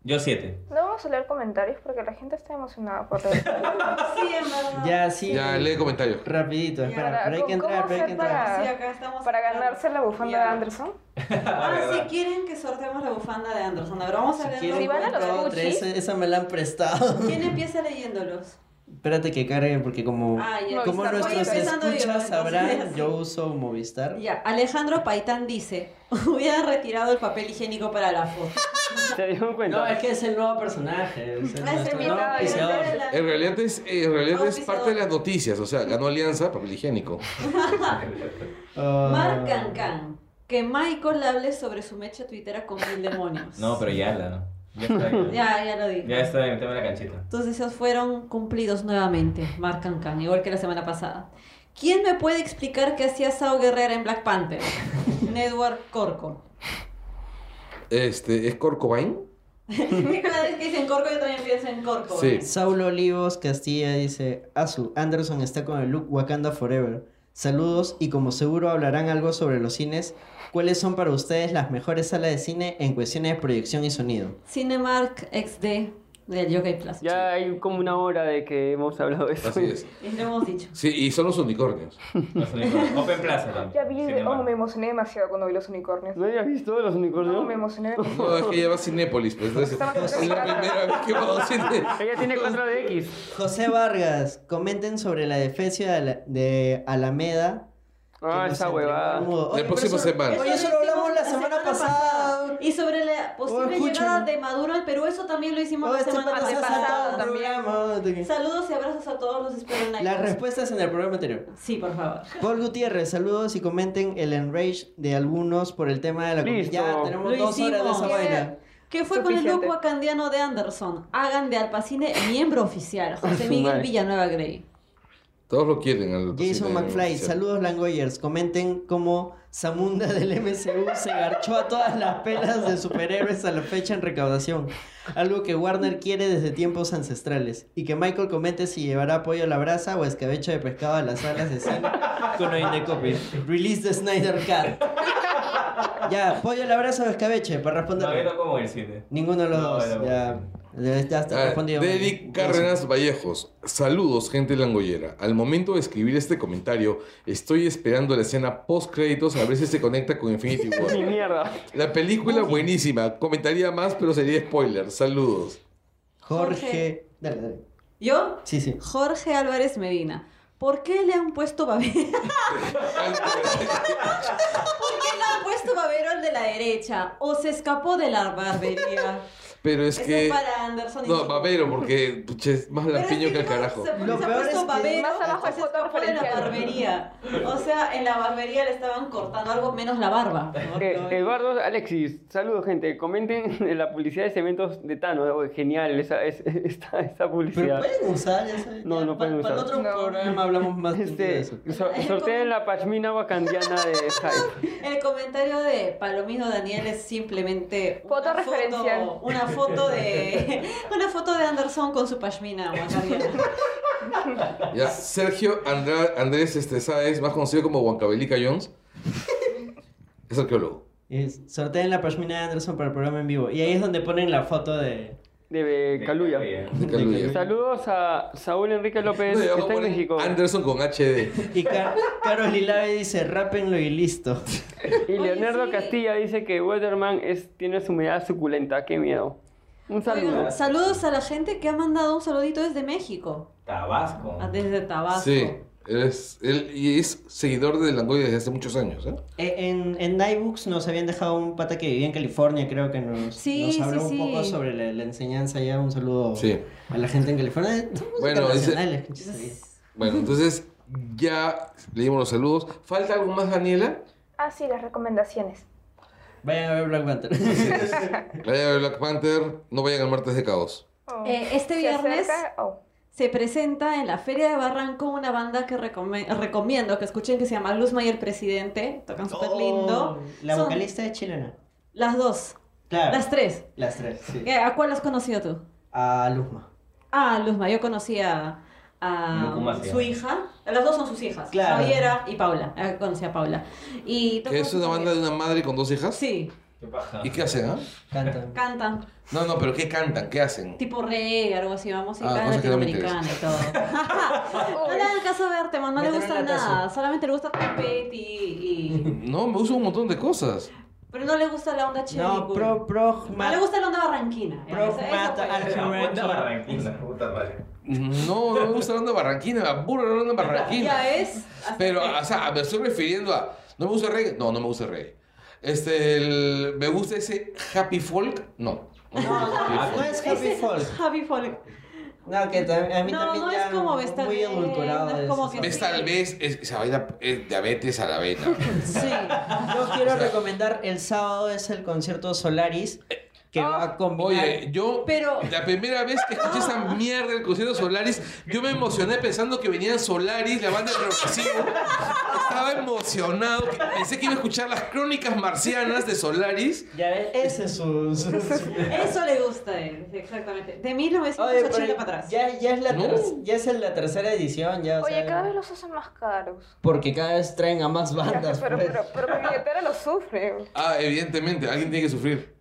Yo siete.
No vamos a leer comentarios porque la gente está emocionada por ver.
Sí, en verdad.
Ya, sí.
Ya lee comentarios.
Rapidito, espera,
Ahora,
pero hay que
¿cómo-
entrar,
cómo
pero hay que
hacer para-
entrar.
Sí, acá estamos
Para
hablando.
ganarse la bufanda de
Mierda.
Anderson.
Ah,
Ah, si
¿verdad?
quieren que sorteemos la bufanda de Anderson. A ver, vamos a ver.
Quiero
Si van a los
encontrar otra,
Gucci.
esa, esa me la han prestado.
¿Quién empieza leyéndolos?
Espérate que carguen porque como,
Ah, ya.
como
Movistar.
nuestros
Voy empezando yo,
escuchas
entonces,
sabrán,
así.
yo uso Movistar.
Ya, Alejandro Paitán dice, hubiera retirado el papel higiénico para la foto.
¿Se dieron
No,
cuenta?
es que es el nuevo personaje. Es el
Ah,
nuestro
mi
nuevo
novio.
auspiciador.
En realidad es, en realidad es
Auspiciador.
parte de las noticias. O sea, ganó Alianza, papel higiénico.
Ah,
Mark Cancan, que Michael hable sobre su mecha tuitera con mil demonios.
No, pero ya la. Ya está. Ya,
Ya, ya lo dije.
ya está, me la canchita.
Tus deseos fueron cumplidos nuevamente, Mark Cancan, igual que la semana pasada. ¿Quién me puede explicar qué hacía Sao Guerrera en Black Panther? Edward Corco.
Este, ¿Es Corcovain?
Cada vez que dicen Corco yo también pienso en Corco.
Sí.
Saulo Olivos Castilla dice, Azu, Anderson está con el look Wakanda Forever. Saludos y como seguro hablarán algo sobre los cines, ¿cuáles son para ustedes las mejores salas de cine en cuestiones de proyección y sonido?
Cinemark XD del Yokai Plaza.
Ya hay como una hora de que hemos hablado de eso.
Así es.
Y lo hemos dicho.
Sí, y son los unicornios.
Los unicornios. Open Plaza también.
Ya vi,
Cinema.
oh, me emocioné demasiado cuando vi los unicornios.
¿No habías visto los
No, me
unicornios?
emocioné.
No, es que ella va a Cinépolis, pues entonces es la primera vez que va a Cinépolis.
Ella tiene 4DX.
José Vargas, comenten sobre la defecio de, Ala- de Alameda. que
Ah,
nos
esa
entregó
huevada.
el mudo.
La
Oye, pero
próxima
eso-
semana.
Oye, eso lo hablamos la semana pasada.
Y sobre la posible
escucha.
llegada de Maduro al Perú, eso también lo hicimos
Oh,
la
este
semana
pata se ha
pasada.
saltado el
también.
programa.
Saludos y abrazos a todos los espero en la-
este Las respuestas en el programa anterior.
Sí, por favor.
Paul Gutiérrez, saludos y comenten el enrage de algunos por el tema de la comida.
Listo.
Ya tenemos
Lo
dos horas de esa
hicimos.
vaina.
¿Qué fue con el
Suficiente.
look wakandiano de Anderson? Hagan de Alpacine miembro oficial.
Ay,
José
su
Miguel
madre.
Villanueva Grey.
Todos lo quieren. Al
Jason
cine,
McFly,
o sea.
saludos Langoyers. Comenten cómo Samunda del MCU se garchó a todas las pelas de superhéroes a la fecha en recaudación. Algo que Warner quiere desde tiempos ancestrales. Y que Michael comente si llevará pollo a la brasa o escabeche de pescado a las salas de cine con Oindecopi. Release the Snyder Cut. Ya, pollo a la brasa o escabeche, para
No,
responder.
yo no como el siete.
Ninguno de los
No,
dos.
no.
ya. Ya, ya está
Ah,
respondido.
Dedic Cárdenas Vallejos. Saludos, gente langollera. Al momento de escribir este comentario, estoy esperando la escena post créditos a ver si se conecta con Infinity
Mi
War.
mierda.
La película buenísima. Comentaría más, pero sería spoiler. Saludos.
Jorge. Dale, dale.
¿Yo?
Sí, sí.
Jorge Álvarez Medina. ¿Por qué le han puesto babero? ¿Por qué le han puesto babero al de la derecha? ¿O se escapó de la barbería?
Pero es
Eso
que.
es para Anderson y
No,
Nico.
babero, porque pucha, es más
Pero es
lampiño que el
Nico
carajo.
Se, se
Lo
ha
peor
puesto
es que
babero,
más abajo es
entonces
foto
fue en la
referencial.
barbería. O sea, en la barbería le estaban cortando algo menos la barba. ¿no?
Eh, Eduardo, Alexis, saludos gente. Comenten en la publicidad de cementos de Tano. Oh, genial esa, es- esta, esta
Pero
publicidad.
pueden usar, ya sabes.
No,
ya,
no
pa-
pueden
Para el
usar.
otro
No.
programa hablamos más de
Este,
eso.
so- sorteen la pashmina wakandiana de Skype.
El comentario de Palomino Daniel es simplemente
Foto
una
referencial.
foto, una foto de una foto de Anderson con su pashmina guacamole.
Ya, Sergio Andra- Andrés este, Sáez, más conocido como Huancabelica Jones, es arqueólogo.
Es, sorteen la pashmina de Anderson para el programa en vivo. Y ahí es donde ponen la foto de.
De
De
Caluya.
Caluya.
de Caluya.
Saludos a Saúl Enrique López,
No, y
que
abajo
Pues, está en
ponen
México.
Anderson con HD.
Y Car Carol Lilave dice, rápenlo y listo.
Y
Oye,
Leonardo
sí.
Castilla dice que Weatherman es, tiene su humedad suculenta. Qué miedo. Un saludo.
Oigan, saludos a la gente que ha mandado un saludito desde México,
Tabasco.
ah, desde Tabasco.
Sí, él es, él, y es seguidor de Langoy desde hace muchos años. ¿eh?
Eh, En, en Nightbooks nos habían dejado un pata que vivía en California, creo que nos,
Sí,
nos habló
sí,
un poco
sí.
sobre la, la enseñanza allá. Un saludo
Sí.
a la gente en California. Eh, somos
Bueno,
internacionales, concha su vida.
Bueno, entonces ya leímos los saludos. ¿Falta algo más, Daniela?
Ah, sí, las recomendaciones.
Vayan a ver Black Panther.
La llave de Black Panther, no vayan al martes de caos.
Oh.
Eh, este
Se
viernes-
acerca- oh.
Se presenta en la Feria de Barranco una banda que recome- recomiendo que escuchen que se llama Luzma y el Presidente. Tocan súper lindo.
La
Son
vocalista es chilena.
Las dos,
Claro.
las tres.
Las tres, sí.
Eh, ¿A cuál has conocido tú?
A Luzma.
Ah, Luzma, yo conocí a, a
Luzma, sí.
su hija. Las dos son sus hijas,
Claro.
Javiera y Paula. Eh, conocí a Paula. Y
Que es una banda de una madre con dos hijas.
Sí,
¿Qué paja?
¿Y qué hacen? ah?
Canta.
cantan.
No, no, pero ¿qué cantan? ¿Qué hacen?
Tipo reggae, algo así, vamos
Ah,
música
cosa que no me
latinoamericana y todo. no le hagan caso a Berteman, no le
Metieron
gusta
la taza.
nada. Solamente le gusta Petty y...
No, me uso un montón de cosas.
Pero no le gusta la onda chévere.
No, pro, pro,
No le gusta la onda barranquina.
Pro-
Esa- esa
mata
fue.
al-
La puta Barranquina, puta madre.
No, no me gusta la onda barranquina, me aburre la onda barranquina.
Ya es.
Pero, o sea, me estoy refiriendo a. ¿No me gusta el reggae? No, no me gusta el reggae. Este, el- ¿me gusta ese happy folk? No. no me gusta el happy
No
folk.
es Happy Folk.
Javi Folk.
No, que tam- a mí
No,
también
no es
ya
como Vestal
muy
Bell,
edulcorado.
no es
es
como
eso.
que-
¿Ves tal vez es- esa vaina es diabetes a la vena?
Sí.
Yo quiero recomendar el sábado es el concierto Solaris que
Ah.
va a combinar.
Oye, yo
Pero-
la primera vez que escuché esa mierda del concierto Solaris, yo me emocioné pensando que venían Solaris, la banda de progresivo. Estaba emocionado, que- pensé que iba a escuchar las crónicas marcianas de Solaris.
Ya ves, ese es su. su- su-
Eso le gusta a él, exactamente. De
Oye,
1980
pero
para atrás.
ya, ya es la
No.
ter- ya es la tercera edición, ya. o
Oye,
sea,
cada vez los hacen más caros.
Porque cada vez traen a más bandas.
pero,
pues.
pero, pero mi billetera lo sufre.
Ah, evidentemente, alguien tiene que sufrir.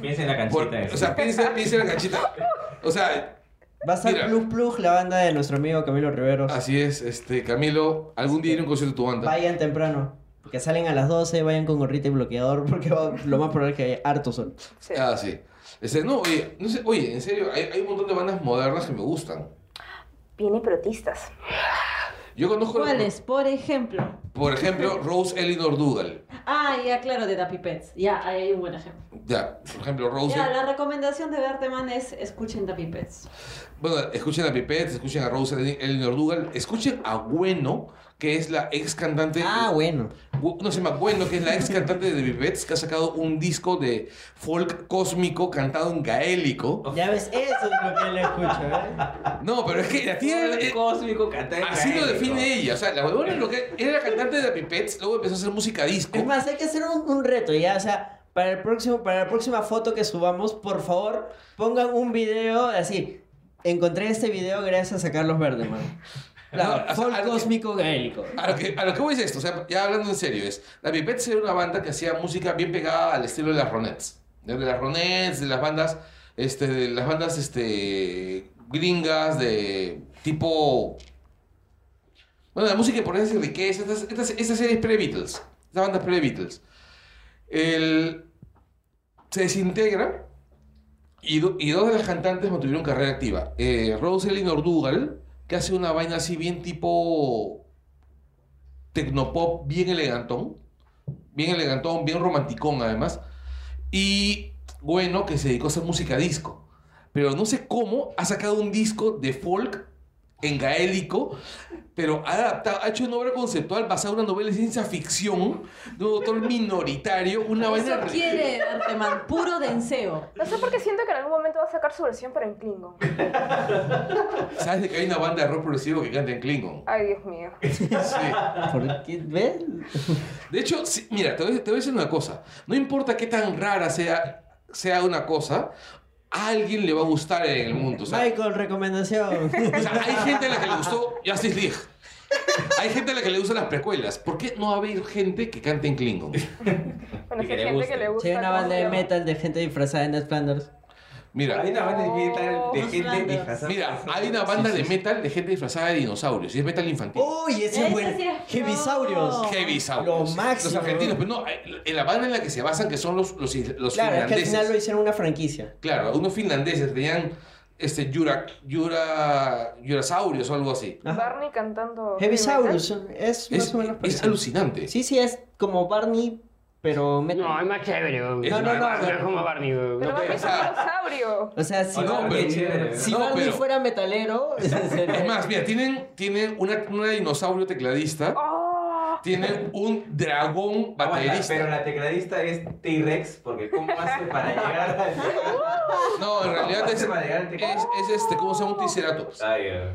Piensa en la canchita.
Por-
esa.
o sea, piensa, piensa en la canchita. O sea,
Va a estar
Mira.
Plug Plug, la banda de nuestro amigo Camilo Riveros.
así es, este Camilo, algún día iré a un concierto de tu banda.
Vayan temprano. Que salen a las 12, vayan con gorrita y bloqueador, porque va- lo más probable es que haya harto sol.
Sí.
Ah, sí. Este, no, oye, no sé, oye, en serio, hay, hay un montón de bandas modernas que me gustan.
Viene protistas.
Yo conozco,
¿Cuáles? Por ejemplo.
por ejemplo, Rose Eleanor Dougal.
Ah, ya, claro, de Dappy Pets. Ya, ahí hay un buen ejemplo.
Ya, por ejemplo, Rose.
Ya, la recomendación de Berteman es escuchen Dappy Pets.
Bueno, escuchen a Pipette, escuchen a Rose Eleanor Dugal, escuchen a Bueno, que es la ex cantante.
Ah, bueno.
Bu- No se llama Bueno, que es la ex cantante de Pipettes, que ha sacado un disco de folk cósmico cantado en gaélico.
Ya ves, eso es lo que él escucha, ¿eh?
No, pero es que la tía.
Fútbol
eh,
cósmico cantar en
Así lo
gaélico.
define ella. O sea, la huevona es lo que era la cantante de Pipettes, luego empezó a hacer música disco.
Es más, hay que hacer un, un reto, ya, o sea, para, el próximo, para la próxima foto que subamos, por favor, pongan un video así. Encontré este video gracias a Carlos
No,
Verdeman. Claro,
o sea,
folk
algo-
cósmico gaélico.
A lo, que, a lo que voy es esto, o sea, ya hablando en serio, es, la Pipettes era una banda que hacía música bien pegada al estilo de las Ronettes. De las Ronettes, de las bandas, este, de las bandas, este, gringas, de tipo... Bueno, la música por esa riqueza, estas, estas, estas series pre-Beatles, estas bandas pre-Beatles. El- Se desintegra y, do- y dos de las cantantes mantuvieron carrera activa. Eh, Rose Eleanor Dugal, que hace una vaina así bien tipo tecnopop bien elegantón, bien elegantón, bien romanticón además. Y bueno que se dedicó a hacer música disco. Pero no sé cómo ha sacado un disco de folk en gaélico, pero ha, adaptado, ha hecho una obra conceptual basada en una novela de ciencia ficción de un autor minoritario, una
Eso
vaina... re-
quiere Arteman, puro denseo.
No sé por qué siento que en algún momento va a sacar su versión, pero en Klingon.
¿Sabes de que hay una banda de rock progresivo que canta en Klingon?
Ay, Dios mío.
Sí.
¿Por qué? ¿Ves?
De hecho, sí, mira, te voy, te voy a decir una cosa. No importa qué tan rara sea, sea una cosa, a alguien le va a gustar en el mundo. O sea,
Michael, recomendación.
o sea, hay gente a la que le gustó Justice League. Hay gente a la que le gustan las precuelas. ¿Por qué no va a haber gente que cante en Klingon?
Bueno,
Y
si
que
hay
le
gente
guste.
que le gusta.
Si hay una
¿cómo
banda
se
de
llama?
metal de gente disfrazada de Ned Flanders.
Mira,
Hay una banda de metal de
Oh,
gente
Flanders.
disfrazada.
mira, hay una banda de metal de gente disfrazada de dinosaurios. Y es metal infantil.
¡Uy! Ese
Ese
es bueno.
sí es
Heavisaurios.
pro.
Heavy
Oh, Lo
saurios.
máximo.
Los argentinos, pero no, en la banda en la que se basan, que son los, los, los
Claro, es que al
finlandeses.
final lo hicieron una franquicia.
Claro, unos finlandeses tenían este Yura, Yura, Yurasaurios o algo así.
Ajá.
Barney cantando.
Heavisaurios es más
Es,
o menos
es
parecido.
alucinante.
Sí, sí, es como Barney, pero metal.
No, es más chévere, weón.
Es No, no, más- no,
es como Barney, weón.
Pero Barney es un
o sea-
dinosaurio.
O sea, si,
Ah, no,
Barney-
pero-
si
no,
Barney
pero-
fuera metalero... este,
Es más, mira, tienen, tienen una, una dinosaurio tecladista,
Oh,
tienen un dragón
Aguanta, Ah, Pero
baterista.
la tecladista es T-Rex, porque ¿cómo hace para llegar a...
No, en realidad es, es, es este, ¿cómo se llama? Un triceratops.
Ay, eh,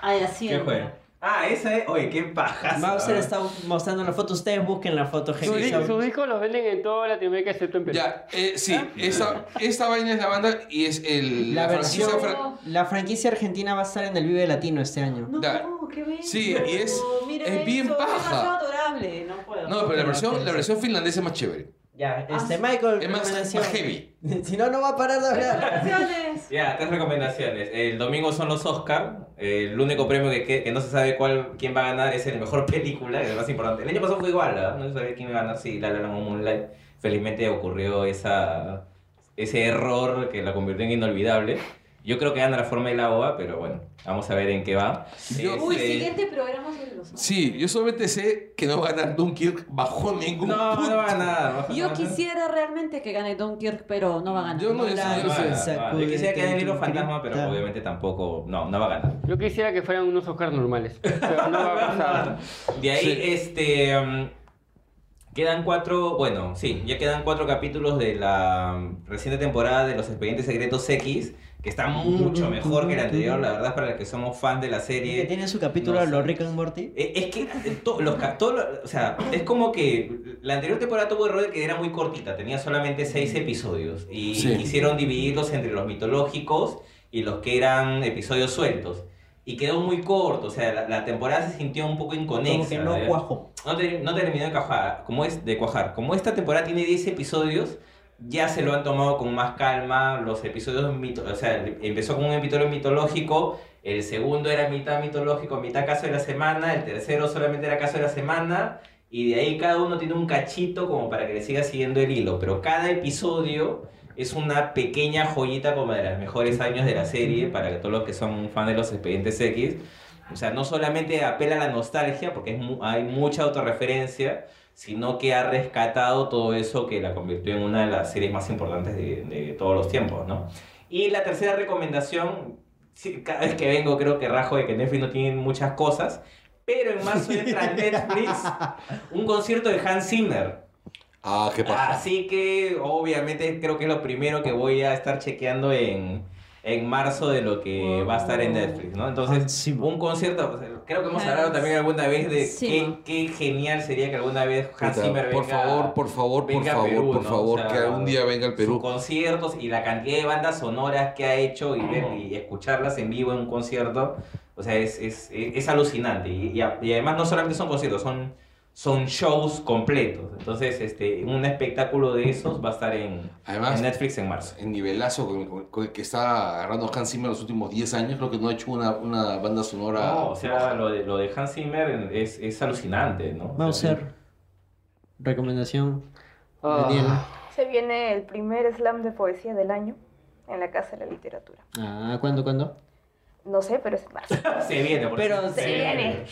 Ay, así
¿Qué
es.
fue? Ah, esa es... Oye, qué pajas.
Mauser está mostrando la foto. Ustedes busquen la foto.
Sus
Heavisaurios.
di- sus discos los venden en toda Latinoamérica excepto en Perú.
Ya, eh, sí, esta, esta vaina es la banda y es el,
La
franquicia
versión-
fran-
La franquicia argentina va a estar en el Vive Latino este año.
No,
Da.
qué bello.
Sí, y es-
Mira
es bien
eso,
paja.
Es demasiado adorable. No puedo.
No, pero la versión, la versión finlandesa es más chévere.
Ya, este,
sí.
Michael,
Es más,
recomendación.
más heavy.
si no, no va a parar de hablar.
Recomendaciones.
Ya, tres recomendaciones. El domingo son los Oscar. El único premio que, que- que no se sabe cuál, quién va a ganar es el mejor película, que es el más importante. El año pasado fue igual, ¿verdad? No se sabía quién iba a ganar si La La Land o Moonlight. Felizmente ocurrió esa, ese error que la convirtió en inolvidable. Yo creo que gana la forma del agua, pero bueno, vamos a ver en qué va.
Yo-
Uy,
Este-
siguiente programa sobre los ojos.
Sí, yo solamente sé que no va a ganar Dunkirk bajo ningún
No,
punto.
no va a ganar.
Yo quisiera realmente que gane Dunkirk, pero no va a ganar.
Yo no, yo
Hola,
sé, yo
No va a
sé.
Gonzalo.
ganar. Yo quisiera que gane el hilo fantasma,
Ya.
pero obviamente tampoco. No, no va a ganar.
Yo quisiera que fueran unos Oscars normales, pero no va a pasar.
De ahí,
Sí.
este. mm, quedan cuatro. Bueno, sí, ya quedan cuatro capítulos de la mm, reciente temporada de Los Expedientes Secretos X, que está mucho mejor que la anterior, la verdad, para los que somos fan de la
Que
serie.
tiene su capítulo
No
de los
sé.
Rick and Morty.
Eh, Es que eh, to- los ca- todo lo- o sea, es como que la anterior temporada tuvo error de que era muy cortita, tenía solamente seis episodios y
Sí.
quisieron dividirlos entre los mitológicos y los que eran episodios sueltos y quedó muy corto, o sea, la, la temporada se sintió un poco inconexa.
Como que no
¿verdad?
cuajo.
No, te- no terminó de cuajar. Como es de cuajar. Como esta temporada tiene 10 episodios, ya se lo han tomado con más calma. Los episodios mito- o sea, empezó con un episodio mitológico, el segundo era mitad mitológico, mitad caso de la semana, el tercero solamente era caso de la semana. Y de ahí cada uno tiene un cachito como para que le siga siguiendo el hilo. Pero cada episodio es una pequeña joyita como de los mejores años de la serie para que todos los que son fan de los expedientes X. O sea, no solamente apela a la nostalgia, porque es mu- hay mucha autorreferencia, sino que ha rescatado todo eso que la convirtió en una de las series más importantes de, de todos los tiempos, ¿no? Y la tercera recomendación, sí, cada vez que vengo creo que rajo de que Netflix no tiene muchas cosas, pero en marzo entra a Netflix un concierto de Hans Zimmer.
Ah, qué paja.
Así que obviamente creo que es lo primero que voy a estar chequeando en, en marzo de lo que va a estar en Netflix, ¿no?
Ah,
Entonces,
Hans Zimmer.
un concierto, o sea, creo que hemos
Hans
hablado también alguna vez de
Zimmer.
qué, qué genial sería que alguna vez Hans
Puta,
Zimmer
por
venga-
favor, por favor, por
venga a
favor,
Perú,
por
¿no?
favor,
O sea,
que algún día venga al
sus
Perú.
conciertos y la cantidad de bandas sonoras que ha hecho y, ver- y escucharlas en vivo en un concierto, o sea, es, es, es- es alucinante. Y, y a- y además no solamente son conciertos, son, son shows completos. Entonces, este, un espectáculo de esos va a estar en,
Además,
en Netflix en marzo.
el nivelazo con, con- con el que está agarrando Hans Zimmer los últimos 10 años, creo que no ha hecho una, una banda sonora.
No, o sea, lo de, lo de Hans Zimmer es, es alucinante, ¿no? O sea,
Mauser. Recomendación.
Ah.
Daniel.
Se viene el primer slam de poesía del año en la Casa de la Literatura.
Ah, ¿cuándo, cuándo?
No sé, pero es marzo.
se viene, por
Pero
eso-
se
viene.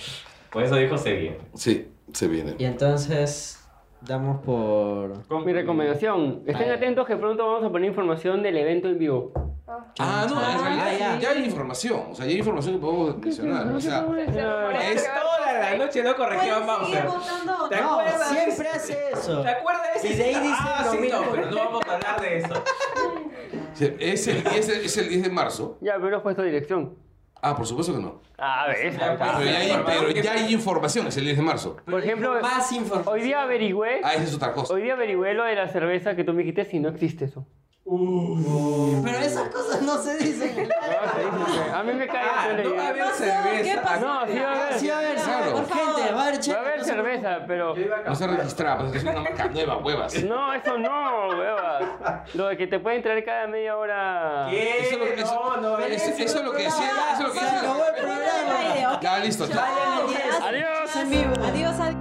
Por eso dijo se viene.
Sí, se viene.
Y entonces, damos por.
Mi recomendación. Estén
Ay.
atentos que pronto vamos a poner información del evento en vivo.
Ah, no, en realidad
Ah, ya.
ya hay información. O sea, ya hay información que podemos mencionar. O sea, es toda la noche no corregían
Pueden seguir
Bowser.
votando.
¿Te
No,
acuerdas?
siempre hace eso.
¿Te acuerdas de
Y
ese?
de ahí dice
ah,
lo
sí,
mismo.
no, pero no vamos a hablar de eso.
Sí, Es el, es, el, es el 10 de marzo.
Ya, pero has puesto dirección. Ah,
Ah, por supuesto que no.
A ver.
Ya, pues,
Pero ya hay, pero ya hay información, es el 10 de marzo.
Por ejemplo,
Más información.
hoy día averigüé.
Ah, esa es otra cosa.
Hoy día averigüé lo de la cerveza que tú me dijiste si no existe eso.
Oh, Pero esas cosas no se dicen.
A mí me cae
Ah,
la
no va a haber
¿Qué
cerveza.
pasó?
No, sí va a
Ah, sí,
haber.
a ver, sí, a ver,
Claro.
gente, va a haber
Va
cheque,
a haber
no se-
cerveza, pero.
No se registraba, pues es una marca nueva, huevas.
No, eso no, huevas. Lo de que te pueden traer cada media hora.
¿Qué?
Eso es lo que-
no, no,
es-
eso-
eso es lo que decía, eso es lo que
Se acabó el
decía.
programa.
Ay, Dios.
Ya, listo, chao.
Adiós.
Adiós.
Adiós. adiós.